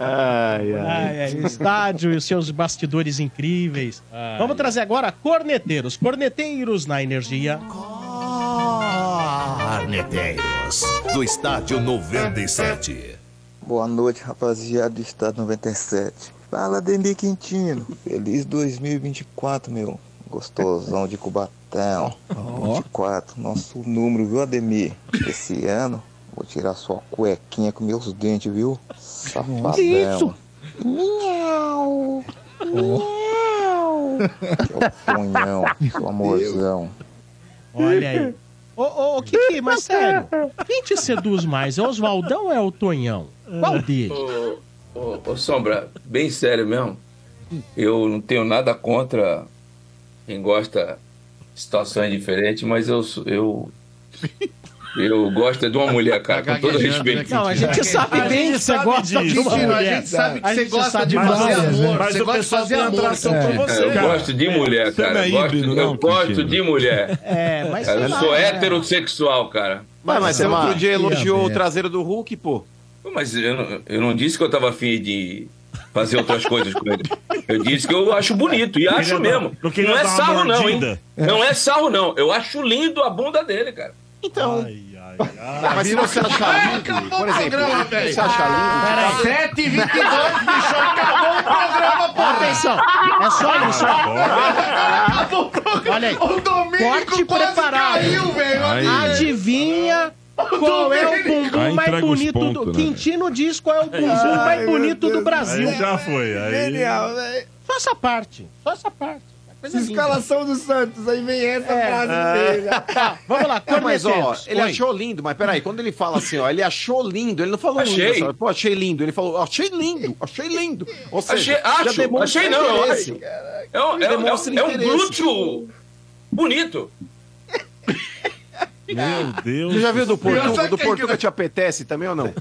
[SPEAKER 6] ai,
[SPEAKER 2] Ai, ai, o estádio e os seus bastidores incríveis. Vamos trazer agora corneteiros. Corneteiros na energia.
[SPEAKER 8] Ah,
[SPEAKER 11] Corneteiros, do Estádio 97.
[SPEAKER 12] Boa noite, rapaziada do Estado 97. Fala, Dendê Quintino. Feliz 2024, meu. Gostosão de Cubatão. 24, nosso número, viu, Ademir? Esse ano, vou tirar sua cuequinha com meus dentes, viu? Safadão.
[SPEAKER 13] Que isso?
[SPEAKER 12] Miau. Miau.
[SPEAKER 8] É
[SPEAKER 12] Seu punhão, seu amorzão.
[SPEAKER 2] Olha aí. Ô, ô, ô, Kiki, mas sério, quem te seduz mais? É o Oswaldão ou é o Tonhão? Qual deles?
[SPEAKER 9] Ô, ô, ô, Sombra, bem sério mesmo. Eu não tenho nada contra quem gosta de situações diferentes, mas eu sou- eu eu gosto de uma mulher, cara, com todo respeito.
[SPEAKER 2] Tá né? Não, a gente sabe bem que você gosta de uma
[SPEAKER 4] Quintino, a
[SPEAKER 2] mulher.
[SPEAKER 4] gente sabe que
[SPEAKER 2] A
[SPEAKER 4] você
[SPEAKER 2] gente
[SPEAKER 4] gosta
[SPEAKER 2] sabe
[SPEAKER 4] de
[SPEAKER 2] mais
[SPEAKER 4] fazer
[SPEAKER 2] ou menos,
[SPEAKER 4] amor,
[SPEAKER 2] né?
[SPEAKER 4] você gosta de fazer amor, cara. É.
[SPEAKER 9] É, eu
[SPEAKER 4] Cara,
[SPEAKER 9] gosto de mulher,
[SPEAKER 4] você não
[SPEAKER 9] cara.
[SPEAKER 4] é
[SPEAKER 9] Eu gosto,
[SPEAKER 4] híbrido,
[SPEAKER 9] eu
[SPEAKER 4] não,
[SPEAKER 9] gosto
[SPEAKER 4] Quintino?
[SPEAKER 9] de mulher.
[SPEAKER 2] É, mas
[SPEAKER 9] Cara,
[SPEAKER 2] sei
[SPEAKER 9] eu
[SPEAKER 2] lá,
[SPEAKER 9] sou
[SPEAKER 2] né? é
[SPEAKER 9] heterossexual, cara.
[SPEAKER 6] Mas, mas você
[SPEAKER 9] Mas-
[SPEAKER 6] outro dia elogiou o
[SPEAKER 9] É.
[SPEAKER 6] traseiro do Hulk, pô.
[SPEAKER 9] Mas eu não, eu não disse que eu tava afim de fazer outras coisas com ele. Eu disse que eu acho bonito, e
[SPEAKER 7] Não
[SPEAKER 9] acho
[SPEAKER 7] queria dar-
[SPEAKER 9] mesmo.
[SPEAKER 7] não
[SPEAKER 9] Não,
[SPEAKER 7] queria
[SPEAKER 9] é
[SPEAKER 7] dar uma
[SPEAKER 9] sarro, não, hein?
[SPEAKER 7] mordida.
[SPEAKER 9] Não é sarro, não. Eu acho lindo a bunda dele, cara.
[SPEAKER 6] Então. Ah,
[SPEAKER 9] Tá, mas se você achar lindo,
[SPEAKER 6] por exemplo,
[SPEAKER 9] Ah, velho. Ah,
[SPEAKER 6] você acha lindo? tipo,
[SPEAKER 4] 7 h 22 bicho, acabou o programa, pô.
[SPEAKER 2] Atenção, é só isso.
[SPEAKER 4] Acabou o programa.
[SPEAKER 2] Olha aí.
[SPEAKER 4] O Domênico
[SPEAKER 2] Corte
[SPEAKER 4] quase
[SPEAKER 2] preparado.
[SPEAKER 4] caiu, velho.
[SPEAKER 2] Ai. Adivinha qual é o
[SPEAKER 4] Domênico.
[SPEAKER 2] bumbum
[SPEAKER 7] Aí
[SPEAKER 2] mais
[SPEAKER 7] entrega os
[SPEAKER 2] bonito
[SPEAKER 7] pontos, né?
[SPEAKER 2] do. Quintino diz qual é o bumbum
[SPEAKER 7] Ai,
[SPEAKER 2] mais
[SPEAKER 7] meu
[SPEAKER 2] bonito do
[SPEAKER 7] Deus.
[SPEAKER 2] Brasil.
[SPEAKER 7] Aí já foi, aí- Genial,
[SPEAKER 2] velho. Só essa parte. Só essa parte. É.
[SPEAKER 5] Escalação do Santos, aí vem essa frase dele.
[SPEAKER 2] Tá, Vamos lá,
[SPEAKER 6] É. Não, mas ó,
[SPEAKER 5] corneteiros.
[SPEAKER 6] ele
[SPEAKER 5] Oi.
[SPEAKER 6] achou lindo, mas peraí, quando ele fala assim, ó, ele achou lindo, ele não falou
[SPEAKER 9] Achei.
[SPEAKER 6] lindo, sabe? pô, achei lindo, ele falou, achei lindo, achei lindo. Ou
[SPEAKER 9] Achei,
[SPEAKER 6] seja, já
[SPEAKER 9] acho,
[SPEAKER 6] demonstra
[SPEAKER 9] achei não, eu
[SPEAKER 6] interesse.
[SPEAKER 9] acho. É um, é, um- é,
[SPEAKER 6] Demonstra
[SPEAKER 9] um- é um
[SPEAKER 6] interesse.
[SPEAKER 9] glúteo bonito.
[SPEAKER 7] Meu Deus.
[SPEAKER 6] Você já viu do Portuga?
[SPEAKER 9] Sabe
[SPEAKER 6] Do
[SPEAKER 9] quem que-
[SPEAKER 6] Portuga te apetece também ou não?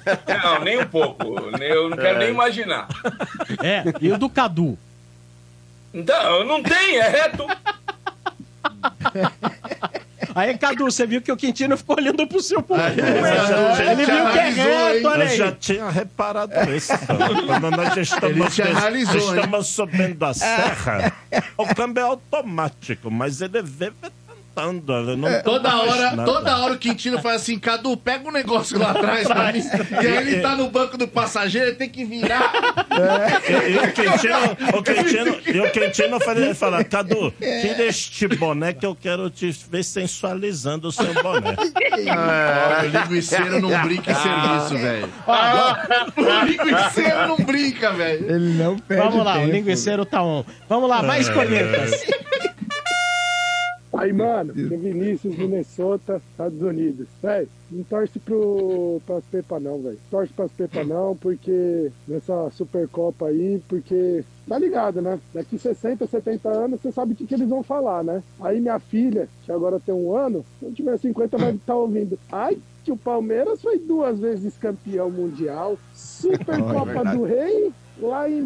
[SPEAKER 9] Não, nem um pouco. Eu não quero
[SPEAKER 6] É.
[SPEAKER 9] nem imaginar.
[SPEAKER 2] É, e o do Cadu?
[SPEAKER 9] Então, não tem, é reto.
[SPEAKER 2] Aí, Cadu, você viu que o Quintino ficou olhando pro seu bumbum.
[SPEAKER 7] é, já- já-
[SPEAKER 2] É, Ele
[SPEAKER 7] já
[SPEAKER 2] viu que é
[SPEAKER 7] analisou,
[SPEAKER 2] reto, olha
[SPEAKER 7] Eu já
[SPEAKER 2] aí.
[SPEAKER 7] tinha reparado isso. Quando nós estamos,
[SPEAKER 2] Ele já analisou, hein?
[SPEAKER 7] estamos subindo
[SPEAKER 2] É.
[SPEAKER 7] a serra, o câmbio é automático, mas ele vive tentando. Ele não
[SPEAKER 4] É, Toda
[SPEAKER 7] faz
[SPEAKER 4] hora,
[SPEAKER 7] nada.
[SPEAKER 4] toda hora o Quintino faz assim, Cadu, pega um negócio lá atrás pra mim. E aí ele tá no banco do passageiro, ele tem que virar.
[SPEAKER 7] E, e o Quintino, o Quintino, e o Quintino fala, ele fala, Cadu, tira este boné que eu quero te ver sensualizando o seu boné.
[SPEAKER 4] Ah, o linguiceiro não brinca em
[SPEAKER 2] Ah,
[SPEAKER 4] serviço, velho. Ah, O linguiceiro não brinca, velho.
[SPEAKER 5] Ele não perde
[SPEAKER 2] Vamos lá, o
[SPEAKER 5] tempo.
[SPEAKER 2] linguiceiro tá on. Vamos lá, mais
[SPEAKER 5] É.
[SPEAKER 2] cornetas.
[SPEAKER 1] Aí, mano, que Vinícius, Minnesota, Estados Unidos. Véi, não torce pro, pras Pepa não, velho. Torce pras Pepa não, porque nessa Supercopa aí, porque tá ligado, né? Daqui 60, 70 anos, você sabe o que, que eles vão falar, né? Aí minha filha, que agora tem um ano, se eu tiver 50, vai estar ouvindo. Ai, que o Palmeiras foi duas vezes campeão mundial,
[SPEAKER 13] É
[SPEAKER 1] Supercopa
[SPEAKER 13] verdade.
[SPEAKER 1] do Rei, lá em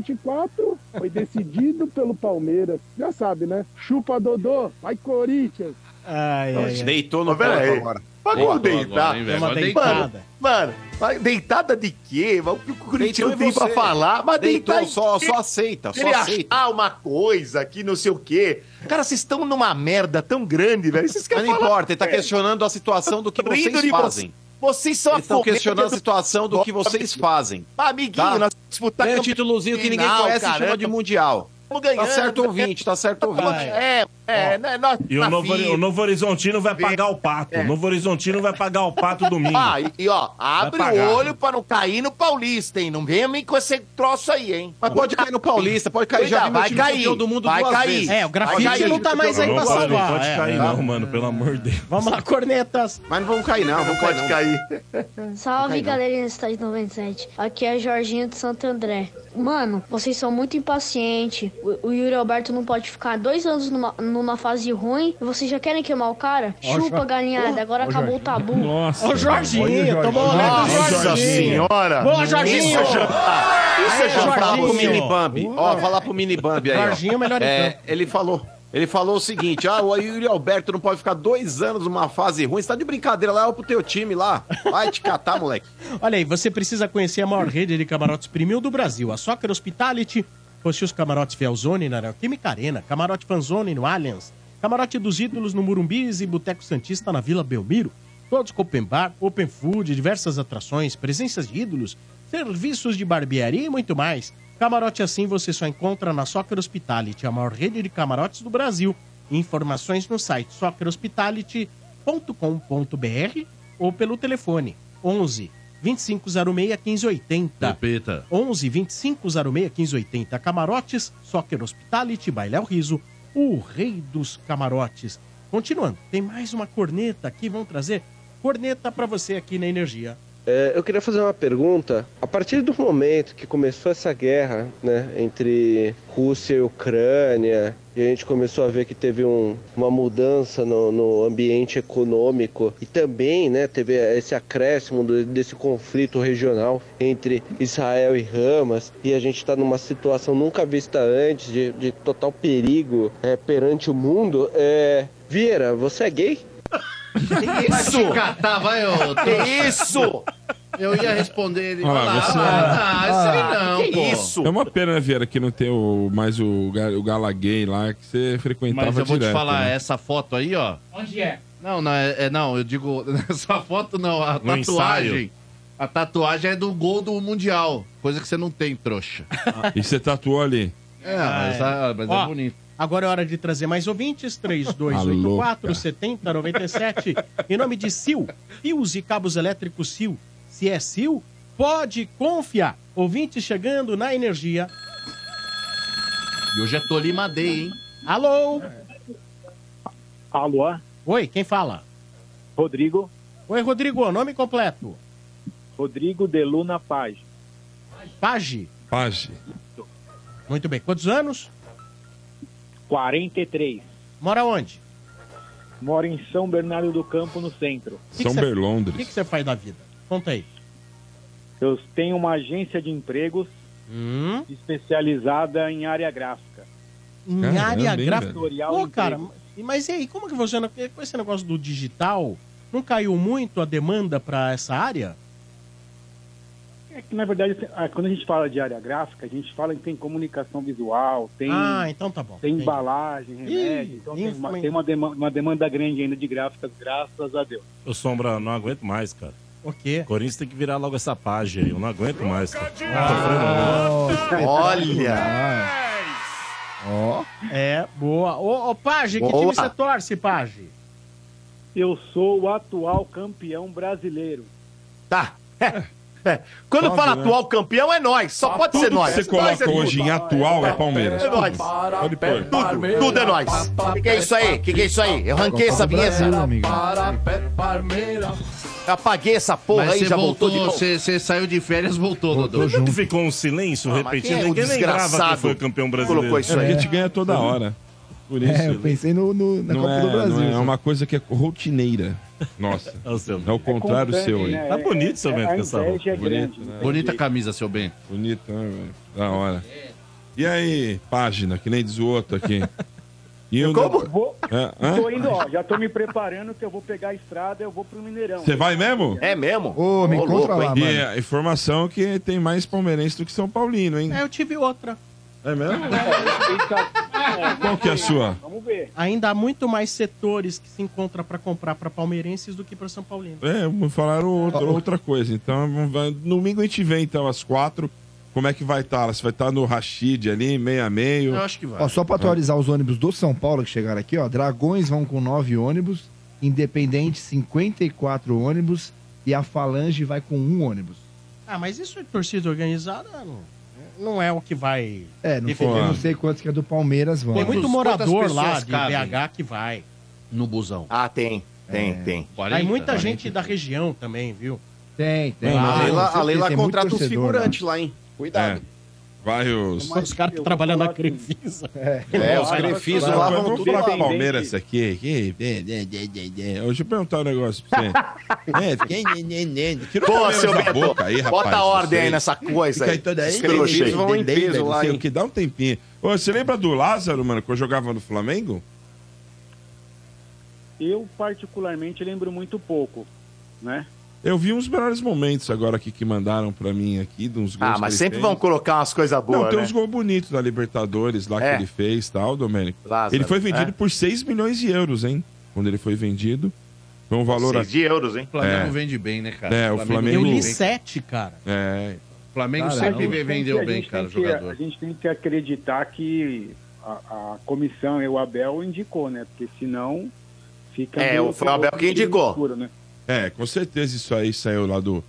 [SPEAKER 1] 2024, foi decidido pelo Palmeiras. Já sabe, né? Chupa Dodô, vai Corinthians.
[SPEAKER 2] Ai,
[SPEAKER 6] ai, ai. Deitou no
[SPEAKER 10] Ô, pera
[SPEAKER 6] ponto
[SPEAKER 10] aí.
[SPEAKER 6] agora.
[SPEAKER 10] Mas
[SPEAKER 6] Boa.
[SPEAKER 10] como deitar?
[SPEAKER 6] Agora, hein, velho? Uma
[SPEAKER 10] tá? Mano,
[SPEAKER 6] deitada.
[SPEAKER 10] Mano, mas deitada de quê? Mas O que o
[SPEAKER 6] Deitou
[SPEAKER 10] Curitiba
[SPEAKER 6] em
[SPEAKER 10] tem pra
[SPEAKER 6] você.
[SPEAKER 10] falar? Mas
[SPEAKER 6] Deitou,
[SPEAKER 10] deitar em
[SPEAKER 6] só-
[SPEAKER 10] quê?
[SPEAKER 6] só aceita, só
[SPEAKER 10] Ele
[SPEAKER 6] aceita.
[SPEAKER 10] achar uma coisa que não sei o quê. Cara, vocês estão numa merda tão grande, velho. Vocês
[SPEAKER 6] Mas
[SPEAKER 10] querem
[SPEAKER 6] não
[SPEAKER 10] falar...
[SPEAKER 6] importa, ele tá questionando a situação do que
[SPEAKER 10] Tô rindo
[SPEAKER 6] vocês
[SPEAKER 10] de
[SPEAKER 6] fazem.
[SPEAKER 10] você. Vocês são
[SPEAKER 6] Eles estão
[SPEAKER 10] fogueira
[SPEAKER 6] questionando a
[SPEAKER 10] do-
[SPEAKER 6] situação do que vocês fazem.
[SPEAKER 10] Amiguinho,
[SPEAKER 6] Tá?
[SPEAKER 10] nós disputamos.
[SPEAKER 6] Ganha um títulozinho que ninguém conhece e chama de mundial. Tá certo ouvinte, tá certo ouvinte.
[SPEAKER 10] É, é, né, nós-
[SPEAKER 7] E
[SPEAKER 4] Tá
[SPEAKER 10] na
[SPEAKER 7] o Novo,
[SPEAKER 10] fila.
[SPEAKER 7] o Novo Horizontino vai pagar o pato.
[SPEAKER 4] É.
[SPEAKER 7] O Novo Horizontino vai pagar o pato domingo.
[SPEAKER 10] Ah, e, e, ó, abre
[SPEAKER 7] Vai pagar.
[SPEAKER 10] o olho pra não cair no Paulista, hein? Não venha me com esse troço aí, hein?
[SPEAKER 6] Mas pode cair no Paulista, pode
[SPEAKER 2] cair, já vi meu
[SPEAKER 10] vai
[SPEAKER 2] time
[SPEAKER 10] cair.
[SPEAKER 2] campeão do mundo
[SPEAKER 10] vai
[SPEAKER 2] duas
[SPEAKER 10] cair.
[SPEAKER 2] vezes. É, o grafite
[SPEAKER 10] Vai cair.
[SPEAKER 2] não tá mais aí pra
[SPEAKER 7] Não pode,
[SPEAKER 2] salvar,
[SPEAKER 7] Não pode
[SPEAKER 2] é,
[SPEAKER 7] cair,
[SPEAKER 2] tá?
[SPEAKER 7] não, mano, pelo amor de Deus.
[SPEAKER 2] Vamos lá, cornetas.
[SPEAKER 6] Mas não vamos cair, não. Não
[SPEAKER 10] pode cair.
[SPEAKER 13] Salve galerinha do Estádio 97, aqui é a Jorginho de Santo André. Mano, vocês são muito impacientes. O, o Yuri Alberto não pode ficar dois anos numa, numa fase ruim e vocês já querem queimar o cara?
[SPEAKER 2] Ó,
[SPEAKER 13] Chupa,
[SPEAKER 2] Jorge.
[SPEAKER 13] galinhada, agora
[SPEAKER 2] Ó,
[SPEAKER 13] acabou
[SPEAKER 2] Jorge.
[SPEAKER 13] o tabu.
[SPEAKER 2] Ó, o Jorginho, tomou o olé do
[SPEAKER 10] Nossa
[SPEAKER 2] Jorginho.
[SPEAKER 10] senhora.
[SPEAKER 2] Boa, Jorginho.
[SPEAKER 6] Isso é jantar. Isso é
[SPEAKER 2] Aê,
[SPEAKER 6] jantar. Falar pro
[SPEAKER 2] Jorginho.
[SPEAKER 6] Minibambi. Ó, falar pro Minibambi aí. ó.
[SPEAKER 2] Jorginho, melhor em
[SPEAKER 6] é,
[SPEAKER 2] campo.
[SPEAKER 6] Ele falou. Ele falou o seguinte: ah, o Yuri Alberto não pode ficar dois anos numa fase ruim. Você tá de brincadeira lá, olha pro teu time lá. Vai te catar, moleque.
[SPEAKER 2] Olha aí, você precisa conhecer a maior rede de camarotes premium do Brasil, a Soccer Hospitality. Possui os camarotes Fielzone na Neoquímica Arena, camarote Fanzone no Allianz, camarote dos Ídolos no Murumbis e Boteco Santista na Vila Belmiro. Todos com open bar, open food, diversas atrações, presenças de ídolos, serviços de barbearia e muito mais. Camarote assim você só encontra na Soccer Hospitality, a maior rede de camarotes do Brasil. Informações no site soccerhospitality.com.br ou pelo telefone 11 2506 1580.
[SPEAKER 4] Repita.
[SPEAKER 2] 11 2506 1580. Camarotes, Soccer Hospitality, Baile ao Riso, o rei dos camarotes. Continuando, tem mais uma corneta aqui, vão trazer corneta pra você aqui na Energia.
[SPEAKER 14] É, eu queria fazer uma pergunta. A partir do momento que começou essa guerra né, entre Rússia e Ucrânia, e a gente começou a ver que teve um- uma mudança no, no ambiente econômico e também né, teve esse acréscimo do- desse conflito regional entre Israel e Hamas, e a gente está numa situação nunca vista antes, de, de total perigo é, perante o mundo. É... Vieira, você é gay?
[SPEAKER 4] Isso! Vai te catar, vai, ô.
[SPEAKER 10] Que isso?
[SPEAKER 4] Eu ia responder ele.
[SPEAKER 8] Olha lá, você-
[SPEAKER 4] Ah, isso aí
[SPEAKER 8] Ah,
[SPEAKER 4] não,
[SPEAKER 8] que
[SPEAKER 4] pô.
[SPEAKER 8] É uma pena, né, Vieira, que não tem o, mais o, ga- o gala gay lá que você frequentava
[SPEAKER 4] Mas eu vou
[SPEAKER 8] direto,
[SPEAKER 4] te falar,
[SPEAKER 8] né?
[SPEAKER 4] essa foto aí, ó.
[SPEAKER 15] Onde é?
[SPEAKER 4] Não, não, é, é- não eu digo, essa foto não, a
[SPEAKER 7] No
[SPEAKER 4] tatuagem.
[SPEAKER 7] ensaio.
[SPEAKER 4] A tatuagem é do gol do Mundial, coisa que você não tem, trouxa.
[SPEAKER 8] E você tatuou ali?
[SPEAKER 4] É, mas, ah, mas
[SPEAKER 2] Ó,
[SPEAKER 4] é bonito.
[SPEAKER 2] Agora é hora de trazer mais ouvintes.
[SPEAKER 8] Alô,
[SPEAKER 2] 3284
[SPEAKER 8] cara.
[SPEAKER 2] 7097. Em nome de Sil, fios e cabos elétricos Sil. Se é Sil, pode confiar. Ouvintes chegando na energia.
[SPEAKER 4] E hoje é Tolima Day, hein?
[SPEAKER 2] Alô?
[SPEAKER 15] Alô?
[SPEAKER 2] Oi, quem fala?
[SPEAKER 15] Rodrigo.
[SPEAKER 2] Oi, Rodrigo, nome completo.
[SPEAKER 15] Rodrigo de Luna Paz.
[SPEAKER 2] Page.
[SPEAKER 8] Page.
[SPEAKER 2] Muito bem. Quantos anos?
[SPEAKER 15] 43.
[SPEAKER 2] Mora onde?
[SPEAKER 15] Moro em São Bernardo do Campo, no centro.
[SPEAKER 2] Que que
[SPEAKER 8] São
[SPEAKER 2] cê-
[SPEAKER 8] Berlondres.
[SPEAKER 2] O que que você faz da vida? Conta aí.
[SPEAKER 15] Eu tenho uma agência de empregos
[SPEAKER 2] Hum?
[SPEAKER 15] especializada em área gráfica.
[SPEAKER 2] Em
[SPEAKER 15] Caramba,
[SPEAKER 2] área
[SPEAKER 15] hein,
[SPEAKER 2] gráfica.
[SPEAKER 15] velho?
[SPEAKER 2] Pô, cara, e- mas e aí, como que funciona? Porque Com esse negócio do digital, não caiu muito a demanda pra essa área?
[SPEAKER 15] É que, na verdade, ah, quando a gente fala de área gráfica, a gente fala que tem comunicação visual, tem,
[SPEAKER 2] Ah, então tá bom.
[SPEAKER 15] tem
[SPEAKER 2] Entendi.
[SPEAKER 15] embalagem, remédio.
[SPEAKER 2] Ih,
[SPEAKER 15] então tem, uma,
[SPEAKER 2] influência.
[SPEAKER 15] tem uma dema- uma demanda grande ainda de gráficas, graças a Deus.
[SPEAKER 7] Eu, Sombra, não aguento mais, cara.
[SPEAKER 2] O quê?
[SPEAKER 7] Corinthians tem que virar logo essa página aí. Eu não aguento mais. cara.
[SPEAKER 2] Ah,
[SPEAKER 10] Olha!
[SPEAKER 2] Ó. É, boa. Ô, ô Page, que
[SPEAKER 15] Boa.
[SPEAKER 2] time você torce, Page?
[SPEAKER 15] Eu sou o atual campeão brasileiro.
[SPEAKER 10] Tá. É. Quando
[SPEAKER 15] Quase,
[SPEAKER 10] fala
[SPEAKER 15] né?
[SPEAKER 10] atual campeão, é nós. Só
[SPEAKER 15] Tá,
[SPEAKER 10] pode
[SPEAKER 8] Tudo
[SPEAKER 10] ser
[SPEAKER 8] que
[SPEAKER 10] nós.
[SPEAKER 8] você
[SPEAKER 10] Nós é
[SPEAKER 8] coloca
[SPEAKER 10] tudo.
[SPEAKER 8] hoje em atual é Palmeiras.
[SPEAKER 10] É nóis.
[SPEAKER 8] Pode pôr.
[SPEAKER 10] Tudo, tudo é nós. O que, que é isso aí? O que, que é isso aí? Eu ranquei essa vinheta. Eu Apaguei essa porra
[SPEAKER 4] mas
[SPEAKER 10] aí,
[SPEAKER 4] você
[SPEAKER 10] já voltou,
[SPEAKER 4] voltou,
[SPEAKER 10] de novo.
[SPEAKER 4] você você saiu de férias, voltou, Dodô.
[SPEAKER 7] Tanto que ficou um silêncio
[SPEAKER 4] Ah, mas
[SPEAKER 7] repetido.
[SPEAKER 4] quem é o
[SPEAKER 7] Ninguém lembrava que
[SPEAKER 4] desgraçado
[SPEAKER 7] foi campeão brasileiro.
[SPEAKER 4] colocou isso
[SPEAKER 8] A gente
[SPEAKER 7] É
[SPEAKER 8] ganha
[SPEAKER 2] Uhum.
[SPEAKER 8] toda hora. Por isso.
[SPEAKER 5] É, eu pensei no, no- na
[SPEAKER 8] não
[SPEAKER 5] Copa
[SPEAKER 8] é,
[SPEAKER 5] do
[SPEAKER 8] não
[SPEAKER 5] Brasil.
[SPEAKER 8] é, é uma coisa que é rotineira. Nossa.
[SPEAKER 7] é o seu.
[SPEAKER 8] É o contrário
[SPEAKER 7] constante,
[SPEAKER 8] seu aí.
[SPEAKER 7] né? Tá bonito, seu É, Bento, a com essa inveja roupa. é grande,
[SPEAKER 8] Bonito,
[SPEAKER 7] não
[SPEAKER 8] né?
[SPEAKER 7] tem Bonita jeito.
[SPEAKER 4] camisa, seu Bento.
[SPEAKER 8] Bonita, né, velho? Da hora. E aí, página, que nem diz o outro aqui. E o-
[SPEAKER 15] Vou,
[SPEAKER 8] Hã? Hã?
[SPEAKER 15] tô indo, ó, já tô me preparando que eu vou pegar a estrada, eu vou pro Mineirão.
[SPEAKER 8] Você vai mesmo?
[SPEAKER 10] É mesmo?
[SPEAKER 8] Ô,
[SPEAKER 15] me Ô, encontra louco, lá, hein? mano.
[SPEAKER 8] E a informação é que tem mais palmeirense do que São Paulino, hein?
[SPEAKER 2] É, eu tive outra.
[SPEAKER 8] É mesmo?
[SPEAKER 15] Fica-
[SPEAKER 8] Qual que Ah, é a sua?
[SPEAKER 2] Vamos ver. Ainda há muito mais setores que se encontra pra comprar pra palmeirenses do que pra São Paulino.
[SPEAKER 8] É, me
[SPEAKER 5] Ah,
[SPEAKER 8] falaram outra, outra coisa. Então, vamos ver. domingo a gente vê, então, às quatro. Como é que vai estar? Se vai estar no Rashid ali, meio a meio? Ah.
[SPEAKER 4] Eu acho que vai.
[SPEAKER 5] Ó, só para atualizar os ônibus do São Paulo que chegaram aqui, ó. Dragões vão com nove ônibus, Independente 54 ônibus e a Falange vai com um ônibus.
[SPEAKER 2] Ah, mas isso é torcida organizada, não, não é o que vai.
[SPEAKER 5] É, não, sei,
[SPEAKER 2] defender.
[SPEAKER 5] não sei quantos que é do Palmeiras vão.
[SPEAKER 2] Tem
[SPEAKER 5] né?
[SPEAKER 2] muito morador lá de BH que vai. É.
[SPEAKER 4] No busão.
[SPEAKER 10] Ah, tem. Tem, tem.
[SPEAKER 2] Aí muita gente da região também, viu?
[SPEAKER 5] Tem,
[SPEAKER 2] tem.
[SPEAKER 10] a Leila,
[SPEAKER 2] Ah,
[SPEAKER 10] a Leila
[SPEAKER 2] tem muito
[SPEAKER 10] contrata os
[SPEAKER 2] torcedor, né?
[SPEAKER 10] figurantes lá, hein? Cuidado.
[SPEAKER 8] É. Vai os...
[SPEAKER 2] Os caras que trabalham na Crefisa.
[SPEAKER 10] É, os
[SPEAKER 8] Vai,
[SPEAKER 10] grefisos
[SPEAKER 8] vai,
[SPEAKER 10] lá
[SPEAKER 8] vai,
[SPEAKER 10] vão
[SPEAKER 8] Vamos
[SPEAKER 10] tudo
[SPEAKER 8] falar
[SPEAKER 10] lá.
[SPEAKER 8] com o Palmeiras aqui. que- de- de- de- de- de. Deixa eu perguntar um negócio pra você. É, fiquei- né, né, né. Tira o
[SPEAKER 10] Pô,
[SPEAKER 8] Palmeiras
[SPEAKER 10] seu
[SPEAKER 8] da
[SPEAKER 10] Beto,
[SPEAKER 8] boca aí, rapaz.
[SPEAKER 10] bota ordem aí
[SPEAKER 8] vocês.
[SPEAKER 10] nessa coisa
[SPEAKER 8] Fica
[SPEAKER 10] aí.
[SPEAKER 8] aí toda aí.
[SPEAKER 10] Esses crochês vão em
[SPEAKER 8] Deita,
[SPEAKER 10] peso
[SPEAKER 8] não
[SPEAKER 10] lá,
[SPEAKER 8] sei
[SPEAKER 10] hein?
[SPEAKER 8] o que dá um tempinho. Ô, você lembra do Lázaro, mano, quando jogava no Flamengo?
[SPEAKER 15] Eu, particularmente, lembro muito pouco, né?
[SPEAKER 8] Eu vi uns melhores momentos agora aqui que mandaram pra mim aqui, de uns gols
[SPEAKER 10] Ah, mas
[SPEAKER 8] que ele
[SPEAKER 10] sempre
[SPEAKER 8] fez.
[SPEAKER 10] vão colocar umas coisas boas,
[SPEAKER 8] Não, tem
[SPEAKER 10] né?
[SPEAKER 8] uns gols bonitos da Libertadores lá
[SPEAKER 10] É.
[SPEAKER 8] que ele fez tal, Domênico.
[SPEAKER 10] Lázaro,
[SPEAKER 8] ele foi vendido
[SPEAKER 10] é.
[SPEAKER 8] por 6 milhões de euros, hein? Quando ele foi vendido. Foi um valor...
[SPEAKER 10] Seis de euros, hein?
[SPEAKER 8] É.
[SPEAKER 4] O Flamengo vende bem, né, cara?
[SPEAKER 8] É, o Flamengo-
[SPEAKER 2] Eu
[SPEAKER 8] Flamengo.
[SPEAKER 2] li sete, cara.
[SPEAKER 8] É.
[SPEAKER 4] O Flamengo
[SPEAKER 15] Cara,
[SPEAKER 4] sempre
[SPEAKER 15] a gente
[SPEAKER 4] vendeu
[SPEAKER 15] tem que- a
[SPEAKER 4] bem,
[SPEAKER 15] gente
[SPEAKER 4] cara, o
[SPEAKER 15] tem que-
[SPEAKER 4] jogador.
[SPEAKER 15] A gente tem que acreditar que a, a comissão e o Abel indicou, né? Porque senão fica...
[SPEAKER 10] É,
[SPEAKER 15] meio-
[SPEAKER 10] foi o Abel que indicou.
[SPEAKER 15] escuro, né?
[SPEAKER 8] É, com certeza isso aí saiu lá do.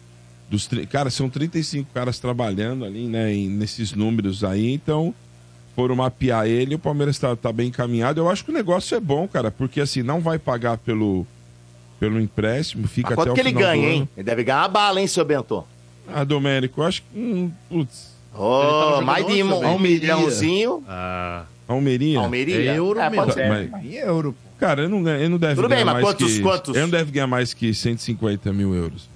[SPEAKER 8] Dos, tri- cara, são 35 caras trabalhando ali, né? em- nesses números aí, então foram mapear ele, o Palmeiras tá, tá bem encaminhado. Eu acho que o negócio é bom, cara, porque assim, não vai pagar pelo, pelo empréstimo, fica
[SPEAKER 10] Mas
[SPEAKER 8] até
[SPEAKER 10] quanto que
[SPEAKER 8] o
[SPEAKER 10] ele
[SPEAKER 8] final do
[SPEAKER 10] ganha,
[SPEAKER 8] ano.
[SPEAKER 10] hein? Ele deve ganhar a bala, hein, seu Bento?
[SPEAKER 8] Ah, Domérico, eu acho que. Hum, putz.
[SPEAKER 10] Ele tava jogando mais de onde, um- seu Bento? um milhãozinho.
[SPEAKER 8] Ah. Almeria?
[SPEAKER 10] Almeria? É euro É, mesmo. pode ser. Aí é euro,
[SPEAKER 8] Cara, ele não, ganha- ele não deve
[SPEAKER 10] Tudo bem,
[SPEAKER 8] ganhar
[SPEAKER 10] mas
[SPEAKER 8] mais
[SPEAKER 10] quantos-
[SPEAKER 8] que...
[SPEAKER 10] quantos?
[SPEAKER 8] Ele não deve ganhar mais que 150 mil euros.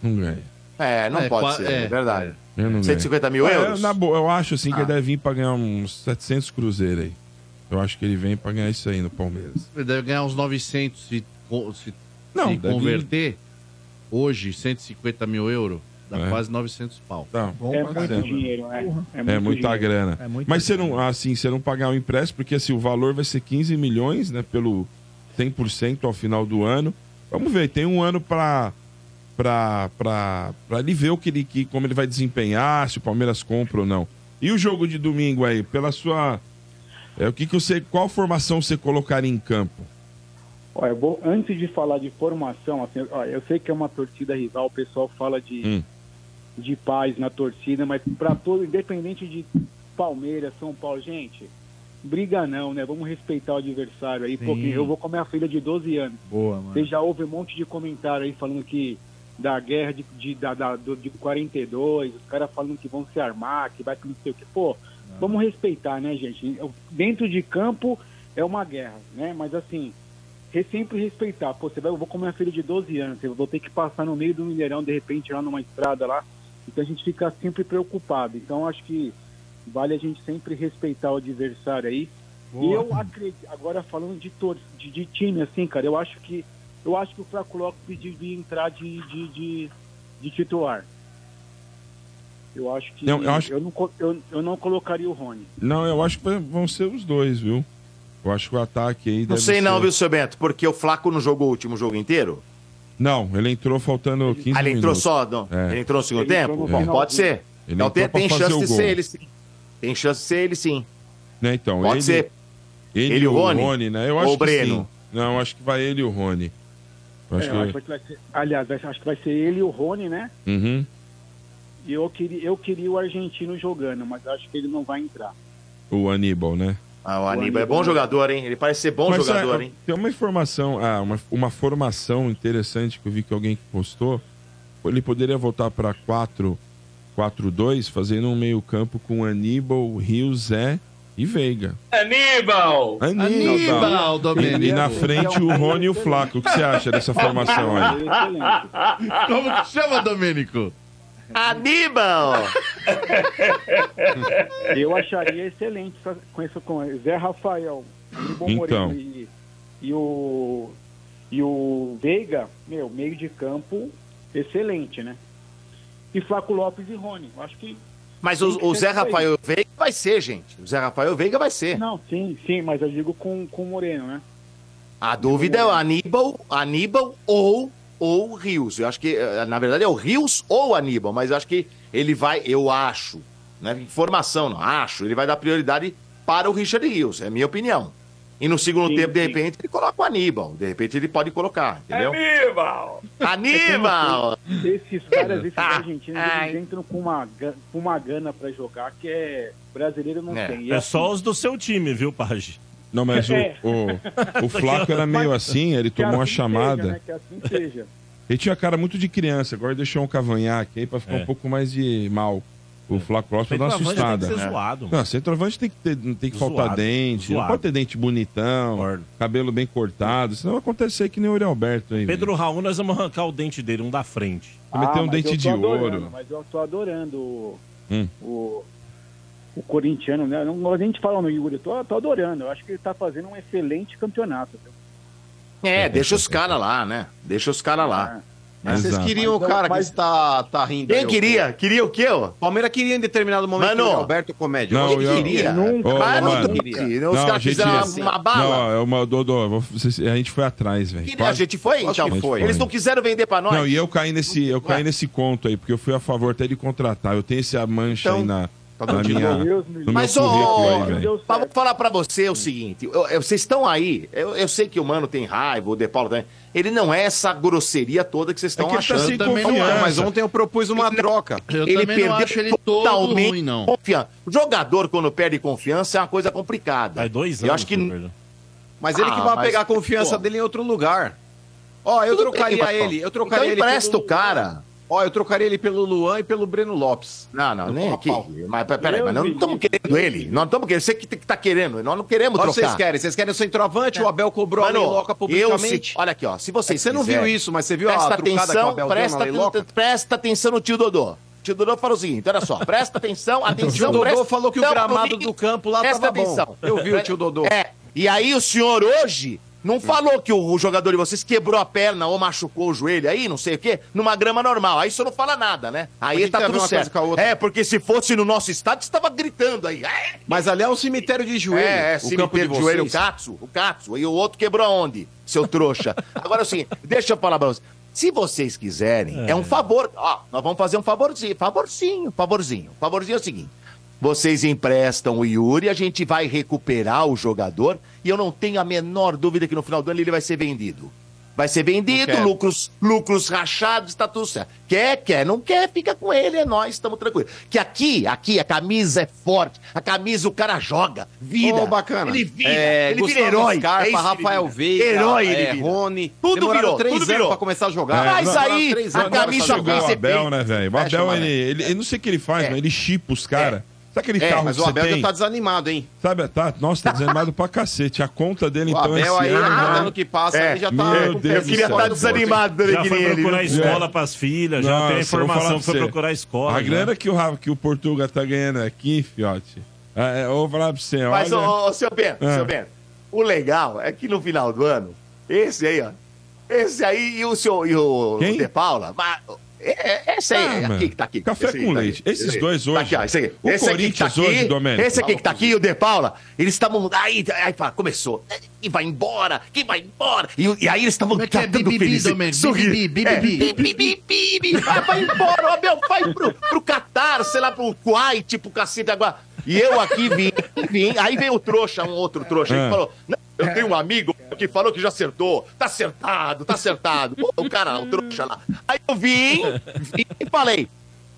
[SPEAKER 8] Não ganha.
[SPEAKER 10] É, não
[SPEAKER 8] É,
[SPEAKER 10] pode
[SPEAKER 8] qua-
[SPEAKER 10] ser,
[SPEAKER 8] é,
[SPEAKER 10] é verdade.
[SPEAKER 8] Eu não
[SPEAKER 10] 150
[SPEAKER 8] ganho.
[SPEAKER 10] mil
[SPEAKER 8] Ah, eu,
[SPEAKER 10] euros?
[SPEAKER 8] na boa, eu acho assim que
[SPEAKER 10] Ah.
[SPEAKER 8] ele deve vir pra ganhar uns 700 cruzeiros aí. Eu acho que ele vem pra ganhar isso aí no Palmeiras.
[SPEAKER 4] Ele deve ganhar uns 900 se, co- se,
[SPEAKER 8] Não,
[SPEAKER 4] se
[SPEAKER 8] deve-
[SPEAKER 4] converter. Hoje, 150 mil euros, dá quase 900 pau.
[SPEAKER 8] É. Tá.
[SPEAKER 15] é muito dinheiro, né?
[SPEAKER 8] É, muita
[SPEAKER 15] dinheiro.
[SPEAKER 8] grana. Mas você não, assim, você não pagar o empréstimo, porque assim, o valor vai ser 15 milhões, né? Pelo 100% ao final do ano. Vamos ver, tem um ano pra, pra, pra, pra ele ver o que ele, que, como ele vai desempenhar, se o Palmeiras compra ou não. E o jogo de domingo aí, pela sua. É, o que, que você. Qual formação você colocaria em campo?
[SPEAKER 15] Ó, eu vou, antes de falar de formação, assim, ó, eu sei que é uma torcida rival, o pessoal fala de,
[SPEAKER 8] Hum.
[SPEAKER 15] de paz na torcida, mas para todo, independente de Palmeiras, São Paulo, gente, briga não, né? Vamos respeitar o adversário aí,
[SPEAKER 5] Sim.
[SPEAKER 15] porque eu vou com a minha filha de 12 anos.
[SPEAKER 5] Boa, mano.
[SPEAKER 15] Você já ouve um monte de comentário aí falando que da guerra de, de, da, da- do- de 42, os caras falando que vão se armar, que vai que não sei o que. Pô, Ah. vamos respeitar, né, gente? Eu- Dentro de campo é uma guerra, né? Mas assim, re- sempre respeitar. Pô, você vai, eu vou com minha filha de 12 anos, eu vou ter que passar no meio do Mineirão, de repente, lá numa estrada lá. Então a gente fica sempre preocupado. Então acho que vale a gente sempre respeitar o adversário aí. E
[SPEAKER 16] Boa.
[SPEAKER 15] eu acredito, agora falando de, tor- de, de time, assim, cara, eu acho que eu acho que o Flaco Lopes devia entrar de, de, de, de titular. Eu acho que
[SPEAKER 8] Não, eu acho-
[SPEAKER 15] não, co- eu, eu não colocaria o Rony.
[SPEAKER 8] Não, eu acho que vai- vão ser os dois, viu? Eu acho que o ataque aí.
[SPEAKER 10] Não
[SPEAKER 8] deve
[SPEAKER 10] sei não,
[SPEAKER 8] ser-
[SPEAKER 10] viu, seu Bento? Porque o Flaco não jogou o último jogo inteiro?
[SPEAKER 8] Não, ele entrou faltando 15 minutos.
[SPEAKER 10] Ah, ele entrou só, não?
[SPEAKER 8] É.
[SPEAKER 10] Ele entrou no segundo
[SPEAKER 8] Ele
[SPEAKER 10] tempo?
[SPEAKER 8] entrou no
[SPEAKER 10] Bom,
[SPEAKER 8] final.
[SPEAKER 10] pode ser.
[SPEAKER 8] Ele
[SPEAKER 10] então tem,
[SPEAKER 8] entrou pra
[SPEAKER 10] tem
[SPEAKER 8] fazer
[SPEAKER 10] chance
[SPEAKER 8] o
[SPEAKER 10] de
[SPEAKER 8] gol.
[SPEAKER 10] ser ele sim. Tem chance de ser ele sim.
[SPEAKER 8] Né, então,
[SPEAKER 10] Pode
[SPEAKER 8] ele,
[SPEAKER 10] ser.
[SPEAKER 8] Ele,
[SPEAKER 10] Ele
[SPEAKER 8] e
[SPEAKER 10] e o
[SPEAKER 8] o Rony?
[SPEAKER 10] Rony?
[SPEAKER 8] né? Eu
[SPEAKER 10] Ou
[SPEAKER 8] acho
[SPEAKER 10] o
[SPEAKER 8] que
[SPEAKER 10] Breno?
[SPEAKER 8] sim. Não, eu acho que vai ele e o Rony. Eu acho
[SPEAKER 15] É,
[SPEAKER 8] que...
[SPEAKER 15] eu acho que vai ser- aliás, eu acho que vai ser ele e o Rony, né?
[SPEAKER 8] Uhum.
[SPEAKER 15] E eu queria, eu queria o argentino jogando, mas eu acho que ele não vai entrar.
[SPEAKER 8] O Aníbal, né?
[SPEAKER 10] Ah, o Aníbal é bom jogador, hein? Ele parece ser bom
[SPEAKER 8] Mas,
[SPEAKER 10] jogador,
[SPEAKER 8] ah,
[SPEAKER 10] hein?
[SPEAKER 8] Tem uma informação, ah, uma, uma formação interessante que eu vi que alguém que postou. Ele poderia voltar para 4-4-2, fazendo um meio-campo com Aníbal, Rio, Zé e Veiga.
[SPEAKER 9] É Aníbal!
[SPEAKER 8] Aníbal, E, e na frente o Rony e o Flaco. O que você acha dessa formação aí?
[SPEAKER 4] Como que chama, Domênico?
[SPEAKER 10] Aníbal!
[SPEAKER 15] Eu acharia excelente essa- com isso com Zé Rafael, Aníbal
[SPEAKER 8] Então.
[SPEAKER 15] Moreno e, e o e o Veiga, meu, meio de campo excelente, né? E Flaco Lopes e Rony. Eu acho que
[SPEAKER 10] Mas o,
[SPEAKER 15] Tem que
[SPEAKER 10] o
[SPEAKER 15] ser
[SPEAKER 10] Zé
[SPEAKER 15] isso aí.
[SPEAKER 10] Rafael Veiga vai ser, gente. O Zé Rafael Veiga vai ser.
[SPEAKER 15] Não, sim, sim, mas eu digo com, com o Moreno, né?
[SPEAKER 10] A dúvida é o Aníbal, Aníbal ou ou Rios. Eu acho que eh, na verdade é o Rios ou Aníbal, mas eu acho que ele vai, eu acho, não é informação, não, acho, ele vai dar prioridade para o Richard Rios, é a minha opinião. E no segundo tempo, de repente, ele coloca o Aníbal. De repente, ele pode colocar, entendeu?
[SPEAKER 1] É
[SPEAKER 9] Aníbal!
[SPEAKER 10] Ah, Aníbal!
[SPEAKER 15] Esses caras, esses argentinos, eles entram com uma, ga- com uma gana pra jogar que é brasileiro não tem. E
[SPEAKER 7] É
[SPEAKER 15] assim,
[SPEAKER 7] só os do seu time, viu, Page? é
[SPEAKER 8] Não, mas o,
[SPEAKER 15] É.
[SPEAKER 8] o, o Flaco era meio assim, ele
[SPEAKER 15] que
[SPEAKER 8] tomou a
[SPEAKER 15] assim
[SPEAKER 8] chamada.
[SPEAKER 15] Seja, né? Que assim seja.
[SPEAKER 8] Ele tinha cara muito de criança, agora deixou um cavanhaque aí pra ficar
[SPEAKER 7] É.
[SPEAKER 8] um pouco mais de mal. O Flaco Lopes pra dar uma
[SPEAKER 7] Centroavante
[SPEAKER 8] assustada.
[SPEAKER 7] tem
[SPEAKER 8] É.
[SPEAKER 7] que ser zoado,
[SPEAKER 8] Não,
[SPEAKER 7] mano.
[SPEAKER 8] centroavante tem que, ter, não tem que faltar
[SPEAKER 7] Zoado,
[SPEAKER 8] dente, não
[SPEAKER 7] zoado.
[SPEAKER 8] pode ter dente bonitão, cabelo bem cortado, senão acontece aí que nem o Yuri Alberto aí.
[SPEAKER 7] Pedro Raul, nós vamos arrancar o dente dele, um da frente.
[SPEAKER 8] Também tem um
[SPEAKER 15] Ah, mas
[SPEAKER 8] dente
[SPEAKER 15] eu tô
[SPEAKER 8] de
[SPEAKER 15] adorando,
[SPEAKER 8] ouro.
[SPEAKER 15] Mas eu tô adorando o,
[SPEAKER 8] Hum.
[SPEAKER 15] o, o corintiano, né? Eu Não gosto nem de falar no Yuri, eu tô, tô adorando. Eu acho que ele tá fazendo um excelente campeonato. viu?
[SPEAKER 10] É, deixa os caras lá, né? Deixa os caras lá.
[SPEAKER 6] Mas vocês
[SPEAKER 10] Exato.
[SPEAKER 6] queriam o
[SPEAKER 10] Mas eu-
[SPEAKER 6] cara
[SPEAKER 10] mas-
[SPEAKER 6] que está tá rindo.
[SPEAKER 10] Quem
[SPEAKER 6] aí, ô,
[SPEAKER 10] queria? Queria o quê, ó?
[SPEAKER 6] Palmeiras queria em determinado momento
[SPEAKER 10] Mano,
[SPEAKER 6] o Alberto Comédia.
[SPEAKER 8] Não,
[SPEAKER 6] Quem
[SPEAKER 8] eu-
[SPEAKER 6] queria?
[SPEAKER 8] Nunca. Ô,
[SPEAKER 6] Claro
[SPEAKER 8] mano.
[SPEAKER 6] que queria.
[SPEAKER 8] Não,
[SPEAKER 6] Os
[SPEAKER 8] a
[SPEAKER 6] caras
[SPEAKER 8] gente- é
[SPEAKER 6] fizeram uma, uma
[SPEAKER 8] Não,
[SPEAKER 6] bala. Então,
[SPEAKER 8] é uma, Dodô, vou- vocês- a gente foi atrás, velho.
[SPEAKER 10] a gente foi,
[SPEAKER 6] Acho
[SPEAKER 10] então.
[SPEAKER 8] que foi.
[SPEAKER 10] Eles não quiseram vender pra nós.
[SPEAKER 8] Não, e eu caí nesse, eu caí nesse conto aí, porque eu fui a favor até de contratar. Eu tenho essa mancha
[SPEAKER 6] Então,
[SPEAKER 8] aí na,
[SPEAKER 6] tá
[SPEAKER 8] na minha, no
[SPEAKER 10] Mas,
[SPEAKER 8] meu currículo
[SPEAKER 10] ó,
[SPEAKER 8] aí, velho.
[SPEAKER 10] mas vou falar pra você o seguinte: eu- eu- vocês estão aí, eu, eu sei que o Mano tem raiva, o De Paulo também. Ele não é essa grosseria toda que vocês estão
[SPEAKER 6] É que ele tá
[SPEAKER 10] achando.
[SPEAKER 6] sem Eu também não confiança. acho. Mas ontem eu propus uma troca. Eu
[SPEAKER 10] ele
[SPEAKER 6] também não
[SPEAKER 10] perdeu
[SPEAKER 6] acho ele todo
[SPEAKER 10] totalmente
[SPEAKER 6] ruim, não.
[SPEAKER 10] confiança. O jogador, quando perde confiança, é uma coisa complicada. É
[SPEAKER 7] dois
[SPEAKER 10] Eu acho que.
[SPEAKER 6] Mas ele que
[SPEAKER 10] Ah,
[SPEAKER 6] vai
[SPEAKER 10] mas-
[SPEAKER 6] pegar a confiança
[SPEAKER 10] pô.
[SPEAKER 6] dele em outro lugar. Ó, eu
[SPEAKER 10] Tudo
[SPEAKER 6] trocaria
[SPEAKER 10] bem,
[SPEAKER 6] ele. Eu
[SPEAKER 10] Então
[SPEAKER 6] trocaria ele.
[SPEAKER 10] empresta
[SPEAKER 6] pelo-
[SPEAKER 10] o cara.
[SPEAKER 6] Ó, eu trocaria ele pelo Luan e pelo Breno Lopes.
[SPEAKER 10] Não, não, nem aqui. Mas pe- peraí,
[SPEAKER 6] Deus
[SPEAKER 10] mas nós não
[SPEAKER 6] me
[SPEAKER 10] estamos querendo ele. Nós não estamos querendo. Você que t- que tá querendo, nós não queremos
[SPEAKER 6] Ó,
[SPEAKER 10] trocar.
[SPEAKER 6] vocês querem? Vocês querem o centroavante? O Abel cobrou a Leiloca
[SPEAKER 10] Eu, se-
[SPEAKER 6] publicamente?
[SPEAKER 10] olha aqui, ó. Se vocês
[SPEAKER 6] É que você não
[SPEAKER 10] quiserem,
[SPEAKER 6] viu isso, mas você viu a
[SPEAKER 10] presta
[SPEAKER 6] trucada que o
[SPEAKER 10] atenção,
[SPEAKER 6] Abel deu na
[SPEAKER 10] presta,
[SPEAKER 6] Leiloca?
[SPEAKER 10] aten- presta atenção no tio Dodô. O tio Dodô falou o seguinte: olha só, presta atenção, atenção.
[SPEAKER 6] O tio Dodô
[SPEAKER 10] presta
[SPEAKER 6] falou que o
[SPEAKER 10] atenção
[SPEAKER 6] gramado
[SPEAKER 10] comigo,
[SPEAKER 6] do campo lá
[SPEAKER 10] presta
[SPEAKER 6] tava bom. Eu vi o tio Dodô.
[SPEAKER 10] É. E aí o senhor hoje. Não falou que o jogador de vocês quebrou a perna ou machucou o joelho aí, não sei o quê, numa grama normal. Aí o senhor não fala nada, né? Aí
[SPEAKER 6] Mas que
[SPEAKER 10] tá
[SPEAKER 6] tem a ver
[SPEAKER 10] tudo
[SPEAKER 6] uma coisa
[SPEAKER 10] certo.
[SPEAKER 6] com a outra?
[SPEAKER 10] É, porque se fosse no nosso estádio, você tava gritando aí. "Ah,
[SPEAKER 6] Mas ali é um cemitério de joelho.
[SPEAKER 10] é, é,
[SPEAKER 6] o
[SPEAKER 10] se
[SPEAKER 6] campo de
[SPEAKER 10] meter o joelho, o
[SPEAKER 6] vocês.
[SPEAKER 10] Katsu, o Katsu. E o outro quebrou aonde, seu trouxa? Agora assim, deixa eu falar pra vocês. Se vocês quiserem, é, um favor. Ó, nós vamos fazer um favorzinho, favorzinho, favorzinho. Favorzinho é o seguinte. Vocês emprestam o Yuri, a gente vai recuperar o jogador e eu não tenho a menor dúvida que no final do ano ele vai ser vendido. Vai ser vendido,
[SPEAKER 6] quero.
[SPEAKER 10] lucros, lucros rachados, tá tudo certo. Quer, quer, não quer, fica com ele, é nós, estamos tranquilos. Que aqui, aqui, a camisa é forte, a camisa o cara joga, vira.
[SPEAKER 6] Ô, bacana.
[SPEAKER 10] Ele vira,
[SPEAKER 6] É,
[SPEAKER 10] ele
[SPEAKER 6] Gustavo
[SPEAKER 10] vira herói. É
[SPEAKER 6] Scarpa,
[SPEAKER 10] isso que ele
[SPEAKER 6] Rafael
[SPEAKER 10] vira.
[SPEAKER 6] Veiga,
[SPEAKER 10] herói, ele
[SPEAKER 6] é,
[SPEAKER 10] vira.
[SPEAKER 6] Rony.
[SPEAKER 10] Tudo
[SPEAKER 6] Demoraram
[SPEAKER 10] virou,
[SPEAKER 6] três
[SPEAKER 10] tudo
[SPEAKER 6] anos
[SPEAKER 10] virou.
[SPEAKER 6] pra começar a jogar.
[SPEAKER 10] É, Mas
[SPEAKER 6] Demoraram
[SPEAKER 10] aí,
[SPEAKER 6] três
[SPEAKER 10] a
[SPEAKER 6] anos pra começar
[SPEAKER 10] camisa
[SPEAKER 6] a jogar.
[SPEAKER 8] O
[SPEAKER 10] bem
[SPEAKER 8] Abel, né, velho? O
[SPEAKER 6] Fecha,
[SPEAKER 8] Abel,
[SPEAKER 6] mano.
[SPEAKER 8] ele, ele, ele- eu não sei o que ele faz, mas ele chipa os caras. Sabe aquele
[SPEAKER 6] É,
[SPEAKER 8] carro
[SPEAKER 6] mas
[SPEAKER 8] que
[SPEAKER 6] o
[SPEAKER 8] você
[SPEAKER 6] Abel já
[SPEAKER 8] tem?
[SPEAKER 6] tá desanimado, hein?
[SPEAKER 8] Sabe, tá, nossa, tá desanimado pra cacete. A conta dele,
[SPEAKER 6] O
[SPEAKER 8] então,
[SPEAKER 6] Abel
[SPEAKER 8] esse
[SPEAKER 6] É, aí,
[SPEAKER 8] ano...
[SPEAKER 6] cada
[SPEAKER 8] né?
[SPEAKER 6] ano que passa,
[SPEAKER 8] É,
[SPEAKER 6] ele já tá
[SPEAKER 8] meu
[SPEAKER 6] com o
[SPEAKER 8] Deus
[SPEAKER 6] pé fora
[SPEAKER 8] do céu.
[SPEAKER 7] tá
[SPEAKER 8] É.
[SPEAKER 6] do porto, hein?
[SPEAKER 7] Já foi procurar escola né? pras filhas, já tem a
[SPEAKER 8] Nossa, eu vou falar
[SPEAKER 7] informação
[SPEAKER 8] pra
[SPEAKER 7] que foi
[SPEAKER 8] você.
[SPEAKER 7] procurar escola.
[SPEAKER 8] A
[SPEAKER 7] já.
[SPEAKER 8] grana que o, Ra- que o Portuga tá ganhando aqui, fiote. É, é, eu vou falar pra você, olha...
[SPEAKER 10] Mas, ô, ô, seu Bento,
[SPEAKER 8] Ah.
[SPEAKER 10] seu Bento, o legal é que no final do ano, esse aí, ó. Esse aí e o senhor e o
[SPEAKER 8] Quem?
[SPEAKER 10] De Paula. Mas, é, é, esse aí,
[SPEAKER 8] Ah,
[SPEAKER 10] aqui
[SPEAKER 8] mano.
[SPEAKER 10] que tá aqui.
[SPEAKER 8] Café
[SPEAKER 10] Esse aí
[SPEAKER 8] com
[SPEAKER 10] tá
[SPEAKER 8] leite.
[SPEAKER 10] aqui.
[SPEAKER 8] Esses
[SPEAKER 10] Esse aí.
[SPEAKER 8] dois hoje.
[SPEAKER 10] Tá aqui, ó, esse aí.
[SPEAKER 8] O
[SPEAKER 10] Esse aqui que tá
[SPEAKER 8] Corinthians hoje,
[SPEAKER 10] aqui,
[SPEAKER 8] Domênico.
[SPEAKER 10] Esse aqui que tá aqui, o De Paula. Eles estavam. Aí, aí fala, começou. Que vai embora, que vai embora. E, o- e aí eles estavam
[SPEAKER 16] é que é? Bibi, Domênico? Bibi, bibi, bibi.
[SPEAKER 10] É. bibi. Ah, vai embora, o Abel vai pro, pro Catar, sei lá, pro Kuwait, tipo, pro cacete agora. E eu aqui vim, vim. Aí veio o trouxa, um outro trouxa,
[SPEAKER 8] Ah.
[SPEAKER 10] que falou: "Não, Eu tenho um amigo que falou que já acertou. Tá acertado, tá acertado. Pô, O cara, o trouxa lá. Aí eu vim, vim e falei: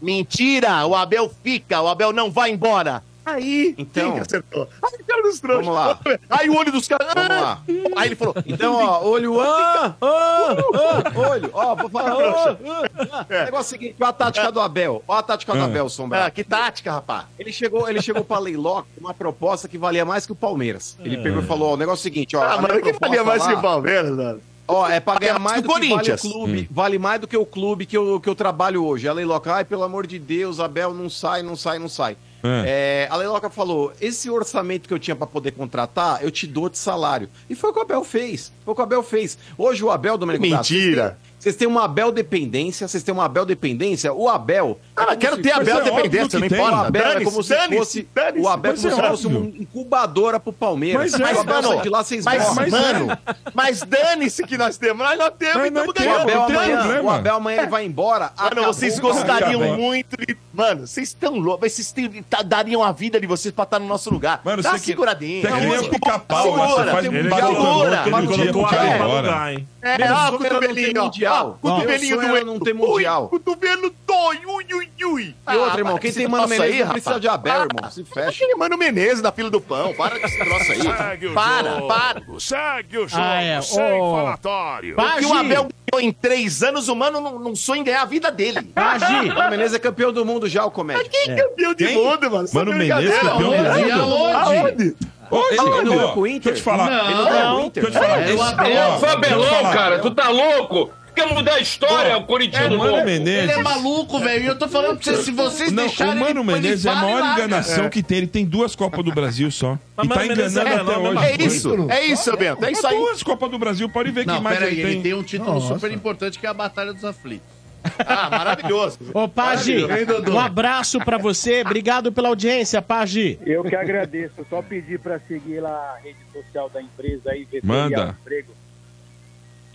[SPEAKER 10] Mentira, o Abel fica, o Abel não vai embora. Aí, então, acertou? Aí o cara dos trouxas.
[SPEAKER 6] Vamos lá.
[SPEAKER 10] Aí o olho dos caras. "Ah!"
[SPEAKER 6] Vamos lá.
[SPEAKER 10] Aí ele falou:
[SPEAKER 6] Então, ó, olho, ah, ah, ah, olho, ó, vou falar, ah, ah, ah. Negócio seguinte, qual a tática do Abel? Ó a tática do
[SPEAKER 10] Ah.
[SPEAKER 6] Abel, Sombra.
[SPEAKER 10] Ah, que tática, rapaz?
[SPEAKER 6] Ele chegou, ele chegou pra Leiloc com uma proposta que valia mais que o Palmeiras. Ele
[SPEAKER 10] É.
[SPEAKER 6] pegou e falou, ó, o negócio é o seguinte, ó.
[SPEAKER 10] Ah,
[SPEAKER 6] a
[SPEAKER 10] mas
[SPEAKER 6] minha
[SPEAKER 10] o que
[SPEAKER 6] proposta
[SPEAKER 10] valia mais
[SPEAKER 6] lá-
[SPEAKER 10] que o Palmeiras, mano?
[SPEAKER 6] Ó, é pra ganhar
[SPEAKER 10] Valia
[SPEAKER 6] mais
[SPEAKER 10] mais
[SPEAKER 6] do
[SPEAKER 10] que o
[SPEAKER 6] que vale o
[SPEAKER 10] Corinthians.
[SPEAKER 6] clube.
[SPEAKER 10] Hum.
[SPEAKER 6] Vale mais do que o clube que eu, que eu trabalho hoje. A Leiloca, ai, pelo amor de Deus, Abel, não sai, não sai, não sai. É, a Leiloca falou: esse orçamento que eu tinha pra poder contratar, eu te dou de salário. E foi o que o Abel fez. Foi o que o Abel fez. Hoje o Abel, Domenico
[SPEAKER 10] Mentira.
[SPEAKER 6] Tato, Vocês têm uma Abel dependência, vocês têm uma Abel dependência. O Abel. é
[SPEAKER 10] Cara, quero ter Abel
[SPEAKER 6] um
[SPEAKER 10] dependência, não
[SPEAKER 6] O
[SPEAKER 10] importa.
[SPEAKER 6] Abel é como
[SPEAKER 10] Dane-se,
[SPEAKER 6] se
[SPEAKER 10] dane-se,
[SPEAKER 6] fosse.
[SPEAKER 10] dane-se.
[SPEAKER 6] O Abel é
[SPEAKER 10] Mas
[SPEAKER 6] como
[SPEAKER 10] é
[SPEAKER 6] se fosse
[SPEAKER 10] óbvio.
[SPEAKER 6] uma incubadora pro Palmeiras.
[SPEAKER 10] Mas, é,
[SPEAKER 6] o Abel
[SPEAKER 10] mano,
[SPEAKER 6] sai de lá vocês
[SPEAKER 10] mas,
[SPEAKER 6] morrem.
[SPEAKER 10] mano, mas dane-se que nós temos. Nós não temos,
[SPEAKER 6] Mas
[SPEAKER 10] então
[SPEAKER 6] nós
[SPEAKER 10] ganhamos.
[SPEAKER 6] temos, não tem
[SPEAKER 10] Dane-se.
[SPEAKER 6] problema. O Abel amanhã ele vai embora,
[SPEAKER 10] Mano,
[SPEAKER 6] acabou.
[SPEAKER 10] vocês gostariam
[SPEAKER 6] Acabou.
[SPEAKER 10] muito de... Mano, vocês estão loucos. mas Vocês têm- tá- dariam a vida de vocês pra estar no nosso lugar. Mano, Dá uma
[SPEAKER 8] você que-
[SPEAKER 10] seguradinha.
[SPEAKER 8] você queria
[SPEAKER 10] Segura,
[SPEAKER 8] pica-pau, mas você
[SPEAKER 10] segura,
[SPEAKER 8] faz-
[SPEAKER 10] tem um
[SPEAKER 8] ele
[SPEAKER 10] barulho.
[SPEAKER 8] colocou
[SPEAKER 10] Segura.
[SPEAKER 8] aquele
[SPEAKER 10] Barulho.
[SPEAKER 8] dia pro cara ir
[SPEAKER 10] É.
[SPEAKER 8] embora, hein?
[SPEAKER 10] É,
[SPEAKER 6] Mesmo
[SPEAKER 10] ó,
[SPEAKER 6] quando ela não tem
[SPEAKER 10] cotovelinho, ó.
[SPEAKER 6] um mundial.
[SPEAKER 10] Ó, cotovelinho
[SPEAKER 6] Meu sonho
[SPEAKER 10] do
[SPEAKER 6] era não ter mundial.
[SPEAKER 10] Ui, cotovelo dói, ui, ui, ui. Ah,
[SPEAKER 6] E outra, irmão, quem tem Mano Menezes não precisa de Abel,
[SPEAKER 10] irmão. Se fecha. Ah, Aquele Mano Menezes da fila do pão. Para com esse troço aí.
[SPEAKER 11] Segue o
[SPEAKER 10] para,
[SPEAKER 11] jogo.
[SPEAKER 10] para.
[SPEAKER 11] Segue o jogo.
[SPEAKER 10] Ah, é.
[SPEAKER 11] Sem
[SPEAKER 10] Ô,
[SPEAKER 11] falatório.
[SPEAKER 10] O que o Abel ganhou em três anos, o Mano não, não sonha em ganhar a vida dele.
[SPEAKER 6] O Mano Menezes é campeão do mundo já, o comédia. Mas
[SPEAKER 10] quem é campeão de mundo, mano? Só
[SPEAKER 6] Mano
[SPEAKER 10] brincadeira.
[SPEAKER 6] Menezes, é campeão do
[SPEAKER 10] Aonde?
[SPEAKER 6] mundo?
[SPEAKER 10] Aonde?
[SPEAKER 8] Ô, ele
[SPEAKER 10] Aonde?
[SPEAKER 8] não ganhou com o
[SPEAKER 6] Inter?
[SPEAKER 8] Deixa eu te falar.
[SPEAKER 9] Não,
[SPEAKER 8] ele não ganhou com o Inter. É
[SPEAKER 9] Deixa eu te falar.
[SPEAKER 8] Esse-
[SPEAKER 9] Abel,
[SPEAKER 8] ó,
[SPEAKER 9] foi
[SPEAKER 8] deixa eu
[SPEAKER 9] Abelão,
[SPEAKER 8] falar.
[SPEAKER 9] cara. Tu tá louco? Quer mudar a história, o corintiano
[SPEAKER 8] Mano
[SPEAKER 9] louco?
[SPEAKER 8] Menezes.
[SPEAKER 16] Ele é maluco, velho. E eu tô falando pra vocês, se vocês
[SPEAKER 8] Não,
[SPEAKER 16] deixarem
[SPEAKER 8] o Mano
[SPEAKER 16] ele- ele
[SPEAKER 8] Menezes é a
[SPEAKER 16] fala e
[SPEAKER 8] maior
[SPEAKER 16] larga.
[SPEAKER 8] enganação
[SPEAKER 16] É.
[SPEAKER 8] que tem. Ele tem duas Copas do Brasil só.
[SPEAKER 16] Mas
[SPEAKER 8] e tá
[SPEAKER 16] Mano Menezes
[SPEAKER 8] enganando
[SPEAKER 16] é
[SPEAKER 8] até
[SPEAKER 16] melão,
[SPEAKER 8] hoje.
[SPEAKER 16] né,
[SPEAKER 4] É isso, é isso, Bento, é isso aí.
[SPEAKER 8] Duas Copas do Brasil, pode ver que
[SPEAKER 4] Não,
[SPEAKER 8] mais
[SPEAKER 4] peraí,
[SPEAKER 8] ele tem.
[SPEAKER 4] ele tem um título
[SPEAKER 8] Nossa.
[SPEAKER 4] super importante que é a Batalha dos Aflitos. Ah, maravilhoso.
[SPEAKER 2] Ô, Pagi,
[SPEAKER 4] Maravilhoso, hein, Dodô?
[SPEAKER 2] um abraço pra você. Obrigado pela audiência, Pagi.
[SPEAKER 15] Eu que agradeço. Só pedi pra seguir lá a rede social da empresa aí, Vetorial
[SPEAKER 8] Manda.
[SPEAKER 15] Emprego.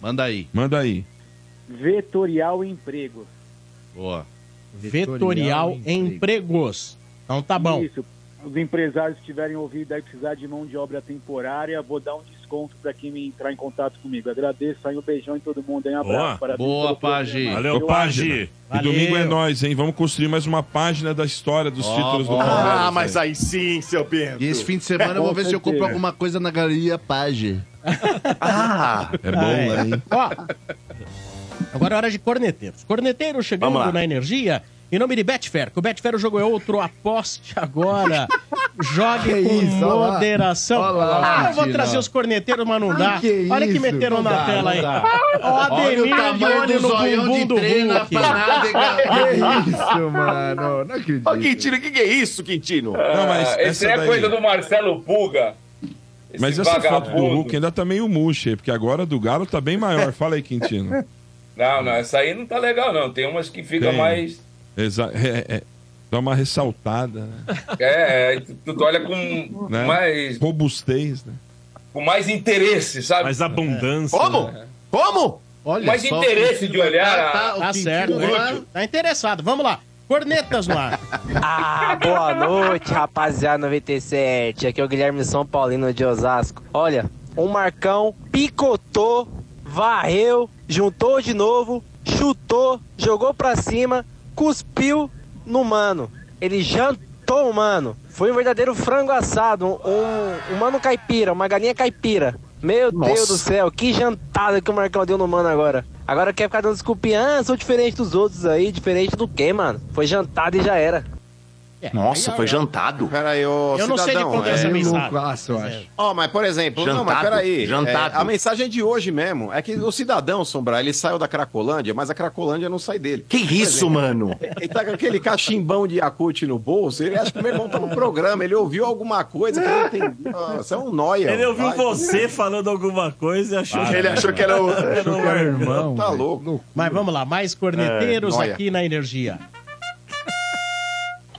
[SPEAKER 4] Manda aí.
[SPEAKER 8] Manda aí.
[SPEAKER 15] Vetorial Emprego.
[SPEAKER 4] Boa.
[SPEAKER 2] Vetorial
[SPEAKER 15] Vetorial
[SPEAKER 2] Empregos. Então tá bom.
[SPEAKER 15] Isso. Os empresários que tiverem ouvido aí precisar de mão de obra temporária, vou dar um desconto pra quem me entrar em contato comigo. Agradeço aí, um beijão em todo mundo, hein? Um abraço. Parabéns pelo programa.
[SPEAKER 8] Valeu,
[SPEAKER 15] Eu
[SPEAKER 8] Pagi. E
[SPEAKER 15] Valeu.
[SPEAKER 8] domingo é nós, hein? Vamos construir mais uma página da história dos
[SPEAKER 4] Ó,
[SPEAKER 8] títulos do
[SPEAKER 4] ó.
[SPEAKER 8] Palmeiras.
[SPEAKER 4] Ah, É,
[SPEAKER 10] mas aí sim, seu Bento.
[SPEAKER 4] E esse fim de semana eu vou ver se eu compro alguma coisa na galeria Page.
[SPEAKER 10] Ah,
[SPEAKER 8] é
[SPEAKER 2] bom, Ah, é. né? Agora é hora de corneteiros. Corneteiros
[SPEAKER 10] Vamos lá.
[SPEAKER 2] chegando na energia. Em nome de Betfair, que o Betfair o jogo é outro, aposte agora. Jogue
[SPEAKER 16] Que
[SPEAKER 2] com
[SPEAKER 16] isso, olha lá.
[SPEAKER 2] moderação. Ah,
[SPEAKER 16] Olha lá,
[SPEAKER 2] eu vou
[SPEAKER 16] Martina.
[SPEAKER 2] trazer os corneteiros, mas não dá.
[SPEAKER 16] Ah, que
[SPEAKER 2] Olha que
[SPEAKER 16] isso.
[SPEAKER 2] meteram
[SPEAKER 16] Não
[SPEAKER 2] na
[SPEAKER 16] dá,
[SPEAKER 2] tela
[SPEAKER 16] não
[SPEAKER 2] aí.
[SPEAKER 16] dá.
[SPEAKER 2] Ó, a
[SPEAKER 16] Olha o
[SPEAKER 2] Ademir de
[SPEAKER 16] tamanho
[SPEAKER 2] olho
[SPEAKER 16] do
[SPEAKER 2] no
[SPEAKER 16] zoião
[SPEAKER 2] bumbum
[SPEAKER 16] de
[SPEAKER 2] do
[SPEAKER 16] trem
[SPEAKER 2] Hulk. Tá,
[SPEAKER 16] na
[SPEAKER 6] Ah,
[SPEAKER 10] Ah, Que
[SPEAKER 5] isso, mano. Não acredito.
[SPEAKER 10] ah, Ô, Quintino, o que, que é isso, Quintino?
[SPEAKER 9] Ah, esse é coisa do Marcelo Puga.
[SPEAKER 8] Mas
[SPEAKER 9] Esse
[SPEAKER 8] essa foto do
[SPEAKER 9] vagabundo.
[SPEAKER 8] Hulk ainda tá meio murcha, porque agora a do Galo tá bem maior. Fala aí, Quintino.
[SPEAKER 9] Não, não, essa aí não tá legal, não. Tem umas que fica
[SPEAKER 8] Tem.
[SPEAKER 9] mais.
[SPEAKER 8] Exa- é, é, dá uma ressaltada, né?
[SPEAKER 9] É, é, tu, tu olha com
[SPEAKER 8] Né?
[SPEAKER 9] mais.
[SPEAKER 8] Robustez, né?
[SPEAKER 9] Com mais interesse, sabe?
[SPEAKER 7] Mais abundância. né?
[SPEAKER 9] Como?
[SPEAKER 10] Como?
[SPEAKER 4] Olha
[SPEAKER 9] mais
[SPEAKER 2] só,
[SPEAKER 9] interesse
[SPEAKER 2] Quintino,
[SPEAKER 9] de olhar.
[SPEAKER 2] tá-
[SPEAKER 9] a-
[SPEAKER 2] tá- Tá certo, né? Tá interessado. Vamos lá. Cornetas no ar.
[SPEAKER 17] Ah, boa noite, rapaziada 97. Aqui é o Guilherme São Paulino de Osasco. Olha, o Marcão picotou, varreu, juntou de novo, chutou, jogou pra cima, cuspiu no mano. Ele jantou o mano. Foi um verdadeiro frango assado, um, um mano caipira, uma galinha caipira. Meu Deus do céu, que jantada que o Marcão deu no mano agora. Agora quer ficar dando desculpinha, ah, sou diferente dos outros aí, diferente do quê, mano? Foi jantada e já era.
[SPEAKER 10] Nossa, foi jantado.
[SPEAKER 6] Peraí, ô
[SPEAKER 17] Eu não sei de quando é essa mensagem.
[SPEAKER 5] Classe, eu acho.
[SPEAKER 6] Ó, mas por exemplo, não, mas
[SPEAKER 5] Jantado,
[SPEAKER 6] peraí.
[SPEAKER 5] jantado.
[SPEAKER 6] É, a mensagem de hoje mesmo é que o cidadão, Sombra, ele saiu da Cracolândia, mas a Cracolândia não sai dele. Que
[SPEAKER 10] isso, mano?
[SPEAKER 6] Ele tá com aquele cachimbão de Yakut no bolso, ele acha que meu irmão tá no programa, ele ouviu alguma coisa que ele tem. Nossa, é um nóia.
[SPEAKER 7] Ele ouviu
[SPEAKER 6] Vai.
[SPEAKER 7] você falando alguma coisa e achou.
[SPEAKER 8] Ah,
[SPEAKER 6] Ele achou que era o-
[SPEAKER 7] Era um o
[SPEAKER 6] Achou que era o
[SPEAKER 7] irmão.
[SPEAKER 6] Tá louco.
[SPEAKER 2] Mas vamos lá, mais corneteiros
[SPEAKER 6] É, nóia.
[SPEAKER 2] aqui na energia.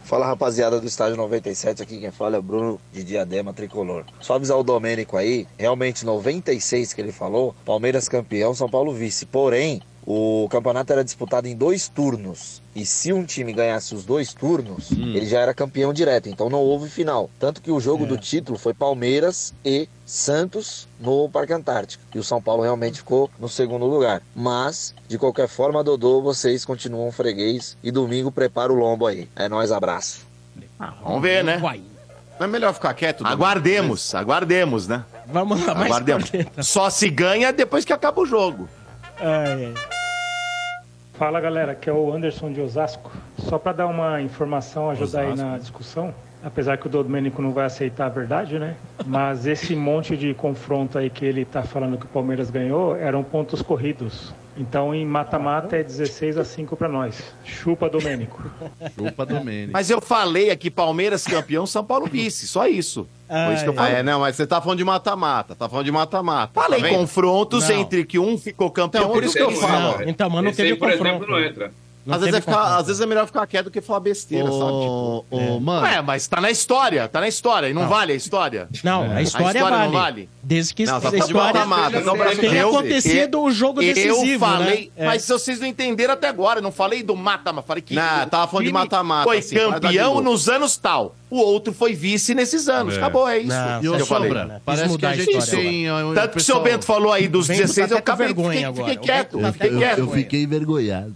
[SPEAKER 18] Fala rapaziada do estádio 97, aqui quem fala é o Bruno de Diadema Tricolor. Só avisar o Domênico aí, realmente 96 que ele falou, Palmeiras campeão, São Paulo vice. Porém, o campeonato era disputado em dois turnos. E se um time ganhasse os dois turnos, ele já era campeão direto, então não houve final. Tanto que o jogo do título foi Palmeiras e Santos no Parque Antártico. E o São Paulo realmente ficou no segundo lugar. Mas, de qualquer forma, Dodô, vocês continuam freguês e domingo prepara o lombo aí. É nóis, abraço.
[SPEAKER 10] Vamos ver, né?
[SPEAKER 6] Não é melhor ficar quieto?
[SPEAKER 10] Aguardemos, aguardemos, né?
[SPEAKER 2] Vamos lá, mais
[SPEAKER 10] aguardemos. Só se ganha depois que acaba o jogo.
[SPEAKER 19] Fala galera, aqui é o Anderson de Osasco. Só para dar uma informação, ajudar aí na discussão, apesar que o Domênico não vai aceitar a verdade, né? Mas esse monte de confronto aí que ele está falando que o Palmeiras ganhou eram pontos corridos. Então em mata-mata é 16 a 5 para nós. Chupa Domênico.
[SPEAKER 4] Chupa Domênico.
[SPEAKER 10] Mas eu falei aqui, Palmeiras campeão, São Paulo vice, só isso. Foi isso que eu
[SPEAKER 6] Ai.
[SPEAKER 10] falei.
[SPEAKER 6] Ah, é, não, mas você tá falando de mata-mata, tá falando de mata-mata.
[SPEAKER 10] Falei
[SPEAKER 6] tá vendo?
[SPEAKER 10] confrontos
[SPEAKER 6] Não.
[SPEAKER 10] entre que um ficou campeão,
[SPEAKER 6] Então,
[SPEAKER 10] por isso que eu falo.
[SPEAKER 2] Então, mas não
[SPEAKER 10] Esse aí,
[SPEAKER 2] teve
[SPEAKER 10] por exemplo,
[SPEAKER 2] confronto.
[SPEAKER 10] não entra. às, vezes é ficar- às vezes é melhor ficar quieto do que falar besteira, sabe? Tipo, é.
[SPEAKER 2] mano.
[SPEAKER 10] É, mas tá na história, tá na história. E não,
[SPEAKER 2] Não.
[SPEAKER 10] vale a história?
[SPEAKER 2] Não, a história,
[SPEAKER 10] não vale.
[SPEAKER 2] Desde que
[SPEAKER 10] Não, só
[SPEAKER 2] a
[SPEAKER 10] pode
[SPEAKER 2] história
[SPEAKER 10] mata-mata. Não, Brasil,
[SPEAKER 2] tenha
[SPEAKER 10] eu-
[SPEAKER 2] acontecido o jogo decisivo,
[SPEAKER 10] Eu falei,
[SPEAKER 2] né? É.
[SPEAKER 10] mas vocês não entenderam até agora. eu Não falei do mata-mata. Falei que.
[SPEAKER 6] Não, tava falando de
[SPEAKER 10] time
[SPEAKER 6] mata-mata,
[SPEAKER 10] Foi
[SPEAKER 6] assim, para dar de
[SPEAKER 10] campeão
[SPEAKER 6] louco.
[SPEAKER 10] nos anos tal. O outro foi vice nesses anos.
[SPEAKER 6] É.
[SPEAKER 10] Acabou, é isso.
[SPEAKER 6] Não,
[SPEAKER 10] que
[SPEAKER 6] você
[SPEAKER 10] eu
[SPEAKER 6] falei.
[SPEAKER 10] falei.
[SPEAKER 6] Quis mudar a história.
[SPEAKER 10] Tanto
[SPEAKER 6] Tanto
[SPEAKER 10] que o seu Bento falou aí dos 16, eu acabei
[SPEAKER 2] vergonha
[SPEAKER 10] fiquei,
[SPEAKER 2] agora.
[SPEAKER 10] fiquei
[SPEAKER 2] O
[SPEAKER 10] quieto.
[SPEAKER 2] Bento tá
[SPEAKER 10] fiquei
[SPEAKER 2] até com
[SPEAKER 10] quieto.
[SPEAKER 2] vergonha.
[SPEAKER 16] Fiquei envergonhado.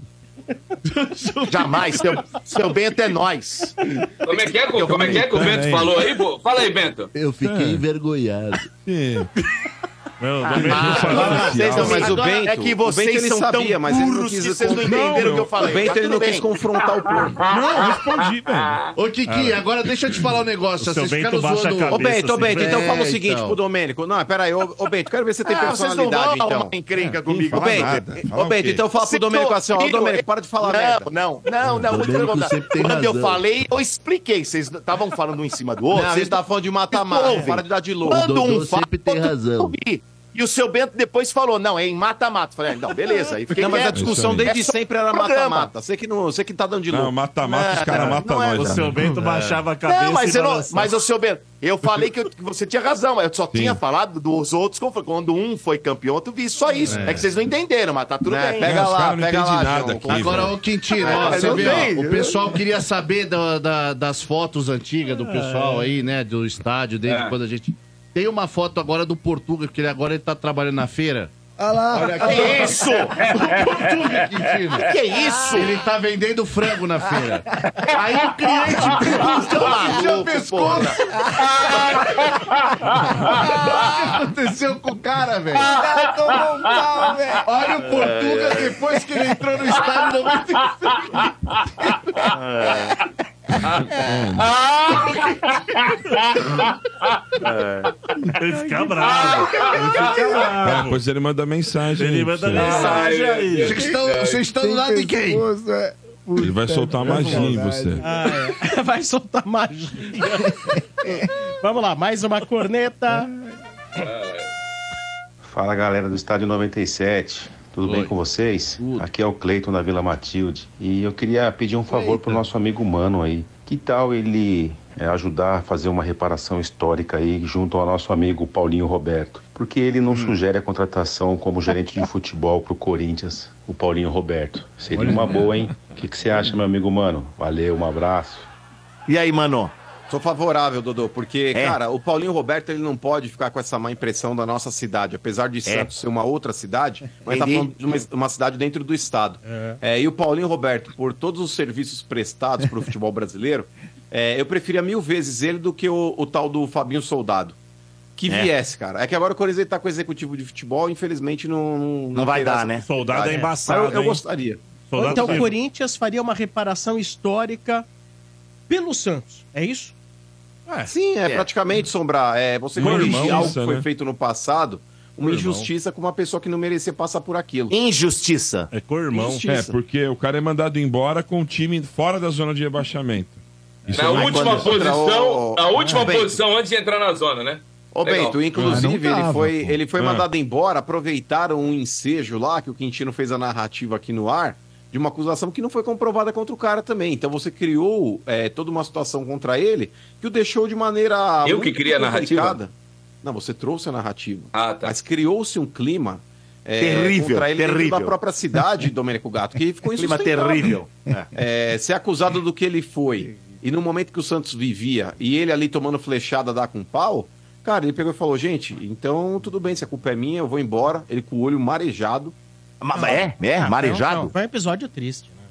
[SPEAKER 10] Jamais, seu, seu Bento é nós.
[SPEAKER 9] Como é que é, que- como é que, é que o
[SPEAKER 8] né?
[SPEAKER 9] Bento falou aí? pô? Fala aí, Bento.
[SPEAKER 16] Eu fiquei
[SPEAKER 6] É.
[SPEAKER 16] envergonhado.
[SPEAKER 7] Meu,
[SPEAKER 16] Ah, não,
[SPEAKER 6] vocês não, mas o Bento,
[SPEAKER 10] É que vocês
[SPEAKER 6] o Bento, ele
[SPEAKER 10] são tão
[SPEAKER 6] sabia, mas ele não
[SPEAKER 10] burros
[SPEAKER 6] quis
[SPEAKER 10] que vocês não
[SPEAKER 6] confrontar.
[SPEAKER 10] entenderam o que eu
[SPEAKER 6] meu,
[SPEAKER 10] falei.
[SPEAKER 6] O Bento,
[SPEAKER 10] Tá
[SPEAKER 6] ele não
[SPEAKER 10] tudo
[SPEAKER 6] quis
[SPEAKER 10] bem.
[SPEAKER 6] confrontar o porco.
[SPEAKER 4] Não, respondi, velho. Ô, Kiki,
[SPEAKER 10] Ah,
[SPEAKER 6] Cara.
[SPEAKER 4] agora deixa eu te falar um negócio. Vocês ficaram zoando...
[SPEAKER 6] Ô, Bento, ô, Bento, então fala o
[SPEAKER 4] É,
[SPEAKER 6] seguinte pro Domênico. Não, peraí, ô, ô, Bento, quero ver se você tem
[SPEAKER 10] Ah, vocês não
[SPEAKER 6] personalidade,
[SPEAKER 10] vão
[SPEAKER 6] então.
[SPEAKER 10] arrumar encrenca
[SPEAKER 6] É,
[SPEAKER 10] comigo.
[SPEAKER 6] Ô,
[SPEAKER 10] Fala
[SPEAKER 6] Bento,
[SPEAKER 10] nada.
[SPEAKER 6] ô,
[SPEAKER 10] Fala o
[SPEAKER 6] Bento,
[SPEAKER 10] quê?
[SPEAKER 6] então fala pro
[SPEAKER 10] Se
[SPEAKER 6] Domênico
[SPEAKER 10] tô-
[SPEAKER 6] assim, ó, ô, Domênico, para de falar
[SPEAKER 10] não,
[SPEAKER 6] merda.
[SPEAKER 10] Não, não, não. muito
[SPEAKER 6] Domênico
[SPEAKER 10] pelo contrário.
[SPEAKER 6] sempre tem
[SPEAKER 10] Quando eu
[SPEAKER 6] razão.
[SPEAKER 10] falei, eu expliquei. Vocês estavam falando um em cima do outro.
[SPEAKER 6] Não, a gente tá falando de mata-mata,
[SPEAKER 10] Ouvem.
[SPEAKER 6] para de dar de louco.
[SPEAKER 10] Quando
[SPEAKER 6] O Dodô
[SPEAKER 10] um fala,
[SPEAKER 6] sempre tem
[SPEAKER 10] outro
[SPEAKER 6] razão.
[SPEAKER 10] ouve. E o seu Bento depois falou, não, é em mata-mata. Falei, ah, não, beleza. Aí fiquei
[SPEAKER 6] Não, mas a
[SPEAKER 10] quieto.
[SPEAKER 6] discussão
[SPEAKER 10] É
[SPEAKER 6] desde
[SPEAKER 10] só
[SPEAKER 6] sempre era
[SPEAKER 10] programa.
[SPEAKER 6] mata-mata. Você que não, você que tá dando de
[SPEAKER 10] Não,
[SPEAKER 6] louco.
[SPEAKER 8] mata-mata, os caras matam
[SPEAKER 6] não é.
[SPEAKER 8] nós,
[SPEAKER 6] O
[SPEAKER 8] né?
[SPEAKER 6] seu Bento
[SPEAKER 8] É.
[SPEAKER 6] baixava a
[SPEAKER 10] não,
[SPEAKER 6] cabeça
[SPEAKER 10] mas,
[SPEAKER 6] e
[SPEAKER 10] eu não,
[SPEAKER 6] balançava.
[SPEAKER 10] mas o seu Bento, eu falei que, eu- que você tinha razão. Eu só tinha falado dos outros, como foi, quando um foi campeão, outro vice. Só isso.
[SPEAKER 4] É.
[SPEAKER 10] É, que vocês não entenderam, mas tá tudo
[SPEAKER 6] Né,
[SPEAKER 10] bem.
[SPEAKER 6] pega Não, os lá, caras não pega entendem lá, nada João. aqui,
[SPEAKER 4] Agora,
[SPEAKER 6] velho.
[SPEAKER 4] ô Quintino, ó,
[SPEAKER 6] É,
[SPEAKER 4] você
[SPEAKER 6] não
[SPEAKER 4] vê, ó,
[SPEAKER 6] tem.
[SPEAKER 4] o pessoal queria saber da- da- das fotos
[SPEAKER 6] É.
[SPEAKER 4] antigas do pessoal aí, né? Do estádio, desde
[SPEAKER 16] É.
[SPEAKER 4] quando a gente. Tem uma foto agora do Portuga, porque ele agora ele tá trabalhando na feira.
[SPEAKER 5] Olha lá.
[SPEAKER 4] Olha aqui.
[SPEAKER 10] Que isso?
[SPEAKER 4] O
[SPEAKER 10] é.
[SPEAKER 4] Portuga, Quintino.
[SPEAKER 10] Que
[SPEAKER 2] é
[SPEAKER 10] isso?
[SPEAKER 4] Ele tá vendendo frango na feira. Aí o cliente perguntou onde tinha o pescoço. O que aconteceu com o cara, velho?
[SPEAKER 16] Ah, tomou um pau, velho.
[SPEAKER 4] Olha o Portuga depois que ele entrou no estádio 95.
[SPEAKER 7] É. Ele fica bravo. Ele fica bravo.
[SPEAKER 8] Ah, pois ele manda mensagem.
[SPEAKER 7] Ele
[SPEAKER 8] aí pra
[SPEAKER 7] manda
[SPEAKER 8] você.
[SPEAKER 7] mensagem aí.
[SPEAKER 8] Vocês estão- vocês estão do lado de quem?
[SPEAKER 10] é.
[SPEAKER 8] Ele vai soltar magia em você.
[SPEAKER 2] Ah, é. Vai soltar magia. Vamos lá, mais uma corneta.
[SPEAKER 20] Fala galera do Estádio 97, tudo bem com vocês? Aqui é o Cleiton da Vila Matilde e eu queria pedir um favor pro nosso amigo Mano aí. Que tal ele é, ajudar a fazer uma reparação histórica aí junto ao nosso amigo Paulinho Roberto? Porque ele não sugere a contratação como gerente de futebol pro Corinthians, o Paulinho Roberto. Seria uma boa, hein? O que, que você acha, meu amigo Mano? Valeu, um abraço.
[SPEAKER 10] E aí, Mano? É?
[SPEAKER 6] Sou favorável, Dodô, porque, cara, o Paulinho Roberto ele não pode ficar com essa má impressão da nossa cidade. Apesar de Santos ser uma outra cidade, mas tá
[SPEAKER 10] É. Ele-
[SPEAKER 6] falando de uma, uma cidade dentro do estado. É, e o Paulinho Roberto, por todos os serviços prestados pro futebol brasileiro, é, eu preferia mil vezes ele do que o, o tal do Fabinho Soldado. Que
[SPEAKER 10] É.
[SPEAKER 6] viesse, cara. É que agora o Corinthians ele tá com o executivo de futebol, infelizmente não. Não,
[SPEAKER 10] vai
[SPEAKER 6] tem
[SPEAKER 10] dar,
[SPEAKER 6] essa
[SPEAKER 10] né?
[SPEAKER 6] possibilidade.
[SPEAKER 2] Soldado é
[SPEAKER 6] Mas
[SPEAKER 2] embaçado,
[SPEAKER 6] Eu, eu
[SPEAKER 2] hein?
[SPEAKER 6] gostaria.
[SPEAKER 2] Ou então o Corinthians faria uma reparação histórica pelo Santos, é isso?
[SPEAKER 6] Sim, é, praticamente sombrar. É, você
[SPEAKER 2] Meu
[SPEAKER 6] corrigir
[SPEAKER 2] Um irmão,
[SPEAKER 6] algo
[SPEAKER 2] isso,
[SPEAKER 6] que foi
[SPEAKER 2] né? Um
[SPEAKER 6] feito no passado, uma
[SPEAKER 8] Meu irmão.
[SPEAKER 6] injustiça com uma pessoa que não merecia passar por aquilo.
[SPEAKER 10] Injustiça.
[SPEAKER 8] É com
[SPEAKER 6] irmão.
[SPEAKER 8] É, porque o cara é mandado embora com o time fora da zona de rebaixamento. Isso
[SPEAKER 9] Na
[SPEAKER 8] é uma
[SPEAKER 9] última
[SPEAKER 8] coisa. né?
[SPEAKER 9] posição, na última
[SPEAKER 6] Ah, Bento.
[SPEAKER 9] posição antes de entrar na zona, né?
[SPEAKER 6] Ô,
[SPEAKER 9] Legal.
[SPEAKER 6] Bento, inclusive,
[SPEAKER 8] Ah, não
[SPEAKER 6] ele
[SPEAKER 8] tava,
[SPEAKER 6] foi,
[SPEAKER 8] pô.
[SPEAKER 6] ele foi
[SPEAKER 8] Ah.
[SPEAKER 6] mandado embora, aproveitaram um ensejo lá, que o Quintino fez a narrativa aqui no ar, de uma acusação que não foi comprovada contra o cara também. Então você criou é, toda uma situação contra ele que o deixou de maneira.
[SPEAKER 9] Eu que
[SPEAKER 6] muito
[SPEAKER 9] criei a narrativa?
[SPEAKER 6] complicada. Não, você trouxe a narrativa. Mas criou-se um clima. é,
[SPEAKER 10] Terrível,
[SPEAKER 6] contra ele dentro
[SPEAKER 10] terrível.
[SPEAKER 6] da própria cidade, Domênico Gato, que ficou
[SPEAKER 10] Clima
[SPEAKER 6] insustentável.
[SPEAKER 10] terrível.
[SPEAKER 6] É, ser acusado do que ele foi e no momento que o Santos vivia e ele ali tomando flechada dá com pau, cara, ele pegou e falou: gente, então tudo bem, se a culpa é minha, eu vou embora. Ele com o olho marejado.
[SPEAKER 10] Mas é?
[SPEAKER 2] Ah, foi um- não, Foi um episódio triste. né?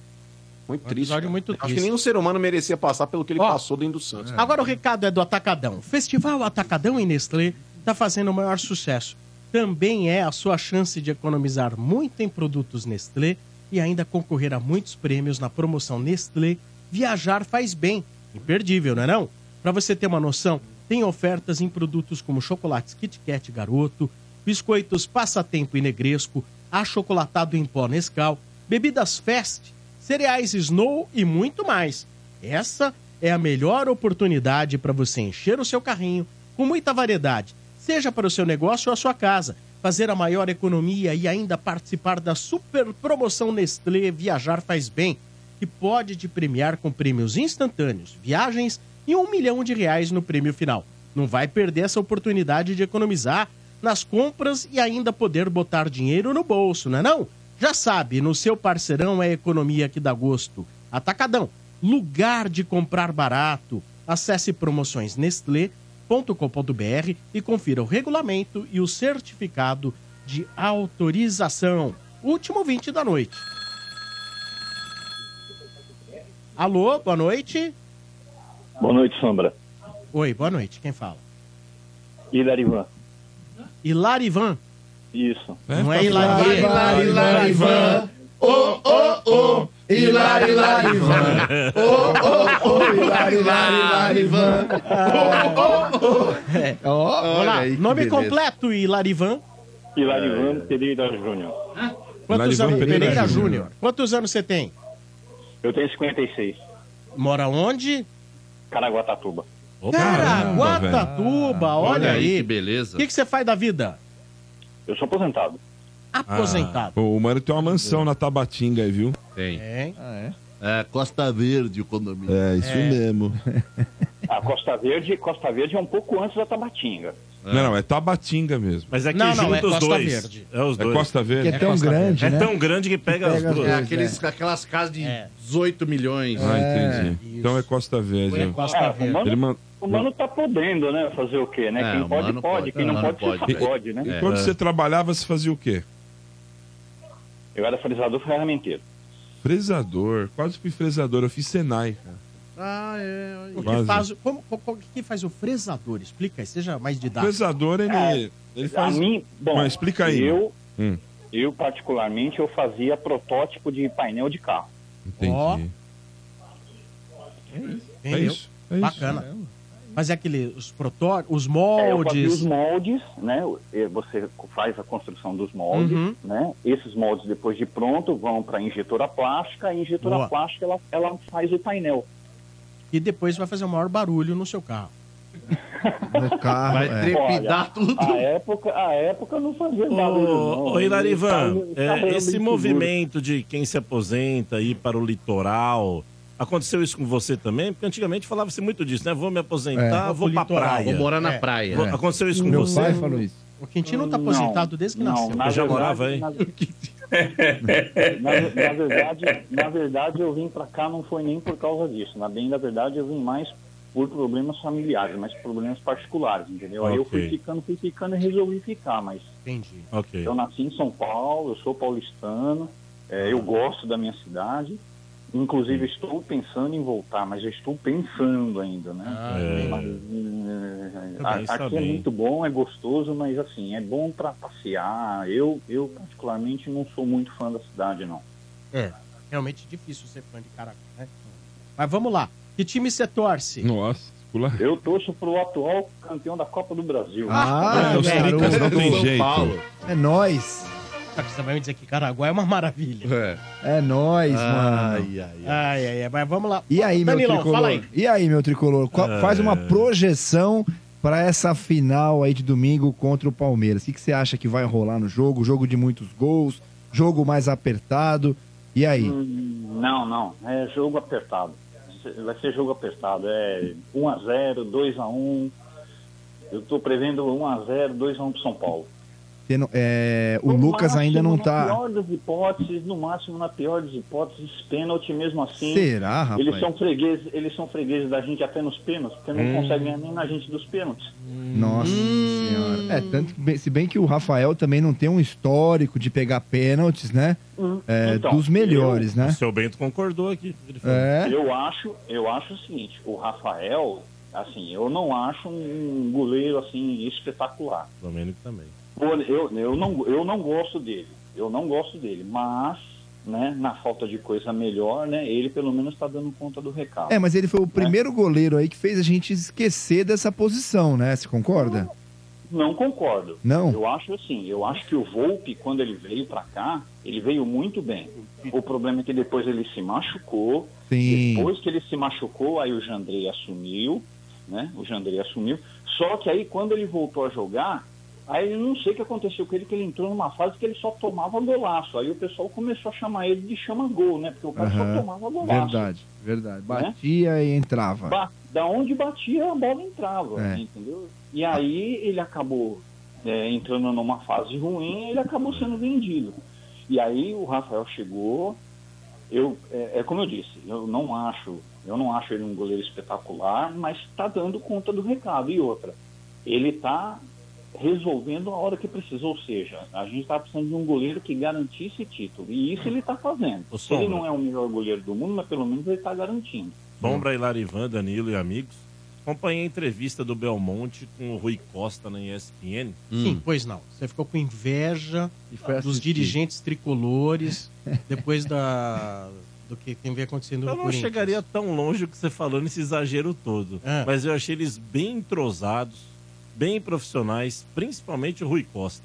[SPEAKER 6] Muito
[SPEAKER 2] um
[SPEAKER 6] triste.
[SPEAKER 2] episódio
[SPEAKER 6] cara.
[SPEAKER 2] muito
[SPEAKER 6] Acho
[SPEAKER 2] triste.
[SPEAKER 6] que nenhum ser humano merecia passar pelo que ele passou dentro do Santos.
[SPEAKER 2] Agora o recado é do Atacadão. Festival Atacadão em Nestlé está fazendo o maior sucesso. Também é a sua chance de economizar muito em produtos Nestlé e ainda concorrer a muitos prêmios na promoção Nestlé Viajar Faz Bem. Imperdível, não é não? Para você ter uma noção, tem ofertas em produtos como chocolates Kit Kat Garoto, biscoitos Passatempo e Negresco, achocolatado em pó Nescau, bebidas Fest, cereais Snow e muito mais. Essa é a melhor oportunidade para você encher o seu carrinho com muita variedade, seja para o seu negócio ou a sua casa, fazer a maior economia e ainda participar da super promoção Nestlé Viajar Faz Bem, que pode te premiar com prêmios instantâneos, viagens e um milhão de reais no prêmio final. Não vai perder essa oportunidade de economizar nas compras e ainda poder botar dinheiro no bolso, não é não? Já sabe, no seu parceirão é a economia que dá gosto. Atacadão, lugar de comprar barato. Acesse promoções nestlé.com.br e confira o regulamento e o certificado de autorização. Último 20 da noite. Alô, boa noite.
[SPEAKER 21] Boa noite, Sombra.
[SPEAKER 2] Oi, boa noite. Quem fala?
[SPEAKER 21] Hilarivan.
[SPEAKER 2] Hilarivan.
[SPEAKER 21] Isso.
[SPEAKER 2] Não é Hilarivan.
[SPEAKER 16] Hilarivan. Oh, oh, oh. Hilari, Larivan. Oh, oh, oh. Hilari, Lari, Larivan. Oh, oh, oh.
[SPEAKER 2] É. Vamos lá.
[SPEAKER 21] aí, que
[SPEAKER 2] Nome
[SPEAKER 21] beleza.
[SPEAKER 2] completo, Hilarivan.
[SPEAKER 21] Hilarivan Pereira Júnior.
[SPEAKER 2] Quantos
[SPEAKER 21] Hilarivan
[SPEAKER 2] anos?
[SPEAKER 21] Pereira Júnior.
[SPEAKER 2] Pereira Júnior. Quantos anos você tem?
[SPEAKER 21] Eu tenho 56.
[SPEAKER 2] Mora onde?
[SPEAKER 21] Caraguatatuba.
[SPEAKER 8] tá
[SPEAKER 2] Caraguatatuba, olha aí.
[SPEAKER 4] beleza.
[SPEAKER 2] O que que você faz da vida?
[SPEAKER 21] Eu sou aposentado.
[SPEAKER 2] Aposentado.
[SPEAKER 8] Ah, o mano tem uma mansão na Tabatinga aí, viu?
[SPEAKER 4] Tem.
[SPEAKER 2] É.
[SPEAKER 16] É, Costa Verde, o condomínio.
[SPEAKER 8] É, isso mesmo.
[SPEAKER 21] A Ah, Costa Verde, Costa Verde é um pouco antes da Tabatinga.
[SPEAKER 8] Não, não, é Tabatinga mesmo.
[SPEAKER 7] Mas é que
[SPEAKER 21] Não,
[SPEAKER 7] junta
[SPEAKER 21] não, é
[SPEAKER 7] os
[SPEAKER 21] Costa
[SPEAKER 7] dois.
[SPEAKER 21] Verde.
[SPEAKER 7] É os
[SPEAKER 8] É
[SPEAKER 7] dois.
[SPEAKER 8] Costa Verde. Que é tão
[SPEAKER 7] Costa
[SPEAKER 8] grande,
[SPEAKER 7] Verde.
[SPEAKER 8] né?
[SPEAKER 7] É tão grande que pega,
[SPEAKER 8] Pega
[SPEAKER 7] as
[SPEAKER 8] os
[SPEAKER 7] duas.
[SPEAKER 8] dois,
[SPEAKER 4] É aqueles, Aquelas casas de
[SPEAKER 2] É.
[SPEAKER 4] 18 milhões.
[SPEAKER 8] Ah, entendi. Então é Costa Verde.
[SPEAKER 21] É Costa É, Verde.
[SPEAKER 8] Ele man-
[SPEAKER 21] O mano tá podendo, né? Fazer o quê, né?
[SPEAKER 8] É,
[SPEAKER 21] quem
[SPEAKER 8] o
[SPEAKER 21] pode,
[SPEAKER 8] mano
[SPEAKER 21] pode. Quem não pode, você pode, né?
[SPEAKER 8] E quando
[SPEAKER 7] É.
[SPEAKER 8] você trabalhava, você fazia o quê?
[SPEAKER 21] Eu era frisador ferramenteiro.
[SPEAKER 8] Fresador. Quase fui fresador. Eu fiz Senai, cara.
[SPEAKER 2] Ah, é. O que
[SPEAKER 8] Quase.
[SPEAKER 2] faz, como, como- como- o que faz o fresador? Explica aí, seja mais
[SPEAKER 8] O
[SPEAKER 2] didático.
[SPEAKER 8] fresador, ele, ele faz...
[SPEAKER 21] É, A mim, bom,
[SPEAKER 8] Mas explica aí.
[SPEAKER 21] eu-
[SPEAKER 8] Hum,
[SPEAKER 21] Eu, particularmente, eu fazia protótipo de painel de carro.
[SPEAKER 8] entendi.
[SPEAKER 2] Entendeu?
[SPEAKER 21] É isso, é isso.
[SPEAKER 2] Bacana. Mas é aquele, os protótipos, os
[SPEAKER 21] É, eu fazia
[SPEAKER 2] moldes.
[SPEAKER 21] os moldes, né? Eh, Você faz a construção dos moldes,
[SPEAKER 2] Uhum.
[SPEAKER 21] né? Esses moldes, depois de pronto, vão para a injetora plástica. A injetora
[SPEAKER 2] Boa.
[SPEAKER 21] plástica, ela, ela faz o painel.
[SPEAKER 2] e depois vai fazer o maior barulho no seu carro.
[SPEAKER 5] No carro,
[SPEAKER 21] Vai
[SPEAKER 5] é.
[SPEAKER 21] trepidar A época, a época eu não fazia barulho, não. tá
[SPEAKER 7] Ô, Hilarivan,
[SPEAKER 21] Eu tava- eu
[SPEAKER 7] é,
[SPEAKER 21] tava bem
[SPEAKER 7] esse
[SPEAKER 21] seguro.
[SPEAKER 7] movimento de quem se aposenta ir para o litoral, aconteceu isso com você também? Porque antigamente falava-se muito disso, né? Vou me aposentar,
[SPEAKER 4] É.
[SPEAKER 7] vou pra
[SPEAKER 4] Litoral,
[SPEAKER 7] praia.
[SPEAKER 4] vou morar na praia.
[SPEAKER 7] Vou-
[SPEAKER 4] É.
[SPEAKER 7] Aconteceu isso com
[SPEAKER 4] Meu
[SPEAKER 7] você?
[SPEAKER 4] pai falou
[SPEAKER 2] isso. O Quintino tá aposentado desde que nasceu.
[SPEAKER 21] na
[SPEAKER 7] Eu já
[SPEAKER 21] verdade,
[SPEAKER 7] morava aí.
[SPEAKER 21] Na, na- na verdade, na verdade, eu vim pra cá não foi nem por causa disso. Na bem da verdade, eu vim mais por problemas familiares, mas problemas particulares, entendeu? Aí eu fui
[SPEAKER 7] Ok.
[SPEAKER 21] ficando, fui ficando e resolvi ficar, mas
[SPEAKER 2] Entendi.
[SPEAKER 7] Ok.
[SPEAKER 21] eu nasci em São Paulo, eu sou paulistano, é,
[SPEAKER 7] Ah.
[SPEAKER 21] eu gosto da minha cidade. Inclusive, estou pensando em voltar, mas eu estou pensando ainda, né?
[SPEAKER 7] é.
[SPEAKER 21] Mas, eh,
[SPEAKER 7] Tá bem,
[SPEAKER 21] a-
[SPEAKER 7] tá
[SPEAKER 21] aqui é
[SPEAKER 7] bem.
[SPEAKER 21] muito bom, é gostoso, mas assim, é bom para passear. Eu, eu, particularmente, não sou muito fã da cidade, não.
[SPEAKER 2] É, realmente difícil ser fã de Caracol, né? Mas vamos lá. Que time você torce?
[SPEAKER 8] Nossa, pula.
[SPEAKER 21] Eu torço pro atual campeão da Copa do Brasil.
[SPEAKER 5] Ah, os tricas não tem jeito. É nóis.
[SPEAKER 2] Você vai me dizer que Caraguá é uma maravilha.
[SPEAKER 4] É,
[SPEAKER 5] É nóis,
[SPEAKER 2] Ai,
[SPEAKER 5] mano.
[SPEAKER 2] ai, ai, Mas vamos lá.
[SPEAKER 5] E aí, meu
[SPEAKER 2] Danilão,
[SPEAKER 5] tricolor?
[SPEAKER 2] fala aí.
[SPEAKER 5] E aí, meu tricolor? Qual-
[SPEAKER 2] É.
[SPEAKER 5] Faz uma projeção pra essa final aí de domingo contra o Palmeiras. O que, que você acha que vai rolar no jogo? Jogo de muitos gols, jogo mais apertado. E aí?
[SPEAKER 21] Hum, Não, não. É jogo apertado. Vai ser jogo apertado. É 1x0, 2x1. Eu tô prevendo 1x0, 2x1 pro São Paulo.
[SPEAKER 5] Você não- é, o
[SPEAKER 21] No
[SPEAKER 5] Lucas
[SPEAKER 21] máximo,
[SPEAKER 5] ainda não
[SPEAKER 21] Na
[SPEAKER 5] tá.
[SPEAKER 21] pior das hipóteses, no máximo, na pior das hipóteses, pênalti mesmo assim.
[SPEAKER 5] Será, rapaz?
[SPEAKER 21] Eles são fregueses, eles são fregueses da gente até nos pênaltis, porque
[SPEAKER 5] Hum.
[SPEAKER 21] não conseguem ganhar nem na gente dos pênaltis.
[SPEAKER 5] Nossa
[SPEAKER 21] Hum.
[SPEAKER 5] senhora. É, tanto que bem- se bem que o Rafael também não tem um histórico de pegar pênaltis, né?
[SPEAKER 21] Hum,
[SPEAKER 5] É,
[SPEAKER 21] então,
[SPEAKER 4] um
[SPEAKER 5] dos melhores,
[SPEAKER 7] O
[SPEAKER 5] né?
[SPEAKER 7] seu Bento concordou aqui. Ele falou.
[SPEAKER 5] É.
[SPEAKER 21] Eu acho, eu acho o seguinte, o Rafael, assim, eu não acho um goleiro assim espetacular.
[SPEAKER 7] Domênico também.
[SPEAKER 21] Pô, Eu, eu, não, eu não gosto dele. Eu não gosto dele, mas né? Na falta de coisa melhor, né? Ele pelo menos está dando conta do recado.
[SPEAKER 5] É, mas ele foi o primeiro goleiro aí que fez a gente esquecer dessa posição, né? Você concorda?
[SPEAKER 21] Não concordo.
[SPEAKER 5] Não?
[SPEAKER 21] Eu acho assim, eu acho que o Volpe, quando ele veio pra cá, ele veio muito bem. O problema é que depois ele se machucou.
[SPEAKER 5] Sim.
[SPEAKER 21] Depois que ele se machucou, aí o Jandrei assumiu, né? O Jandrei assumiu. Só que aí quando ele voltou a jogar, aí eu não sei o que aconteceu com ele, que ele entrou numa fase que ele só tomava golaço. Aí o pessoal começou a chamar ele de chama-gol, né? Porque o cara
[SPEAKER 5] Aham.
[SPEAKER 21] só tomava golaço. Né?
[SPEAKER 5] Verdade, verdade. Batia e entrava.
[SPEAKER 21] Ba- da onde batia, a bola entrava,
[SPEAKER 5] É.
[SPEAKER 21] entendeu? E aí ele acabou é, entrando numa fase ruim ele acabou sendo vendido. E aí o Rafael chegou, eu, é, é como eu disse, eu não acho, eu não acho ele um goleiro espetacular, mas está dando conta do recado. E outra, ele está resolvendo a hora que precisa, ou seja, a gente está precisando de um goleiro que garantisse título. E isso ele está fazendo.
[SPEAKER 7] Ô, Sombra.
[SPEAKER 21] Ele não é o melhor goleiro do mundo, mas pelo menos ele está garantindo.
[SPEAKER 4] Hum.
[SPEAKER 7] Sombra, Ilarivan, Danilo e amigos. Acompanhei a entrevista do Belmonte com o Rui Costa na ESPN.
[SPEAKER 2] Sim, pois não. Você ficou com inveja
[SPEAKER 7] Hum. foi
[SPEAKER 2] dos
[SPEAKER 7] assistir.
[SPEAKER 2] dirigentes tricolores depois da, do que tem vem acontecendo no
[SPEAKER 7] Eu não
[SPEAKER 2] Corinthians.
[SPEAKER 7] chegaria tão longe o que você falou nesse exagero todo.
[SPEAKER 2] É.
[SPEAKER 7] Mas eu achei eles bem entrosados, bem profissionais, principalmente o Rui Costa.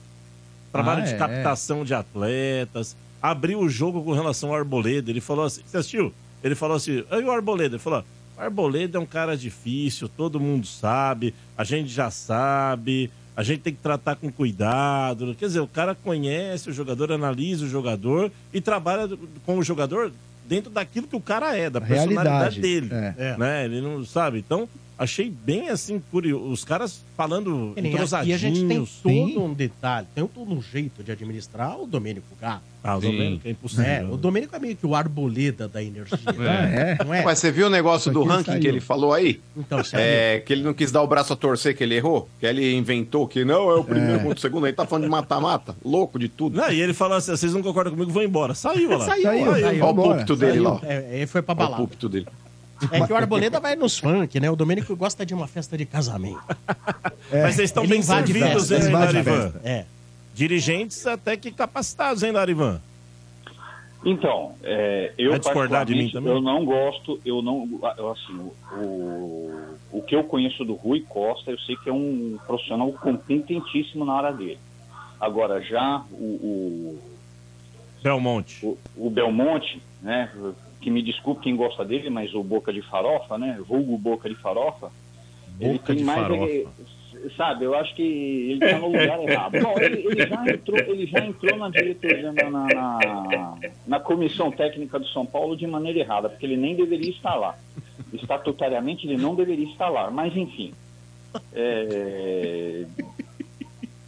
[SPEAKER 7] Trabalho
[SPEAKER 3] Ah,
[SPEAKER 7] de
[SPEAKER 3] é?
[SPEAKER 7] captação de atletas, abriu o jogo com relação ao Arboleda. Ele falou assim: você assistiu? Ele falou assim: aí o Arboleda? Ele falou: "Ó, o Arboleda é um cara difícil, todo mundo sabe, a gente já sabe. A gente tem que tratar com cuidado. Quer dizer, o cara conhece o jogador, analisa o jogador e trabalha com o jogador dentro daquilo que o cara é, da personalidade
[SPEAKER 5] Realidade,
[SPEAKER 7] dele.
[SPEAKER 5] é.
[SPEAKER 7] Né? Ele não sabe. Então, achei bem assim curioso. Os caras falando
[SPEAKER 2] E É, nem aqui a gente tem
[SPEAKER 7] entrosadinhos.
[SPEAKER 2] todo um detalhe, tem todo um jeito de administrar o Domênico Gato.
[SPEAKER 7] Ah, o
[SPEAKER 2] Sim.
[SPEAKER 7] Domênico é impossível.
[SPEAKER 2] É, o Domênico é meio que o arboleda da energia.
[SPEAKER 6] É.
[SPEAKER 2] Não é?
[SPEAKER 6] Mas você viu o negócio do
[SPEAKER 2] Aqui
[SPEAKER 6] ranking
[SPEAKER 2] saiu.
[SPEAKER 6] que ele falou aí?
[SPEAKER 2] Então, saiu.
[SPEAKER 6] é, que ele não quis dar o braço a torcer, que ele errou? Que ele inventou que não é o primeiro
[SPEAKER 7] É.
[SPEAKER 6] contra o segundo, aí tá falando de mata-mata, louco de tudo.
[SPEAKER 7] Não, e ele falou assim: vocês não concordam comigo, vou embora. Saiu olha lá.
[SPEAKER 2] Saiu, saiu,
[SPEAKER 6] Ó o
[SPEAKER 2] embora.
[SPEAKER 6] púlpito dele
[SPEAKER 2] Saiu.
[SPEAKER 6] lá. ó.
[SPEAKER 2] É, ele foi pra
[SPEAKER 6] Ó o
[SPEAKER 2] balada.
[SPEAKER 6] púlpito dele.
[SPEAKER 2] É que o Arboleda vai nos funk, né? O Domênico gosta de uma festa de casamento.
[SPEAKER 7] Mas vocês estão
[SPEAKER 2] É. Ele
[SPEAKER 7] bem
[SPEAKER 2] invade
[SPEAKER 7] servidos,
[SPEAKER 2] festa,
[SPEAKER 7] hein,
[SPEAKER 2] invade
[SPEAKER 7] Larivan?
[SPEAKER 2] festa. É.
[SPEAKER 7] Dirigentes até que capacitados, hein, Larivan?
[SPEAKER 21] Então, é, eu
[SPEAKER 7] Vai discordar de mim
[SPEAKER 21] particularmente,
[SPEAKER 7] também?
[SPEAKER 21] eu não gosto, eu não, eu, assim, o- o, o que eu conheço do Rui Costa, eu sei que é um profissional competentíssimo na área dele. Agora já o,
[SPEAKER 7] Belmonte,
[SPEAKER 21] o, o Belmonte, né, que me desculpe quem gosta dele, mas o Boca de Farofa, né, vulgo Boca de Farofa, ele
[SPEAKER 7] Boca
[SPEAKER 21] tem
[SPEAKER 7] de
[SPEAKER 21] mais, é
[SPEAKER 7] farofa.
[SPEAKER 21] que- sabe, eu acho que ele tá no lugar errado. Bom, ele, ele já entrou, ele já entrou na diretoria, na, na- na- na comissão técnica do São Paulo de maneira errada, porque ele nem deveria estar lá. Estatutariamente ele não deveria estar lá, mas enfim. É,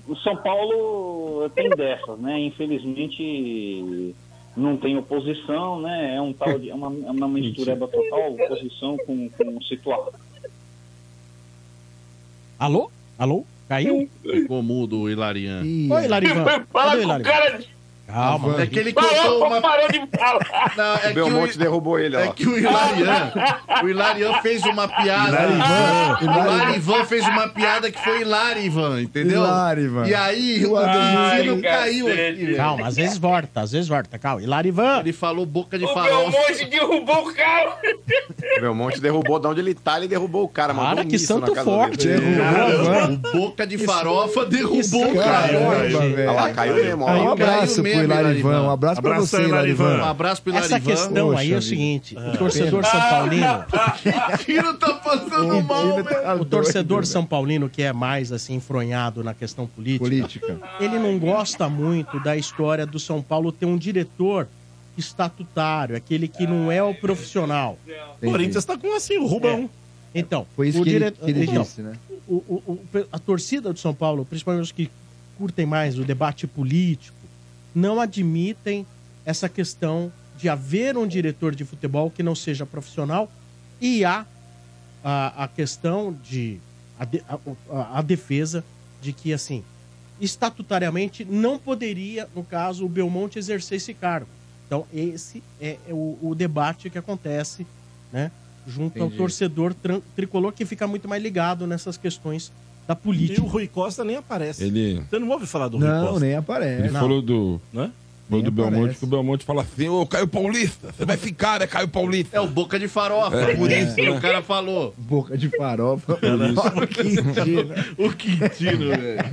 [SPEAKER 21] O São Paulo tem dessas, né? Infelizmente não tem oposição, né? É um tal de, é uma, é uma mistureba total, oposição com, com situação.
[SPEAKER 2] Alô? Alô? Caiu?
[SPEAKER 4] Ficou mudo o Hilarian.
[SPEAKER 2] Oi, Larivan. Cadê o Larivan? Calma.
[SPEAKER 4] É que ele contou uma... Não, é
[SPEAKER 6] o Belmonte
[SPEAKER 4] que o...
[SPEAKER 6] Um derrubou ele, ó.
[SPEAKER 4] É que o Hilarian, o Hilarian fez uma piada.
[SPEAKER 6] Hilarivan,
[SPEAKER 4] o
[SPEAKER 6] Hilarivan.
[SPEAKER 4] Larivan fez uma piada que foi Hilarivan, entendeu?
[SPEAKER 2] Hilarivan.
[SPEAKER 4] E aí o
[SPEAKER 2] Ai,
[SPEAKER 4] Ademir não caiu
[SPEAKER 2] cacete.
[SPEAKER 4] aqui, velho.
[SPEAKER 2] Calma, às vezes volta, às vezes volta. Calma. E Larivan.
[SPEAKER 4] Ele falou boca
[SPEAKER 2] de
[SPEAKER 9] O meu monge derrubou o carro.
[SPEAKER 6] O Belmonte um derrubou, de onde ele tá, ele derrubou o cara.
[SPEAKER 2] Cara,
[SPEAKER 6] mandou um
[SPEAKER 2] que
[SPEAKER 6] míssil
[SPEAKER 2] santo
[SPEAKER 6] na casa
[SPEAKER 2] forte.
[SPEAKER 6] dele.
[SPEAKER 4] né?
[SPEAKER 2] Derrubou,
[SPEAKER 6] Caramba,
[SPEAKER 2] mano.
[SPEAKER 6] o
[SPEAKER 4] Boca de
[SPEAKER 2] Isso-
[SPEAKER 4] farofa derrubou
[SPEAKER 2] isso,
[SPEAKER 4] o cara.
[SPEAKER 2] caramba,
[SPEAKER 4] Olha,
[SPEAKER 2] velho.
[SPEAKER 4] olha lá, caiu mesmo.
[SPEAKER 5] Aí, um
[SPEAKER 4] ó.
[SPEAKER 5] abraço
[SPEAKER 4] Caiu
[SPEAKER 5] pro
[SPEAKER 4] mesmo,
[SPEAKER 5] Ilarivan. Um abraço pra
[SPEAKER 4] Abração,
[SPEAKER 5] você, Ilarivan.
[SPEAKER 4] Um abraço pro Ah.
[SPEAKER 2] Essa
[SPEAKER 4] Ilarivan.
[SPEAKER 2] questão aí é o
[SPEAKER 5] assim,
[SPEAKER 2] seguinte: o torcedor São Paulino.
[SPEAKER 4] Tiro tá passando mal,
[SPEAKER 5] tá
[SPEAKER 4] velho.
[SPEAKER 2] O torcedor São Paulino, que é mais assim, enfronhado na questão política, ele não gosta muito da história do São Paulo ter um diretor estatutário, aquele que não é o profissional.
[SPEAKER 7] O Corinthians tá com assim, o Rubão.
[SPEAKER 2] Então,
[SPEAKER 5] Foi isso
[SPEAKER 2] o
[SPEAKER 5] que ele-
[SPEAKER 2] diretor-
[SPEAKER 5] que ele
[SPEAKER 2] então,
[SPEAKER 5] disse, né?
[SPEAKER 2] o- o- o- a torcida do São Paulo, principalmente os que curtem mais o debate político, não admitem essa questão de haver um diretor de futebol que não seja profissional e há a, a questão de a, de- a- a- a defesa de que assim estatutariamente não poderia no caso o Belmonte exercer esse cargo então esse é o, o debate que acontece né junto ao
[SPEAKER 7] Entendi.
[SPEAKER 2] torcedor tran- tricolor que fica muito mais ligado nessas questões da política
[SPEAKER 7] E o Rui Costa nem aparece
[SPEAKER 8] Ele-
[SPEAKER 7] Você não ouve falar do Rui
[SPEAKER 8] Não,
[SPEAKER 7] Costa?
[SPEAKER 8] nem aparece. Ele falou do.
[SPEAKER 7] Né?
[SPEAKER 8] Vou do Belmonte, que o Belmonte fala assim, ô Caio Paulista, você vai ficar, né, Caio Paulista? É o boca de farofa, é, por isso que
[SPEAKER 4] O cara falou.
[SPEAKER 1] Boca de farofa. Olha o Quintino.
[SPEAKER 4] O Quintino, velho.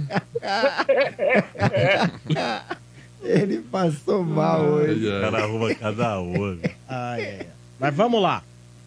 [SPEAKER 1] Ele passou
[SPEAKER 4] Ah.
[SPEAKER 1] mal hoje.
[SPEAKER 7] O cara arruma cada uma. velho.
[SPEAKER 2] Ah, é. é. Mas vamos lá.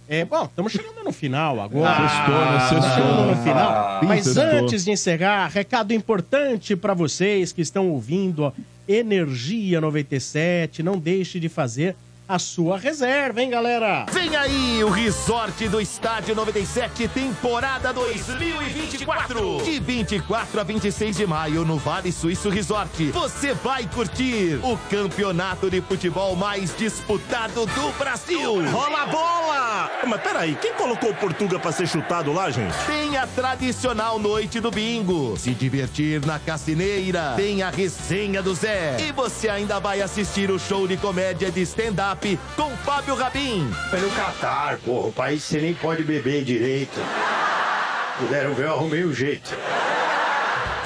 [SPEAKER 2] É, bom, estamos chegando no final agora.
[SPEAKER 7] Ah, sextou, né?
[SPEAKER 2] Tamo
[SPEAKER 7] Sextou.
[SPEAKER 2] chegando no final.
[SPEAKER 7] Ah,
[SPEAKER 2] Mas
[SPEAKER 7] sextou.
[SPEAKER 2] antes de encerrar, recado importante para vocês que estão ouvindo ó, Energia 97. Não deixe de fazer a sua reserva, hein, galera?
[SPEAKER 10] Vem aí o Resort do Estádio 97, temporada 2024. De 24 a 26 de maio no Vale Suíço Resort. Você vai curtir o campeonato de futebol mais disputado do Brasil.
[SPEAKER 22] Rola a bola! Ah, Mas peraí, quem colocou o Portuga pra ser chutado lá, gente?
[SPEAKER 10] Tem a tradicional noite do bingo. Se divertir na cassineira. Tem a resenha do Zé. E você ainda vai assistir o show de comédia de stand-up com Fábio Rabin.
[SPEAKER 23] Pelo Catar, porra, o país você nem pode beber direito. Puderam ver, eu arrumei um jeito.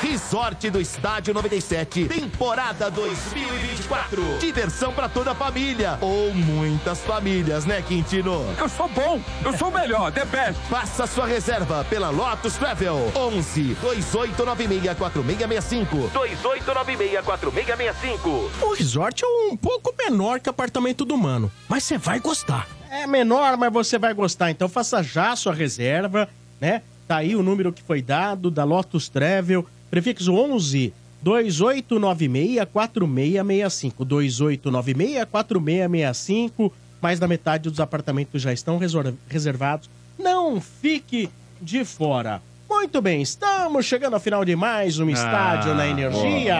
[SPEAKER 10] Resort do Estádio 97, temporada 2024. Diversão pra toda a família. Ou muitas famílias, né, Quintino? Eu sou bom, eu sou melhor, the best. Faça sua reserva pela Lotus Travel. 11 2896 4665. 2896 4665.
[SPEAKER 6] O resort é um pouco menor que apartamento do mano, mas você vai gostar.
[SPEAKER 2] É menor, mas você vai gostar. Então faça já a sua reserva, né? Tá aí o número que foi dado da Lotus Travel, prefixo 11 2896 4665. 2896 4665. Mais da metade dos apartamentos já estão resor- reservados. Não fique de fora. Muito bem, estamos chegando ao final de mais um estádio na energia.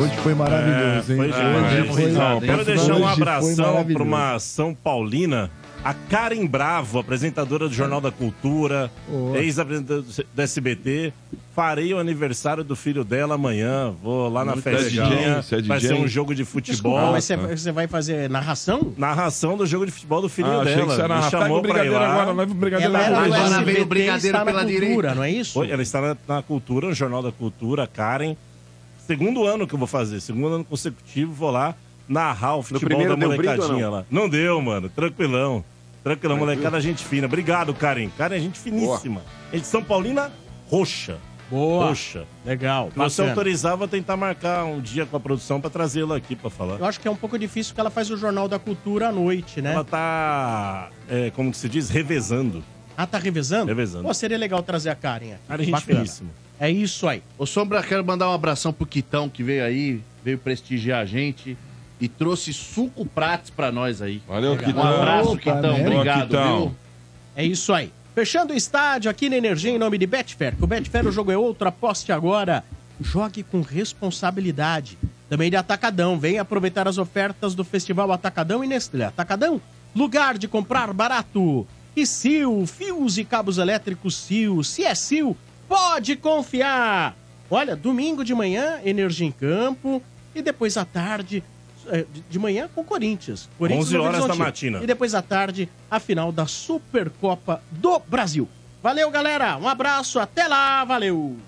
[SPEAKER 1] Hoje foi maravilhoso, hein?
[SPEAKER 7] É, Foi demais.
[SPEAKER 1] Hoje foi-
[SPEAKER 7] Não, quero deixar
[SPEAKER 1] Hoje
[SPEAKER 7] um
[SPEAKER 1] foi
[SPEAKER 7] abração
[SPEAKER 1] maravilhoso.
[SPEAKER 7] para uma São Paulina, a Karen Bravo, apresentadora do Jornal da Cultura,
[SPEAKER 24] Boa.
[SPEAKER 7] ex-apresentadora do SBT. Farei o aniversário do filho dela amanhã. Vou lá na
[SPEAKER 2] Muito
[SPEAKER 7] festinha.
[SPEAKER 2] legal. Você é
[SPEAKER 7] Vai
[SPEAKER 2] DJ?
[SPEAKER 7] ser um jogo de futebol. Ah.
[SPEAKER 2] Desculpa,
[SPEAKER 1] é
[SPEAKER 2] mas você- você vai fazer narração?
[SPEAKER 7] Narração do jogo de futebol do filhinho
[SPEAKER 2] Ah, achei
[SPEAKER 7] dela.
[SPEAKER 2] que você era
[SPEAKER 7] Me
[SPEAKER 2] narração.
[SPEAKER 7] chamou
[SPEAKER 2] Pega o
[SPEAKER 7] pra ir
[SPEAKER 2] brigadeiro
[SPEAKER 7] lá.
[SPEAKER 2] agora, leva o brigadeiro Ela é agora. era do Agora
[SPEAKER 19] é
[SPEAKER 2] vem o SBT, brigadeiro está na pela cultura, direita. não é isso?
[SPEAKER 7] Foi, ela está na, na cultura, no Jornal da Cultura, Karen. Segundo ano que eu vou fazer, segundo ano consecutivo, vou lá narrar o futebol
[SPEAKER 19] primeiro
[SPEAKER 7] da
[SPEAKER 19] deu briga ou
[SPEAKER 7] molecadinha
[SPEAKER 19] não?
[SPEAKER 7] lá. Não deu, mano. Tranquilão. Tranquilão, molecada, gente fina. Obrigado, Karen. Karen é gente finíssima. Gente de São Paulina, roxa.
[SPEAKER 2] Boa.
[SPEAKER 7] Roxa.
[SPEAKER 2] Legal.
[SPEAKER 7] Se você
[SPEAKER 2] bacana.
[SPEAKER 7] autorizava, eu tentar marcar um dia com a produção pra trazê-la aqui pra falar.
[SPEAKER 2] Eu acho que é um pouco difícil porque ela faz o Jornal da Cultura à noite, né?
[SPEAKER 7] Ela tá, é, como que se diz, revezando.
[SPEAKER 2] Ah, tá revezando?
[SPEAKER 7] Revezando.
[SPEAKER 2] Pô, seria legal trazer a Karen aqui.
[SPEAKER 7] Karen, gente
[SPEAKER 2] Bacana.
[SPEAKER 7] finíssima.
[SPEAKER 2] É isso aí.
[SPEAKER 4] Ô Sombra, quero mandar um abração pro Quitão que veio aí, veio prestigiar a gente e trouxe suco prates pra nós aí.
[SPEAKER 8] Valeu,
[SPEAKER 4] Um
[SPEAKER 8] Quitão.
[SPEAKER 4] abraço,
[SPEAKER 8] Opa,
[SPEAKER 4] Quitão.
[SPEAKER 8] né?
[SPEAKER 4] Obrigado,
[SPEAKER 8] Boa, Quitão.
[SPEAKER 4] viu?
[SPEAKER 2] É isso aí. Fechando o estádio aqui na Energia em nome de Betfair. Com o Betfair o jogo é outro, aposte agora. Jogue com responsabilidade. Também de Atacadão. Venha aproveitar as ofertas do Festival Atacadão e Nestlé. Atacadão, lugar de comprar barato. E Sil, fios e cabos elétricos Sil. Se é Sil, pode confiar. Olha, domingo de manhã, Energia em Campo. E depois à tarde, eh, de- de manhã com Corinthians. Corinthians
[SPEAKER 7] 11
[SPEAKER 2] Novo
[SPEAKER 7] horas da
[SPEAKER 2] Horizontino.
[SPEAKER 7] matina.
[SPEAKER 2] E depois à tarde, a final da Supercopa do Brasil. Valeu, galera. Um abraço. Até lá. Valeu.